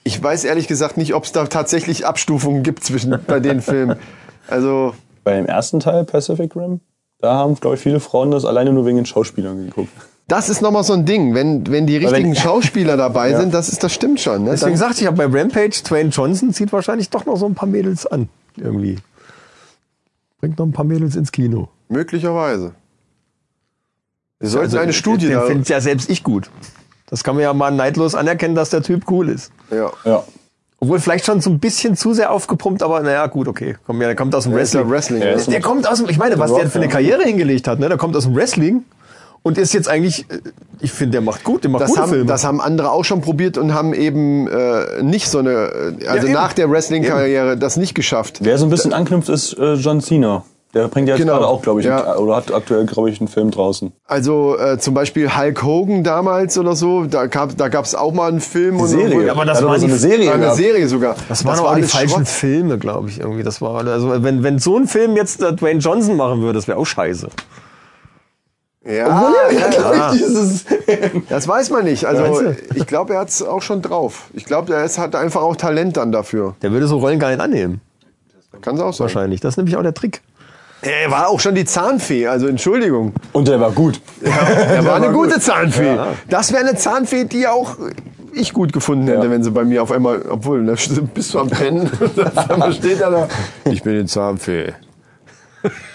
Speaker 3: Ich weiß ehrlich gesagt nicht, ob es da tatsächlich Abstufungen gibt zwischen bei den Filmen. Also
Speaker 4: Bei dem ersten Teil Pacific Rim, da haben glaube ich viele Frauen das alleine nur wegen den Schauspielern geguckt.
Speaker 3: das ist nochmal so ein Ding, wenn, wenn die richtigen
Speaker 4: wenn-
Speaker 3: Schauspieler dabei sind, das, ist, das stimmt schon. Ne?
Speaker 2: Deswegen
Speaker 3: Dann,
Speaker 2: sagte ich ja bei Rampage, Dwayne Johnson zieht wahrscheinlich doch noch so ein paar Mädels an. Irgendwie. Bringt noch ein paar Mädels ins Kino.
Speaker 3: möglicherweise. Wir sollten eine Studie
Speaker 2: Also Den
Speaker 3: da...
Speaker 2: finde ja selbst ich gut. Das kann man ja mal neidlos anerkennen, dass der Typ cool ist.
Speaker 3: Ja.
Speaker 4: Ja.
Speaker 2: Obwohl vielleicht schon so ein bisschen zu sehr aufgepumpt, aber naja, gut, okay. Komm, ja, der kommt aus dem
Speaker 3: Ist ja
Speaker 2: Wrestling.
Speaker 3: Wrestling.
Speaker 4: Ja,
Speaker 3: ne?
Speaker 4: ist-
Speaker 2: Der kommt aus dem, ich meine, was
Speaker 4: Rock,
Speaker 2: der für eine
Speaker 4: ja.
Speaker 2: Karriere hingelegt hat, ne? Der kommt aus dem Wrestling und ist jetzt eigentlich, äh, ich finde, der macht gut, der macht
Speaker 3: Das
Speaker 2: gute
Speaker 3: haben,
Speaker 2: Filme.
Speaker 3: das haben andere auch schon probiert und haben eben äh, nicht so eine, äh, also
Speaker 2: eben.
Speaker 3: nach der Wrestling-Karriere das nicht geschafft.
Speaker 4: Wer so ein bisschen anknüpft, ist äh, John Cena. Der bringt ja jetzt
Speaker 3: Genau.
Speaker 4: gerade auch, glaube ich,
Speaker 3: Ja.
Speaker 4: oder hat aktuell, glaube ich, einen Film draußen.
Speaker 3: Also äh, zum Beispiel Hulk Hogan damals oder so, da gab es da gab's auch mal einen Film und
Speaker 4: Serie.
Speaker 2: aber das
Speaker 4: Hat
Speaker 2: war
Speaker 4: so
Speaker 2: die-
Speaker 4: eine Serie.
Speaker 3: eine
Speaker 4: gehabt.
Speaker 3: Serie sogar.
Speaker 2: Das waren aber auch die
Speaker 3: alles
Speaker 2: falschen
Speaker 3: Schrott.
Speaker 2: Filme, glaube ich, irgendwie. Das war, also, wenn, wenn so ein Film jetzt der Dwayne Johnson machen würde, das wäre auch scheiße.
Speaker 3: Ja, ja, ja.
Speaker 4: Dieses-
Speaker 3: Das weiß man nicht.
Speaker 2: Meinst
Speaker 3: Also
Speaker 2: du?
Speaker 3: ich glaube, er hat es auch schon drauf. Ich glaube, er ist, hat einfach auch Talent dann dafür.
Speaker 2: Der würde so Rollen gar nicht annehmen,
Speaker 3: Kann es auch sein.
Speaker 2: wahrscheinlich. Das ist nämlich auch der Trick.
Speaker 3: Er war auch schon die Zahnfee, also Entschuldigung.
Speaker 4: Und der war gut.
Speaker 3: Er war eine gute Zahnfee. Das wäre eine Zahnfee, die auch ich gut gefunden hätte, wenn sie bei mir auf einmal, obwohl, da bist du am Pennen und auf einmal steht er da. Ich bin die Zahnfee.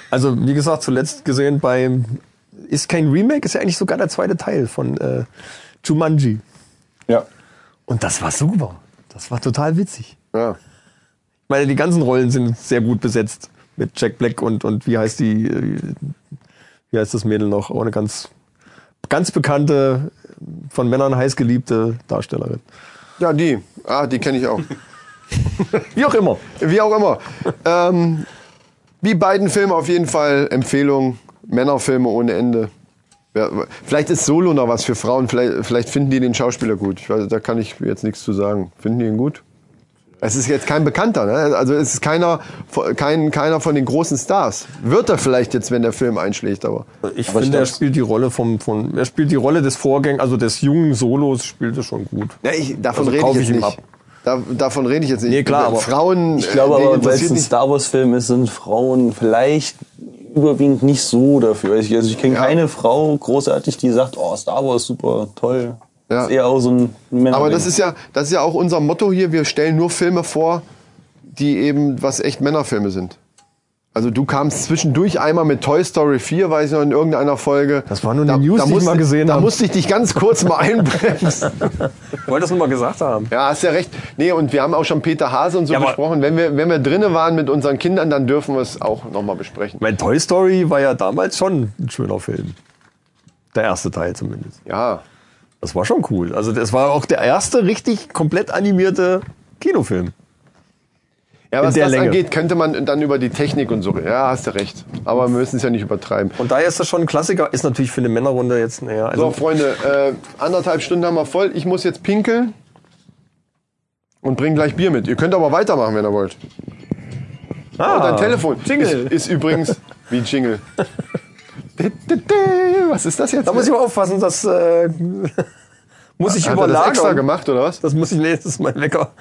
Speaker 2: Also, wie gesagt, zuletzt gesehen bei, ist kein Remake, ist ja eigentlich sogar der zweite Teil von äh, Jumanji.
Speaker 4: Ja.
Speaker 2: Und das war super. Das war total witzig.
Speaker 3: Ja.
Speaker 2: Ich meine, die ganzen Rollen sind sehr gut besetzt. Mit Jack Black und, und wie heißt die, äh, wie heißt das Mädel noch? Auch eine ganz, ganz bekannte, von Männern heiß geliebte Darstellerin.
Speaker 3: ja, die. Ah, die kenne ich auch.
Speaker 2: Wie auch immer.
Speaker 3: Wie auch immer. Ähm, wie beiden Filme auf jeden Fall Empfehlung. Männerfilme ohne Ende. Ja, vielleicht ist Solo noch was für Frauen. Vielleicht, vielleicht finden die den Schauspieler gut. Ich weiß, da kann ich jetzt nichts zu sagen. Finden die ihn gut? Es ist jetzt kein Bekannter, ne? Also es ist keiner, kein, keiner von den großen Stars. Wird er vielleicht jetzt, wenn der Film einschlägt, aber.
Speaker 2: Ich
Speaker 4: Aber ich
Speaker 2: finde, er
Speaker 4: glaub's-
Speaker 2: spielt die Rolle vom, von, er spielt die Rolle des Vorgängers, also des jungen Solos spielt er schon gut.
Speaker 3: Ja, ich, davon
Speaker 2: Also
Speaker 3: rede ich
Speaker 2: kaufe ich
Speaker 3: jetzt
Speaker 2: ihm
Speaker 3: nicht.
Speaker 2: ab.
Speaker 3: Da, davon rede ich jetzt nicht.
Speaker 2: Nee, klar, aber-
Speaker 3: Äh, Frauen,
Speaker 4: Ich glaube
Speaker 3: äh, denen
Speaker 4: aber, weil es
Speaker 3: interessiert
Speaker 4: ein
Speaker 3: nicht-
Speaker 4: Star Wars-Film ist, sind Frauen vielleicht überwiegend nicht so dafür. Ich, also ich kenne
Speaker 3: Ja.
Speaker 4: keine Frau großartig, die sagt, oh, Star Wars super, toll.
Speaker 3: Ja.
Speaker 4: Ist eher auch so ein Männer.
Speaker 3: Aber das
Speaker 2: genau.
Speaker 3: ist ja, das ist ja auch unser Motto hier. Wir stellen nur Filme vor, die eben was echt Männerfilme sind. Also du kamst zwischendurch einmal mit Toy Story 4, weiß ich noch, in irgendeiner Folge.
Speaker 2: Das war nur eine News, die ich
Speaker 3: musste,
Speaker 2: mal gesehen
Speaker 3: Da
Speaker 2: habe.
Speaker 3: musste ich dich ganz kurz mal einbremsen.
Speaker 2: Ich wollte das nur mal gesagt haben.
Speaker 3: Ja, hast ja recht. Nee, und wir haben auch schon Peter Hase und so
Speaker 2: Ja, aber-
Speaker 3: besprochen. Wenn wir, wenn wir drinnen waren mit unseren Kindern, dann dürfen wir es auch nochmal besprechen.
Speaker 2: Mein Toy Story war ja damals schon ein schöner Film. Der erste Teil zumindest.
Speaker 3: Ja.
Speaker 2: Das war schon cool. Also das war auch der erste richtig komplett animierte Kinofilm.
Speaker 3: Ja, was
Speaker 2: der
Speaker 3: das
Speaker 2: Länge.
Speaker 3: angeht, könnte man dann über die Technik und so reden. Ja, hast du recht. Aber wir müssen es ja nicht übertreiben.
Speaker 2: Und daher ist das schon ein Klassiker. Ist natürlich für eine Männerrunde jetzt, naja,
Speaker 3: So,
Speaker 2: also
Speaker 3: Freunde, äh, anderthalb Stunden haben wir voll. Ich muss jetzt pinkeln und bring gleich Bier mit. Ihr könnt aber weitermachen, wenn ihr wollt.
Speaker 2: Ah,
Speaker 3: und dein Telefon
Speaker 2: Jingle.
Speaker 3: Ist, ist übrigens wie ein Jingle. Was ist das jetzt?
Speaker 2: da muss ich mal aufpassen, das äh, muss ich
Speaker 3: Hat er das extra
Speaker 2: überlagern.
Speaker 3: gemacht oder was?
Speaker 2: Das muss ich nächstes Mal Wecker.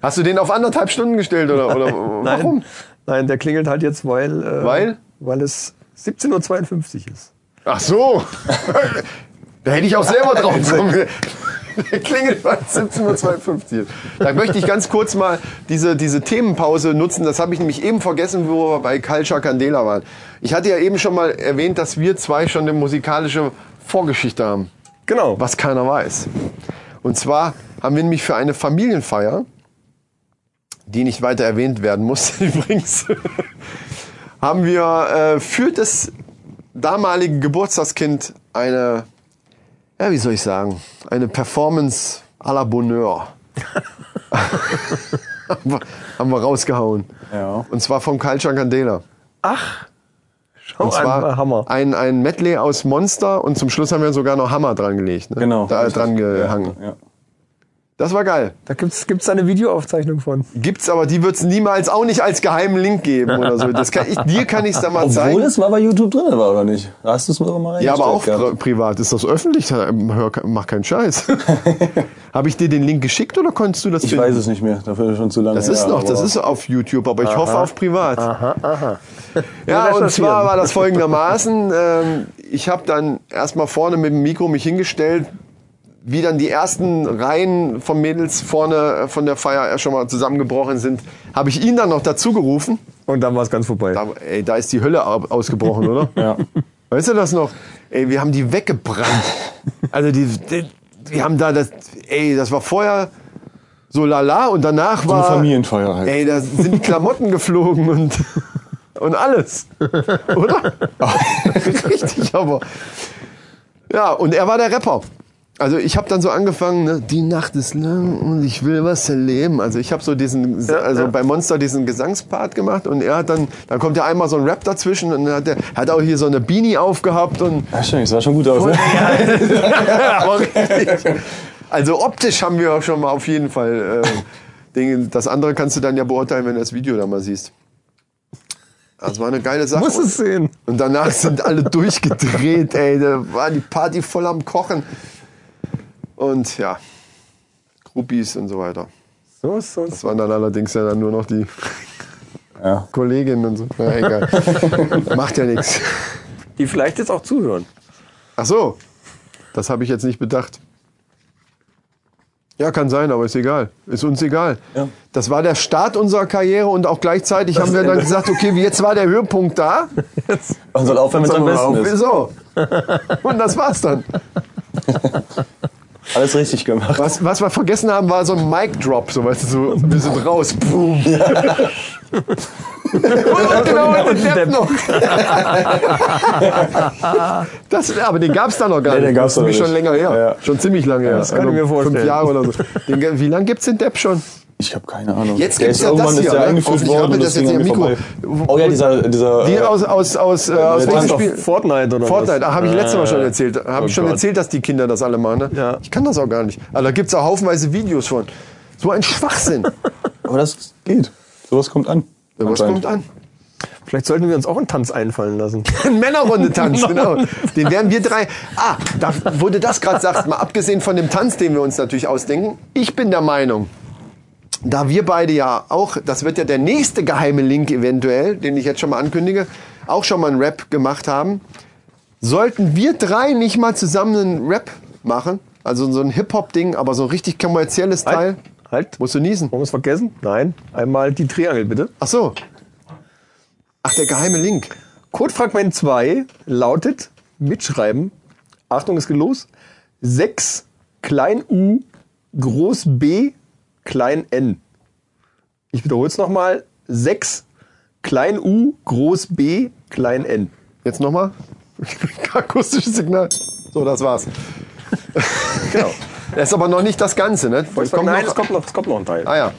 Speaker 3: Hast du den auf anderthalb Stunden gestellt oder, oder warum?
Speaker 2: Nein, nein, der klingelt halt jetzt, weil äh,
Speaker 3: Weil?
Speaker 2: weil es 17:52 Uhr ist.
Speaker 3: Ach so. da hätte ich auch selber drauf kommen. Der klingelt bei 17.52 Uhr. Da möchte ich ganz kurz mal diese, diese Themenpause nutzen. Das habe ich nämlich eben vergessen, wo wir bei Calcia Candela waren. Ich hatte ja eben schon mal erwähnt, dass wir zwei schon eine musikalische Vorgeschichte haben,
Speaker 2: Genau.
Speaker 3: was keiner weiß. Und zwar haben wir nämlich für eine Familienfeier, die nicht weiter erwähnt werden muss übrigens, haben wir äh, für das damalige Geburtstagskind eine, ja, wie soll ich sagen, eine Performance à la Bonheur. haben, wir, haben wir rausgehauen.
Speaker 4: Ja.
Speaker 3: Und zwar vom Culture Candela.
Speaker 2: Ach, schau
Speaker 4: Oh,
Speaker 3: Und zwar
Speaker 2: an, Hammer.
Speaker 3: Ein, ein Medley aus Monster und zum Schluss haben wir sogar noch Hammer dran gelegt. Ne?
Speaker 4: Genau.
Speaker 3: Da dran gehangen.
Speaker 4: Ja.
Speaker 3: Das war geil.
Speaker 2: Da gibt's gibt's eine Videoaufzeichnung von.
Speaker 3: Gibt's aber, die wird's niemals auch nicht als geheimen Link geben oder so. Das kann ich, dir kann ich's da mal zeigen.
Speaker 4: Obwohl es mal bei YouTube drin war, oder nicht? Da Hast du es mal reingestellt?
Speaker 3: Ja, aber auch
Speaker 4: gehabt.
Speaker 3: pri- privat. Ist das öffentlich? ähm, Hör, mach keinen Scheiß. Habe ich dir den Link geschickt oder konntest du das
Speaker 4: Ich weiß es nicht mehr, dafür ist schon zu lange
Speaker 3: Das ist
Speaker 4: her,
Speaker 3: noch, das
Speaker 4: aber-
Speaker 3: ist auf YouTube, aber ich hoffe auf privat. Ja, und
Speaker 2: recherchieren.
Speaker 3: zwar war das folgendermaßen. Ähm, ich habe dann erstmal vorne mit dem Mikro mich hingestellt, wie dann die ersten Reihen von Mädels vorne äh, von der Feier ja schon mal zusammengebrochen sind, habe ich ihn dann noch dazu gerufen.
Speaker 2: Und dann war es ganz vorbei.
Speaker 3: Da, ey, da ist die Hölle au- ausgebrochen, oder?
Speaker 4: Ja.
Speaker 3: Weißt du das noch? Ey, wir haben die weggebrannt. Also die, die, die haben da das, ey, das war vorher so lala und danach war.
Speaker 4: Familienfeier halt.
Speaker 3: Ey, da sind die Klamotten geflogen und, und alles. Oder? Richtig, aber. Ja, und er war der Rapper. Also ich habe dann so angefangen, ne, die Nacht ist lang und ich will was erleben. Also ich habe so diesen, also bei Monster diesen Gesangspart gemacht und er hat dann, dann kommt ja einmal so ein Rap dazwischen und dann hat er hat auch hier so eine Beanie aufgehabt und
Speaker 4: Ja, schön, das sah schon gut aus. Ne?
Speaker 3: aber richtig. Also optisch haben wir auch schon mal auf jeden Fall äh, Dinge. Das andere kannst du dann ja beurteilen, wenn du das Video da mal siehst. Das war eine geile Sache.
Speaker 2: Muss es sehen.
Speaker 3: Und danach sind alle durchgedreht, ey. Da war die Party voll am Kochen. Und ja, Groupies und so weiter.
Speaker 2: So ist so.
Speaker 3: Das waren dann allerdings ja dann nur noch die
Speaker 4: Ja.
Speaker 3: Kolleginnen und so. Na, egal. Macht ja nichts.
Speaker 2: Die vielleicht jetzt auch zuhören.
Speaker 3: Ach so, das habe ich jetzt nicht bedacht. Ja, kann sein, aber ist egal. Ist uns egal.
Speaker 4: Ja.
Speaker 3: Das war der Start unserer Karriere und auch gleichzeitig haben wir dann gesagt, okay, wie jetzt war der Höhepunkt da.
Speaker 4: Man soll aufhören, wenn es am besten ist.
Speaker 3: So. Und das war's dann.
Speaker 4: Alles richtig gemacht.
Speaker 3: Was, was wir vergessen haben, war so ein Mic Drop, so weißt du, so, wir sind raus. Boom. und genau in den Depp noch. das, aber den gab's da noch gar
Speaker 4: Nee,
Speaker 3: nicht.
Speaker 4: den gab's
Speaker 3: das ist
Speaker 4: noch
Speaker 3: schon
Speaker 4: nicht.
Speaker 3: länger her.
Speaker 4: Ja.
Speaker 3: Schon ziemlich lange her. Das
Speaker 2: kann ich mir
Speaker 3: Fünf
Speaker 2: vorstellen.
Speaker 3: Jahre oder so. Den, ge- wie lange gibt's den Depp schon?
Speaker 4: Ich habe keine Ahnung.
Speaker 3: Jetzt
Speaker 4: Der
Speaker 3: gibt's
Speaker 4: ist
Speaker 3: ja das hier,
Speaker 4: irgendwann ist der
Speaker 3: ne?
Speaker 4: eingeführt
Speaker 3: Hoffentlich
Speaker 4: worden.
Speaker 3: rappelt
Speaker 4: und
Speaker 3: das jetzt
Speaker 4: Ding
Speaker 3: im
Speaker 4: irgendwie
Speaker 3: Mikro.
Speaker 4: vorbei. Oh ja, dieser. dieser
Speaker 3: Die
Speaker 4: äh,
Speaker 3: aus, aus, aus, äh, aus
Speaker 4: das
Speaker 3: welchem
Speaker 4: ist doch
Speaker 3: Spiel?
Speaker 2: Fortnite oder
Speaker 3: Fortnite, ah,
Speaker 2: was?
Speaker 3: habe ich letztes Mal schon
Speaker 2: Äh,
Speaker 3: erzählt. Habe
Speaker 2: oh
Speaker 3: ich schon
Speaker 2: Gott.
Speaker 3: erzählt, dass die Kinder das alle machen. Ne?
Speaker 2: Ja.
Speaker 3: Ich kann das auch gar nicht. Aber da gibt es auch haufenweise Videos von. So ein Schwachsinn.
Speaker 4: aber das geht. Sowas kommt an.
Speaker 3: Was
Speaker 4: anscheinend.
Speaker 3: kommt an?
Speaker 2: Vielleicht sollten wir uns auch einen Tanz einfallen lassen.
Speaker 3: Ein Männerrunde-Tanz, genau. Den werden wir drei. Ah, da wurde das gerade sagst, mal abgesehen von dem Tanz, den wir uns natürlich ausdenken. Ich bin der Meinung, da wir beide ja auch, das wird ja der nächste geheime Link eventuell, den ich jetzt schon mal ankündige, auch schon mal einen Rap gemacht haben, sollten wir drei nicht mal zusammen einen Rap machen. Also so ein Hip-Hop-Ding, aber so ein richtig kommerzielles Teil.
Speaker 2: Halt. halt.
Speaker 3: Musst du niesen?
Speaker 2: Wollen wir es vergessen? Nein. Einmal die Triangel, bitte.
Speaker 3: Ach so. Ach, der geheime Link.
Speaker 2: Codefragment 2 lautet, mitschreiben, Achtung, es geht los, 6 klein u groß b klein n. Ich wiederhole es nochmal, 6 klein u groß b klein n.
Speaker 3: Jetzt nochmal. Akustisches Signal. So, das war's. genau. Das ist aber noch nicht das Ganze, ne? Es kommt
Speaker 2: Nein,
Speaker 3: noch-
Speaker 2: es kommt noch, es kommt noch ein Teil.
Speaker 3: Ah ja.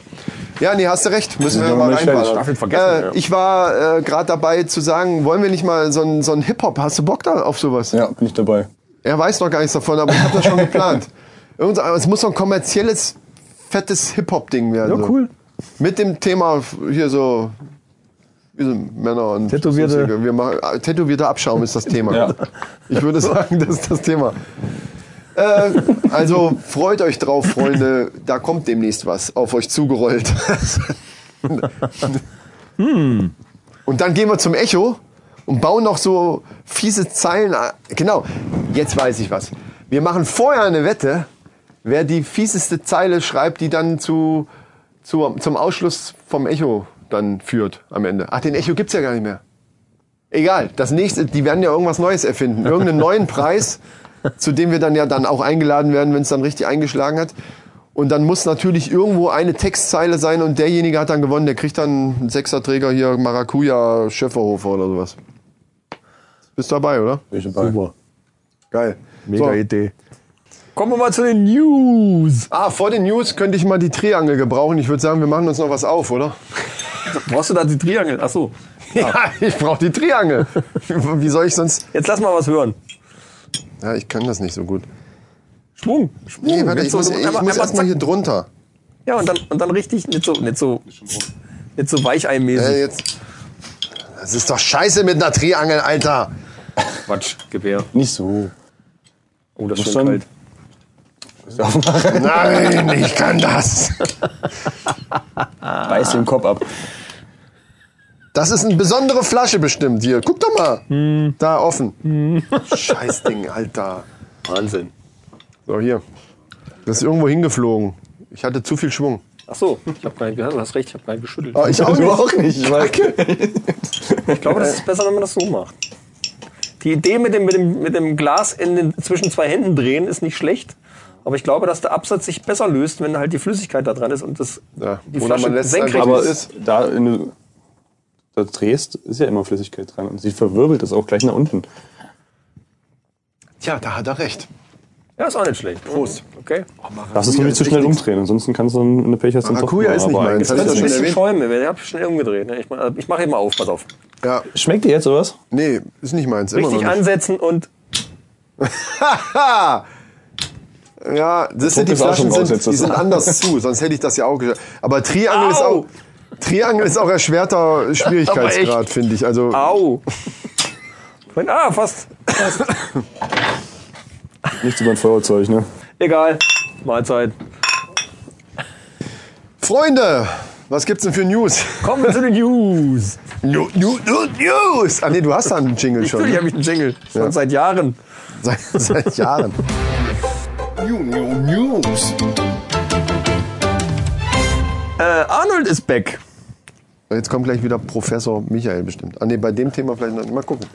Speaker 3: Ja, nee, hast du recht. Müssen wir
Speaker 4: sind
Speaker 3: mal
Speaker 4: noch nicht
Speaker 3: reinballern.
Speaker 4: fertig.
Speaker 2: Staffel vergessen,
Speaker 3: äh,
Speaker 2: ja.
Speaker 3: Ich war äh, gerade dabei zu sagen, wollen wir nicht mal so einen so einen Hip-Hop? Hast du Bock da auf sowas?
Speaker 4: Ja, bin ich dabei.
Speaker 3: Er weiß noch gar nichts davon, aber ich habe das schon geplant. Irgend, aber es muss so ein kommerzielles, fettes Hip-Hop-Ding werden.
Speaker 2: Ja,
Speaker 3: so.
Speaker 2: cool.
Speaker 3: Mit dem Thema hier so, wie so Männer und
Speaker 2: Tätowierte-
Speaker 3: sonstige. wir machen, äh, tätowierte Abschaum ist das Thema.
Speaker 4: Ja.
Speaker 3: Ich würde sagen, das ist das Thema. Äh, also freut euch drauf, Freunde. Da kommt demnächst was auf euch zugerollt. Und dann gehen wir zum Echo und bauen noch so fiese Zeilen. a- Genau, jetzt weiß ich was. Wir machen vorher eine Wette, wer die fieseste Zeile schreibt, die dann zu, zu, zum Ausschluss vom Echo dann führt am Ende. Ach, den Echo gibt's ja gar nicht mehr. Egal, das nächste, die werden ja irgendwas Neues erfinden. Irgendeinen neuen Preis, zu dem wir dann ja dann auch eingeladen werden, wenn es dann richtig eingeschlagen hat. Und dann muss natürlich irgendwo eine Textzeile sein und derjenige hat dann gewonnen, der kriegt dann einen Sechserträger hier Maracuja Schöfferhofer oder sowas. Bist dabei, oder?
Speaker 4: Bin ich dabei.
Speaker 2: Super.
Speaker 3: Geil.
Speaker 2: Mega
Speaker 3: So.
Speaker 2: Idee. Kommen wir mal zu den News.
Speaker 3: Ah, vor den News könnte ich mal die Triangel gebrauchen. Ich würde sagen, wir machen uns noch was auf, oder?
Speaker 2: Brauchst du da die Triangel? Achso.
Speaker 3: Ja, ich brauche die Triangel. Wie soll ich sonst?
Speaker 2: Jetzt lass mal was hören.
Speaker 3: Ja, ich kann das nicht so gut.
Speaker 2: Schwung. Schwung.
Speaker 3: Nee, warte,
Speaker 2: Jetzt
Speaker 3: ich muss,
Speaker 2: so-
Speaker 3: ich
Speaker 2: einmal-
Speaker 3: muss
Speaker 2: einmal
Speaker 3: erstmal
Speaker 2: zack.
Speaker 3: hier drunter.
Speaker 2: Ja, und dann, und dann richtig, nicht so, nicht so, nicht so weicheimäßig.
Speaker 3: Äh, jetzt. Das ist doch scheiße mit einer Triangel, Alter.
Speaker 2: Quatsch, gib her.
Speaker 4: Nicht so.
Speaker 2: Oh, das
Speaker 4: Muss
Speaker 2: ist schon
Speaker 4: schon-
Speaker 2: kalt.
Speaker 3: Nein, ich kann das.
Speaker 4: Beiß den Kopf ab.
Speaker 3: Das ist eine besondere Flasche bestimmt hier. Guck doch mal.
Speaker 4: Hm.
Speaker 3: Da offen. Scheißding, Alter.
Speaker 2: Wahnsinn.
Speaker 3: So, hier. Das ist irgendwo hingeflogen. Ich hatte zu viel Schwung.
Speaker 2: Ach so, ich hab gar nicht, du hast recht, ich hab gar nicht geschüttelt.
Speaker 3: Oh, ich auch
Speaker 4: Du
Speaker 3: nicht.
Speaker 4: auch nicht. Ich weiß.
Speaker 2: Ich glaube, das ist besser, wenn man das so macht. Äh. Die Idee mit dem, mit dem, mit dem Glas in den, zwischen zwei Händen drehen ist nicht schlecht. Aber ich glaube, dass der Absatz sich besser löst, wenn halt die Flüssigkeit da dran ist und das,
Speaker 3: Ja,
Speaker 2: die
Speaker 3: oder
Speaker 2: Flasche
Speaker 3: man lässt
Speaker 2: senkrecht
Speaker 3: einfach-
Speaker 4: Aber
Speaker 2: ist.
Speaker 3: ist-
Speaker 4: da, wenn du da drehst, ist ja immer Flüssigkeit dran. Und sie verwirbelt das auch gleich nach unten.
Speaker 3: Tja, da hat er recht.
Speaker 2: Ja, ist auch nicht schlecht. Prost. Okay.
Speaker 4: Das ist nämlich zu schnell umdrehen. Ansonsten kannst du dann eine Pech hast du einen
Speaker 3: Maracuja
Speaker 4: Topf
Speaker 3: ist nicht
Speaker 4: machen.
Speaker 3: meins.
Speaker 4: Aber
Speaker 2: Jetzt
Speaker 3: hab ich
Speaker 2: kannst du
Speaker 3: ja
Speaker 2: ein
Speaker 3: schon
Speaker 2: bisschen
Speaker 3: erwähnt.
Speaker 2: schäumen, weil ich hab schnell umgedreht. ne? Ich mach, ich mach eben mal auf, pass auf.
Speaker 3: Ja,
Speaker 4: eigentlich- Schmeckt dir jetzt oder was?
Speaker 3: nee, ist nicht meins. Immer
Speaker 2: Richtig
Speaker 3: noch nicht.
Speaker 2: ansetzen und
Speaker 3: Haha! ja, das sind die
Speaker 4: ist auch
Speaker 3: Flaschen
Speaker 4: schon also. raus
Speaker 3: sind,
Speaker 4: jetzt,
Speaker 3: die
Speaker 4: das-
Speaker 3: sind anders zu, sonst hätte ich das ja auch geschafft. Aber Triangel ist
Speaker 2: Au!
Speaker 3: auch Triangel ist auch erschwerter Schwierigkeitsgrad, finde ich. Also
Speaker 2: au. Und, ah, fast.
Speaker 4: Nichts über ein Feuerzeug, ne?
Speaker 2: Egal. Mahlzeit.
Speaker 3: Freunde, was gibt's denn für News?
Speaker 2: Kommen wir zu den News.
Speaker 3: New, new, new, News! Ah nee, du hast da einen Jingle schon. ne?
Speaker 2: Natürlich habe ich einen Jingle. Schon ne? seit Jahren.
Speaker 3: Seit, seit Jahren. New, new, News.
Speaker 2: Äh, Arnold ist back.
Speaker 3: Jetzt kommt gleich wieder Professor Michael bestimmt. Ah nee, bei dem Thema vielleicht noch. Mal gucken.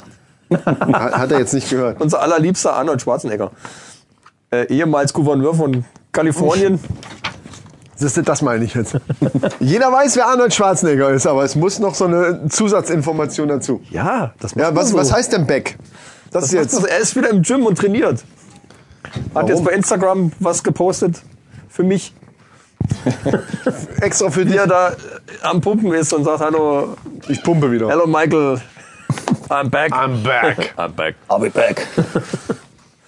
Speaker 3: Hat hat er jetzt nicht gehört.
Speaker 2: Unser allerliebster Arnold Schwarzenegger. Äh, ehemals Gouverneur von Kalifornien.
Speaker 3: Das ist das meine ich jetzt. Jeder weiß, wer Arnold Schwarzenegger ist, aber es muss noch so eine Zusatzinformation dazu.
Speaker 2: Ja, das macht
Speaker 3: Ja, was,
Speaker 2: man so.
Speaker 3: was heißt denn Beck? Das, ist
Speaker 2: jetzt?
Speaker 3: jetzt.
Speaker 2: Er ist wieder im Gym und trainiert. Hat jetzt bei Instagram was gepostet für mich,
Speaker 3: extra für
Speaker 2: wie
Speaker 3: dich.
Speaker 2: er da äh, am Pumpen ist und sagt, hallo,
Speaker 3: Ich pumpe wieder.
Speaker 2: hello Michael, I'm back.
Speaker 3: I'm back.
Speaker 2: I'm back. Also
Speaker 4: I'll be back.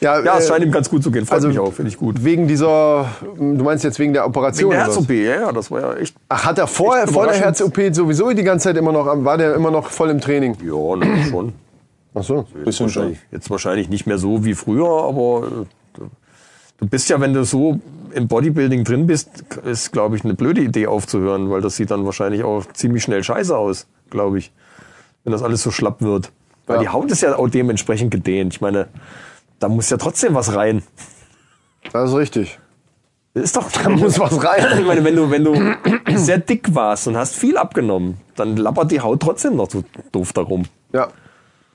Speaker 3: Ja,
Speaker 2: Ja, es
Speaker 3: äh,
Speaker 2: scheint ihm ganz gut zu gehen. Freut mich auch, finde ich gut.
Speaker 3: Wegen dieser, du meinst jetzt wegen der Operation? oder was?
Speaker 2: Herz-OP, ja, ja, das war ja echt.
Speaker 3: Ach, hat er vor,
Speaker 2: Echt
Speaker 3: vor der
Speaker 2: überraschend.
Speaker 3: Herz-OP sowieso die ganze Zeit immer noch, am- war der immer noch voll im Training?
Speaker 2: Ja, ne, schon.
Speaker 3: Ach so.
Speaker 4: Bisschen schon.
Speaker 2: Jetzt wahrscheinlich nicht mehr so wie früher, aber äh, du bist ja, wenn du so im Bodybuilding drin bist, ist, glaube ich, eine blöde Idee aufzuhören, weil das sieht dann wahrscheinlich auch ziemlich schnell scheiße aus, glaube ich, wenn das alles so schlapp wird. Weil
Speaker 3: Ja.
Speaker 2: die Haut ist ja auch dementsprechend gedehnt. Ich meine, da muss ja trotzdem was rein.
Speaker 3: Das ist richtig.
Speaker 2: Das Ist doch, da muss
Speaker 3: was rein.
Speaker 2: Ich meine, wenn du, wenn du sehr dick warst und hast viel abgenommen, dann lappert die Haut trotzdem noch so doof darum.
Speaker 3: Ja.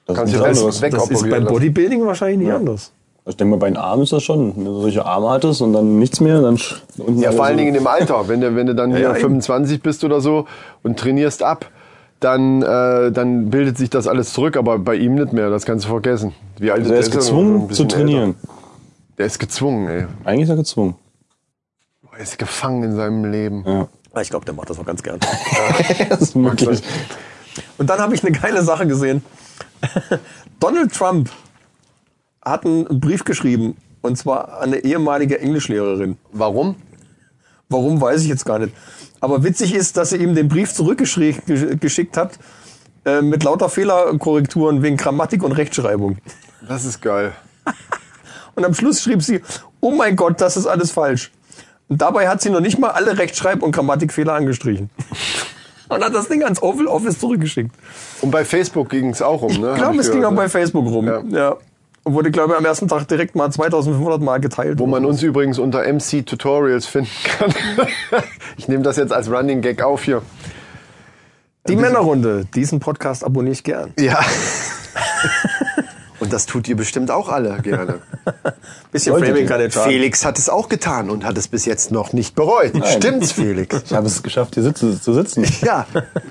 Speaker 4: Das
Speaker 3: Kannst
Speaker 4: ist
Speaker 3: du
Speaker 4: nichts
Speaker 3: das
Speaker 4: anderes.
Speaker 3: weg-
Speaker 2: Das ist
Speaker 3: Operieren
Speaker 2: beim
Speaker 3: lassen.
Speaker 2: Bodybuilding wahrscheinlich nicht anders.
Speaker 4: Ich denke mal, bei den Armen ist das schon. Wenn du solche Arme hattest und dann nichts mehr, dann. sch- unten
Speaker 3: Ja,
Speaker 4: alle
Speaker 3: vor allen
Speaker 4: so-
Speaker 3: Dingen im Alter. Wenn du, wenn du dann hier
Speaker 2: ja, eben.
Speaker 3: 25 bist oder so und trainierst ab, dann, äh, dann bildet sich das alles zurück, aber bei ihm nicht mehr. Das kannst du vergessen. Wie alt
Speaker 4: Also er ist
Speaker 3: ja noch ein
Speaker 4: gezwungen zu
Speaker 3: bisschen
Speaker 4: trainieren.
Speaker 3: Älter. Der ist gezwungen, ey.
Speaker 4: Eigentlich ist er gezwungen.
Speaker 3: Er ist gefangen in seinem Leben.
Speaker 4: Ja.
Speaker 2: Ah, Ich glaube, der macht das auch ganz gern.
Speaker 4: das ist möglich.
Speaker 2: Und dann habe ich eine geile Sache gesehen. Donald Trump hat einen Brief geschrieben und zwar an eine ehemalige Englischlehrerin.
Speaker 3: Warum?
Speaker 2: Warum weiß ich jetzt gar nicht. Aber witzig ist, dass sie ihm den Brief zurückgeschickt hat äh, mit lauter Fehlerkorrekturen wegen Grammatik und Rechtschreibung.
Speaker 3: Das ist geil.
Speaker 2: Und am Schluss schrieb sie, oh mein Gott, das ist alles falsch. Und dabei hat sie noch nicht mal alle Rechtschreib- und Grammatikfehler angestrichen. Und hat das Ding ans Oval Office zurückgeschickt.
Speaker 3: Und bei Facebook ging es auch um, ne?
Speaker 2: Ich
Speaker 3: Hab
Speaker 2: glaube, es ging
Speaker 3: gehört,
Speaker 2: auch
Speaker 3: ne?
Speaker 2: bei Facebook rum.
Speaker 3: Ja.
Speaker 2: Ja. Und wurde, glaube ich, am ersten Tag direkt mal 2500 Mal geteilt.
Speaker 3: Wo man uns übrigens unter MC Tutorials finden kann. ich nehme das jetzt als Running Gag auf hier.
Speaker 2: die Männerrunde. Diesen Podcast abonniere ich gern.
Speaker 3: Ja. Und das tut ihr bestimmt auch alle gerne.
Speaker 2: Bisschen
Speaker 4: Leute,
Speaker 2: Framing
Speaker 4: die-
Speaker 2: kann nicht schaden.
Speaker 3: Felix hat es auch getan und hat es bis jetzt noch nicht bereut. Stimmt's, Felix?
Speaker 4: Ich habe es geschafft, hier sitze, zu sitzen.
Speaker 3: Ja.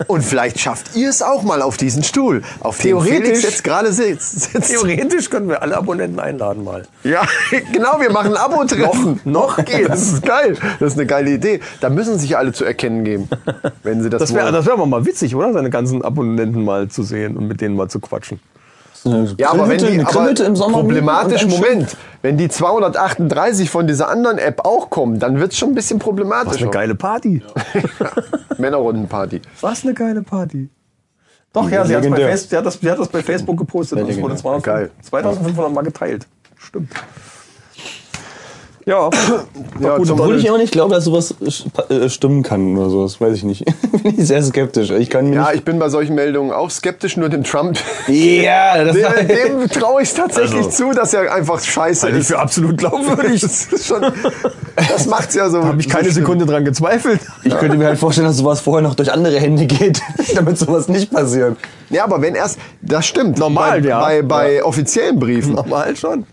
Speaker 3: Und vielleicht schafft ihr es auch mal auf diesen Stuhl, auf dem
Speaker 2: Theoretisch-
Speaker 3: Felix jetzt gerade sitzt. sitzt.
Speaker 2: Theoretisch können wir alle Abonnenten einladen mal.
Speaker 3: Ja, genau, wir machen ein Abo-Treffen.
Speaker 2: Noch- noch
Speaker 3: geht's. Das ist geil. Das ist eine geile Idee. Da müssen sich alle zu erkennen geben, wenn sie das,
Speaker 2: Das wäre
Speaker 3: wollen.
Speaker 2: das wär aber mal witzig, oder? Seine ganzen Abonnenten mal zu sehen und mit denen mal zu quatschen.
Speaker 3: Ja, aber wenn die
Speaker 4: Grillhütte-
Speaker 3: aber
Speaker 4: Grillhütte im Sommer
Speaker 3: problematisch
Speaker 4: und dann schön-
Speaker 3: Moment, wenn die 238 von dieser anderen App auch kommen, dann wird's schon ein bisschen problematisch.
Speaker 2: Was eine geile Party.
Speaker 3: Männerrundenparty.
Speaker 2: Was eine geile Party. Doch, ja, sie, hat's bei
Speaker 4: Legendär.
Speaker 2: Face- sie, hat das, sie hat das bei Facebook gepostet und es wurde 200
Speaker 4: Legendär.
Speaker 3: Geil.
Speaker 2: 2500 Mal geteilt. Stimmt. Ja,
Speaker 3: Ja,
Speaker 2: gut,
Speaker 3: zum
Speaker 4: Obwohl ich
Speaker 3: Donald-
Speaker 4: immer nicht glaube, dass sowas äh, stimmen kann oder sowas. Weiß ich nicht. Bin ich sehr skeptisch. Ich kann mir
Speaker 3: ja,
Speaker 4: nicht.
Speaker 3: ich bin bei solchen Meldungen auch skeptisch, nur dem Trump.
Speaker 4: Ja, das
Speaker 3: Dem, dem traue ich tatsächlich zu, dass er einfach scheiße
Speaker 2: halte Also- ich
Speaker 3: ist.
Speaker 2: für absolut glaubwürdig.
Speaker 3: Das, ist schon, das macht's ja so.
Speaker 2: Habe ich keine
Speaker 3: so schlimm.
Speaker 2: Sekunde dran gezweifelt.
Speaker 4: Ich könnte mir halt vorstellen, dass sowas vorher noch durch andere Hände geht, damit sowas nicht passiert.
Speaker 3: Ja, aber wenn erst, das stimmt.
Speaker 2: Normal,
Speaker 3: bei,
Speaker 2: ja.
Speaker 3: Bei, bei offiziellen Briefen.
Speaker 2: Normal schon.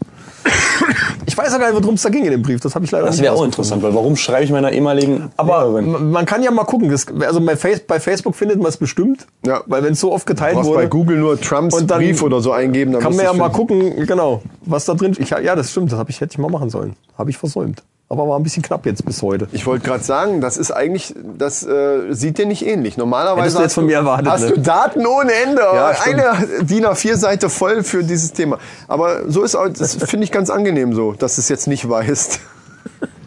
Speaker 2: Ich weiß ja gar nicht, worum es da ging in dem Brief. Das habe ich leider
Speaker 4: Das
Speaker 2: nicht
Speaker 4: wäre auch
Speaker 2: rausgefunden.
Speaker 4: interessant, weil warum schreibe ich meiner ehemaligen
Speaker 2: Aber
Speaker 4: Lehrerin?
Speaker 2: man man kann ja mal gucken. Das, also bei, Face, bei Facebook findet man es bestimmt,
Speaker 3: Ja.
Speaker 2: weil wenn es so oft
Speaker 3: Du
Speaker 2: geteilt
Speaker 3: brauchst
Speaker 2: wurde,
Speaker 3: bei Google nur Trumps
Speaker 2: Und dann
Speaker 3: Brief oder so eingeben. Dann
Speaker 2: kann man
Speaker 3: wirst
Speaker 2: ja
Speaker 3: du's
Speaker 2: mal
Speaker 3: finden.
Speaker 2: gucken, genau, was da drin. Ich, ja, das stimmt. Das hab ich, hätte ich mal machen sollen. Habe ich versäumt. Aber war ein bisschen knapp jetzt bis heute.
Speaker 3: Ich wollte gerade sagen, das ist eigentlich, das äh, sieht dir nicht ähnlich. Normalerweise
Speaker 2: Hättest du jetzt von mir erwartet,
Speaker 3: hast
Speaker 2: ne?
Speaker 3: du Daten ohne Ende,
Speaker 2: Ja, stimmt.
Speaker 3: eine DIN A4-Seite voll für dieses Thema. Aber so ist auch, das finde ich ganz angenehm so, dass du es jetzt nicht weißt.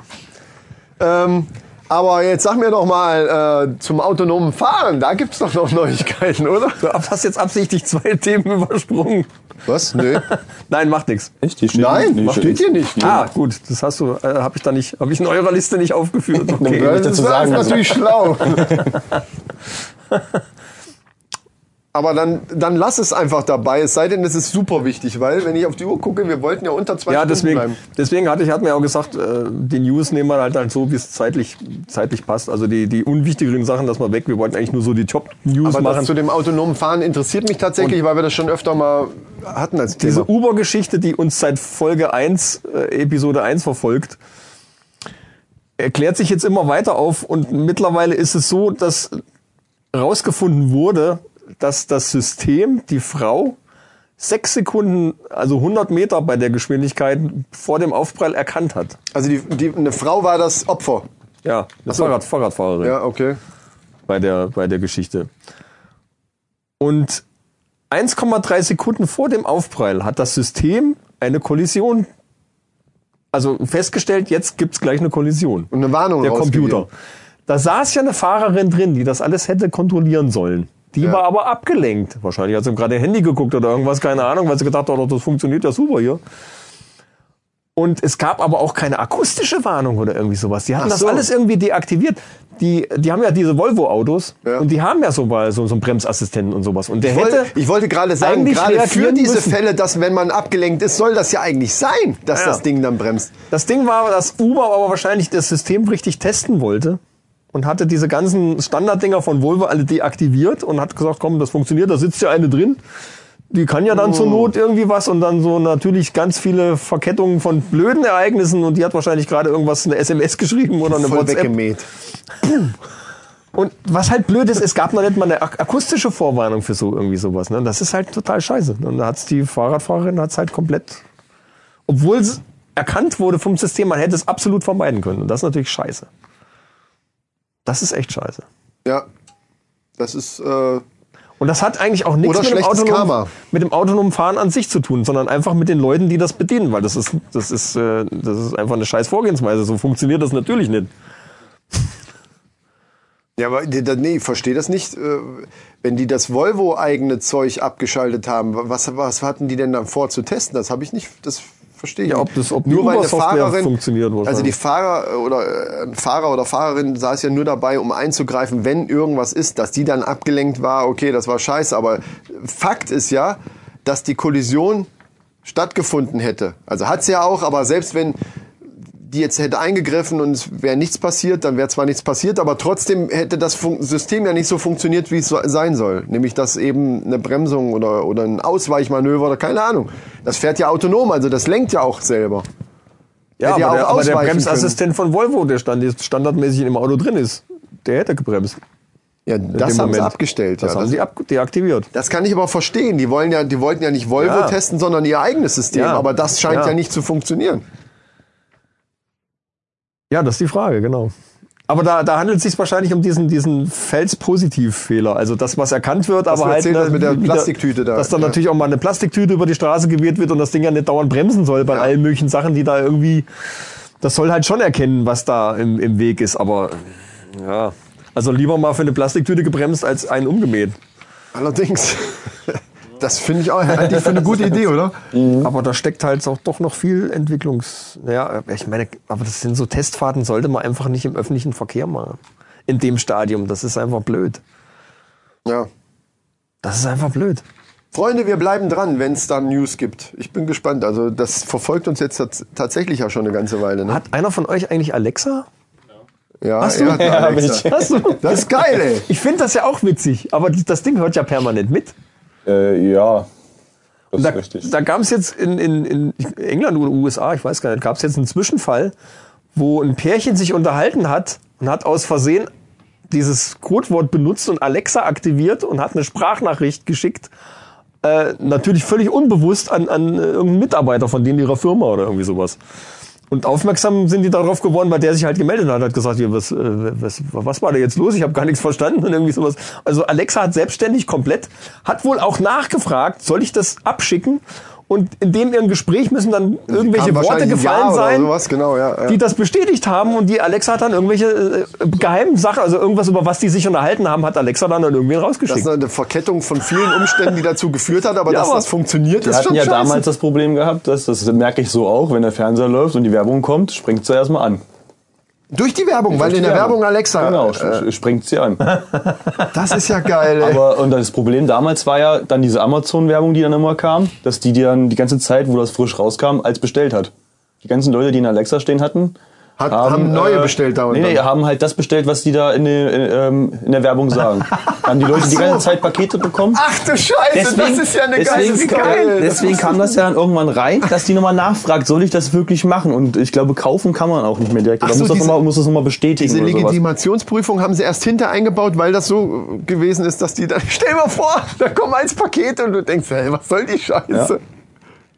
Speaker 3: ähm, aber jetzt sag mir doch mal äh, zum autonomen Fahren, da gibt's doch noch Neuigkeiten, oder?
Speaker 2: Du hast jetzt absichtlich zwei Themen übersprungen.
Speaker 3: Was? Nö.
Speaker 2: Nein, macht nichts.
Speaker 4: Echt? Die steht
Speaker 3: Nein,
Speaker 4: nicht.
Speaker 3: steht hier nicht.
Speaker 2: Ah, gut, das hast du, äh, habe ich da nicht, habe ich in eurer Liste nicht aufgeführt.
Speaker 4: Ja,
Speaker 2: Okay.
Speaker 4: nicht
Speaker 3: das
Speaker 4: dazu
Speaker 3: ist
Speaker 4: sagen, also.
Speaker 3: natürlich schlau. Aber dann, dann lass es einfach dabei, es sei denn, es ist super wichtig, weil, wenn ich auf die Uhr gucke, wir wollten ja unter zwei
Speaker 2: Ja,
Speaker 3: Stunden
Speaker 2: deswegen,
Speaker 3: bleiben.
Speaker 2: deswegen hatte ich, hat mir ja auch gesagt, äh, die News nehmen wir halt, dann so, wie es zeitlich, zeitlich passt. Also die, die unwichtigeren Sachen lassen wir weg. Wir wollten eigentlich nur so die Top-News
Speaker 3: Aber das zu
Speaker 2: machen.
Speaker 3: dem autonomen Fahren interessiert mich tatsächlich, weil wir das schon öfter mal hatten als Thema.
Speaker 2: Diese Uber-Geschichte, die uns seit Folge 1, äh, Episode 1 verfolgt, erklärt sich jetzt immer weiter auf und mittlerweile ist es so, dass rausgefunden wurde, dass das System die Frau sechs Sekunden, also 100 Meter bei der Geschwindigkeit vor dem Aufprall erkannt hat.
Speaker 3: also die, die, eine Frau war das Opfer.
Speaker 2: Ja, das Fahrrad, Fahrradfahrerin.
Speaker 3: Ja, okay.
Speaker 2: bei der, bei der Geschichte. Und 1,3 Sekunden vor dem Aufprall hat das System eine Kollision also festgestellt, jetzt gibt's gleich eine Kollision.
Speaker 3: Und eine Warnung
Speaker 2: Der
Speaker 3: rausgegeben.
Speaker 2: Computer. Da saß ja eine Fahrerin drin, die das alles hätte kontrollieren sollen. Die war aber abgelenkt. Wahrscheinlich hat sie gerade ihr Handy geguckt oder irgendwas, keine Ahnung, weil sie gedacht hat, oh, das funktioniert ja super hier. Und es gab aber auch keine akustische Warnung oder irgendwie sowas. Die hatten
Speaker 3: Ach
Speaker 2: das
Speaker 3: so.
Speaker 2: alles irgendwie deaktiviert. Die, die haben ja diese Volvo-Autos
Speaker 3: Ja.
Speaker 2: und die haben ja so, mal so, so einen Bremsassistenten und sowas. Und der
Speaker 3: Ich
Speaker 2: hätte.
Speaker 3: wollte, ich wollte gerade sagen,
Speaker 2: eigentlich
Speaker 3: gerade für
Speaker 2: reagieren
Speaker 3: diese
Speaker 2: müssen.
Speaker 3: Fälle, dass wenn man abgelenkt ist, soll das ja eigentlich sein, dass
Speaker 2: Ja.
Speaker 3: das Ding dann bremst.
Speaker 2: Das Ding war, dass Uber aber wahrscheinlich das System richtig testen wollte und hatte diese ganzen Standarddinger von Volvo alle deaktiviert und hat gesagt, komm, das funktioniert, da sitzt ja eine drin. Die kann ja dann zur
Speaker 3: Oh.
Speaker 2: Not irgendwie was und dann so natürlich ganz viele Verkettungen von blöden Ereignissen und die hat wahrscheinlich gerade irgendwas eine SMS geschrieben oder eine
Speaker 3: Voll
Speaker 2: WhatsApp.
Speaker 3: weggemäht.
Speaker 2: Und was halt blöd ist, es gab noch nicht mal eine ak- akustische Vorwarnung für so irgendwie sowas. Ne? Das ist halt total scheiße. Und da hat's die Fahrradfahrerin hat's halt komplett, obwohl es erkannt wurde vom System, man hätte es absolut vermeiden können. Und das ist natürlich scheiße. Das ist echt scheiße.
Speaker 3: Ja. Das ist, äh,
Speaker 2: Und das hat eigentlich auch nichts
Speaker 3: Oder
Speaker 2: mit dem,
Speaker 3: schlechtes
Speaker 2: autonomen,
Speaker 3: Karma.
Speaker 2: mit dem autonomen Fahren an sich zu tun, sondern einfach mit den Leuten, die das bedienen, weil das ist, das ist, äh, das ist einfach eine scheiß Vorgehensweise. So funktioniert das natürlich nicht.
Speaker 3: Ja, aber die- da- nee, ich verstehe das nicht. äh, Wenn die das Volvo-eigene Zeug abgeschaltet haben, wa- was, was hatten die denn dann vor zu testen? Das habe ich nicht, das verstehe ich
Speaker 2: Ja,
Speaker 3: nicht.
Speaker 2: ob das- ob
Speaker 3: nur
Speaker 2: die
Speaker 3: weil eine
Speaker 2: Uber-Software
Speaker 3: Fahrerin,
Speaker 2: funktioniert wahrscheinlich.
Speaker 3: also die Fahrer äh, oder äh, ein Fahrer oder Fahrerin saß ja nur dabei, um einzugreifen, wenn irgendwas ist, dass die dann abgelenkt war, okay, das war scheiße, aber Fakt ist ja, dass die Kollision stattgefunden hätte. Also hat sie ja auch, aber selbst wenn die jetzt hätte eingegriffen und es wäre nichts passiert, dann wäre zwar nichts passiert, aber trotzdem hätte das Fun System ja nicht so funktioniert, wie es so sein soll. Nämlich, dass eben eine Bremsung oder, oder ein Ausweichmanöver oder keine Ahnung. Das fährt ja autonom, also das lenkt ja auch selber.
Speaker 2: Ja,
Speaker 3: Hätte ja
Speaker 2: aber, der,
Speaker 3: auch
Speaker 2: aber der
Speaker 3: ausweichen
Speaker 2: Bremsassistent von Volvo, der stand, jetzt standardmäßig in dem Auto drin ist, der hätte gebremst.
Speaker 3: Ja, das haben sie abgestellt.
Speaker 2: Das
Speaker 3: ja.
Speaker 2: haben sie ab deaktiviert.
Speaker 3: das kann ich aber verstehen. Die, wollen ja, die wollten ja nicht Volvo
Speaker 2: Ja.
Speaker 3: testen, sondern ihr eigenes System.
Speaker 2: Ja.
Speaker 3: Aber das scheint
Speaker 2: Ja.
Speaker 3: ja nicht zu funktionieren.
Speaker 2: Ja, das ist die Frage, genau. Aber da, da handelt es sich wahrscheinlich um diesen, diesen Fels-Positiv-Fehler. Also das, was erkannt wird, aber
Speaker 3: du
Speaker 2: halt.
Speaker 3: erzählt
Speaker 2: ne,
Speaker 3: hast mit der
Speaker 2: wieder-
Speaker 3: Plastiktüte da.
Speaker 2: Dass dann
Speaker 3: Ja.
Speaker 2: natürlich auch mal eine Plastiktüte über die Straße geweht wird und das Ding ja nicht dauernd bremsen soll bei allen möglichen Sachen, die da irgendwie. Das soll halt schon erkennen, was da im, im Weg ist, aber ja. Also lieber mal für eine Plastiktüte gebremst als einen umgemäht.
Speaker 3: Allerdings, das finde ich auch eigentlich für eine gute Idee, oder? Mhm.
Speaker 2: Aber da steckt halt auch doch noch viel Entwicklungs. Ja, ich meine, aber das sind so Testfahrten, sollte man einfach nicht im öffentlichen Verkehr machen. In dem Stadium. Das ist einfach blöd.
Speaker 3: Ja.
Speaker 2: Das ist einfach blöd.
Speaker 3: Freunde, wir bleiben dran, wenn es dann News gibt. Ich bin gespannt. Also das verfolgt uns jetzt tats- tatsächlich ja schon eine ganze Weile. Ne?
Speaker 2: Hat einer von euch eigentlich Alexa?
Speaker 3: Ja,
Speaker 2: hast du?
Speaker 3: er hat eine
Speaker 4: Ja, hab
Speaker 3: Alexa.
Speaker 4: ich.
Speaker 2: Hast du?
Speaker 3: Das ist geil, ey.
Speaker 2: Ich finde das ja auch witzig, aber die- das Ding hört ja permanent mit.
Speaker 4: Äh, ja. Das
Speaker 2: Da,
Speaker 4: ist richtig.
Speaker 2: da gab es jetzt in, in, in England oder USA, ich weiß gar nicht, gab es jetzt einen Zwischenfall, wo ein Pärchen sich unterhalten hat und hat aus Versehen dieses Codewort benutzt und Alexa aktiviert und hat eine Sprachnachricht geschickt. Äh, natürlich völlig unbewusst an, an äh, irgendeinen Mitarbeiter von denen ihrer Firma oder irgendwie sowas. Und aufmerksam sind die darauf geworden, weil der sich halt gemeldet hat, hat gesagt, hier, was, äh, was, was war da jetzt los? Ich habe gar nichts verstanden und irgendwie sowas. Also Alexa hat selbstständig komplett, hat wohl auch nachgefragt, soll ich das abschicken? Und in dem ihrem Gespräch müssen dann irgendwelche
Speaker 3: Kam
Speaker 2: Worte
Speaker 3: wahrscheinlich ein
Speaker 2: gefallen
Speaker 3: ja
Speaker 2: sein,
Speaker 3: Oder sowas. Genau, ja, ja.
Speaker 2: die das bestätigt haben und die Alexa hat dann irgendwelche äh, geheimen Sachen, also irgendwas, über was die sich unterhalten haben, hat Alexa dann an irgendwen
Speaker 3: Das
Speaker 2: rausgeschickt.
Speaker 3: ist eine Verkettung von vielen Umständen, die dazu geführt hat, aber
Speaker 2: Ja,
Speaker 3: dass
Speaker 2: aber
Speaker 3: das funktioniert,
Speaker 4: Wir
Speaker 3: ist schon
Speaker 4: hatten ja
Speaker 3: scheiße.
Speaker 4: damals das Problem gehabt, dass das merke ich so auch, wenn der Fernseher läuft und die Werbung kommt, springt sie erstmal an.
Speaker 3: Durch die Werbung, weil in der Werbung Alexa.
Speaker 4: Genau,
Speaker 3: äh,
Speaker 4: sp- springt sie an.
Speaker 3: das ist ja geil, ey.
Speaker 4: Aber und das Problem damals war ja dann diese Amazon-Werbung, die dann immer kam, dass die dir dann die ganze Zeit, wo das frisch rauskam, als bestellt hat. Die ganzen Leute, die in Alexa stehen hatten,
Speaker 3: Hat- haben neue bestellt da und
Speaker 4: äh, Nee, nee,
Speaker 3: dann.
Speaker 4: haben halt das bestellt, was die da in, der- in, ähm, in der Werbung sagen. haben die Leute die ganze Zeit Pakete bekommen.
Speaker 3: Ach du Scheiße, Ah, also das ist ja eine geile
Speaker 4: deswegen,
Speaker 3: das ist
Speaker 4: kam-
Speaker 3: geil.
Speaker 4: deswegen kam das ja dann irgendwann rein, dass die nochmal nachfragt, soll ich das wirklich machen? Und ich glaube, kaufen kann man auch nicht mehr direkt. Da
Speaker 3: so,
Speaker 4: muss das
Speaker 3: diese-
Speaker 4: nochmal muss das noch mal bestätigen
Speaker 3: Diese
Speaker 4: oder sowas.
Speaker 3: Legitimationsprüfung haben sie erst hinter eingebaut, weil das so äh, gewesen ist, dass die dann. Stell dir mal vor, da kommen eins Pakete und du denkst, hey, was soll die Scheiße?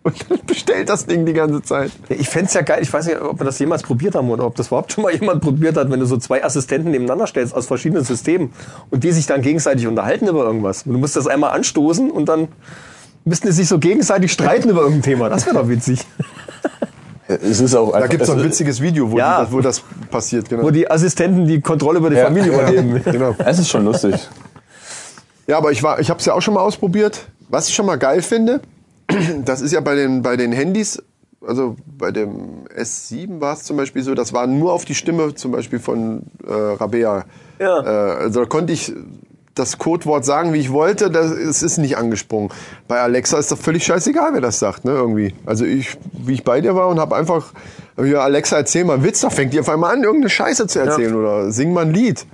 Speaker 3: Und dann bestellt das Ding die ganze Zeit.
Speaker 2: Ich fänd's ja geil, ich weiß nicht, ob wir das jemals probiert haben oder ob das überhaupt schon mal jemand probiert hat, wenn du so zwei Assistenten nebeneinander stellst aus verschiedenen Systemen und die sich dann gegenseitig unterhalten über irgendwas. Und du musst das einmal anstoßen und dann müssten die sich so gegenseitig streiten über irgendein Thema. Das wäre doch witzig.
Speaker 4: Es ist auch
Speaker 3: Da gibt es
Speaker 4: es
Speaker 3: ein witziges Video,
Speaker 2: Also
Speaker 3: wo,
Speaker 2: Ja.
Speaker 3: die, wo das passiert. Genau.
Speaker 2: Wo die Assistenten die Kontrolle über die
Speaker 4: Ja.
Speaker 2: Familie übernehmen.
Speaker 3: genau.
Speaker 4: Es ist schon lustig.
Speaker 3: Ja, aber ich, war- ich habe es ja auch schon mal ausprobiert. Was ich schon mal geil finde, das ist ja bei den, bei den Handys, also bei dem S7 war es zum Beispiel so, das war nur auf die Stimme zum Beispiel von äh, Rabea.
Speaker 2: Ja.
Speaker 3: Äh, also da konnte ich das Codewort sagen, wie ich wollte, das, es ist nicht angesprungen. Bei Alexa ist doch völlig scheißegal, wer das sagt, ne, irgendwie. Also ich, wie ich bei dir war und habe einfach, hab ich gesagt, Alexa, erzähl mal einen Witz, da fängt die auf einmal an, irgendeine Scheiße zu erzählen oder sing mal ein Lied.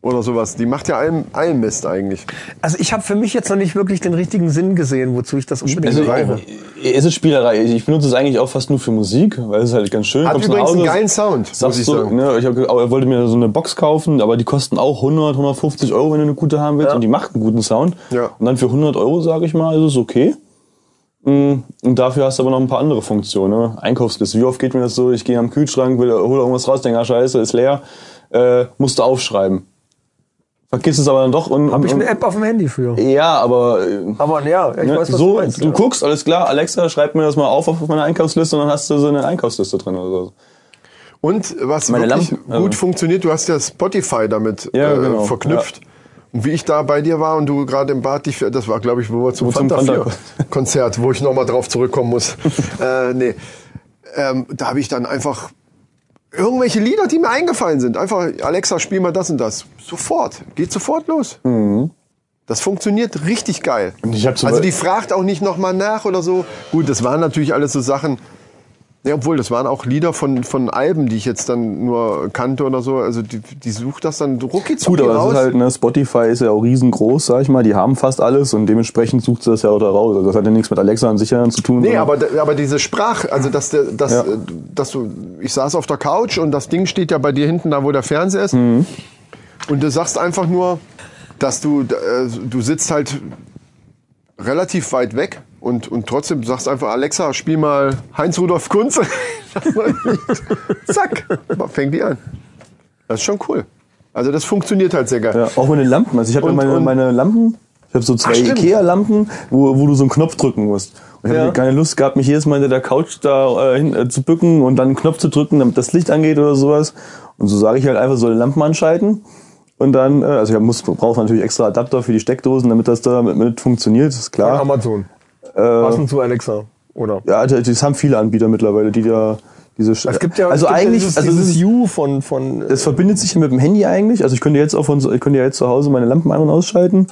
Speaker 3: Oder sowas. Die macht ja allen, allen Mist eigentlich.
Speaker 2: Also ich habe für mich jetzt noch nicht wirklich den richtigen Sinn gesehen, wozu ich das unbedingt
Speaker 4: Also,
Speaker 2: brauche.
Speaker 4: ich- es ist Spielerei. Ich ich benutze es eigentlich auch fast nur für Musik, weil es ist halt ganz schön.
Speaker 3: Hat
Speaker 4: Kommst nach
Speaker 3: übrigens einen
Speaker 4: Hause,
Speaker 3: geilen Sound, muss
Speaker 4: sagst
Speaker 3: ich
Speaker 4: so,
Speaker 3: sagen.
Speaker 4: Ne, ich hab, ge- aber er wollte mir so eine Box kaufen, aber die kosten auch 100, 150 Euro, wenn du eine gute haben willst. Und die macht einen guten Sound.
Speaker 3: Ja.
Speaker 4: Und dann für 100 Euro, sage ich mal, ist es okay. Mm, Und dafür hast du aber noch ein paar andere Funktionen. Ne? Einkaufsliste. Wie oft geht mir das so? Ich gehe am Kühlschrank, will, hole irgendwas raus, denke, ah, scheiße, ist leer. Äh, musst du aufschreiben. Vergiss es aber dann doch. und-
Speaker 2: Habe
Speaker 4: und,
Speaker 2: ich eine App auf dem Handy für.
Speaker 4: und, Ja, aber... äh,
Speaker 2: Aber ja, ich
Speaker 4: Ne?
Speaker 2: weiß, was
Speaker 4: so,
Speaker 2: du meinst.
Speaker 4: du guckst, alles klar, Alexa, schreib mir das mal auf auf meine Einkaufsliste und dann hast du so eine Einkaufsliste drin oder so.
Speaker 3: Und was
Speaker 4: Meine
Speaker 3: wirklich
Speaker 4: Lampen,
Speaker 3: gut
Speaker 4: also.
Speaker 3: funktioniert, du hast ja Spotify damit
Speaker 4: Ja,
Speaker 3: äh,
Speaker 4: genau,
Speaker 3: verknüpft. Und wie ich da bei dir war und du gerade im Bad dich, das war glaube ich, wo wir zum,
Speaker 4: Wo zum
Speaker 3: Fanta
Speaker 4: Fanta-
Speaker 3: 4 Konzert, wo ich nochmal drauf zurückkommen muss. äh, nee. ähm, da habe ich dann einfach irgendwelche Lieder, die mir eingefallen sind. Einfach, Alexa, spiel mal das und das. Sofort. Geht sofort los. Das funktioniert richtig geil.
Speaker 4: Mhm. Und ich hab zum
Speaker 3: also
Speaker 4: Be-
Speaker 3: die fragt auch nicht nochmal nach oder so. Gut, das waren natürlich alles so Sachen. Ja, obwohl, das waren auch Lieder von, von Alben, die ich jetzt dann nur kannte oder so. Also die, die sucht das dann rucki
Speaker 4: Gut, aber das ist halt, ne, Spotify ist ja auch riesengroß, sag ich mal, die haben fast alles und dementsprechend sucht sie das ja auch da raus. Also das hat ja nichts mit Alexa an sich dann zu tun.
Speaker 3: Nee,
Speaker 4: sondern-
Speaker 3: aber, aber diese Sprache, also dass, der- dass,
Speaker 4: Ja.
Speaker 3: äh, dass du, ich saß auf der Couch und das Ding steht ja bei dir hinten da, wo der Fernseher ist.
Speaker 4: Mhm.
Speaker 3: Und du sagst einfach nur, dass du, äh, du sitzt halt relativ weit weg und, und trotzdem sagst einfach, Alexa, spiel mal Heinz-Rudolf Kunze. Zack, fängt die an. Das ist schon cool. Also das funktioniert halt sehr geil.
Speaker 4: Ja, auch meine Lampen. Also ich habe ja
Speaker 3: Und-
Speaker 4: meine,
Speaker 3: und-
Speaker 4: meine Lampen. Ich habe so zwei
Speaker 3: stimmt.
Speaker 4: Ikea-Lampen, wo, wo du so einen Knopf drücken musst. Und ich habe keine Lust gehabt, mich jedes Mal hinter der Couch da äh, hin, äh, zu bücken und dann einen Knopf zu drücken, damit das Licht angeht oder sowas. Und so sage ich halt einfach, soll die Lampen anschalten. Und dann, äh, also ich muss, brauche natürlich extra Adapter für die Steckdosen, damit das da mit, mit funktioniert, ist
Speaker 2: Von
Speaker 4: klar.
Speaker 2: Amazon. Passend zu Alexa, oder?
Speaker 4: Äh. Ja, das das haben viele Anbieter mittlerweile, die da diese...
Speaker 2: Es gibt ja,
Speaker 4: also
Speaker 2: es gibt
Speaker 4: eigentlich,
Speaker 2: ja dieses,
Speaker 4: also es
Speaker 2: dieses
Speaker 4: ist-
Speaker 2: You von, von äh,
Speaker 4: das verbindet sich ja mit dem Handy eigentlich. Also ich könnte jetzt auch von, ich könnte ja jetzt zu Hause meine Lampen ein- und ausschalten.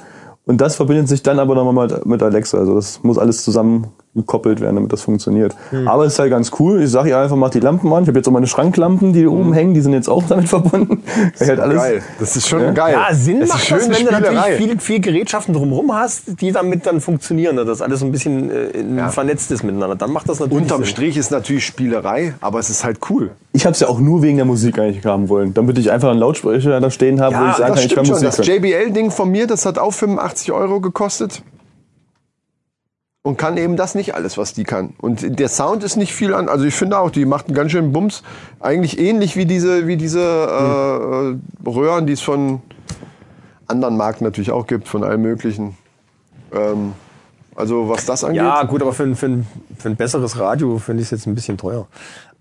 Speaker 4: Und das verbindet sich dann aber nochmal mit, mit Alexa. Also das muss alles zusammengekoppelt werden, damit das funktioniert.
Speaker 3: Hm.
Speaker 4: Aber es ist halt ganz cool. Ich sage ihr einfach, mach die Lampen an. Ich habe jetzt auch meine Schranklampen, die hier oben hängen, die sind jetzt auch damit verbunden. Das halt alles,
Speaker 3: Hm. Geil. Das ist schon
Speaker 4: Ja.
Speaker 3: geil.
Speaker 2: ja, Sinn
Speaker 3: das
Speaker 2: macht
Speaker 3: ist
Speaker 2: das,
Speaker 3: schöne
Speaker 2: wenn du
Speaker 3: Spielerei.
Speaker 2: natürlich viel, viel Gerätschaften drumherum hast, die damit dann funktionieren, ne? dass das alles so ein bisschen äh, in- vernetzt ist miteinander. Dann macht das natürlich
Speaker 3: Unterm
Speaker 2: Sinn.
Speaker 3: Strich ist natürlich Spielerei, aber es ist halt cool.
Speaker 4: Ich habe es ja auch nur wegen der Musik eigentlich haben wollen. Damit ich einfach einen Lautsprecher da stehen habe, wo ich sagen kann, ich kann Musik
Speaker 3: Das
Speaker 4: hören.
Speaker 3: JBL-Ding von mir, das hat auch 85 Euro gekostet. Und kann eben das nicht alles, was die kann. Und der Sound ist nicht viel an. Also ich finde auch, die macht einen ganz schönen Bums. Eigentlich ähnlich wie diese, wie diese äh, äh, Röhren, die es von anderen Marken natürlich auch gibt, von allen möglichen. Ähm, also was das angeht.
Speaker 2: Ja, gut, aber für, ein- für, ein, für ein besseres Radio finde ich es jetzt ein bisschen teuer.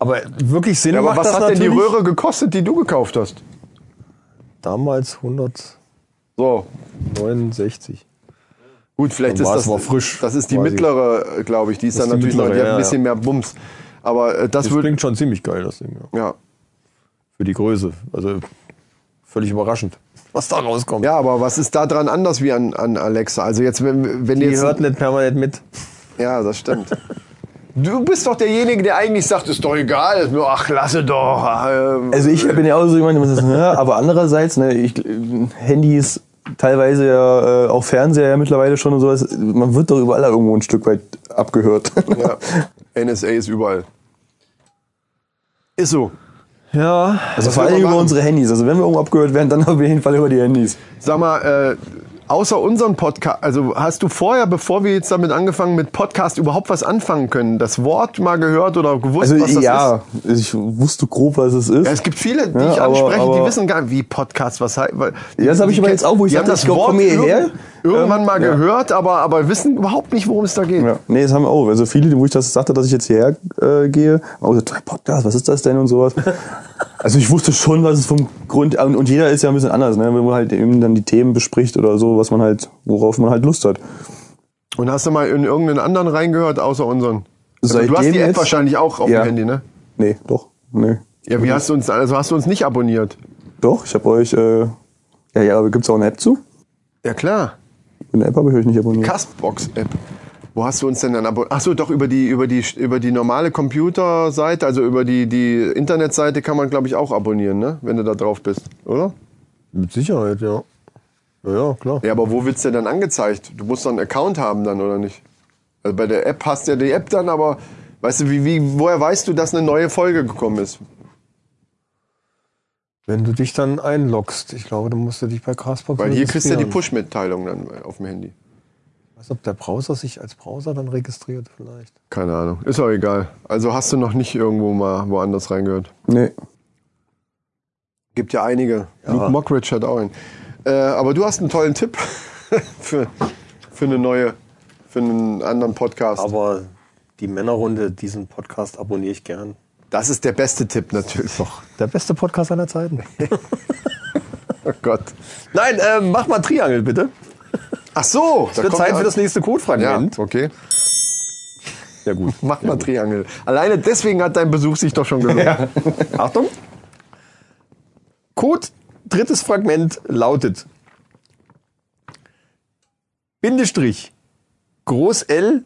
Speaker 2: Aber wirklich Sinn
Speaker 3: Ja, aber
Speaker 2: macht
Speaker 3: was
Speaker 2: das
Speaker 3: hat denn die
Speaker 2: natürlich.
Speaker 3: Röhre gekostet, die du gekauft hast?
Speaker 2: Damals 169.
Speaker 3: So, Gut, vielleicht
Speaker 2: Dann
Speaker 3: ist
Speaker 2: war
Speaker 3: das,
Speaker 2: es noch frisch,
Speaker 3: das ist die
Speaker 2: quasi.
Speaker 3: mittlere, glaube ich. Die ist dann
Speaker 2: die
Speaker 3: natürlich noch, die
Speaker 2: mittlere,
Speaker 3: hat
Speaker 2: ja,
Speaker 3: ein bisschen mehr Bums. Aber äh, das,
Speaker 2: Das
Speaker 3: würde,
Speaker 2: klingt schon ziemlich geil, das Ding. Ja.
Speaker 3: ja.
Speaker 2: Für die Größe. Also völlig überraschend, was da rauskommt.
Speaker 3: ja, aber was ist da dran anders wie an, an Alexa? Also jetzt, wenn, wenn
Speaker 2: die
Speaker 3: jetzt,
Speaker 2: hört nicht permanent mit.
Speaker 3: ja, das stimmt. Du bist doch derjenige, der eigentlich sagt, ist doch egal, ist nur, ach, lasse doch. ähm.
Speaker 4: Also ich bin ja auch so jemand, der sagt, ja, aber andererseits, ne, ich, äh, Handys, teilweise ja äh, auch Fernseher ja mittlerweile schon und sowas, man wird doch überall irgendwo ein Stück weit abgehört.
Speaker 3: ja. NSA ist überall. Ist so.
Speaker 2: Ja.
Speaker 4: Also
Speaker 3: Was
Speaker 4: vor
Speaker 3: will
Speaker 4: allem
Speaker 3: man
Speaker 4: über
Speaker 3: machen?
Speaker 4: unsere Handys. Also wenn wir irgendwo abgehört werden, dann auf jeden Fall über die Handys.
Speaker 3: Sag mal, äh, außer unserem Podcast, also hast du vorher, bevor wir jetzt damit angefangen mit Podcast überhaupt was anfangen können, das Wort mal gehört oder gewusst,
Speaker 4: Also
Speaker 3: was das ist?
Speaker 4: ja, ich wusste grob, was es ist.
Speaker 3: Ja, es gibt viele, die
Speaker 4: Ja,
Speaker 3: ich
Speaker 4: aber-
Speaker 3: anspreche,
Speaker 4: aber-
Speaker 3: die wissen gar nicht, wie Podcast, was heißt. weil-
Speaker 4: Ja, das habe ich
Speaker 3: die
Speaker 4: aber
Speaker 3: kennen-
Speaker 4: jetzt auch, wo ich
Speaker 3: die haben
Speaker 4: sagte,
Speaker 3: das
Speaker 4: ich komm
Speaker 3: Wort
Speaker 4: komm hierher.
Speaker 3: irgend- irgendwann mal
Speaker 4: ja.
Speaker 3: gehört, aber, aber wissen überhaupt nicht, worum es da geht.
Speaker 4: Ja. Nee, das haben wir auch. Also viele, wo ich das sagte, dass ich jetzt hierher äh, gehe, auch so, "Toll, Podcast, was ist das denn und sowas. Also ich wusste schon, was es vom Grund und, und jeder ist ja ein bisschen anders, ne? wenn man halt eben dann die Themen bespricht oder so, was man halt, worauf man halt Lust hat.
Speaker 3: Und hast du mal in irgendeinen anderen reingehört, außer unseren? Also
Speaker 4: Seitdem
Speaker 3: du hast die App
Speaker 4: jetzt-
Speaker 3: wahrscheinlich auch auf
Speaker 4: Ja. Mhm.
Speaker 3: dem Handy, ne?
Speaker 4: Nee, doch. Nee.
Speaker 3: Ja, wie hast du uns, also hast du uns nicht abonniert?
Speaker 4: Doch, ich habe euch, äh, ja, ja, aber gibt's auch eine App zu?
Speaker 3: Ja, klar.
Speaker 4: Eine App habe ich euch nicht abonniert.
Speaker 3: Castbox-App. Wo hast du uns denn dann abonniert? Achso, doch über die, über, die, über die normale Computerseite, also über die, die Internetseite kann man, glaube ich, auch abonnieren, ne? wenn du da drauf bist, oder?
Speaker 2: Mit Sicherheit, ja. Ja, ja, klar.
Speaker 3: Ja, aber wo wird's denn dann angezeigt? Du musst doch einen Account haben dann, oder nicht? Also bei der App hast du ja die App dann, aber weißt du, wie, wie, woher weißt du, dass eine neue Folge gekommen ist?
Speaker 2: Wenn du dich dann einloggst, ich glaube, dann musst du dich bei Castbox
Speaker 3: Weil hier kriegst du ja die
Speaker 2: registrieren.
Speaker 3: Push-Mitteilung dann auf dem Handy.
Speaker 2: Ich weiß, ob der Browser sich als Browser dann registriert vielleicht.
Speaker 3: Keine Ahnung. Ist auch egal. Also hast du noch nicht irgendwo mal woanders reingehört.
Speaker 4: Nee.
Speaker 3: Gibt ja einige. Luke Mockridge hat auch einen. Äh, aber du hast einen tollen Tipp für, für eine neue, für einen anderen Podcast.
Speaker 2: Aber die Männerrunde, diesen Podcast abonniere ich gern.
Speaker 3: das ist der beste Tipp natürlich.
Speaker 2: Doch, der beste Podcast aller Zeiten.
Speaker 3: Oh Gott.
Speaker 2: Nein, äh, mach mal Triangel bitte.
Speaker 3: Ach so.
Speaker 2: Es wird Zeit für das nächste
Speaker 3: Ja,
Speaker 2: Codefragment.
Speaker 3: okay.
Speaker 2: Ja, gut.
Speaker 3: Mach mal Triangel. Alleine deswegen hat dein Besuch sich doch schon gelohnt.
Speaker 2: Achtung. Code, drittes Fragment lautet. Bindestrich. Groß L,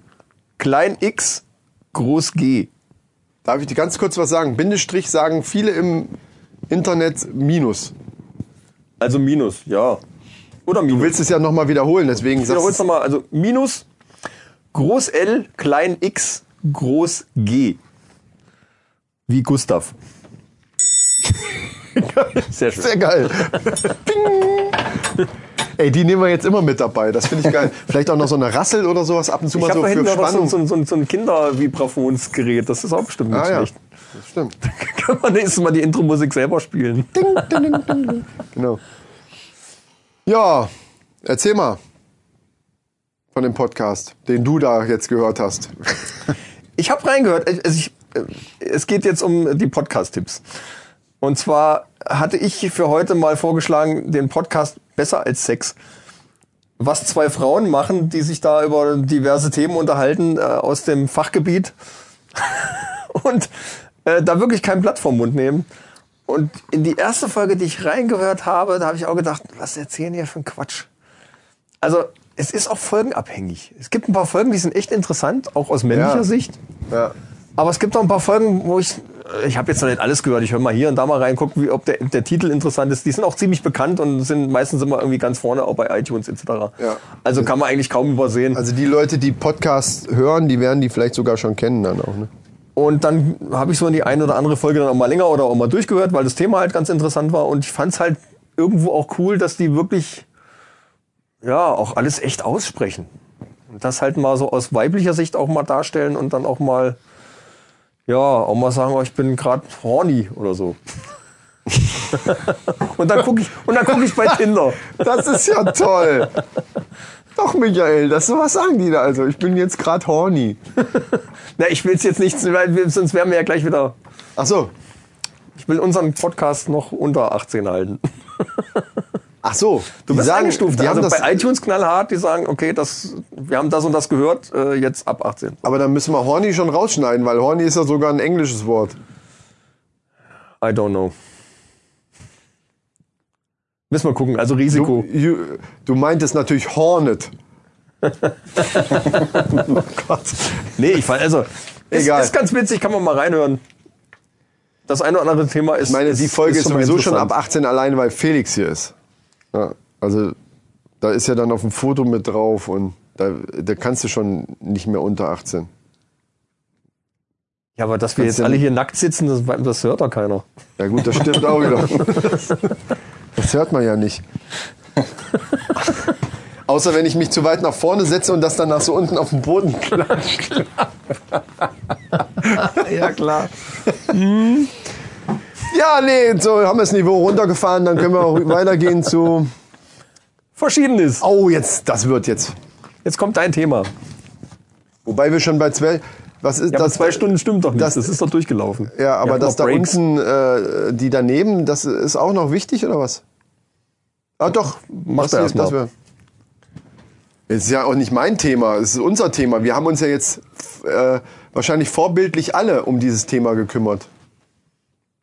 Speaker 2: klein x, groß G.
Speaker 3: Darf ich dir ganz kurz was sagen? Bindestrich sagen viele im Internet Minus.
Speaker 2: Also Minus, ja. Oder Minus.
Speaker 3: Du willst es ja nochmal wiederholen, deswegen
Speaker 2: Ich wiederhole es
Speaker 3: sagst
Speaker 2: nochmal. Also Minus, groß L, klein x, groß G. Wie Gustav. Sehr schön.
Speaker 3: Sehr geil. Ping. Ey, die nehmen wir jetzt immer mit dabei. Das finde ich geil. Vielleicht auch noch so eine Rassel oder sowas ab und zu
Speaker 2: Ich
Speaker 3: mal
Speaker 2: habe
Speaker 3: so
Speaker 2: da
Speaker 3: für
Speaker 2: hinten noch so,
Speaker 3: Spannung.
Speaker 2: so, so, so ein Kindervibraphonsgerät. Das ist auch bestimmt nicht
Speaker 3: ah, ja.
Speaker 2: schlecht.
Speaker 3: Das stimmt.
Speaker 2: Kann man nächstes Mal die Intro-Musik selber spielen.
Speaker 3: Ding, ding, ding, ding, ding. Genau. Ja, erzähl mal von dem Podcast, den du da jetzt gehört hast.
Speaker 2: Ich habe reingehört. Also ich, äh, es geht jetzt um die Podcast-Tipps. Und zwar hatte ich für heute mal vorgeschlagen, den Podcast Besser als Sex. Was zwei Frauen machen, die sich da über diverse Themen unterhalten äh, aus dem Fachgebiet und äh, da wirklich kein Blatt vom Mund nehmen. Und in die erste Folge, die ich reingehört habe, da habe ich auch gedacht, was erzählen hier für ein Quatsch. Also es ist auch folgenabhängig. Es gibt ein paar Folgen, die sind echt interessant, auch aus männlicher
Speaker 3: Ja.
Speaker 2: Sicht.
Speaker 3: Ja.
Speaker 2: Aber es gibt auch ein paar Folgen, wo ich, ich habe jetzt noch nicht alles gehört, ich höre mal hier und da mal rein, guck, wie, ob der, der Titel interessant ist. Die sind auch ziemlich bekannt und sind meistens immer irgendwie ganz vorne, auch bei iTunes etc.
Speaker 3: Ja.
Speaker 2: Also kann man eigentlich kaum übersehen.
Speaker 3: Also die Leute, die Podcasts hören, die werden die vielleicht sogar schon kennen dann auch. Ne?
Speaker 2: Und dann habe ich so in die eine oder andere Folge dann auch mal länger oder auch mal durchgehört, weil das Thema halt ganz interessant war. Und ich fand es halt irgendwo auch cool, dass die wirklich, ja, auch alles echt aussprechen. Und das halt mal so aus weiblicher Sicht auch mal darstellen und dann auch mal, ja, auch mal sagen, oh, ich bin gerade horny oder so. und dann gucke ich, und dann gucke ich bei Tinder.
Speaker 3: Das ist ja toll. Doch, Michael, das, was sagen die da also? Ich bin jetzt gerade horny.
Speaker 2: Na, ich will es jetzt nicht, weil sonst wären wir ja gleich wieder.
Speaker 3: Ach so.
Speaker 2: Ich will unseren Podcast noch unter 18 halten.
Speaker 3: Ach so.
Speaker 2: Du bist eingestuft.
Speaker 3: Die
Speaker 2: also
Speaker 3: haben das,
Speaker 2: bei iTunes knallhart, die sagen, okay, das, wir haben das und das gehört, äh, jetzt ab 18.
Speaker 3: aber dann müssen wir horny schon rausschneiden, weil horny ist ja sogar ein englisches Wort.
Speaker 2: I don't know. Müssen wir gucken, also
Speaker 3: Du,
Speaker 2: Risiko.
Speaker 3: you, du meintest natürlich hornet.
Speaker 2: nee, ich fand, also,
Speaker 3: Egal.
Speaker 2: Ist, ist ganz witzig, kann man mal reinhören. Das eine oder andere Thema ist.
Speaker 3: Ich meine, die Folge ist,
Speaker 2: mal
Speaker 3: sowieso schon
Speaker 2: interessant.
Speaker 3: ab 18 allein, weil Felix hier ist. Ja, also da ist ja dann auf dem Foto mit drauf und da, da kannst du schon nicht mehr unter 18.
Speaker 2: Ja, aber dass wir
Speaker 3: Kannst
Speaker 2: jetzt
Speaker 3: du-
Speaker 2: alle hier nackt sitzen, das, das hört doch keiner.
Speaker 3: Ja gut, das stimmt auch wieder. Das hört man ja nicht. Außer wenn ich mich zu weit nach vorne setze und das dann nach so unten auf den Boden klatscht.
Speaker 2: Ja, klar.
Speaker 3: Hm. Ja, nee, so haben wir das Niveau runtergefahren, dann können wir auch weitergehen zu
Speaker 2: Verschiedenes.
Speaker 3: Oh, jetzt, das wird jetzt.
Speaker 2: Jetzt kommt dein Thema.
Speaker 3: Wobei wir schon bei zwei. Was ist
Speaker 2: Ja, aber
Speaker 3: das?
Speaker 2: zwei Stunden stimmt doch nicht.
Speaker 3: das-
Speaker 2: Das, ist doch durchgelaufen.
Speaker 3: Ja, aber
Speaker 2: Wir
Speaker 3: das
Speaker 2: hatten
Speaker 3: da
Speaker 2: noch Breaks.
Speaker 3: unten, äh, die daneben, das ist auch noch wichtig oder was? Ah, doch. Machst
Speaker 2: du erst mal.
Speaker 3: Ist ja auch nicht mein Thema, es ist unser Thema. Wir haben uns ja jetzt äh, wahrscheinlich vorbildlich alle um dieses Thema gekümmert.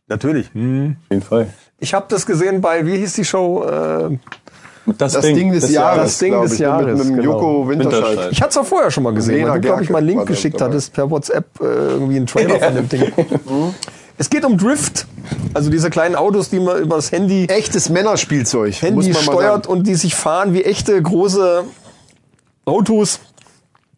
Speaker 2: Natürlich.
Speaker 4: Auf jeden Fall.
Speaker 2: Ich habe das gesehen bei, wie hieß die Show? Äh,
Speaker 3: Das Ding, des Jahres.
Speaker 2: Das Ding
Speaker 3: glaub
Speaker 2: des
Speaker 3: ich, ne,
Speaker 2: Jahres,
Speaker 3: Mit, mit dem
Speaker 2: genau.
Speaker 3: Joko Winterscheid.
Speaker 4: Winterscheid.
Speaker 2: ich hatte es auch vorher schon mal gesehen,
Speaker 3: Lena
Speaker 2: weil du, glaube ich,
Speaker 3: Gerke
Speaker 2: mal einen Link
Speaker 3: war das
Speaker 2: geschickt
Speaker 3: dabei.
Speaker 2: hattest per WhatsApp, äh, irgendwie einen Trailer von dem Ding.
Speaker 3: Mhm.
Speaker 2: Es geht um Drift, also diese kleinen Autos, die man über das Handy,
Speaker 3: Echtes Männerspielzeug. muss
Speaker 2: Handy
Speaker 3: man mal
Speaker 2: steuert
Speaker 3: sagen.
Speaker 2: und die sich fahren wie echte große Autos,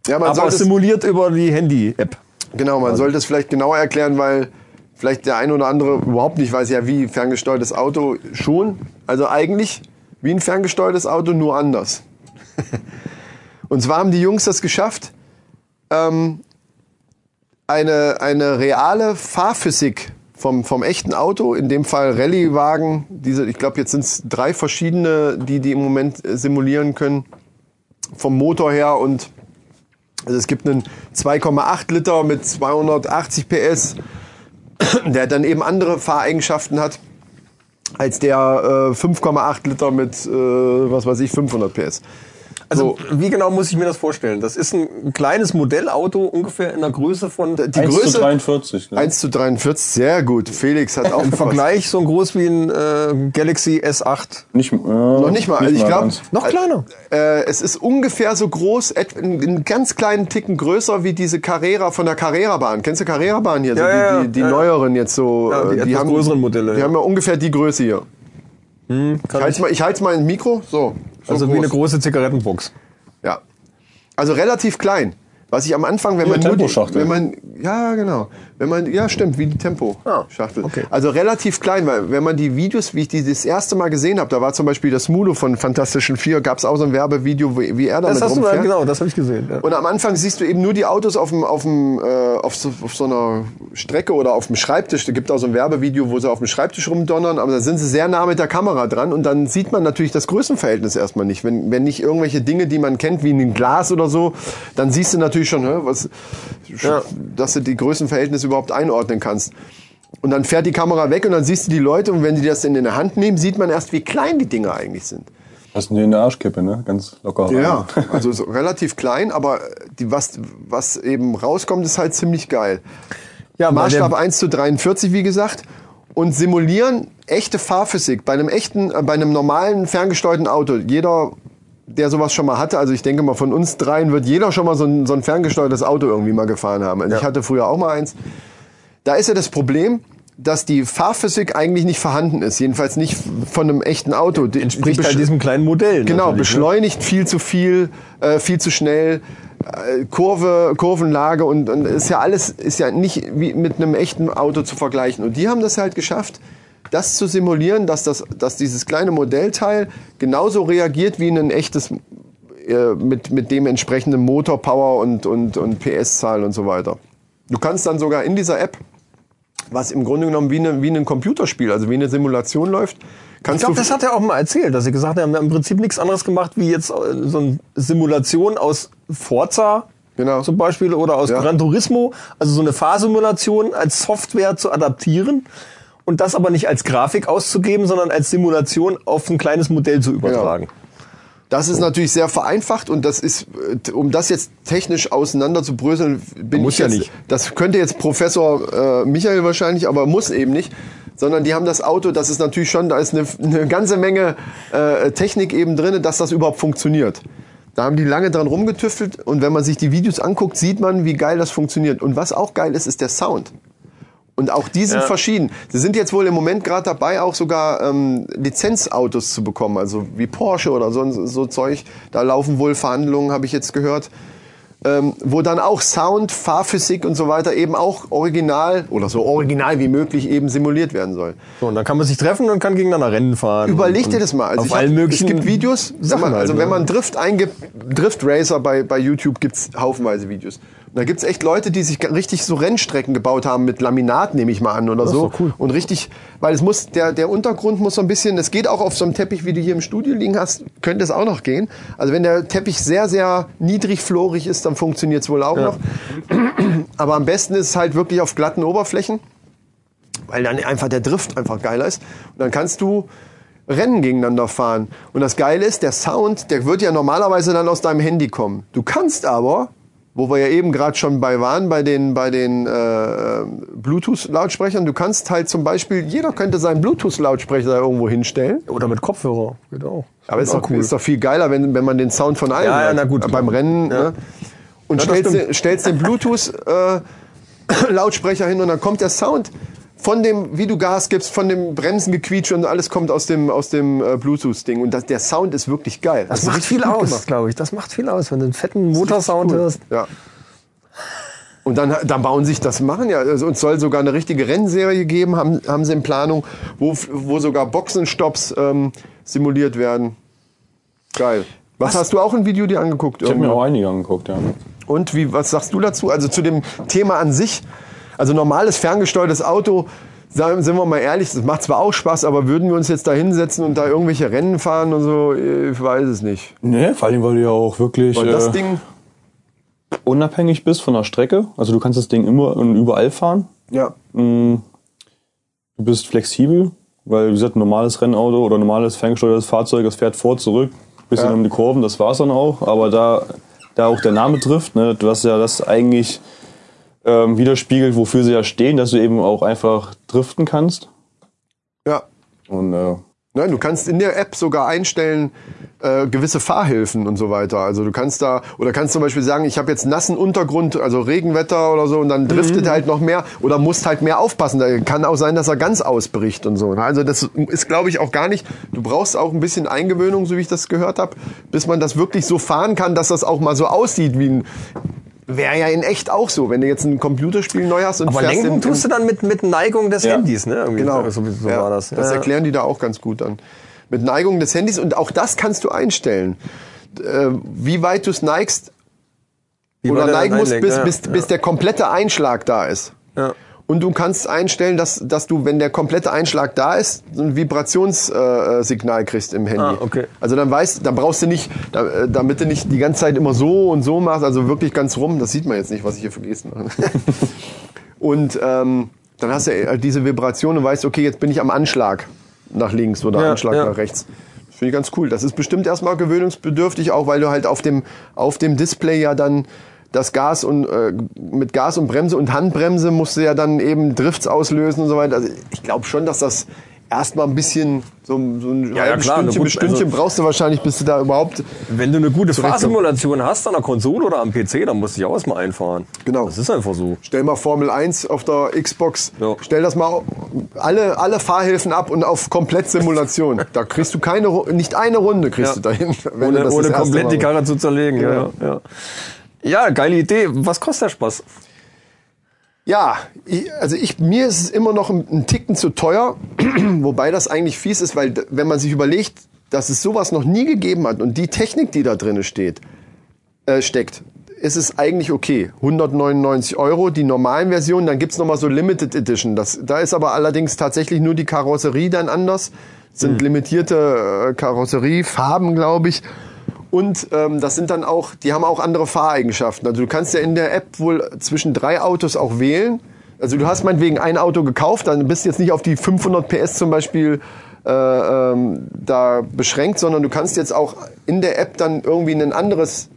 Speaker 3: Ja, man
Speaker 2: aber
Speaker 3: sollte es,
Speaker 2: simuliert über die Handy-App.
Speaker 3: genau, man sollte es vielleicht genauer erklären, weil vielleicht der ein oder andere überhaupt nicht weiß, ja, wie ferngesteuertes Auto schon. Also eigentlich wie ein ferngesteuertes Auto, nur anders. und zwar haben die Jungs das geschafft, ähm, eine, eine reale Fahrphysik vom, vom echten Auto, in dem Fall Rallye-Wagen, diese, ich glaube, jetzt sind es drei verschiedene, die die im Moment äh, simulieren können, vom Motor her und also es gibt einen 2,8 Liter mit 280 PS, der dann eben andere Fahreigenschaften hat als der äh, 5,8 Liter mit, äh, was weiß ich, 500 PS.
Speaker 2: Also wie genau muss ich mir das vorstellen? Das ist ein kleines Modellauto, ungefähr in der Größe von...
Speaker 3: Die
Speaker 4: 1
Speaker 3: Größe
Speaker 4: zu 43. Ne?
Speaker 3: 1 zu 43, sehr gut. Felix hat auch
Speaker 2: Im Vergleich so groß wie ein äh, Galaxy S8.
Speaker 4: Nicht, äh, noch
Speaker 3: nicht mal, Also ich glaub-
Speaker 4: ganz.
Speaker 2: Noch kleiner.
Speaker 3: Äh, es ist ungefähr so groß, et- einen einen ganz kleinen Ticken größer wie diese Carrera von der Carrera-Bahn. Kennst du Carrera-Bahn hier? so
Speaker 2: Ja,
Speaker 3: die
Speaker 2: ja,
Speaker 3: die, die
Speaker 2: ja, ja.
Speaker 3: neueren jetzt so.
Speaker 2: Ja, die
Speaker 3: äh,
Speaker 2: etwas größeren Modelle,
Speaker 3: Die
Speaker 2: ja. Hm,
Speaker 3: haben ja ungefähr die Größe hier. ich halte mal, ich halt's mal ins Mikro. So. so
Speaker 2: also wie eine große Zigarettenbox.
Speaker 3: Ja. Also relativ klein. Was ich am Anfang, wenn
Speaker 4: Wie
Speaker 3: man
Speaker 4: eine
Speaker 3: nur die,
Speaker 4: Temposchachtel.
Speaker 3: wenn man ja genau, wenn man ja stimmt, wie die Tempo Schachtel.
Speaker 2: Ah, okay.
Speaker 3: Also relativ klein, weil wenn man die Videos, wie ich die das erste Mal gesehen habe, da war zum Beispiel das Mulo von Fantastischen Vier, gab es auch so ein Werbevideo, wie, wie er damit
Speaker 2: Das hast du
Speaker 3: rumfährt.
Speaker 2: mal, genau, das habe ich gesehen. Ja.
Speaker 3: Und am Anfang siehst du eben nur die Autos auf, dem, auf, dem, äh, auf, so, auf so einer Strecke oder auf dem Schreibtisch. Da gibt auch so ein Werbevideo, wo sie auf dem Schreibtisch rumdonnern, aber da sind sie sehr nah mit der Kamera dran und dann sieht man natürlich das Größenverhältnis erstmal nicht. Wenn, wenn nicht irgendwelche Dinge, die man kennt, wie ein Glas oder so, dann siehst du natürlich schon, hä, was, dass du die Größenverhältnisse überhaupt einordnen kannst. Und dann fährt die Kamera weg und dann siehst du die Leute und wenn die das in der Hand nehmen, sieht man erst, wie klein die Dinger eigentlich sind.
Speaker 4: Hast du in der Arschkippe, ne? Ganz locker.
Speaker 3: Ja, also so relativ klein, aber die, was, was eben rauskommt, ist halt ziemlich geil.
Speaker 2: Ja, weil
Speaker 3: Maßstab 1 zu 43, wie gesagt. Und simulieren echte Fahrphysik bei einem echten, äh, bei einem normalen ferngesteuerten Auto. Jeder, der sowas schon mal hatte, also ich denke mal von uns dreien wird jeder schon mal so ein, so ein ferngesteuertes Auto irgendwie mal gefahren haben. Also ich hatte früher auch mal eins. Da ist ja das Problem, dass die Fahrphysik eigentlich nicht vorhanden ist. Jedenfalls nicht von einem echten Auto. Die-
Speaker 2: entspricht
Speaker 3: die
Speaker 2: halt
Speaker 3: besch-
Speaker 2: diesem kleinen Modell.
Speaker 3: Genau,
Speaker 2: natürlich, ne?
Speaker 3: beschleunigt viel zu viel, äh, viel zu schnell, äh, Kurve, Kurvenlage und, und ist ja alles ist ja nicht wie mit einem echten Auto zu vergleichen. Und die haben das halt geschafft, das zu simulieren, dass das, dass dieses kleine Modellteil genauso reagiert wie ein echtes äh, mit mit dem entsprechenden Motorpower und und und PS-Zahl und so weiter. Du kannst dann sogar in dieser App was im Grunde genommen wie, eine, wie ein Computerspiel, also wie eine Simulation läuft.
Speaker 2: Ich
Speaker 3: Kannst
Speaker 2: glaube,
Speaker 3: du
Speaker 2: das hat er auch mal erzählt, dass sie gesagt haben, wir haben im Prinzip nichts anderes gemacht, wie jetzt äh, so eine Simulation aus Forza
Speaker 3: Genau.
Speaker 2: zum Beispiel oder aus
Speaker 3: Ja.
Speaker 2: Gran Turismo, also so eine Fahrsimulation als Software zu adaptieren und das aber nicht als Grafik auszugeben, sondern als Simulation auf ein kleines Modell zu
Speaker 3: Genau.
Speaker 2: übertragen.
Speaker 3: Das ist natürlich sehr vereinfacht und das ist, äh, um das jetzt technisch auseinander zu bröseln, bin
Speaker 2: Muss
Speaker 3: ich
Speaker 2: ja
Speaker 3: jetzt,
Speaker 2: nicht.
Speaker 3: Das könnte jetzt Professor äh, Michael wahrscheinlich, aber muss eben nicht. Sondern die haben das Auto, das ist natürlich schon, da ist eine, eine ganze Menge äh, Technik eben drinne, dass das überhaupt funktioniert. Da haben die lange dran rumgetüftelt und wenn man sich die Videos anguckt, sieht man, wie geil das funktioniert. Und was auch geil ist, ist der Sound. Und auch die sind verschieden. Sie sind jetzt wohl im Moment gerade dabei, auch sogar ähm, Lizenzautos zu bekommen, also wie Porsche oder so, so Zeug. Da laufen wohl Verhandlungen, habe ich jetzt gehört, ähm, wo dann auch Sound, Fahrphysik und so weiter eben auch original oder so original wie möglich eben simuliert werden soll.
Speaker 2: So, und dann kann man sich treffen und kann gegeneinander Rennen fahren.
Speaker 3: Überleg
Speaker 2: und,
Speaker 3: dir das mal. Also
Speaker 2: Also
Speaker 3: ich
Speaker 2: auf
Speaker 3: hab-
Speaker 2: allen möglichen
Speaker 3: es gibt Videos, wenn
Speaker 2: Sachen
Speaker 3: man,
Speaker 2: halt,
Speaker 3: also
Speaker 2: ne?
Speaker 3: wenn man Drift eingibt, Drift Racer bei, bei YouTube gibt's haufenweise Videos. Da gibt's echt Leute, die sich richtig so Rennstrecken gebaut haben mit Laminat, nehme ich mal an, oder so.
Speaker 2: doch cool.
Speaker 3: Und richtig, weil es muss, der, der Untergrund muss so ein bisschen, es geht auch auf so einem Teppich, wie du hier im Studio liegen hast, könnte es auch noch gehen. Also wenn der Teppich sehr, sehr niedrig florig ist, dann funktioniert's wohl auch noch. Aber am besten ist es halt wirklich auf glatten Oberflächen, weil dann einfach der Drift einfach geiler ist. Und dann kannst du Rennen gegeneinander fahren. Und das Geile ist, der Sound, der wird ja normalerweise dann aus deinem Handy kommen. Du kannst aber, wo wir ja eben gerade schon bei waren, bei den, bei den äh, äh, Bluetooth-Lautsprechern, du kannst halt zum Beispiel, jeder könnte seinen Bluetooth-Lautsprecher da irgendwo hinstellen.
Speaker 2: Oder mit Kopfhörer. Geht auch.
Speaker 3: Aber ist
Speaker 2: Auch
Speaker 3: doch, ist doch viel geiler, wenn, wenn man den Sound von allen
Speaker 2: Ja, ja,
Speaker 3: hat.
Speaker 2: na gut.
Speaker 3: beim Rennen. Ne? Und
Speaker 2: Ja, das
Speaker 3: stellst,
Speaker 2: stimmt.
Speaker 3: den, stellst den Bluetooth-Lautsprecher hin und dann kommt der Sound von dem, wie du Gas gibst, von dem Bremsengequietsch und alles kommt aus dem, aus dem äh, Bluetooth-Ding. Und das, der Sound ist wirklich geil.
Speaker 2: Das
Speaker 3: Hast du
Speaker 2: macht
Speaker 3: richtig
Speaker 2: viel
Speaker 3: gut
Speaker 2: aus,
Speaker 3: gemacht.
Speaker 2: glaube ich. Das macht viel aus, wenn du einen fetten Motorsound hörst.
Speaker 3: Ja. Und dann, dann bauen sich das machen ja. Also uns soll sogar eine richtige Rennserie geben, haben, haben sie in Planung, wo, wo sogar Boxenstopps ähm, simuliert werden. Geil. Was, hast du auch ein Video dir angeguckt?
Speaker 4: Ich habe mir
Speaker 3: irgendwo?
Speaker 4: auch einige angeguckt, ja.
Speaker 3: Und wie, was sagst du dazu? Also zu dem Thema an sich. Also normales ferngesteuertes Auto, sagen, sind wir mal ehrlich, das macht zwar auch Spaß, aber würden wir uns jetzt da hinsetzen und da irgendwelche Rennen fahren und so, ich weiß es nicht.
Speaker 4: Nee, vor allem, weil du ja auch wirklich
Speaker 3: Weil das
Speaker 4: äh,
Speaker 3: Ding,
Speaker 4: unabhängig bist von der Strecke. Also du kannst das Ding immer und überall fahren.
Speaker 3: ja,
Speaker 4: Mm, Du bist flexibel, weil wie gesagt, ein normales Rennauto oder ein normales ferngesteuertes Fahrzeug, das fährt vor, zurück, bisschen um die Kurven, das war's dann auch. Aber da, da auch der Name trifft, ne, du hast ja das eigentlich ähm, widerspiegelt, wofür sie ja stehen, dass du eben auch einfach driften kannst.
Speaker 3: ja.
Speaker 4: Und äh,
Speaker 3: Nein, Ne, du kannst in der App sogar einstellen äh, gewisse Fahrhilfen und so weiter. Also du kannst da oder kannst zum Beispiel sagen, ich habe jetzt nassen Untergrund, also Regenwetter oder so, und dann
Speaker 2: Mhm.
Speaker 3: driftet er halt noch mehr oder musst halt mehr aufpassen. Da kann auch sein, dass er ganz ausbricht und so. Also das ist, glaube ich, auch gar nicht. Du brauchst auch ein bisschen Eingewöhnung, so wie ich das gehört habe, bis man das wirklich so fahren kann, dass das auch mal so aussieht wie ein. Wäre ja in echt auch so, wenn du jetzt ein Computerspiel neu hast und
Speaker 2: Aber
Speaker 3: fährst
Speaker 2: lenken
Speaker 3: im- im-
Speaker 2: tust du dann mit, mit Neigung des
Speaker 4: Ja.
Speaker 2: Handys, ne? Irgendwie
Speaker 3: Genau.
Speaker 2: So, so
Speaker 3: ja,
Speaker 2: war das.
Speaker 3: Das
Speaker 2: Ja.
Speaker 3: erklären die da auch ganz gut dann. Mit Neigung des Handys und auch das kannst du einstellen. D- Äh, wie weit du es neigst
Speaker 2: Wie
Speaker 3: oder
Speaker 2: man da
Speaker 3: neigen musst,
Speaker 2: reinlenkt,
Speaker 3: bis,
Speaker 2: ja.
Speaker 3: bis, bis der komplette Einschlag da ist.
Speaker 2: Ja.
Speaker 3: Und du kannst einstellen, dass, dass du, wenn der komplette Einschlag da ist, so ein Vibrationssignal äh, Signal kriegst im Handy.
Speaker 2: Ah, okay.
Speaker 3: Also dann weißt, dann brauchst du nicht, da, äh, damit du nicht die ganze Zeit immer so und so machst, also wirklich ganz rum. Das sieht man jetzt nicht, was ich hier für Gesten mache. Und ähm, dann hast du äh, diese Vibration und weißt, okay, jetzt bin ich am Anschlag nach links oder
Speaker 2: Ja,
Speaker 3: Anschlag
Speaker 2: ja.
Speaker 3: nach rechts. Das Finde ich ganz cool. Das ist bestimmt erstmal gewöhnungsbedürftig, auch weil du halt auf dem, auf dem Display ja dann das Gas und äh, mit Gas und Bremse und Handbremse musst du ja dann eben Drifts auslösen und so weiter. Also ich glaube schon, dass das erstmal ein bisschen so, so ein
Speaker 2: ja,
Speaker 3: halbes
Speaker 2: klar,
Speaker 3: Stündchen
Speaker 2: gut,
Speaker 3: bis Stündchen
Speaker 2: also-
Speaker 3: brauchst du wahrscheinlich, bis du da überhaupt
Speaker 2: Wenn du eine gute
Speaker 3: Zurechtkommen.
Speaker 2: Fahrsimulation hast an der Konsole oder am PC, dann musst du dich auch erstmal einfahren.
Speaker 3: Genau.
Speaker 2: Das ist einfach so.
Speaker 3: Stell mal Formel 1 auf der Xbox.
Speaker 2: Ja.
Speaker 3: Stell das mal alle, alle Fahrhilfen ab und auf Komplettsimulation. Da kriegst du keine Ru- nicht eine Runde
Speaker 2: Ja.
Speaker 3: kriegst du dahin. wenn du
Speaker 2: Ohne,
Speaker 3: das
Speaker 2: ohne
Speaker 3: das erste
Speaker 2: komplett
Speaker 3: Mal
Speaker 2: die
Speaker 3: machst.
Speaker 2: Karre zu zerlegen. Ja, ja. ja, geile Idee. Was kostet der Spaß?
Speaker 3: Ja, ich, also ich, mir ist es immer noch ein, ein Ticken zu teuer, wobei das eigentlich fies ist, weil d- wenn man sich überlegt, dass es sowas noch nie gegeben hat und die Technik, die da drin steht, äh, steckt, ist es eigentlich okay. 199 Euro, die normalen Versionen, dann gibt's noch nochmal so Limited Edition. Das, da ist aber allerdings tatsächlich nur die Karosserie dann anders. Sind limitierte äh, Karosseriefarben, glaube ich. Und ähm, das sind dann auch, die haben auch andere Fahreigenschaften. Also du kannst ja in der App wohl zwischen drei Autos auch wählen. Also du hast meinetwegen ein Auto gekauft, dann bist du jetzt nicht auf die 500 PS zum Beispiel äh, ähm, da beschränkt, sondern du kannst jetzt auch in der App dann irgendwie ein anderes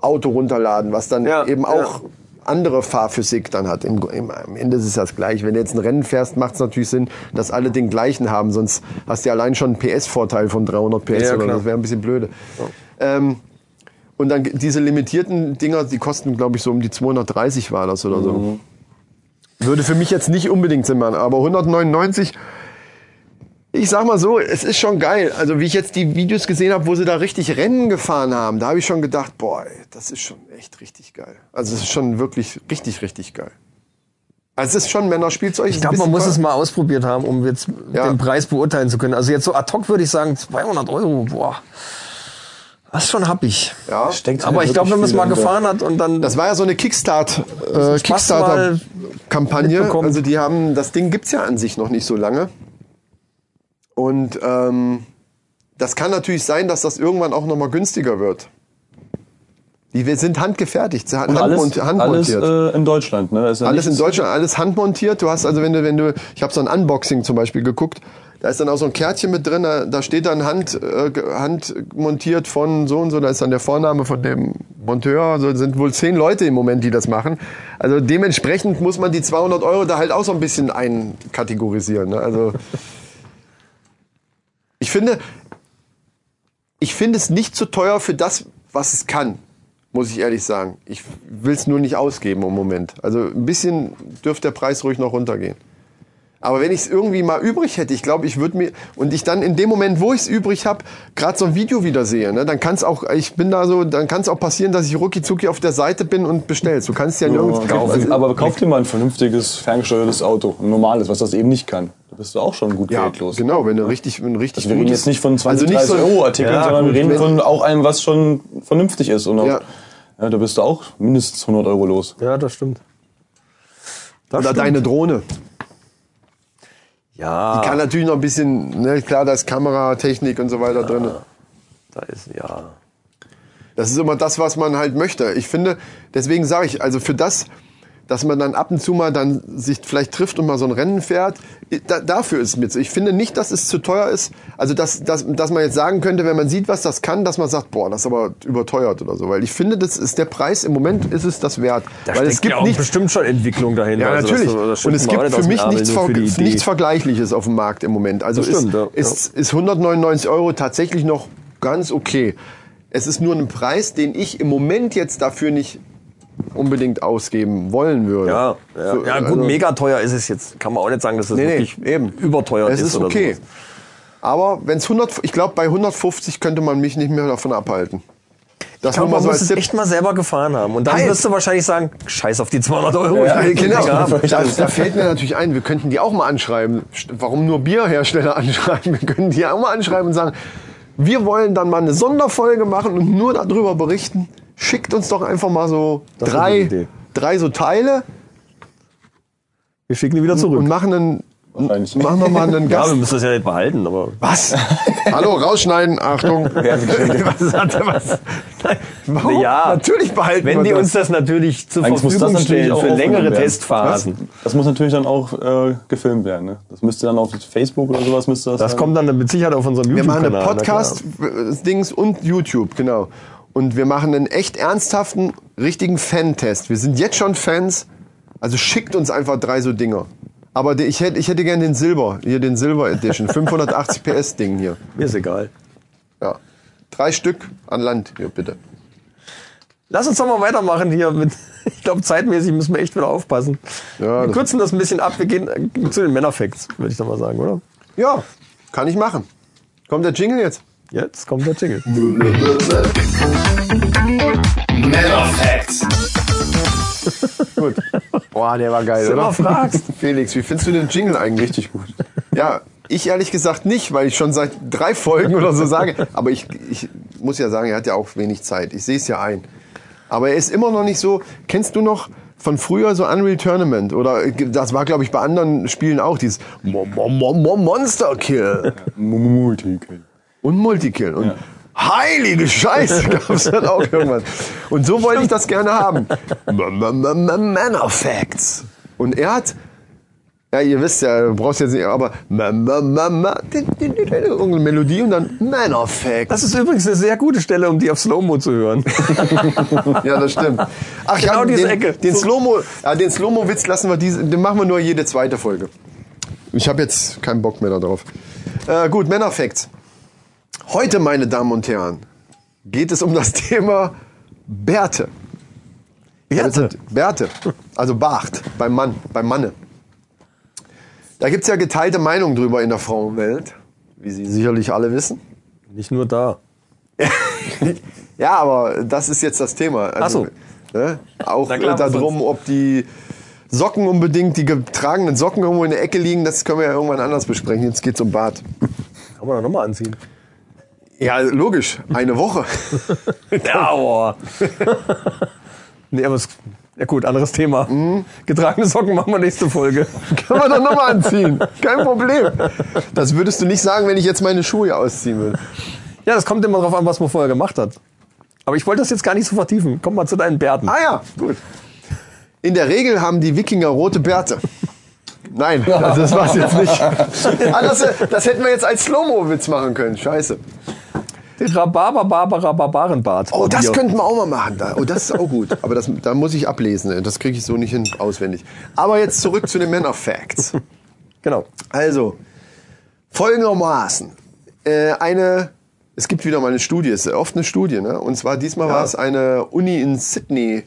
Speaker 3: Auto runterladen, was dann
Speaker 2: Ja,
Speaker 3: eben
Speaker 2: ja.
Speaker 3: auch andere Fahrphysik dann hat. Im, im, am Ende ist es das gleich. Wenn du jetzt ein Rennen fährst, macht es natürlich Sinn, dass alle den gleichen haben, sonst hast du ja allein schon einen PS-Vorteil von 300 PS
Speaker 2: Ja,
Speaker 3: oder
Speaker 2: klar.
Speaker 3: das wäre ein bisschen blöde. Ähm, und dann g- diese limitierten Dinger, die kosten, glaube ich, so um die 230 war das oder
Speaker 2: Mhm.
Speaker 3: so. Würde für mich jetzt nicht unbedingt Sinn machen, aber 199, ich sag mal so, es ist schon geil. Also wie ich jetzt die Videos gesehen habe, wo sie da richtig Rennen gefahren haben, da habe ich schon gedacht, boah, ey, das ist schon echt richtig geil. Also es ist schon wirklich richtig, richtig geil. Also es ist schon Männerspielzeug.
Speaker 2: Ich glaube, man muss es mal ausprobiert haben, um jetzt
Speaker 3: Ja.
Speaker 2: den Preis beurteilen zu können. Also jetzt so ad hoc würde ich sagen, 200 Euro, boah. Das ist schon happig.
Speaker 3: Ja.
Speaker 4: Steckt
Speaker 2: Aber
Speaker 4: halt
Speaker 2: ich glaube, wenn man es
Speaker 4: wirklich
Speaker 2: mal
Speaker 4: viel dahinter.
Speaker 2: gefahren hat und dann
Speaker 3: Das war ja so eine Kickstart, äh,
Speaker 2: hast du mal
Speaker 3: Kickstarter-Kampagne.
Speaker 2: mitbekommen.
Speaker 3: Also die haben, das Ding gibt's ja an sich noch nicht so lange. Und ähm, das kann natürlich sein, dass das irgendwann auch nochmal günstiger wird. Die wir sind handgefertigt, sie- handmont-
Speaker 4: Alles, alles
Speaker 3: handmontiert.
Speaker 4: äh, in Deutschland, ne? Da ist ja
Speaker 3: Alles in
Speaker 4: nichts-
Speaker 3: Deutschland, alles handmontiert. Du hast also, wenn du, wenn du, ich habe so ein Unboxing zum Beispiel geguckt, da ist dann auch so ein Kärtchen mit drin, da, da steht dann Hand, äh, ge- handmontiert von so und so, da ist dann der Vorname von dem Monteur, also sind wohl zehn Leute im Moment, die das machen. Also dementsprechend muss man die 200 Euro da halt auch so ein bisschen einkategorisieren. Ne? Also ich finde, ich finde es nicht zu teuer für das, was es kann, muss ich ehrlich sagen. Ich will es nur nicht ausgeben im Moment. Also ein bisschen dürfte der Preis ruhig noch runtergehen. Aber wenn ich es irgendwie mal übrig hätte, ich glaube, ich würde mir und ich dann in dem Moment, wo ich es übrig habe, gerade so ein Video wieder sehe, ne, dann kann es auch, ich bin da so, dann kann es auch passieren, dass ich ruckizucki auf der Seite bin und bestellst. Du kannst ja nirgends Also,
Speaker 4: Kaufen. Also, Aber kauf dir mal ein vernünftiges, ferngesteuertes Auto. Ein normales, was das eben nicht kann. Da bist du auch schon gut
Speaker 3: ja,
Speaker 4: geldlos.
Speaker 3: genau, wenn du richtig, wenn du richtig
Speaker 4: Also wir reden
Speaker 3: gutes-
Speaker 4: jetzt nicht von 20,
Speaker 3: also nicht so
Speaker 4: 30 Euro Artikeln,
Speaker 3: Ja,
Speaker 4: sondern
Speaker 3: gut,
Speaker 4: wir reden
Speaker 3: wenn-
Speaker 4: von auch einem, was schon vernünftig ist. Und auch,
Speaker 3: Ja.
Speaker 4: ja. da bist du auch mindestens 100 Euro los.
Speaker 2: Ja, das stimmt. Das
Speaker 3: oder
Speaker 2: stimmt.
Speaker 3: deine Drohne.
Speaker 2: Ja,
Speaker 3: Kann natürlich noch ein bisschen, ne, klar, da ist Kameratechnik und so weiter drin.
Speaker 2: Ah. da ist ja.
Speaker 3: Das ist immer das, was man halt möchte. Ich finde, deswegen sage ich, also für das, dass man dann ab und zu mal dann sich vielleicht trifft und mal so ein Rennen fährt, da, dafür ist es mir zu. Ich finde nicht, dass es zu teuer ist. Also, dass, dass, dass man jetzt sagen könnte, wenn man sieht, was das kann, dass man sagt, boah, das ist aber überteuert oder so. Weil ich finde, das ist der Preis, im Moment ist es das wert. Weil es gibt
Speaker 2: ja auch
Speaker 3: nichts,
Speaker 2: bestimmt schon Entwicklung dahinter.
Speaker 3: Ja,
Speaker 2: Also das-
Speaker 3: natürlich.
Speaker 2: das
Speaker 3: und
Speaker 2: schütteln
Speaker 3: es
Speaker 2: wir auch
Speaker 3: gibt
Speaker 2: nicht
Speaker 3: für
Speaker 2: aus dem
Speaker 3: mich
Speaker 2: Ärmel,
Speaker 3: nichts,
Speaker 2: nur
Speaker 3: Ver
Speaker 2: für die Idee.
Speaker 3: nichts Vergleichliches auf dem Markt im Moment. Also
Speaker 2: Das
Speaker 3: ist,
Speaker 2: stimmt, ja,
Speaker 3: ist, ist 199 Euro tatsächlich noch ganz okay. Es ist nur ein Preis, den ich im Moment jetzt dafür nicht unbedingt ausgeben wollen würde.
Speaker 2: Ja, ja.
Speaker 3: So,
Speaker 2: ja gut,
Speaker 3: also-
Speaker 2: mega teuer ist es jetzt. Kann man auch nicht sagen, dass es
Speaker 3: Nee, nee,
Speaker 2: wirklich
Speaker 3: eben.
Speaker 2: überteuert
Speaker 3: Es
Speaker 2: ist.
Speaker 3: ist
Speaker 2: oder
Speaker 3: okay.
Speaker 2: sowas.
Speaker 3: Aber wenn es 100, ich glaube, bei 150 könnte man mich nicht mehr davon abhalten.
Speaker 2: Ich
Speaker 3: Das
Speaker 2: glaube,
Speaker 3: nur
Speaker 2: man
Speaker 3: mal
Speaker 2: muss es
Speaker 3: Tipp.
Speaker 2: echt mal selber gefahren haben. Und dann
Speaker 3: Halt.
Speaker 2: wirst du wahrscheinlich sagen, scheiß auf die 200 Euro.
Speaker 3: Ja,
Speaker 2: ich also, will
Speaker 3: genau.
Speaker 2: Bier haben.
Speaker 3: Da, da fällt mir natürlich ein, wir könnten die auch mal anschreiben. St- Warum nur Bierhersteller anschreiben? Wir können die auch mal anschreiben und sagen, wir wollen dann mal eine Sonderfolge machen und nur darüber berichten. Schickt uns doch einfach mal so
Speaker 2: ist eine gute
Speaker 3: drei,
Speaker 2: Idee.
Speaker 3: drei so Teile
Speaker 2: Wir schicken die wieder
Speaker 3: und
Speaker 2: zurück.
Speaker 3: machen einen,
Speaker 4: Wahrscheinlich.
Speaker 3: machen wir mal einen
Speaker 2: Ja, wir
Speaker 3: Gast.
Speaker 2: müssen das ja nicht behalten, aber.
Speaker 3: Was? Hallo, rausschneiden, Achtung.
Speaker 2: Was hat er was?
Speaker 3: Warum?
Speaker 2: Ja,
Speaker 3: Natürlich behalten
Speaker 2: Wenn
Speaker 3: wir
Speaker 2: die
Speaker 3: das.
Speaker 2: uns das natürlich zur
Speaker 4: Eigentlich muss das
Speaker 2: Verfügung
Speaker 4: natürlich
Speaker 2: stellen
Speaker 4: auch
Speaker 2: für
Speaker 4: aufgenommen
Speaker 2: längere
Speaker 4: werden.
Speaker 2: Testphasen.
Speaker 4: Das muss natürlich dann auch äh, gefilmt werden. Ne? Das müsste dann auf Facebook oder sowas müsste das.
Speaker 2: Das
Speaker 4: dann-
Speaker 2: kommt dann mit Sicherheit auf unserem
Speaker 3: Wir machen
Speaker 2: YouTube-Kanal.
Speaker 3: einen Podcast-Dings und YouTube, genau. Und wir machen einen echt ernsthaften, richtigen Fan-Test. Wir sind jetzt schon Fans, also schickt uns einfach drei so Dinger. Aber der- ich hätte, ich hätte gerne den Silber, hier den Silver Edition, 580 PS-Ding hier.
Speaker 2: Mir ist egal.
Speaker 3: Ja. Drei Stück an Land hier, bitte.
Speaker 2: Lass uns doch mal weitermachen hier mit. Ich glaube, zeitmäßig müssen wir echt wieder aufpassen.
Speaker 3: Ja,
Speaker 2: wir
Speaker 3: das-
Speaker 2: kürzen das ein bisschen ab. Wir gehen äh, zu den Männerfacts, würde ich doch mal sagen, oder?
Speaker 3: Ja, kann ich machen. Kommt der Jingle jetzt?
Speaker 2: Jetzt kommt der Jingle.
Speaker 5: Männer Facts.
Speaker 3: Gut. Boah, der war geil,
Speaker 2: Wenn du
Speaker 3: oder?
Speaker 2: mal fragst.
Speaker 3: Felix, wie findest du den Jingle eigentlich? Richtig gut. Ja, ich ehrlich gesagt nicht, weil ich schon seit drei Folgen oder so sage. Aber ich, ich muss ja sagen, er hat ja auch wenig Zeit. Ich sehe es ja ein. Aber er ist immer noch nicht so. Kennst du noch von früher so Unreal Tournament? Oder äh, das war, glaube ich, bei anderen Spielen auch dieses Mo- Mo- Mo- Mo- Monster Kill
Speaker 4: Multikill.
Speaker 3: und Multikill. Und heilige Scheiße gab es dann auch irgendwann. Und so wollte ich das gerne haben. M- m- m- m- Manor Facts. Und er hat, ja, ihr wisst ja, du brauchst jetzt nicht, aber m- m- m- m- irgendeine Melodie und dann Manor Facts.
Speaker 2: Das ist übrigens eine sehr gute Stelle, um die auf Slow-Mo zu hören.
Speaker 3: Ja, das stimmt. Ach
Speaker 2: Genau
Speaker 3: ja,
Speaker 2: diese
Speaker 3: den,
Speaker 2: Ecke.
Speaker 3: Den Slow-Mo, ja, den Slow-Mo-Witz lassen wir diese, den machen wir nur jede zweite Folge. Ich habe jetzt keinen Bock mehr darauf. Äh, gut, Männerfacts. Heute, meine Damen und Herren, geht es um das Thema Bärte. Bärte. Bärte. Also Bart beim Mann, beim Manne. Da gibt es ja geteilte Meinungen drüber in der Frauenwelt, wie Sie sicherlich alle wissen.
Speaker 2: Nicht nur da.
Speaker 3: Ja, aber das ist jetzt das Thema. Also, ne, auch
Speaker 2: Na klar, was
Speaker 3: darum, ob die Socken unbedingt, die getragenen Socken irgendwo in der Ecke liegen, das können wir ja irgendwann anders besprechen. Jetzt geht's um Bart.
Speaker 2: Kann man doch nochmal anziehen.
Speaker 3: Ja, logisch. Eine Woche.
Speaker 2: Aua. nee, aber es, ja gut, anderes Thema.
Speaker 3: Mhm.
Speaker 2: Getragene Socken machen wir nächste Folge.
Speaker 3: Können wir dann nochmal anziehen. Kein Problem. Das würdest du nicht sagen, wenn ich jetzt meine Schuhe ausziehen würde.
Speaker 2: Ja, das kommt immer drauf an, was man vorher gemacht hat. Aber ich wollte das jetzt gar nicht so vertiefen. Komm mal zu deinen Bärten.
Speaker 3: Ah ja, gut. In der Regel haben die Wikinger rote Bärte. Nein, also das war's jetzt nicht. Ah, das, das hätten wir jetzt als Slow-Mo-Witz machen können. Scheiße.
Speaker 2: Rhabarber-Barbarenbart.
Speaker 3: Oh, das
Speaker 2: Bier.
Speaker 3: könnten wir auch mal machen. Da. Oh, das ist auch gut. Aber das, da muss ich ablesen. Das kriege ich so nicht hin auswendig. Aber jetzt zurück zu den Männer-Facts.
Speaker 2: Genau.
Speaker 3: Also, folgendermaßen. Äh, eine, es gibt wieder mal eine Studie, es ist oft eine Studie, ne? Und zwar diesmal war es eine Uni in Sydney,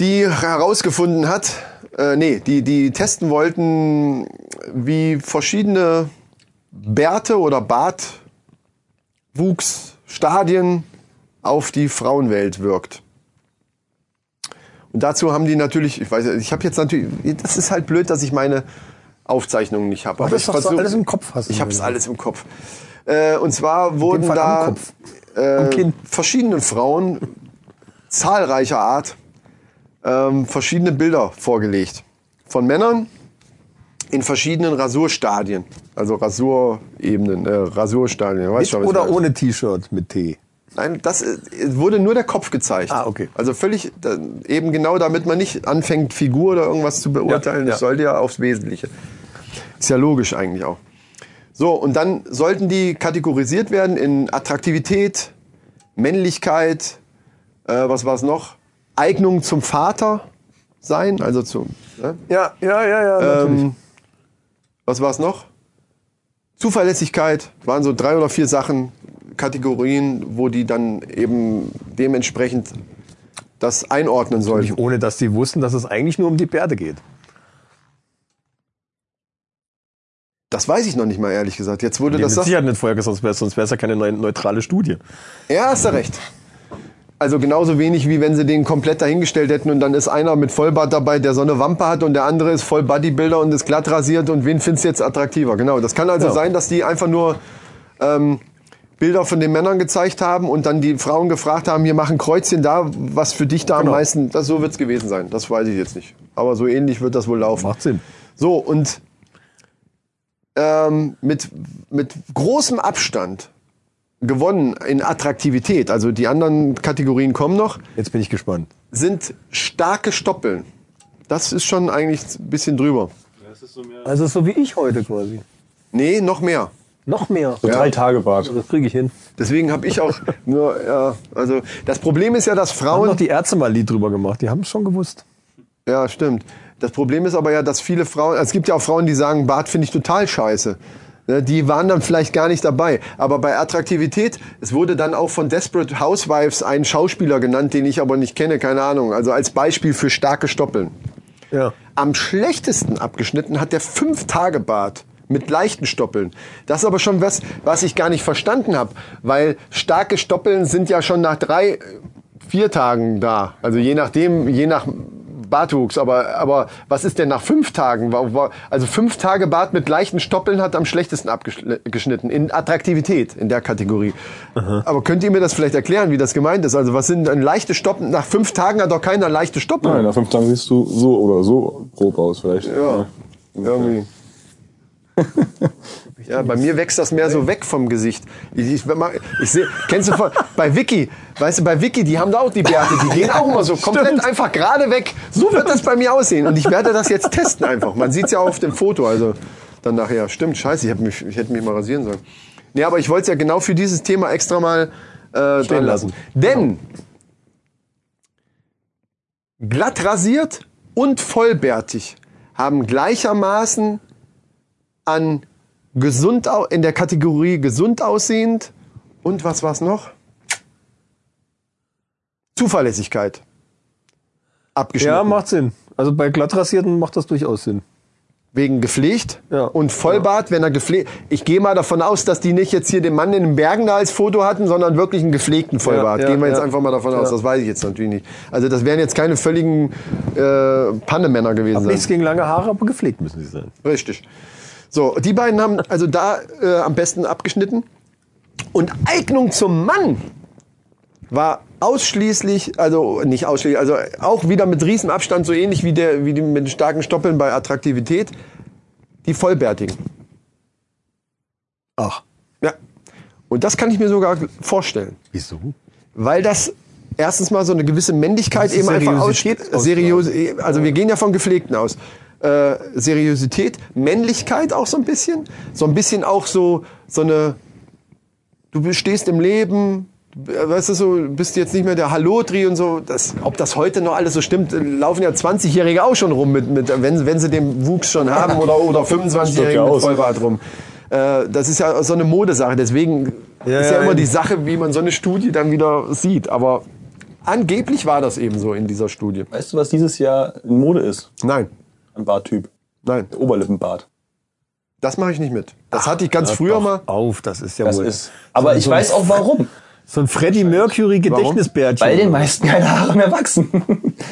Speaker 3: die herausgefunden hat, äh, nee, die, die testen wollten, wie verschiedene Bärte oder Bartwuchsstadien auf die Frauenwelt wirkt. Und dazu haben die natürlich, ich weiß, nicht, ich habe jetzt natürlich, das ist halt blöd, dass ich meine Aufzeichnungen nicht habe.
Speaker 2: das
Speaker 3: ich
Speaker 2: doch so
Speaker 3: versuch-
Speaker 2: alles im Kopf hast du
Speaker 3: Ich habe es
Speaker 2: gesagt.
Speaker 3: alles im Kopf. Äh, und zwar wurden
Speaker 2: Fall am
Speaker 3: da
Speaker 2: Kopf. Am
Speaker 3: äh,
Speaker 2: Kinn.
Speaker 3: verschiedenen Frauen zahlreicher Art ähm, verschiedene Bilder vorgelegt. Von Männern in verschiedenen Rasurstadien. Also Rasurebenen, äh, Rasurstadien. Weißt
Speaker 2: Mit
Speaker 3: schon, was ich
Speaker 2: oder
Speaker 3: meine.
Speaker 2: ohne T-Shirt mit Tee.
Speaker 3: Nein, das äh, wurde nur der Kopf gezeigt.
Speaker 2: Ah, okay.
Speaker 3: Also völlig da- eben genau, damit man nicht anfängt, Figur oder irgendwas zu beurteilen.
Speaker 2: Ja,
Speaker 3: Das
Speaker 2: ja.
Speaker 3: sollte ja aufs Wesentliche. Ist ja logisch eigentlich auch. So, und dann sollten die kategorisiert werden in Attraktivität, Männlichkeit, äh, was war es noch? Eignung zum Vater sein, also zum. Ne?
Speaker 2: Ja, ja, ja, ja.
Speaker 3: Ähm, was war es noch? Zuverlässigkeit waren so drei oder vier Sachen, Kategorien, wo die dann eben dementsprechend das einordnen sollten.
Speaker 2: ohne dass die wussten, dass es eigentlich nur um die Bärte geht.
Speaker 3: Das weiß ich noch nicht mal, ehrlich gesagt. Jetzt wurde das.
Speaker 2: Das
Speaker 3: das
Speaker 2: hat nicht vorher gesagt, sonst wäre sonst wär's ja keine neu- neutrale Studie.
Speaker 3: ja, hast du recht. Also genauso wenig, wie wenn sie den komplett dahingestellt hätten und dann ist einer mit Vollbart dabei, der so eine Wampe hat und der andere ist voll Bodybuilder und ist glatt rasiert und wen findest du jetzt attraktiver? Genau, das kann also
Speaker 2: Ja.
Speaker 3: sein, dass die einfach nur ähm, Bilder von den Männern gezeigt haben und dann die Frauen gefragt haben, hier machen Kreuzchen da, was für dich
Speaker 2: Genau.
Speaker 3: da am meisten, das, so wird es gewesen sein. Das weiß ich jetzt nicht. Aber so ähnlich wird das wohl laufen.
Speaker 2: Macht Sinn.
Speaker 3: So, und ähm, mit, mit großem Abstand gewonnen in Attraktivität, also die anderen Kategorien kommen noch,
Speaker 2: Jetzt bin ich gespannt.
Speaker 3: sind starke Stoppeln. Das ist schon eigentlich ein bisschen drüber.
Speaker 2: Also so wie ich heute quasi.
Speaker 3: Nee, noch mehr.
Speaker 2: Noch mehr.
Speaker 4: So drei Tage Bart.
Speaker 2: Das kriege ich hin.
Speaker 3: Deswegen habe ich auch nur, ja, also das Problem ist ja, dass
Speaker 2: Haben
Speaker 3: Frauen
Speaker 2: noch die Ärzte mal ein Lied drüber gemacht. Die haben es schon gewusst.
Speaker 3: Ja, stimmt. Das Problem ist aber ja, dass viele Frauen, also es gibt ja auch Frauen, die sagen, Bart finde ich total scheiße. Ne, Die waren dann vielleicht gar nicht dabei. Aber bei Attraktivität, es wurde dann auch von Desperate Housewives ein Schauspieler genannt, den ich aber nicht kenne, keine Ahnung. Also als Beispiel für starke Stoppeln.
Speaker 2: Ja.
Speaker 3: Am schlechtesten abgeschnitten hat der Fünf-Tage-Bart mit leichten Stoppeln. Das ist aber schon was, was ich gar nicht verstanden habe, weil starke Stoppeln sind ja schon nach drei, äh, vier Tagen da. Also je nachdem, je nach Bartwuchs. Aber, aber was ist denn nach fünf Tagen? Wa- wa- Also fünf Tage Bart mit leichten Stoppeln hat am schlechtesten abgeschnitten. In Attraktivität, in der Kategorie. Aber könnt ihr mir das vielleicht erklären, wie das gemeint ist? Also was sind denn leichte Stoppeln? Nach fünf Tagen hat doch keiner leichte Stoppeln.
Speaker 4: Nein, nach fünf Tagen siehst du so oder so grob aus vielleicht.
Speaker 3: Ja, irgendwie. Ja, bei mir wächst das mehr so weg vom Gesicht. Ich, ich, wenn man- ich sehe, kennst du von, bei Vicky, weißt du, bei Vicky, die haben da auch die Bärte, die gehen auch immer so komplett einfach gerade weg. So wird das bei mir aussehen und ich werde das jetzt testen einfach. Man sieht es ja auch auf dem Foto, also dann nachher. Stimmt, scheiße, ich, hab mich, ich hätte mich mal rasieren sollen. Nee, aber ich wollte es ja genau für dieses Thema extra mal äh, dran lassen.
Speaker 2: lassen.
Speaker 3: Denn glatt rasiert und vollbärtig haben gleichermaßen an gesund au- in der Kategorie gesund aussehend und was war's noch? Zuverlässigkeit abgeschnitten.
Speaker 2: Ja, macht Sinn. Also bei glattrasierten macht das durchaus Sinn.
Speaker 3: wegen gepflegt
Speaker 2: Ja.
Speaker 3: und Vollbart, wenn er gepflegt. Ich gehe mal davon aus, dass die nicht jetzt hier den Mann in den Bergen da als Foto hatten, sondern wirklich einen gepflegten Vollbart.
Speaker 2: ja,
Speaker 3: gehen wir jetzt
Speaker 2: ja.
Speaker 3: einfach mal davon aus.
Speaker 2: Ja.
Speaker 3: Das weiß ich jetzt natürlich nicht. Also das wären jetzt keine völligen äh, Pannemänner gewesen. sein.
Speaker 2: Nichts gegen lange Haare, aber gepflegt müssen sie sein.
Speaker 3: Richtig. So, die beiden haben also da äh, am besten abgeschnitten. Und Eignung zum Mann war ausschließlich, also nicht ausschließlich, also auch wieder mit Riesenabstand, so ähnlich wie, der, wie die mit den starken Stoppeln bei Attraktivität, die Vollbärtigen.
Speaker 2: Ach.
Speaker 3: Ja. Und das kann ich mir sogar vorstellen.
Speaker 6: Wieso?
Speaker 3: Weil das erstens mal so eine gewisse Männlichkeit
Speaker 6: Das ist
Speaker 3: eben einfach
Speaker 6: Seriosität
Speaker 3: aussteht. Seriös, also wir gehen ja von Gepflegten aus. Äh, Seriosität, Männlichkeit auch so ein bisschen. So ein bisschen auch so, so eine, du stehst im Leben, äh, weißt du so, bist jetzt nicht mehr der Hallotri und so. Das, ob das heute noch alles so stimmt, äh, laufen ja 20-Jährige auch schon rum, mit, mit, wenn, wenn sie den Wuchs schon haben oder, oder 25-Jährige mit
Speaker 4: aus.
Speaker 3: Vollbart rum. Äh, Das ist ja so eine Modesache, deswegen
Speaker 6: Ja,
Speaker 3: ist
Speaker 6: ja,
Speaker 3: ja immer
Speaker 6: eben.
Speaker 3: die Sache, wie man so eine Studie dann wieder sieht. Aber angeblich war das eben so in dieser Studie.
Speaker 4: Weißt du, was dieses Jahr in Mode ist?
Speaker 3: Nein,
Speaker 4: Ein Barttyp.
Speaker 3: nein,
Speaker 4: Oberlippenbart.
Speaker 3: das mache ich nicht mit. Das hatte ich ganz früher
Speaker 6: Ah, Doch
Speaker 3: mal.
Speaker 6: Auf, das ist ja
Speaker 4: Das
Speaker 6: wohl.
Speaker 4: ist. Aber ich weiß auch warum.
Speaker 6: So ein Freddie Mercury Gedächtnisbärtchen.
Speaker 4: Weil den meisten keine Haare mehr wachsen.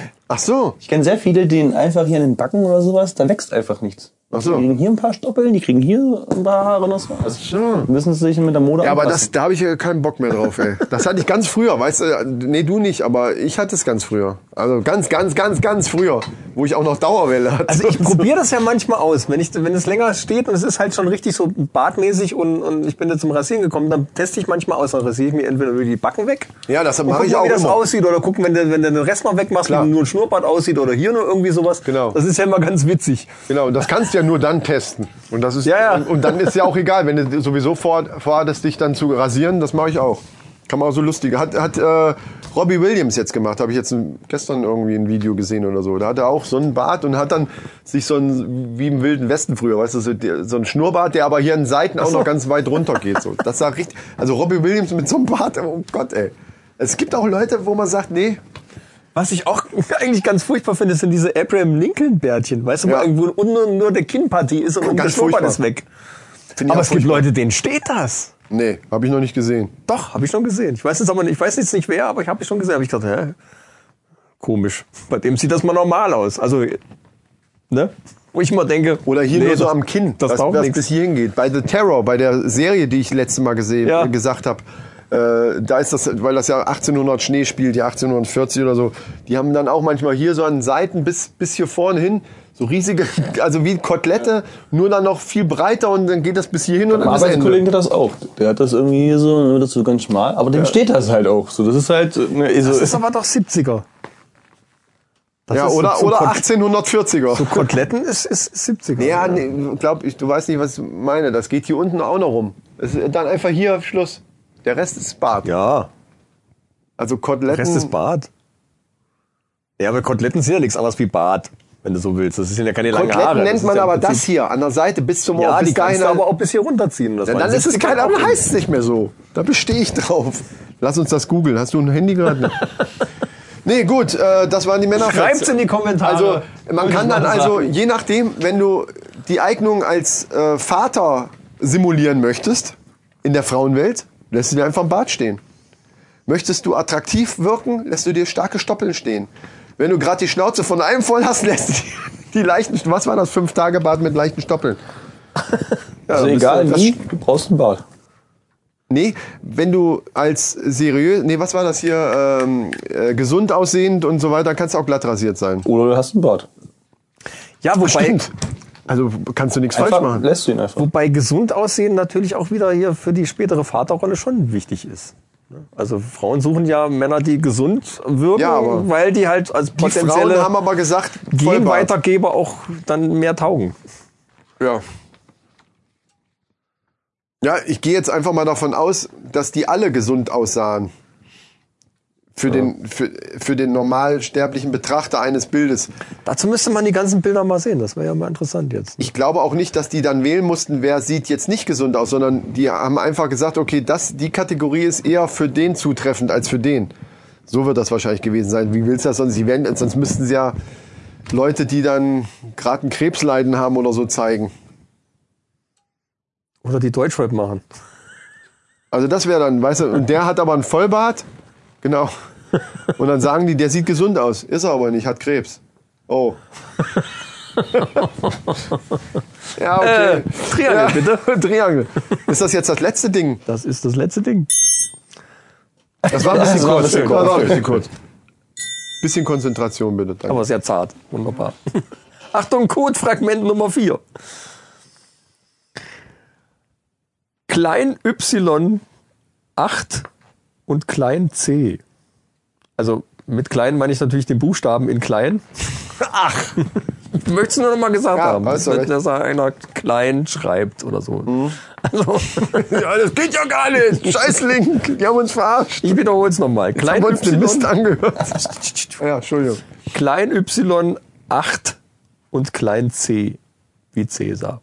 Speaker 3: Ach so,
Speaker 4: Ich kenne sehr viele, denen einfach hier an den Backen oder sowas, da wächst einfach nichts.
Speaker 3: Ach so.
Speaker 4: Die kriegen hier ein paar Stoppeln, die kriegen hier ein paar Haare und das war's.
Speaker 3: so.
Speaker 4: Müssen sie sich mit der Mode
Speaker 3: Ja, aber das,
Speaker 4: anpassen.
Speaker 3: da habe ich ja keinen Bock mehr drauf, ey. Das hatte ich ganz früher, weißt du, nee, du nicht, aber ich hatte es ganz früher. Also ganz, ganz, ganz, ganz früher, wo ich auch noch Dauerwelle hatte.
Speaker 2: Also ich probiere das ja manchmal aus. Wenn, ich, wenn es länger steht und es ist halt schon richtig so bartmäßig und, und ich bin da zum Rasieren gekommen, dann teste ich manchmal aus. Dann rasiere ich mir entweder über die Backen weg.
Speaker 3: Ja, das
Speaker 2: und
Speaker 3: mache
Speaker 2: guck
Speaker 3: ich
Speaker 2: mal,
Speaker 3: auch
Speaker 2: wie das
Speaker 3: immer.
Speaker 2: aussieht. Oder gucken, wenn du, wenn du den Rest noch wegmachst,
Speaker 3: Klar.
Speaker 2: wie nur ein Schnurrbart aussieht oder hier nur irgendwie sowas.
Speaker 3: Genau.
Speaker 2: Das ist ja immer ganz witzig.
Speaker 3: Genau, und das kannst du ja nur dann testen. Und, das ist,
Speaker 2: Ja, ja.
Speaker 3: und, und dann ist ja auch egal, wenn du sowieso vor, vorhattest, dich dann zu rasieren, das mache ich auch. Kann man auch so lustig. Hat, hat äh, Robbie Williams jetzt gemacht, habe ich jetzt ein, gestern irgendwie ein Video gesehen oder so. Da hat er auch so einen Bart und hat dann sich so einen, wie im Wilden Westen früher, weißt du, so, der, so einen Schnurrbart, der aber hier an den Seiten auch noch ganz weit runter geht. So. Das sah richtig, also Robbie Williams mit so einem Bart, oh Gott, ey. Es gibt auch Leute, wo man sagt, nee,
Speaker 2: Was ich auch eigentlich ganz furchtbar finde, sind diese Abraham Lincoln Bärtchen. Weißt du,
Speaker 3: Ja.
Speaker 2: wo irgendwo unten nur der Kinnpartie ist und der
Speaker 3: Ganz
Speaker 2: Schnurrbart
Speaker 3: furchtbar.
Speaker 2: ist weg.
Speaker 3: finde
Speaker 2: Aber
Speaker 3: auch
Speaker 2: es gibt
Speaker 3: furchtbar.
Speaker 2: Leute, denen steht das.
Speaker 3: Nee, habe ich noch nicht gesehen.
Speaker 2: Doch, habe ich schon gesehen. Ich weiß jetzt aber nicht, ich weiß jetzt nicht wer, aber ich habe es schon gesehen. Aber ich dachte, hä? Komisch. Bei dem sieht das mal normal aus. Also, ne? Wo ich immer denke.
Speaker 3: Oder hier
Speaker 2: nee,
Speaker 3: nur so
Speaker 2: das-
Speaker 3: am Kinn,
Speaker 2: Das
Speaker 3: was,
Speaker 2: taugt
Speaker 3: was
Speaker 2: nichts.
Speaker 3: bis hierhin geht. Bei The Terror, bei der Serie, die ich letztes Mal gesehen,
Speaker 2: Ja.
Speaker 3: äh, gesagt habe, äh, da ist das, weil das ja 1800 Schnee spielt, ja 1840 oder so, die haben dann auch manchmal hier so an den Seiten bis, bis hier vorne hin so riesige, also wie Kotelette, nur dann noch viel breiter und dann geht das bis hierhin und
Speaker 4: Mein
Speaker 3: dann ist
Speaker 4: Arbeitskollege
Speaker 3: Ende.
Speaker 4: hat das auch. Der hat das irgendwie hier so, nur das so ganz schmal. Aber dem steht das halt auch so. Das ist halt eine
Speaker 2: Das ist aber doch 70er. Das
Speaker 3: Ja,
Speaker 2: ist so-
Speaker 3: oder,
Speaker 2: so
Speaker 3: oder
Speaker 2: Kot-
Speaker 3: 1840er.
Speaker 2: So Koteletten ist, ist 70er.
Speaker 3: ja, nee, glaub ich, du weißt nicht, was ich meine. Das geht hier unten auch noch rum. Es ist dann einfach hier Schluss. Der Rest ist Bart.
Speaker 2: Ja,
Speaker 3: Also Koteletten.
Speaker 2: Rest ist Bart. Ja, aber Koteletten sind ja nichts anderes wie Bart, wenn du so willst. Das sind ja keine langen Haare.
Speaker 3: Koteletten
Speaker 2: Das
Speaker 3: nennt
Speaker 2: ist
Speaker 3: man
Speaker 2: ja im
Speaker 3: aber das
Speaker 2: Prinzip-
Speaker 3: hier an der Seite bis zum Ohr.
Speaker 2: Ja,
Speaker 3: bis
Speaker 2: die kannst du
Speaker 3: dahin-
Speaker 2: aber auch bis hier runterziehen. Das
Speaker 3: Ja,
Speaker 2: war
Speaker 3: dann
Speaker 2: ein
Speaker 3: ist es
Speaker 2: 70er
Speaker 3: kein, dann
Speaker 2: auch.
Speaker 3: heißt es nicht mehr so. Da bestehe ich drauf. Lass uns das googeln. Hast du ein Handy gerade? nee, gut, äh, das waren die Männer.
Speaker 2: Schreibt's in die Kommentare.
Speaker 3: Also, man
Speaker 2: Würde
Speaker 3: kann
Speaker 2: ich
Speaker 3: dann
Speaker 2: mal
Speaker 3: also,
Speaker 2: sagen.
Speaker 3: je nachdem, wenn du die Eignung als äh, Vater simulieren möchtest, in der Frauenwelt, lässt du dir einfach im Bad stehen. Möchtest du attraktiv wirken, lässt du dir starke Stoppeln stehen. Wenn du gerade die Schnauze von einem voll hast, lässt du die, die leichten, was war das, fünf Tage Bad mit leichten Stoppeln? Ja,
Speaker 4: also
Speaker 3: dann bist
Speaker 4: egal
Speaker 3: du- das-
Speaker 4: wie, du brauchst einen Bart.
Speaker 3: Nee, wenn du als seriös, nee, was war das hier, ähm, äh, gesund aussehend und so weiter, kannst du auch glatt rasiert sein.
Speaker 4: Oder du hast einen Bart.
Speaker 2: Ja, wobei,
Speaker 3: Also kannst du nichts falsch
Speaker 4: Einfach
Speaker 3: machen.
Speaker 4: lässt du ihn einfach.
Speaker 2: Wobei gesund aussehen natürlich auch wieder hier für die spätere Vaterrolle schon wichtig ist. ne? Also Frauen suchen ja Männer, die gesund wirken,
Speaker 3: Ja, aber
Speaker 2: weil die halt als
Speaker 3: Die Frauen
Speaker 2: potenzielle
Speaker 3: haben aber gesagt, Vollbart.
Speaker 2: Genweitergeber auch dann mehr taugen.
Speaker 3: Ja. Ja, ich gehe jetzt einfach mal davon aus, dass die alle gesund aussahen. Für, den, für, für den normalsterblichen Betrachter eines Bildes.
Speaker 2: Dazu müsste man die ganzen Bilder mal sehen. Das wäre ja mal interessant jetzt.
Speaker 3: Ich glaube auch nicht, dass die dann wählen mussten, wer sieht jetzt nicht gesund aus, sondern die haben einfach gesagt, okay, das, die Kategorie ist eher für den zutreffend als für den. So wird das wahrscheinlich gewesen sein. Wie willst du das sonst? Sie werden, sonst müssten sie ja Leute, die dann gerade ein Krebsleiden haben oder so zeigen.
Speaker 2: Oder die Deutschrap machen.
Speaker 3: Also das wäre dann, weißt du, und der hat aber einen Vollbart. Genau. Und dann sagen die, der sieht gesund aus. Ist er aber nicht, hat Krebs. Oh. Ja, okay.
Speaker 2: Äh, Triangel,
Speaker 3: Äh, ja. bitte. Triangel. Ist das jetzt das letzte Ding?
Speaker 2: Das ist das letzte Ding.
Speaker 3: Das war ein bisschen
Speaker 4: Das war ein
Speaker 3: kurz.
Speaker 4: bisschen kurz.
Speaker 3: Das war ein bisschen kurz. Bisschen Konzentration bitte. Danke.
Speaker 2: Aber sehr zart. Wunderbar. Achtung, Codefragment Nummer 4. Klein Y 8 und klein C. Also mit klein meine ich natürlich den Buchstaben in klein. Ach. Möchtest du nur noch mal gesagt
Speaker 3: Ja,
Speaker 2: haben,
Speaker 3: hast
Speaker 2: dass,
Speaker 3: du recht. Mhm.
Speaker 2: dass einer klein schreibt oder so. Also,
Speaker 3: Ja, das geht ja gar nicht. Scheiß Link. Die haben uns verarscht.
Speaker 2: ich wiederhole es nochmal.
Speaker 3: Haben
Speaker 2: Klein
Speaker 3: wir uns den
Speaker 2: Y
Speaker 3: Mist angehört. Ja, Entschuldigung.
Speaker 2: Klein Y 8 und Klein C wie Cäsar.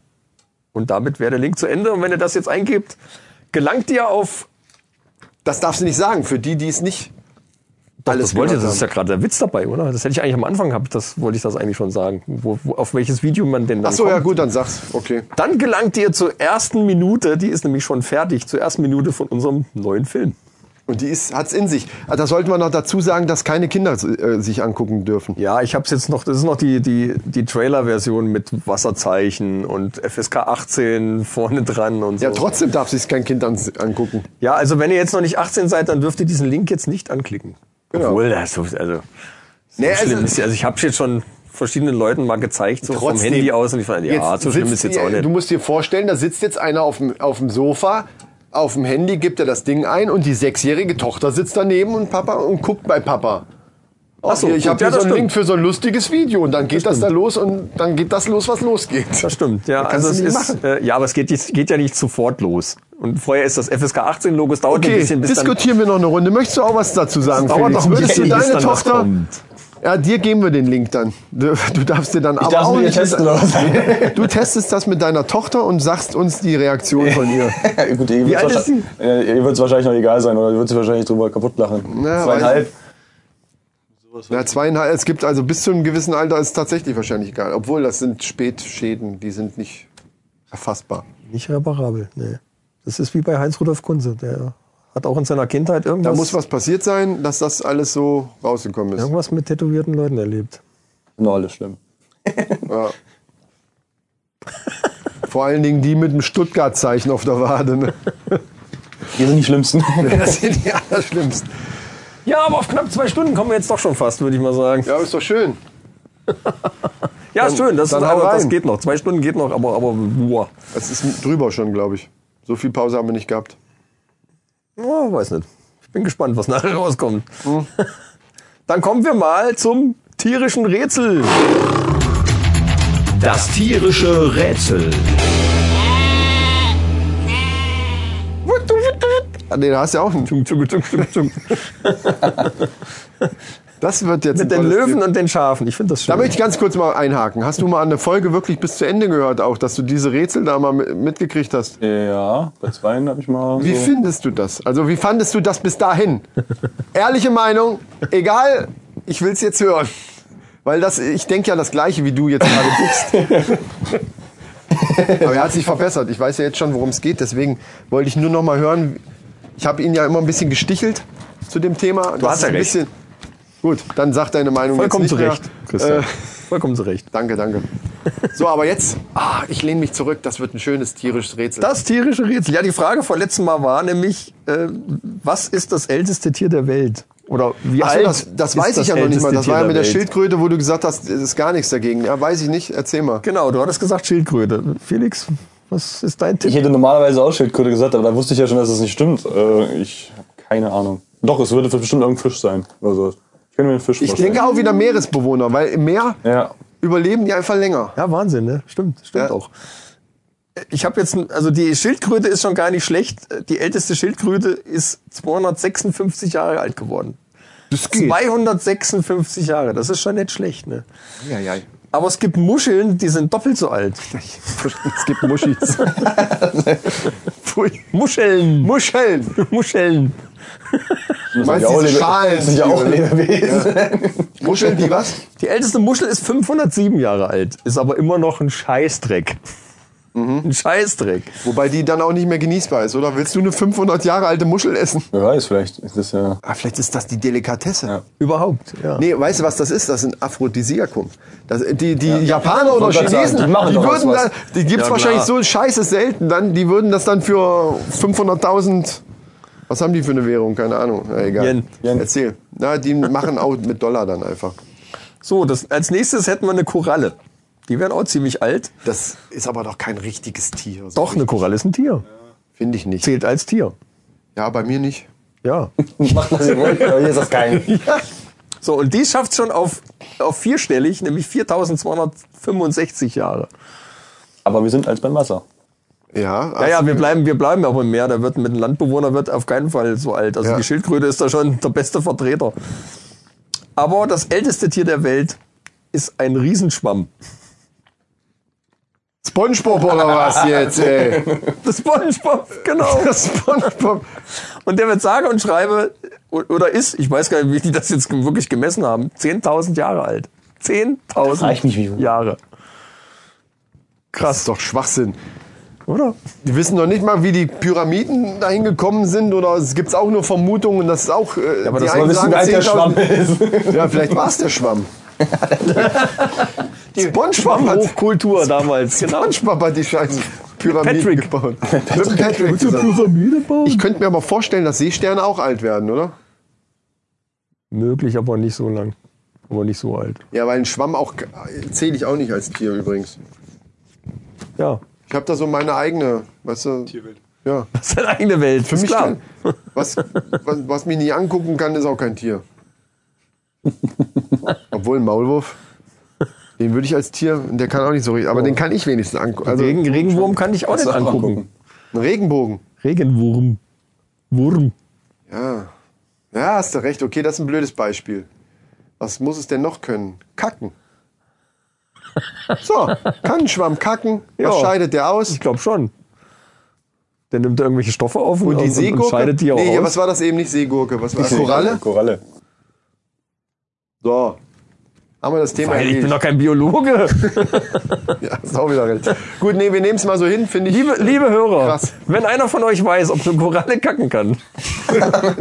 Speaker 2: Und damit wäre der Link zu Ende. Und wenn ihr das jetzt eingebt, gelangt ihr auf.
Speaker 3: Das darfst du nicht sagen. Für die, die es nicht alles
Speaker 2: das wollte ich, das
Speaker 3: gehört
Speaker 2: ist ja gerade der Witz dabei, oder? Das hätte ich eigentlich am Anfang gehabt, das wollte ich das eigentlich schon sagen. Wo, wo, auf welches Video man denn dann
Speaker 3: Ach so,
Speaker 2: kommt.
Speaker 3: ja gut, dann sag's. Okay.
Speaker 2: Dann gelangt ihr zur ersten Minute, die ist nämlich schon fertig, zur ersten Minute von unserem neuen Film.
Speaker 3: Und die ist, hat's in sich. Ah, Da sollten wir noch dazu sagen, dass keine Kinder äh, sich angucken dürfen.
Speaker 2: Ja, ich hab's jetzt noch, das ist noch die, die, die Trailer-Version mit Wasserzeichen und FSK 18 vorne dran und so.
Speaker 3: Ja, trotzdem darf sich kein Kind ans- angucken.
Speaker 2: Ja, also wenn ihr jetzt noch nicht 18 seid, dann dürft ihr diesen Link jetzt nicht anklicken.
Speaker 3: Genau.
Speaker 2: Obwohl, das ist, also, so
Speaker 3: Nee,
Speaker 2: schlimm
Speaker 3: also-
Speaker 2: ist ja- Also ich habe jetzt schon verschiedenen Leuten mal gezeigt, so vom
Speaker 3: Trotzdem.
Speaker 2: Handy aus und ich fand, ja,
Speaker 3: Jetzt
Speaker 2: so schlimm
Speaker 3: sitzt
Speaker 2: ist jetzt
Speaker 3: ihr-
Speaker 2: auch
Speaker 3: Du
Speaker 2: nicht.
Speaker 3: musst dir vorstellen, da sitzt jetzt einer auf dem, auf dem Sofa, auf dem Handy gibt er das Ding ein und die sechsjährige Tochter sitzt daneben und Papa und guckt bei Papa. Ach
Speaker 2: so,
Speaker 3: hier, ich
Speaker 2: gut,
Speaker 3: habe
Speaker 2: ja,
Speaker 3: hier
Speaker 2: das
Speaker 3: so einen Link
Speaker 2: stimmt.
Speaker 3: für so ein lustiges Video und dann geht das, da los und dann geht das los, was losgeht.
Speaker 2: Das stimmt, ja.
Speaker 3: kannst
Speaker 2: Also es
Speaker 3: du nicht
Speaker 2: ist, äh, ja, aber es geht, jetzt- geht ja nicht sofort los. Und vorher ist das FSK 18 Logo, es dauert ein
Speaker 3: Okay,
Speaker 2: bisschen, bis dann,
Speaker 3: diskutieren wir noch eine Runde. Möchtest du auch was dazu sagen,
Speaker 2: dauert
Speaker 3: Felix?
Speaker 2: noch ein
Speaker 3: Würdest du
Speaker 2: bisschen, bis
Speaker 3: deine
Speaker 2: dann was
Speaker 3: Tochter...
Speaker 2: kommt.
Speaker 3: Ja, dir geben wir den Link dann. Du, du darfst dir dann aber
Speaker 4: darf's
Speaker 3: auch
Speaker 4: mit
Speaker 3: nicht...
Speaker 4: ihr
Speaker 3: mit-
Speaker 4: testen, oder was?
Speaker 3: du testest das mit deiner Tochter und sagst uns die Reaktion von ihr.
Speaker 4: Gut, ihr
Speaker 2: alt ist
Speaker 4: wird's
Speaker 2: sie?
Speaker 4: wahrscheinlich- äh, ihr wird's wahrscheinlich noch egal sein oder ihr würdet sie wahrscheinlich drüber kaputt lachen.
Speaker 3: Na,
Speaker 4: Zweieinhalb.
Speaker 3: Ja, zweieinhalb. Es gibt also bis zu einem gewissen Alter ist tatsächlich wahrscheinlich egal. Obwohl, das sind Spätschäden, die sind nicht erfassbar.
Speaker 2: Nicht reparabel, nee. Das ist wie bei Heinz-Rudolf Kunze, der hat auch in seiner Kindheit
Speaker 3: Da
Speaker 2: irgendwas,
Speaker 3: muss was passiert sein, dass das alles so rausgekommen ist.
Speaker 2: irgendwas mit tätowierten Leuten erlebt.
Speaker 4: Nur alles schlimm.
Speaker 3: Vor allen Dingen die mit dem Stuttgart-Zeichen auf der Wade. Ne?
Speaker 4: Die sind die schlimmsten.
Speaker 3: Das sind die allerschlimmsten.
Speaker 2: Ja, aber auf knapp zwei Stunden kommen wir jetzt doch schon fast, würde ich mal sagen.
Speaker 3: Ja, ist doch schön.
Speaker 2: Ja, ist schön, das,
Speaker 3: dann
Speaker 2: ist,
Speaker 3: hau
Speaker 2: aber, das
Speaker 3: rein.
Speaker 2: geht noch. Zwei Stunden geht noch, aber, aber boah.
Speaker 3: Das ist drüber schon, glaube ich. So viel Pause haben wir nicht gehabt.
Speaker 2: Oh, weiß nicht. Ich bin gespannt, was nachher rauskommt. Dann kommen wir mal zum tierischen Rätsel.
Speaker 1: Das tierische Rätsel.
Speaker 3: Ah, nee, da hast du ja auch einen. Das wird jetzt ein
Speaker 2: Mit den
Speaker 3: tolles
Speaker 2: Löwen
Speaker 3: Spiel.
Speaker 2: und den Schafen. Ich finde das
Speaker 3: Da
Speaker 2: schön.
Speaker 3: möchte ich ganz kurz mal einhaken. Hast du mal an der Folge wirklich bis zu Ende gehört, auch, dass du diese Rätsel da mal mi- mitgekriegt hast?
Speaker 4: ja, bei zweien habe ich mal.
Speaker 3: Wie
Speaker 4: so.
Speaker 3: findest du das? Also wie fandest du das bis dahin? Ehrliche Meinung, egal, ich will's jetzt hören. Weil das, ich denke ja das gleiche, wie du jetzt gerade bist. Aber er hat sich verbessert. Ich weiß ja jetzt schon, worum es geht. Deswegen wollte ich nur noch mal hören. Ich habe ihn ja immer ein bisschen gestichelt zu dem Thema. Du
Speaker 2: hast ja
Speaker 3: ein
Speaker 2: recht.
Speaker 3: bisschen. Gut, dann sag deine Meinung
Speaker 2: Vollkommen
Speaker 3: jetzt nicht
Speaker 2: zurecht,
Speaker 3: mehr.
Speaker 2: Christian.
Speaker 3: Äh,
Speaker 2: Vollkommen zurecht.
Speaker 3: danke, danke. So, aber jetzt, ah, ich lehne mich zurück. Das wird ein schönes tierisches Rätsel.
Speaker 2: Das tierische Rätsel. Ja, die Frage vom letzten Mal war nämlich, äh, was ist das älteste Tier der Welt? Oder wie
Speaker 3: Ach so,
Speaker 2: alt
Speaker 3: das, das
Speaker 2: ist
Speaker 3: weiß ich ja noch nicht mal.
Speaker 2: älteste
Speaker 3: Das war ja
Speaker 2: Tier
Speaker 3: mit der
Speaker 2: Welt?
Speaker 3: Schildkröte, wo du gesagt hast, es ist gar nichts dagegen. Ja, weiß ich nicht. Erzähl mal.
Speaker 2: Genau, du hattest gesagt Schildkröte. Felix, was ist dein
Speaker 4: Ich
Speaker 2: Tipp?
Speaker 4: hätte normalerweise auch Schildkröte gesagt, aber da wusste ich ja schon, dass das nicht stimmt. Äh, ich habe keine Ahnung. Doch, es würde bestimmt irgendein Fisch sein. Oder so. Ich könnte mir einen Fisch
Speaker 3: Ich
Speaker 4: vorstellen.
Speaker 3: denke auch wieder Meeresbewohner, weil im Meer
Speaker 4: Ja.
Speaker 3: überleben die einfach länger.
Speaker 2: Ja, Wahnsinn, ne? Stimmt, stimmt
Speaker 3: Ja.
Speaker 2: auch. Ich habe jetzt, also die Schildkröte ist schon gar nicht schlecht. Die älteste Schildkröte ist 256 Jahre alt geworden.
Speaker 3: Das
Speaker 2: 256 Jahre, das ist schon nicht schlecht, ne?
Speaker 3: Ja, ja.
Speaker 2: Aber es gibt Muscheln, die sind doppelt so alt.
Speaker 3: Es gibt Muschis. Pfui.
Speaker 2: Muscheln!
Speaker 3: Muscheln.
Speaker 2: Muscheln!
Speaker 3: Meinst du diese Schalen?
Speaker 4: sind ja auch Lebewesen.
Speaker 3: Muscheln, die was?
Speaker 2: Die älteste Muschel ist 507 Jahre alt, ist aber immer noch ein Scheißdreck.
Speaker 3: Mhm.
Speaker 2: Ein Scheißdreck.
Speaker 3: Wobei die dann auch nicht mehr genießbar ist, oder? Willst du eine 500 Jahre alte Muschel essen?
Speaker 4: Wer weiß, vielleicht ist das ja.
Speaker 3: Ah, vielleicht ist das die Delikatesse.
Speaker 4: Ja.
Speaker 2: Überhaupt, ja.
Speaker 3: Nee, weißt du, was das ist? Das ist ein Aphrodisiakum. Das, die die Japaner oder
Speaker 4: wollte gerade
Speaker 3: Chinesen,
Speaker 4: sagen, die machen
Speaker 3: die,
Speaker 4: doch
Speaker 3: würden
Speaker 4: was.
Speaker 3: da, die gibt's
Speaker 2: Ja,
Speaker 3: wahrscheinlich
Speaker 2: klar.
Speaker 3: so scheiße selten dann, die würden das dann für 500.000, was haben die für eine Währung? Keine Ahnung, ja, egal.
Speaker 2: Yen.
Speaker 4: Yen.
Speaker 3: Erzähl. Na, die machen auch mit Dollar dann einfach.
Speaker 2: So, das, als nächstes hätten wir eine Koralle. Die werden auch ziemlich alt.
Speaker 3: Das ist aber doch kein richtiges Tier. So
Speaker 2: Doch, eine Koralle ist ein Tier.
Speaker 3: Finde ich nicht.
Speaker 2: Zählt als Tier.
Speaker 3: Ja, bei mir nicht.
Speaker 2: Ja.
Speaker 7: Macht, was ihr wollt, aber hier ist das kein.
Speaker 2: So, und die schafft schon auf, auf vierstellig, nämlich 4265 Jahre.
Speaker 4: Aber wir sind als beim Wasser.
Speaker 3: Ja,
Speaker 2: Ja, ja, wir bleiben, wir bleiben aber im Meer. Da wird mit einem Landbewohner wird auf keinen Fall so alt. Also
Speaker 3: Ja.
Speaker 2: die Schildkröte ist da schon der beste Vertreter. Aber das älteste Tier der Welt ist ein Riesenschwamm.
Speaker 3: Spongebob oder was jetzt, ey?
Speaker 2: Das SpongeBob, genau.
Speaker 3: Das Spongebob.
Speaker 2: Und der wird sage und schreibe, o- oder ist, ich weiß gar nicht, wie die das jetzt wirklich gemessen haben, 10.000 Jahre alt. 10.000
Speaker 7: Frag ich mich, wie hoch.
Speaker 2: Jahre,
Speaker 3: Krass. Das ist doch Schwachsinn.
Speaker 2: oder?
Speaker 3: Die wissen doch nicht mal, wie die Pyramiden dahin gekommen sind oder es gibt auch nur Vermutungen, dass es auch. Äh, ja,
Speaker 2: aber das
Speaker 3: einen
Speaker 2: wollen wir
Speaker 3: sagen
Speaker 4: wie alt der
Speaker 3: 10.000
Speaker 4: ist.
Speaker 3: Ja, vielleicht war es der Schwamm. die Spongebob hat,
Speaker 2: Hochkultur damals, genau.
Speaker 3: Spongebob hat die scheiße Pyramiden
Speaker 2: Patrick.
Speaker 3: gebaut. Patrick. Patrick zusammen.
Speaker 2: Pyramide bauen?
Speaker 3: ich könnte mir aber vorstellen, dass Seesterne auch alt werden, oder?
Speaker 2: Möglich, aber nicht so lang. Aber nicht so alt.
Speaker 3: Ja, weil ein Schwamm auch zähle ich auch nicht als Tier übrigens.
Speaker 2: Ja.
Speaker 3: Ich habe da so meine eigene, weißt du. Tierwelt. Ja.
Speaker 2: Das ist eine eigene Welt.
Speaker 3: Für
Speaker 2: ist
Speaker 3: mich
Speaker 2: klar.
Speaker 3: kann- Was, was, was mich nie angucken kann, ist auch kein Tier. Obwohl ein Maulwurf, den würde ich als Tier, der kann auch nicht so richtig, aber den kann ich wenigstens angucken. Also
Speaker 2: Oh. Regen, Regenwurm kann ich auch nicht
Speaker 4: auch
Speaker 2: angucken.
Speaker 4: angucken.
Speaker 3: ein Regenbogen.
Speaker 2: Regenwurm. Wurm.
Speaker 3: Ja. ja, hast du recht. Okay, das ist ein blödes Beispiel. Was muss es denn noch können? Kacken. So, kann ein Schwamm kacken. Was
Speaker 2: Ja.
Speaker 3: scheidet der aus?
Speaker 2: Ich glaube schon. Der nimmt da irgendwelche Stoffe auf und,
Speaker 3: Und die
Speaker 2: und- und
Speaker 3: Seegurke?
Speaker 2: scheidet die auch
Speaker 3: nee,
Speaker 2: aus.
Speaker 3: was war das eben nicht Seegurke? Was war das? Koralle?
Speaker 4: Koralle.
Speaker 3: So. Haben wir das Thema
Speaker 2: Weil ich
Speaker 3: erledigt.
Speaker 2: bin doch kein Biologe.
Speaker 3: Ja, ist auch wieder recht. Gut, nee, wir nehmen es mal so hin, finde ich.
Speaker 2: Liebe, liebe Hörer,
Speaker 3: Krass.
Speaker 2: wenn einer von euch weiß, ob eine Koralle kacken kann,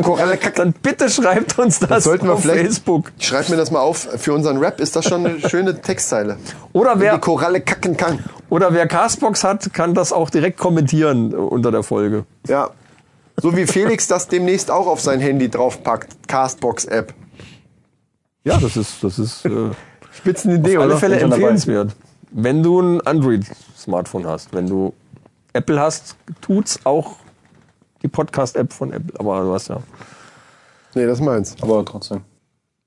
Speaker 3: Koralle kackt.
Speaker 2: dann bitte schreibt uns das,
Speaker 3: sollten wir
Speaker 2: auf
Speaker 3: vielleicht-
Speaker 2: Facebook.
Speaker 3: Ich schreibe mir das mal auf für unseren Rap. Ist das schon eine schöne Textzeile?
Speaker 2: Oder
Speaker 3: Wenn
Speaker 2: wer,
Speaker 3: die Koralle kacken kann.
Speaker 2: oder wer Castbox hat, kann das auch direkt kommentieren äh, unter der Folge.
Speaker 3: Ja. So wie Felix das demnächst auch auf sein Handy draufpackt. Castbox-App.
Speaker 2: Ja, das ist, das ist äh,
Speaker 3: Spitzenidee,
Speaker 2: auf alle
Speaker 3: oder?
Speaker 2: Fälle
Speaker 4: Bin schon dabei.
Speaker 2: empfehlenswert. Wenn du ein Android-Smartphone hast, wenn du Apple hast, tut's auch die Podcast-App von Apple. Aber du hast ja.
Speaker 3: Nee, das ist meins.
Speaker 4: Aber trotzdem.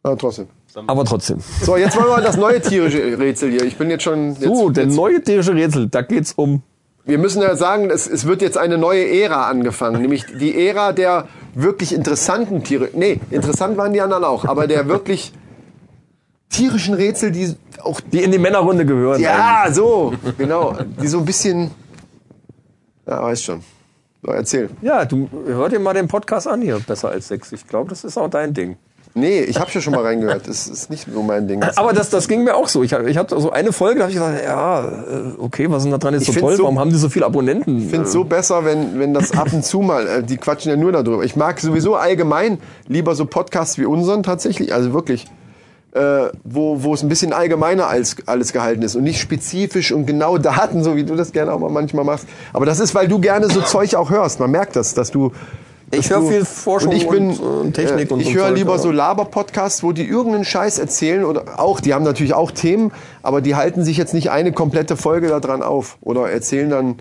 Speaker 3: Aber trotzdem.
Speaker 2: Aber trotzdem.
Speaker 3: So, jetzt wollen wir das neue tierische Rätsel hier. Ich bin jetzt schon... Jetzt,
Speaker 2: So, der
Speaker 3: jetzt,
Speaker 2: neue tierische Rätsel, da geht's um.
Speaker 3: wir müssen ja sagen, es, es wird jetzt eine neue Ära angefangen. Nämlich die Ära der wirklich interessanten Tiere. Nee, interessant waren die anderen auch. Aber der wirklich tierischen Rätsel, die auch
Speaker 2: Die in die Männerrunde gehören.
Speaker 3: Ja, so, genau. Die so ein bisschen. Ja, weiß schon. So, erzähl.
Speaker 2: Ja, du hör dir mal den Podcast an hier, besser als Sex. Ich glaube, das ist auch dein Ding.
Speaker 3: Nee, ich habe ja schon mal reingehört. Das ist nicht so mein Ding.
Speaker 2: Aber das, das ging mir auch so. Ich hatte ich hab so eine Folge, da habe ich gesagt, ja, äh, okay, was ist denn da dran jetzt so
Speaker 3: find's
Speaker 2: toll?
Speaker 3: so-
Speaker 2: Warum haben die so viele Abonnenten?
Speaker 3: Ich finde es so besser, wenn, wenn das ab und zu mal, äh, die quatschen ja nur darüber. Ich mag sowieso allgemein lieber so Podcasts wie unseren tatsächlich, also wirklich, äh, wo, wo es ein bisschen allgemeiner als alles gehalten ist und nicht spezifisch und genau Daten, so wie du das gerne auch mal manchmal machst. Aber das ist, weil du gerne so Zeug auch hörst. Man merkt das, dass du.
Speaker 2: Ich
Speaker 3: dass
Speaker 2: höre
Speaker 3: du-
Speaker 2: viel Forschung
Speaker 3: und ich bin,
Speaker 2: und, äh, Technik
Speaker 3: äh,
Speaker 2: und
Speaker 3: Ich
Speaker 2: so
Speaker 3: höre
Speaker 2: Zeug,
Speaker 3: lieber
Speaker 2: ja.
Speaker 3: so Laber-Podcasts, wo die irgendeinen Scheiß erzählen oder auch, die haben natürlich auch Themen, aber die halten sich jetzt nicht eine komplette Folge daran auf oder erzählen dann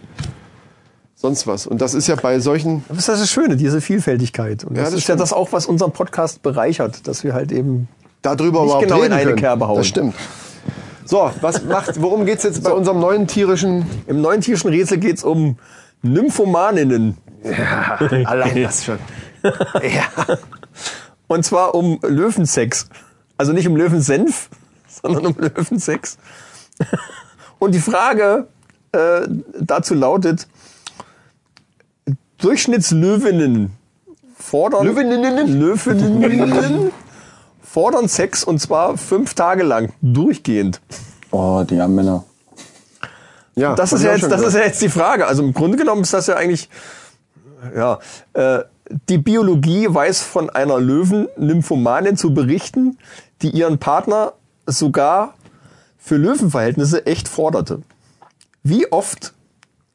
Speaker 3: sonst was. Und das ist ja bei solchen,
Speaker 2: Das ist das Schöne, diese Vielfältigkeit. Und das,
Speaker 3: das
Speaker 2: ist ja
Speaker 3: stimmt.
Speaker 2: das auch, was unseren Podcast bereichert, dass wir halt eben.
Speaker 3: darüber
Speaker 2: Nicht
Speaker 3: überhaupt
Speaker 2: genau in
Speaker 3: reden
Speaker 2: eine
Speaker 3: können.
Speaker 2: Kerbe hauen.
Speaker 3: Das stimmt. So, was macht, worum geht's jetzt bei unserem neuen tierischen,
Speaker 2: Im neuen tierischen Rätsel geht's um Nymphomaninnen.
Speaker 3: allein das schon.
Speaker 2: Ja. Und zwar um Löwensex. Also nicht um Löwensenf, sondern um Löwensex. Und die Frage äh, dazu lautet, Durchschnittslöwinnen fordern,
Speaker 3: Löwinnen?
Speaker 2: Löwinnen fordern Sex und zwar fünf Tage lang, durchgehend.
Speaker 4: Oh, die armen Männer.
Speaker 3: Ja,
Speaker 2: das
Speaker 3: hab
Speaker 2: ist
Speaker 3: ich
Speaker 2: ja
Speaker 3: auch
Speaker 2: jetzt,
Speaker 3: schon
Speaker 2: das ist
Speaker 3: gehört.
Speaker 2: ja jetzt die Frage. Also im Grunde genommen ist das ja eigentlich, ja, äh, die Biologie weiß von einer Löwen-Nymphomanin zu berichten, die ihren Partner sogar für Löwenverhältnisse echt forderte. Wie oft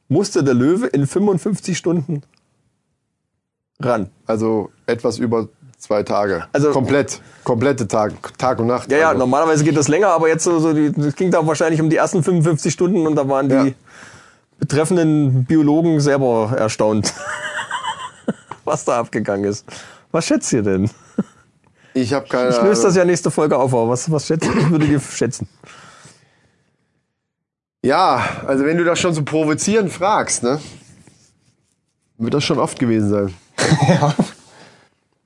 Speaker 2: musste der Löwe in 55 Stunden ran?
Speaker 3: Also etwas über zwei Tage.
Speaker 2: Also-
Speaker 3: komplett, komplette Tage, Tag und Nacht.
Speaker 2: Ja, ja,
Speaker 3: also,
Speaker 2: normalerweise geht das länger, aber jetzt so, so die, das ging da wahrscheinlich um die ersten 55 Stunden und da waren die
Speaker 3: Ja.
Speaker 2: betreffenden Biologen selber erstaunt, was da abgegangen ist. Was schätzt ihr denn?
Speaker 3: ich habe keine.
Speaker 2: Ich löse das ja nächste Folge auf, aber was, was schätzt ihr? Würdet ihr schätzen?
Speaker 3: Ja, also wenn du das schon so provozierend fragst, ne? Wird das schon oft gewesen sein. ja.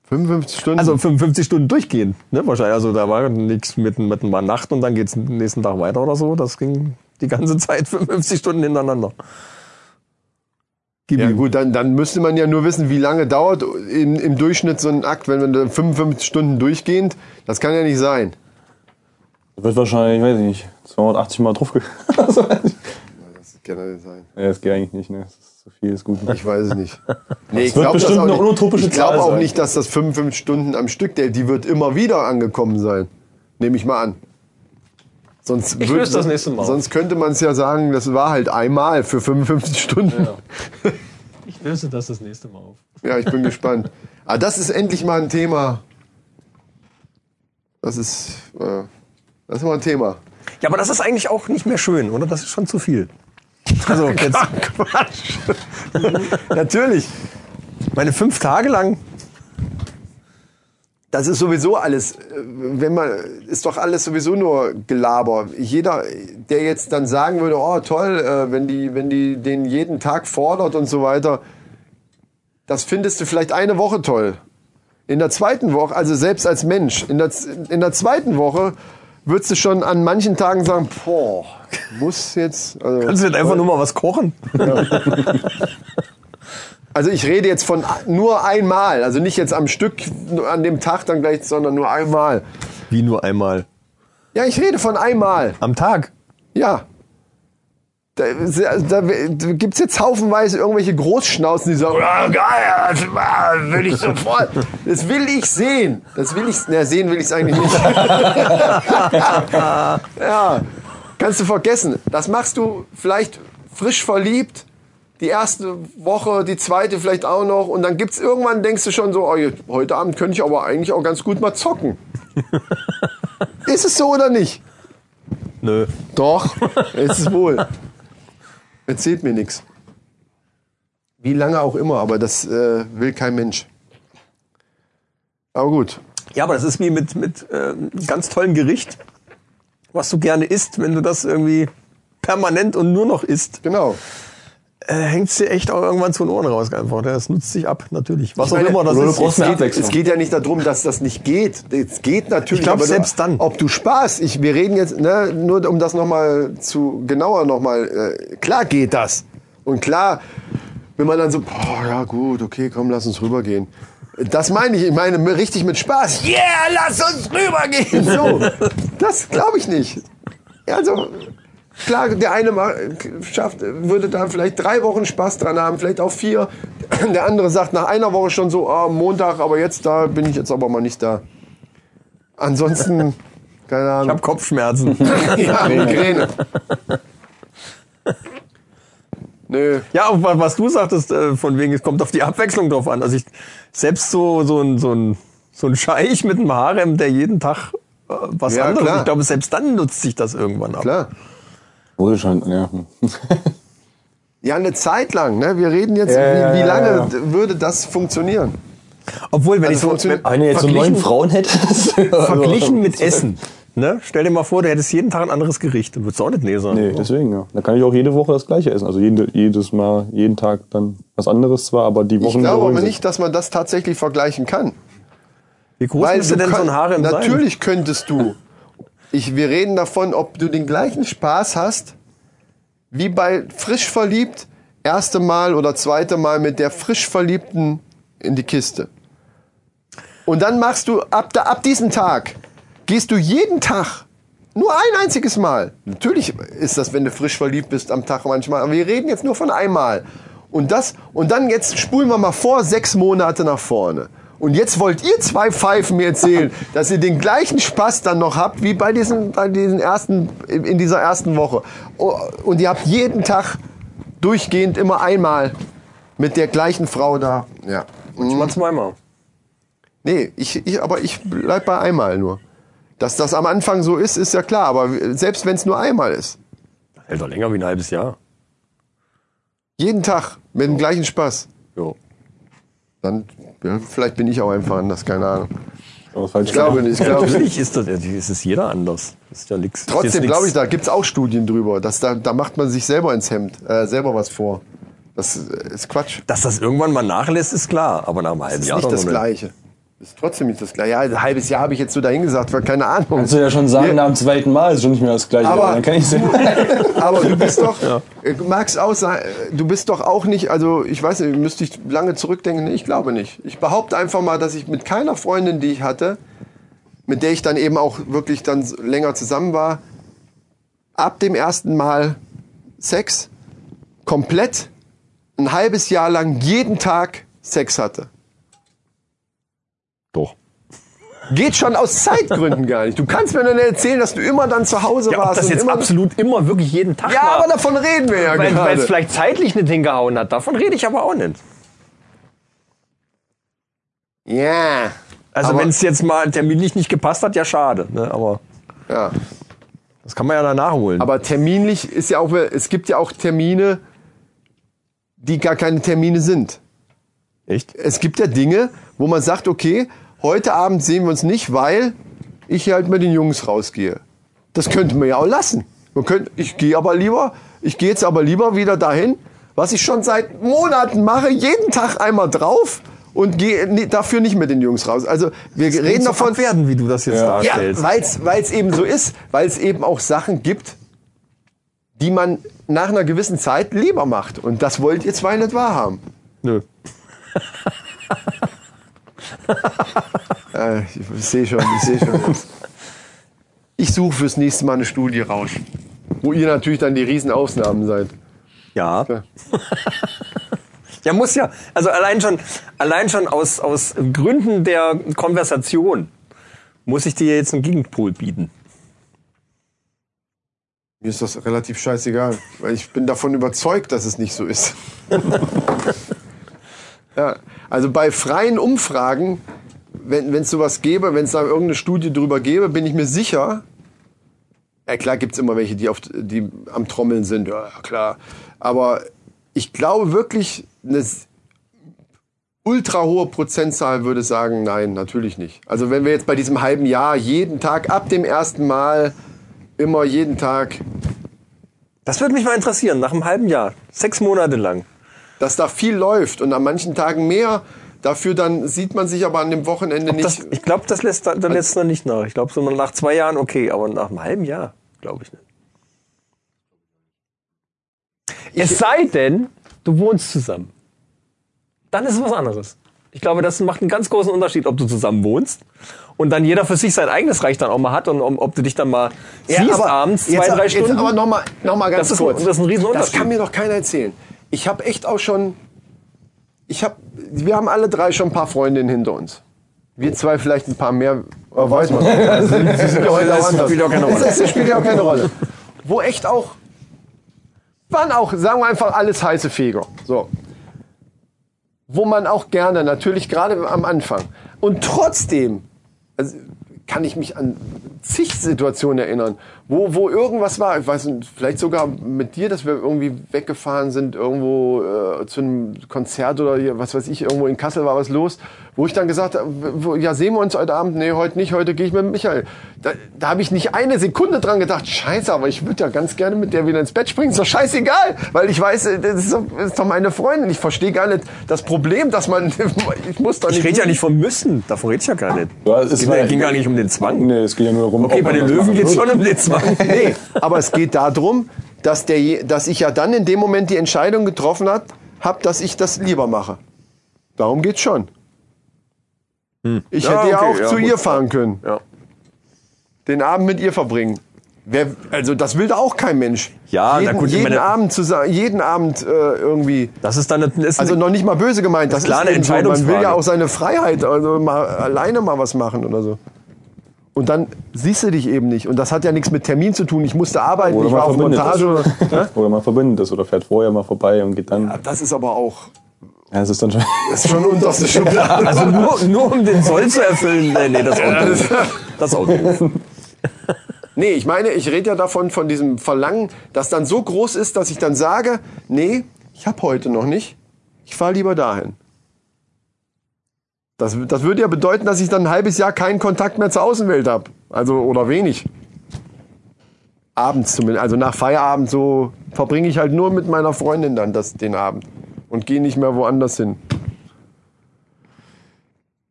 Speaker 3: 55 Stunden.
Speaker 2: Also 55 Stunden durchgehen, ne? Wahrscheinlich. Also da war nichts mit, mit einer Nacht und dann geht's nächsten Tag weiter oder so. Das ging die ganze Zeit 55 Stunden hintereinander. Gib
Speaker 3: ja
Speaker 2: ihm.
Speaker 3: gut, dann, dann müsste man ja nur wissen, wie lange dauert im, im Durchschnitt so ein Akt, wenn man da 55 Stunden durchgehend, das kann ja nicht sein.
Speaker 4: Wird wahrscheinlich, weiß ich nicht, 280 Mal drauf.
Speaker 3: Das
Speaker 4: also,
Speaker 3: kann ja nicht sein.
Speaker 4: ja, das geht eigentlich nicht, ne? Das ist zu viel, ist gut.
Speaker 3: Ich weiß es nicht. Nee, ich
Speaker 4: wird
Speaker 3: glaub das
Speaker 4: bestimmt
Speaker 3: auch
Speaker 4: eine
Speaker 3: nicht.
Speaker 4: utopische
Speaker 3: Ich glaube
Speaker 4: Zahl
Speaker 3: auch
Speaker 4: sein.
Speaker 3: nicht, dass das 55 Stunden am Stück, der, die wird immer wieder angekommen sein. Nehme ich mal an. Sonst
Speaker 2: Ich
Speaker 3: würd-
Speaker 2: löse das nächste Mal auf.
Speaker 3: Sonst könnte man es ja sagen, das war halt einmal für 55 Stunden.
Speaker 2: Ich löse das das nächste Mal auf.
Speaker 3: Ja, ich bin gespannt. Ah, das ist endlich mal ein Thema. Das ist, äh, das ist mal ein Thema.
Speaker 2: Ja, aber das ist eigentlich auch nicht mehr schön, oder? Das ist schon zu viel. Also jetzt. Quatsch.
Speaker 3: Natürlich.
Speaker 2: Meine fünf Tage lang.
Speaker 3: Das ist sowieso alles, äh, wenn man, ist doch alles sowieso nur Gelaber. Jeder, der jetzt dann sagen würde, oh toll, äh, wenn die, wenn die den jeden Tag fordert und so weiter, das findest du vielleicht eine Woche toll. In der zweiten Woche, also selbst als Mensch, in der, z- in der zweiten Woche würdest du schon an manchen Tagen sagen, boah, muss jetzt, also,
Speaker 2: Kannst du nicht einfach nur mal was kochen?
Speaker 3: Also ich rede jetzt von a- nur einmal, also nicht jetzt am Stück nur an dem Tag dann gleich, sondern nur einmal.
Speaker 2: Wie nur einmal.
Speaker 3: Ja, ich rede von einmal.
Speaker 2: Am Tag.
Speaker 3: Ja. Da, da, da gibt es jetzt haufenweise irgendwelche Großschnauzen, die sagen, ja, geil, das war- will ich sofort. Das will ich sehen. Das will ich, na, sehen will ich es eigentlich nicht. ja, kannst du vergessen. Das machst du vielleicht frisch verliebt, die erste Woche, die zweite vielleicht auch noch. Und dann gibt's irgendwann, denkst du schon so, oh, je- heute Abend könnte ich aber eigentlich auch ganz gut mal zocken. Ist es so oder nicht?
Speaker 2: Nö.
Speaker 3: Doch, es ist wohl. Erzählt mir nichts. Wie lange auch immer, aber das äh, will kein Mensch. Aber gut.
Speaker 2: Ja, aber das ist wie mit, mit äh, ganz tollen Gericht, was du gerne isst, wenn du das irgendwie permanent und nur noch isst,
Speaker 3: Genau.
Speaker 2: äh, hängt's dir echt auch irgendwann zu den Ohren raus einfach. ne? Das nutzt sich ab, natürlich. Was
Speaker 3: meine,
Speaker 2: auch immer das
Speaker 4: Rolle
Speaker 2: ist.
Speaker 4: brauchst
Speaker 3: Es
Speaker 4: eine
Speaker 3: geht,
Speaker 4: Abwechslung.
Speaker 3: es geht ja nicht darum, dass das nicht geht. Es geht natürlich.
Speaker 2: Ich glaub,
Speaker 3: aber du-
Speaker 2: selbst dann.
Speaker 3: Ob du Spaß, ich, wir reden jetzt, ne, nur um das nochmal zu, genauer nochmal, äh, klar geht das. Und klar, wenn man dann so, boah, ja gut, okay, komm, lass uns rübergehen. Das meine ich, ich meine m- richtig mit Spaß. Yeah, lass uns rübergehen. So, das glaube ich nicht. Also, klar, der eine ma- schafft, würde da vielleicht drei Wochen Spaß dran haben, vielleicht auch vier. Der andere sagt nach einer Woche schon so, ah, Montag, aber jetzt da bin ich jetzt aber mal nicht da. Ansonsten, keine
Speaker 2: Ich
Speaker 3: Ahnung.
Speaker 2: hab Kopfschmerzen.
Speaker 3: ja, Migräne. Nö.
Speaker 2: Ja, und wa- was du sagtest, äh, von wegen, es kommt auf die Abwechslung drauf an. Also ich selbst so, so ein, so ein, so ein Scheich mit einem Harem, der jeden Tag äh, was
Speaker 3: Ja,
Speaker 2: anderes,
Speaker 3: klar.
Speaker 2: ich glaube, selbst dann nutzt sich das irgendwann ab.
Speaker 3: Klar.
Speaker 4: Wurde schon, ja.
Speaker 3: Ja, eine Zeit lang. Ne? Wir reden jetzt,
Speaker 4: Ja,
Speaker 3: wie,
Speaker 4: ja,
Speaker 3: wie
Speaker 4: ja,
Speaker 3: lange
Speaker 4: ja.
Speaker 3: d- würde das funktionieren?
Speaker 2: Obwohl, wenn
Speaker 3: Also
Speaker 2: ich so,
Speaker 3: funktioniert-
Speaker 2: wenn,
Speaker 3: Aber
Speaker 7: Wenn du jetzt so neun
Speaker 2: verglichen,
Speaker 7: Frauen hättest.
Speaker 2: verglichen mit Essen, ne? Stell dir mal vor, du hättest jeden Tag ein anderes Gericht, dann würdest du auch nicht lesen.
Speaker 4: Nee, deswegen, ja. Da kann ich auch jede Woche das Gleiche essen. Also jede, jedes Mal, jeden Tag dann was anderes zwar, aber die
Speaker 3: Ich
Speaker 4: Wochen.
Speaker 3: glaube
Speaker 4: wiederholen
Speaker 3: aber
Speaker 4: sich.
Speaker 3: nicht, dass man das tatsächlich vergleichen kann.
Speaker 2: Wie groß müsste denn so ein
Speaker 3: kann-
Speaker 2: Harem sein?
Speaker 3: Natürlich könntest du. Ich, wir reden davon, ob du den gleichen Spaß hast, wie bei frisch verliebt, erste Mal oder zweite Mal mit der frisch verliebten in die Kiste. Und dann machst du ab, da, ab diesem Tag, gehst du jeden Tag Nur ein einziges Mal. Natürlich ist das, wenn du frisch verliebt bist am Tag manchmal. Aber wir reden jetzt nur von einmal. Und das, und dann jetzt spulen wir mal vor, sechs Monate nach vorne. Und jetzt wollt ihr zwei Pfeifen mir erzählen, dass ihr den gleichen Spaß dann noch habt, wie bei diesen, bei diesen ersten, in dieser ersten Woche. Oh, Und ihr habt jeden Tag durchgehend immer einmal mit der gleichen Frau da. Ja.
Speaker 2: Manchmal
Speaker 3: Mhm.
Speaker 2: zweimal.
Speaker 3: Nee, ich, ich, aber ich bleib bei einmal nur. Dass das am Anfang so ist, ist ja klar, aber selbst wenn es nur einmal ist.
Speaker 2: Hält doch länger wie ein halbes Jahr.
Speaker 3: Jeden Tag mit dem gleichen Spaß.
Speaker 2: Jo.
Speaker 3: Dann, ja, vielleicht bin ich auch einfach anders, keine Ahnung.
Speaker 4: Aber falsch
Speaker 3: Ich glaube nicht, ich glaube nicht.
Speaker 2: Natürlich ist das, ist es jeder anders. Ist ja nix. ist
Speaker 3: Trotzdem
Speaker 2: nix-
Speaker 3: glaube ich, da gibt's auch Studien drüber. Dass da, da macht man sich selber ins Hemd, äh, selber was vor. Das äh, ist Quatsch.
Speaker 2: Dass das irgendwann mal nachlässt, ist klar. Aber nach einem halben
Speaker 3: Das ist
Speaker 2: Jahr
Speaker 3: nicht
Speaker 2: doch ne.
Speaker 3: das
Speaker 2: noch
Speaker 3: Gleiche. Das ist trotzdem nicht das Gleiche. Ja, ein halbes Jahr habe ich jetzt so dahin gesagt, weil keine Ahnung.
Speaker 2: Also,
Speaker 4: Kannst du ja schon sagen, nach dem zweiten Mal ist schon nicht mehr das gleiche.
Speaker 3: Aber-
Speaker 4: dann kann ich sehen.
Speaker 3: Aber du bist doch, äh, magst auch sein, äh, du bist doch auch nicht, also ich weiß nicht, müsste ich lange zurückdenken, Nee, ich glaube nicht. Ich behaupte einfach mal, dass ich mit keiner Freundin, die ich hatte, mit der ich dann eben auch wirklich dann s- länger zusammen war, ab dem ersten Mal Sex komplett ein halbes Jahr lang jeden Tag Sex hatte.
Speaker 2: Doch.
Speaker 3: Geht schon aus Zeitgründen gar nicht. Du kannst mir dann erzählen, dass du immer dann zu Hause
Speaker 6: Ja, ob
Speaker 3: warst.
Speaker 6: das
Speaker 3: und
Speaker 6: jetzt
Speaker 3: immer
Speaker 6: absolut immer wirklich jeden Tag
Speaker 3: ja,
Speaker 6: war,
Speaker 3: aber davon reden wir ja
Speaker 6: weil weil
Speaker 3: gerade.
Speaker 6: es vielleicht zeitlich nicht hingehauen hat. Davon rede ich aber auch nicht.
Speaker 3: Ja.
Speaker 2: Also
Speaker 3: Aber-
Speaker 2: wenn es jetzt mal terminlich nicht gepasst hat, ja schade. Ne? Aber
Speaker 3: Ja.
Speaker 2: das kann man ja dann nachholen.
Speaker 3: Aber terminlich ist ja auch, es gibt ja auch Termine, die gar keine Termine sind.
Speaker 2: Echt?
Speaker 3: Es gibt ja Dinge, wo man sagt, okay, heute Abend sehen wir uns nicht, weil ich hier halt mit den Jungs rausgehe. Das könnte man ja auch lassen. Man könnte, ich gehe aber lieber, ich gehe jetzt aber lieber wieder dahin, was ich schon seit Monaten mache, jeden Tag einmal drauf und gehe ni- dafür nicht mit den Jungs raus. Also wir reden davon,
Speaker 2: werden, wie du das jetzt
Speaker 3: ja,
Speaker 2: darstellst.
Speaker 3: weil es eben so ist, weil es eben auch Sachen gibt, die man nach einer gewissen Zeit lieber macht. Und das wollt ihr zwei nicht wahrhaben.
Speaker 2: Nö.
Speaker 3: Äh, ich sehe schon, ich sehe schon. Ich suche fürs nächste Mal eine Studie raus. Wo ihr natürlich dann die Riesenausnahmen seid.
Speaker 2: Ja. ja, muss ja. Also allein schon, allein schon aus, aus Gründen der Konversation muss ich dir jetzt einen Gegenpol bieten.
Speaker 3: Mir ist das relativ scheißegal, weil ich bin davon überzeugt, dass es nicht so ist. ja, also bei freien Umfragen, wenn es sowas gäbe, wenn es da irgendeine Studie drüber gäbe, bin ich mir sicher, ja klar gibt es immer welche, die, auf, die am Trommeln sind, ja klar. Aber ich glaube wirklich, eine s- ultra hohe Prozentzahl würde sagen, nein, natürlich nicht. Also wenn wir jetzt bei diesem halben Jahr jeden Tag ab dem ersten Mal immer jeden Tag,
Speaker 2: Das würde mich mal interessieren, nach einem halben Jahr, sechs Monate lang.
Speaker 3: dass da viel läuft und an manchen Tagen mehr. Dafür dann sieht man sich aber an dem Wochenende nicht.
Speaker 2: Das, ich glaube, das lässt da, da lässt noch nicht nach. Ich glaube, so nach zwei Jahren okay, aber nach einem halben Jahr glaube ich nicht.
Speaker 6: Es sei denn, du wohnst zusammen. Dann ist es was anderes.
Speaker 2: Ich glaube, das macht einen ganz großen Unterschied, ob du zusammen wohnst und dann jeder für sich sein eigenes Reich dann auch mal hat und ob ob du dich dann mal siehst abends zwei,
Speaker 3: jetzt,
Speaker 2: drei
Speaker 3: jetzt
Speaker 2: Stunden.
Speaker 3: aber nochmal noch mal ganz
Speaker 2: Das ist ein-
Speaker 3: kurz.
Speaker 2: das ist ein Riesenunterschied.
Speaker 3: Das kann mir doch keiner erzählen. Ich habe echt auch schon. Ich hab, wir haben alle drei schon ein paar Freundinnen hinter uns. Wir zwei vielleicht ein paar mehr. Aber weiß man. Sie sind ja heute auch anders.
Speaker 2: spielt auch keine Rolle.
Speaker 3: Das ist- spielt ja auch keine Rolle. Wo echt auch. Waren auch, sagen wir einfach, alles heiße Feger. So. Wo man auch gerne, natürlich gerade am Anfang. Und trotzdem also, kann ich mich an zig Situationen erinnern, wo, wo irgendwas war. Ich weiß nicht, vielleicht sogar mit dir, dass wir irgendwie weggefahren sind, irgendwo äh, zu einem Konzert oder hier, was weiß ich, irgendwo in Kassel war was los, wo ich dann gesagt habe, wo- ja, sehen wir uns heute Abend? Nee, heute nicht, heute gehe ich mit Michael. Da, da habe ich nicht eine Sekunde dran gedacht, scheiße, aber ich würde ja ganz gerne mit der wieder ins Bett springen, ist doch scheißegal, weil ich weiß, äh, das ist doch, ist doch meine Freundin. Ich verstehe gar nicht das Problem, dass man, ich muss doch nicht...
Speaker 2: Ich rede ja nicht vom Müssen, davon rede ich ja gar nicht.
Speaker 4: Ja, es
Speaker 2: es ging,
Speaker 4: war-
Speaker 2: ja- ging gar nicht um den Zwang.
Speaker 4: Nee, es geht ja nur darum,
Speaker 2: Okay, bei den Löwen geht es schon um den Zwang.
Speaker 3: Nee, aber es geht darum, dass, der, dass ich ja dann in dem Moment die Entscheidung getroffen hat, hab, dass ich das lieber mache. Darum geht's schon. Ich
Speaker 2: Ja,
Speaker 3: hätte ja
Speaker 2: okay,
Speaker 3: auch
Speaker 2: ja,
Speaker 3: zu
Speaker 2: gut.
Speaker 3: ihr fahren können.
Speaker 2: Ja.
Speaker 3: Den Abend mit ihr verbringen. Wer, also das will da auch kein Mensch.
Speaker 2: Ja, na
Speaker 3: jeden,
Speaker 2: gut, ich
Speaker 3: jeden
Speaker 2: meine-
Speaker 3: Abend zusammen, jeden Abend äh, irgendwie.
Speaker 2: Das ist dann eine, ist
Speaker 3: Also
Speaker 2: eine,
Speaker 3: noch nicht mal böse gemeint. Das
Speaker 2: klar eine
Speaker 3: eben so. Man will
Speaker 2: Entscheidungsfrage.
Speaker 3: ja auch seine Freiheit, also mal alleine mal was machen oder so. Und dann siehst du dich eben nicht. Und das hat ja nichts mit Termin zu tun. Ich musste arbeiten,
Speaker 4: Oder
Speaker 3: ich
Speaker 4: man
Speaker 3: war auf
Speaker 4: verbindet
Speaker 3: Montage. Oder, Ja?
Speaker 4: Oder man verbindet das oder fährt vorher mal vorbei und geht dann. Ja,
Speaker 3: das ist aber auch
Speaker 4: es ist dann schon.
Speaker 3: das ist schon unterste Schublade.
Speaker 2: also nur, nur um den Soll zu erfüllen. Nee, nee, das ist auch doof. Das ist auch doof.
Speaker 3: Nee, ich meine, ich rede ja davon, von diesem Verlangen, das dann so groß ist, dass ich dann sage, nee, ich habe heute noch nicht, ich fahre lieber dahin. Das, das würde ja bedeuten, dass ich dann ein halbes Jahr keinen Kontakt mehr zur Außenwelt habe. Also, oder wenig. Abends zumindest, also nach Feierabend so verbringe ich halt nur mit meiner Freundin dann das, den Abend und gehe nicht mehr woanders hin.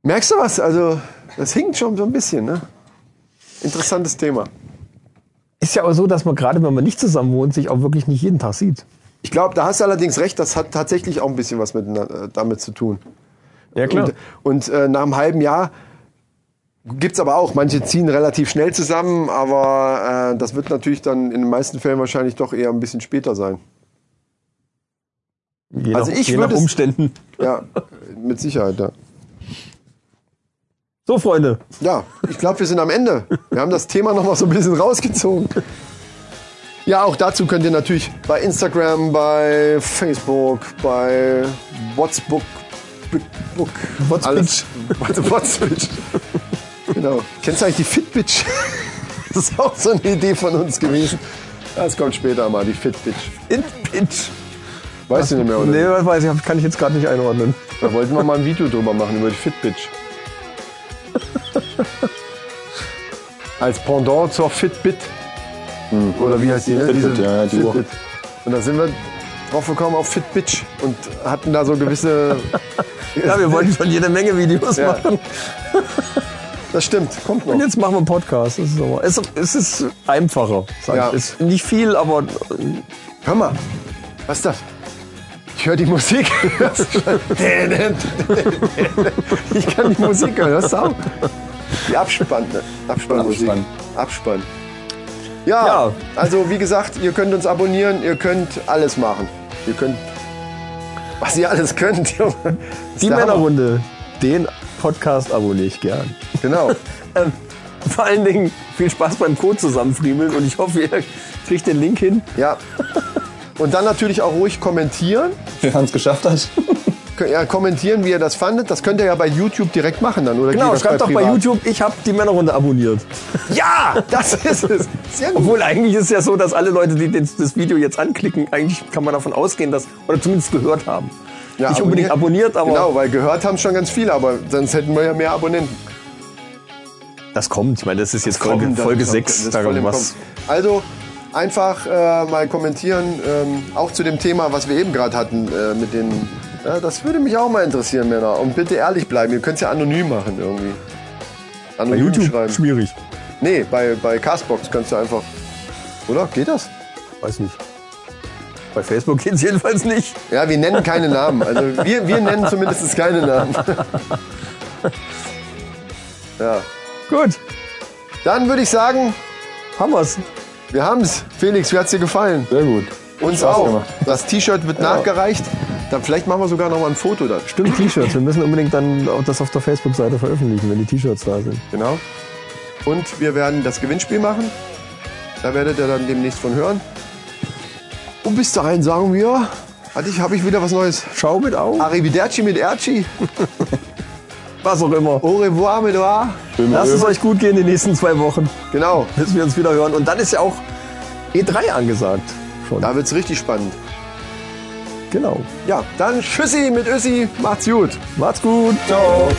Speaker 3: Merkst du was? Also, das hinkt schon so ein bisschen, ne? Interessantes Thema.
Speaker 2: Ist ja auch so, dass man gerade, wenn man nicht zusammen wohnt, sich auch wirklich nicht jeden Tag sieht.
Speaker 3: Ich glaube, da hast du allerdings recht, das hat tatsächlich auch ein bisschen was mit, äh, damit zu tun.
Speaker 2: Ja,
Speaker 3: Und, und äh, nach einem halben Jahr gibt's aber auch, manche ziehen relativ schnell zusammen, aber äh, das wird natürlich dann in den meisten Fällen wahrscheinlich doch eher ein bisschen später sein.
Speaker 2: Je
Speaker 3: also
Speaker 2: nach,
Speaker 3: ich
Speaker 2: je
Speaker 3: würde
Speaker 2: nach
Speaker 3: es-
Speaker 2: Umständen.
Speaker 3: Ja, mit Sicherheit, ja.
Speaker 2: So, Freunde.
Speaker 3: Ja, ich glaube, wir sind am Ende. Wir haben das Thema noch mal so ein bisschen rausgezogen. Ja, auch dazu könnt ihr natürlich bei Instagram, bei Facebook, bei WhatsBook, Book, Book,
Speaker 2: What's
Speaker 3: alles. WhatsBitch. genau. Kennst du eigentlich die Fitbitch? das ist auch so eine Idee von uns gewesen. Das kommt später mal, die Fitbitch.
Speaker 2: Bitch.
Speaker 3: Weißt du nicht mehr, oder?
Speaker 2: Nee, das weiß ich, kann ich jetzt gerade nicht einordnen.
Speaker 3: Da wollten wir mal ein Video drüber machen, über die Fitbitch. Als Pendant zur Fitbit. Oder wie heißt die? ne?
Speaker 4: Mhm. Fitbit,
Speaker 3: Diese
Speaker 4: ja, die Uhr.
Speaker 3: Fitbit. Und da sind wir drauf gekommen auf Fitbitch und hatten da so gewisse.
Speaker 2: Ja, wir wollten schon jede Menge Videos
Speaker 3: Ja.
Speaker 2: machen.
Speaker 3: Das stimmt, kommt
Speaker 2: Und
Speaker 3: noch.
Speaker 2: jetzt machen wir einen Podcast. Das ist aber, es, es ist einfacher. Sag
Speaker 3: Ja.
Speaker 2: ich. Ist nicht viel, aber
Speaker 3: Hör mal, was ist das? Ich höre die Musik. ich kann die Musik hören, hörst du auch? Die Abspann, ne? Abspannmusik.
Speaker 4: Abspann.
Speaker 3: Abspann. Ja,
Speaker 2: Ja.
Speaker 3: also wie gesagt, ihr könnt uns abonnieren, ihr könnt alles machen. Ihr könnt, was ihr alles könnt. Junge. Das ist
Speaker 2: die
Speaker 3: der Hammer.
Speaker 2: Männerrunde, den Podcast abonniere ich gern.
Speaker 3: Genau.
Speaker 2: Ähm, vor allen Dingen viel Spaß beim Code zusammenfriemeln und ich hoffe, ihr kriegt den Link hin.
Speaker 3: Ja. Und dann natürlich auch ruhig kommentieren.
Speaker 4: Wenn man es geschafft hat.
Speaker 3: Kö- Ja, kommentieren, wie ihr das fandet. Das könnt ihr ja bei YouTube direkt machen dann, oder?
Speaker 2: Genau,
Speaker 3: geht das
Speaker 2: schreibt doch bei
Speaker 3: privat?
Speaker 2: YouTube, ich habe die Männerrunde abonniert.
Speaker 3: Ja, das ist es. Sehr gut.
Speaker 2: Obwohl eigentlich ist es ja so, dass alle Leute, die den, das Video jetzt anklicken, eigentlich kann man davon ausgehen, dass, oder zumindest gehört haben.
Speaker 3: Ja,
Speaker 2: Nicht unbedingt abonniert, aber
Speaker 3: Genau, weil gehört haben schon ganz viele, aber sonst hätten wir ja mehr Abonnenten.
Speaker 2: das kommt. Ich meine, Genau. das ist jetzt
Speaker 3: Komm,
Speaker 2: Folge,
Speaker 3: das-
Speaker 2: Folge
Speaker 3: das-
Speaker 2: 6.
Speaker 3: das ist voll im
Speaker 2: was,
Speaker 3: Kopf. Also einfach äh, mal kommentieren, ähm, auch zu dem Thema, was wir eben gerade hatten, äh, mit den. Ja, das würde mich auch mal interessieren, Männer. Und bitte ehrlich bleiben, ihr könnt es ja anonym machen irgendwie. Anonym schreiben.
Speaker 2: schwierig.
Speaker 3: Nee, bei, bei Castbox kannst du einfach. Oder? Geht das?
Speaker 2: Weiß nicht. Bei Facebook geht es jedenfalls nicht.
Speaker 3: Ja, wir nennen keine Namen. Also wir, wir nennen zumindest keine Namen. ja.
Speaker 2: Gut,
Speaker 3: Dann würde ich sagen,
Speaker 2: haben wir's.
Speaker 3: wir haben's. Felix, wie hat's dir gefallen?
Speaker 4: Sehr gut.
Speaker 3: Uns
Speaker 4: Spaß
Speaker 3: auch.
Speaker 4: gemacht.
Speaker 3: Das T-Shirt wird nachgereicht. Dann vielleicht machen wir sogar noch mal ein Foto dann.
Speaker 2: Stimmt, T-Shirts. Wir müssen unbedingt dann auch das auf der Facebook-Seite veröffentlichen, wenn die T-Shirts da sind.
Speaker 3: Genau. Und wir werden das Gewinnspiel machen. Da werdet ihr dann demnächst von hören. Und bis dahin sagen wir, hatte ich, habe ich wieder was Neues.
Speaker 2: Schau mit auf.
Speaker 3: Arrivederci mit Erci.
Speaker 2: Was auch immer.
Speaker 3: Au revoir mit Oa.
Speaker 2: Lasst es euch gut gehen die nächsten zwei Wochen,
Speaker 3: Genau.
Speaker 2: bis wir uns wieder hören. Und dann ist ja auch E3 angesagt. Schon.
Speaker 3: Da wird's richtig spannend.
Speaker 2: Genau.
Speaker 3: Ja, dann Tschüssi mit Össi. Macht's gut.
Speaker 2: Macht's gut. Ciao.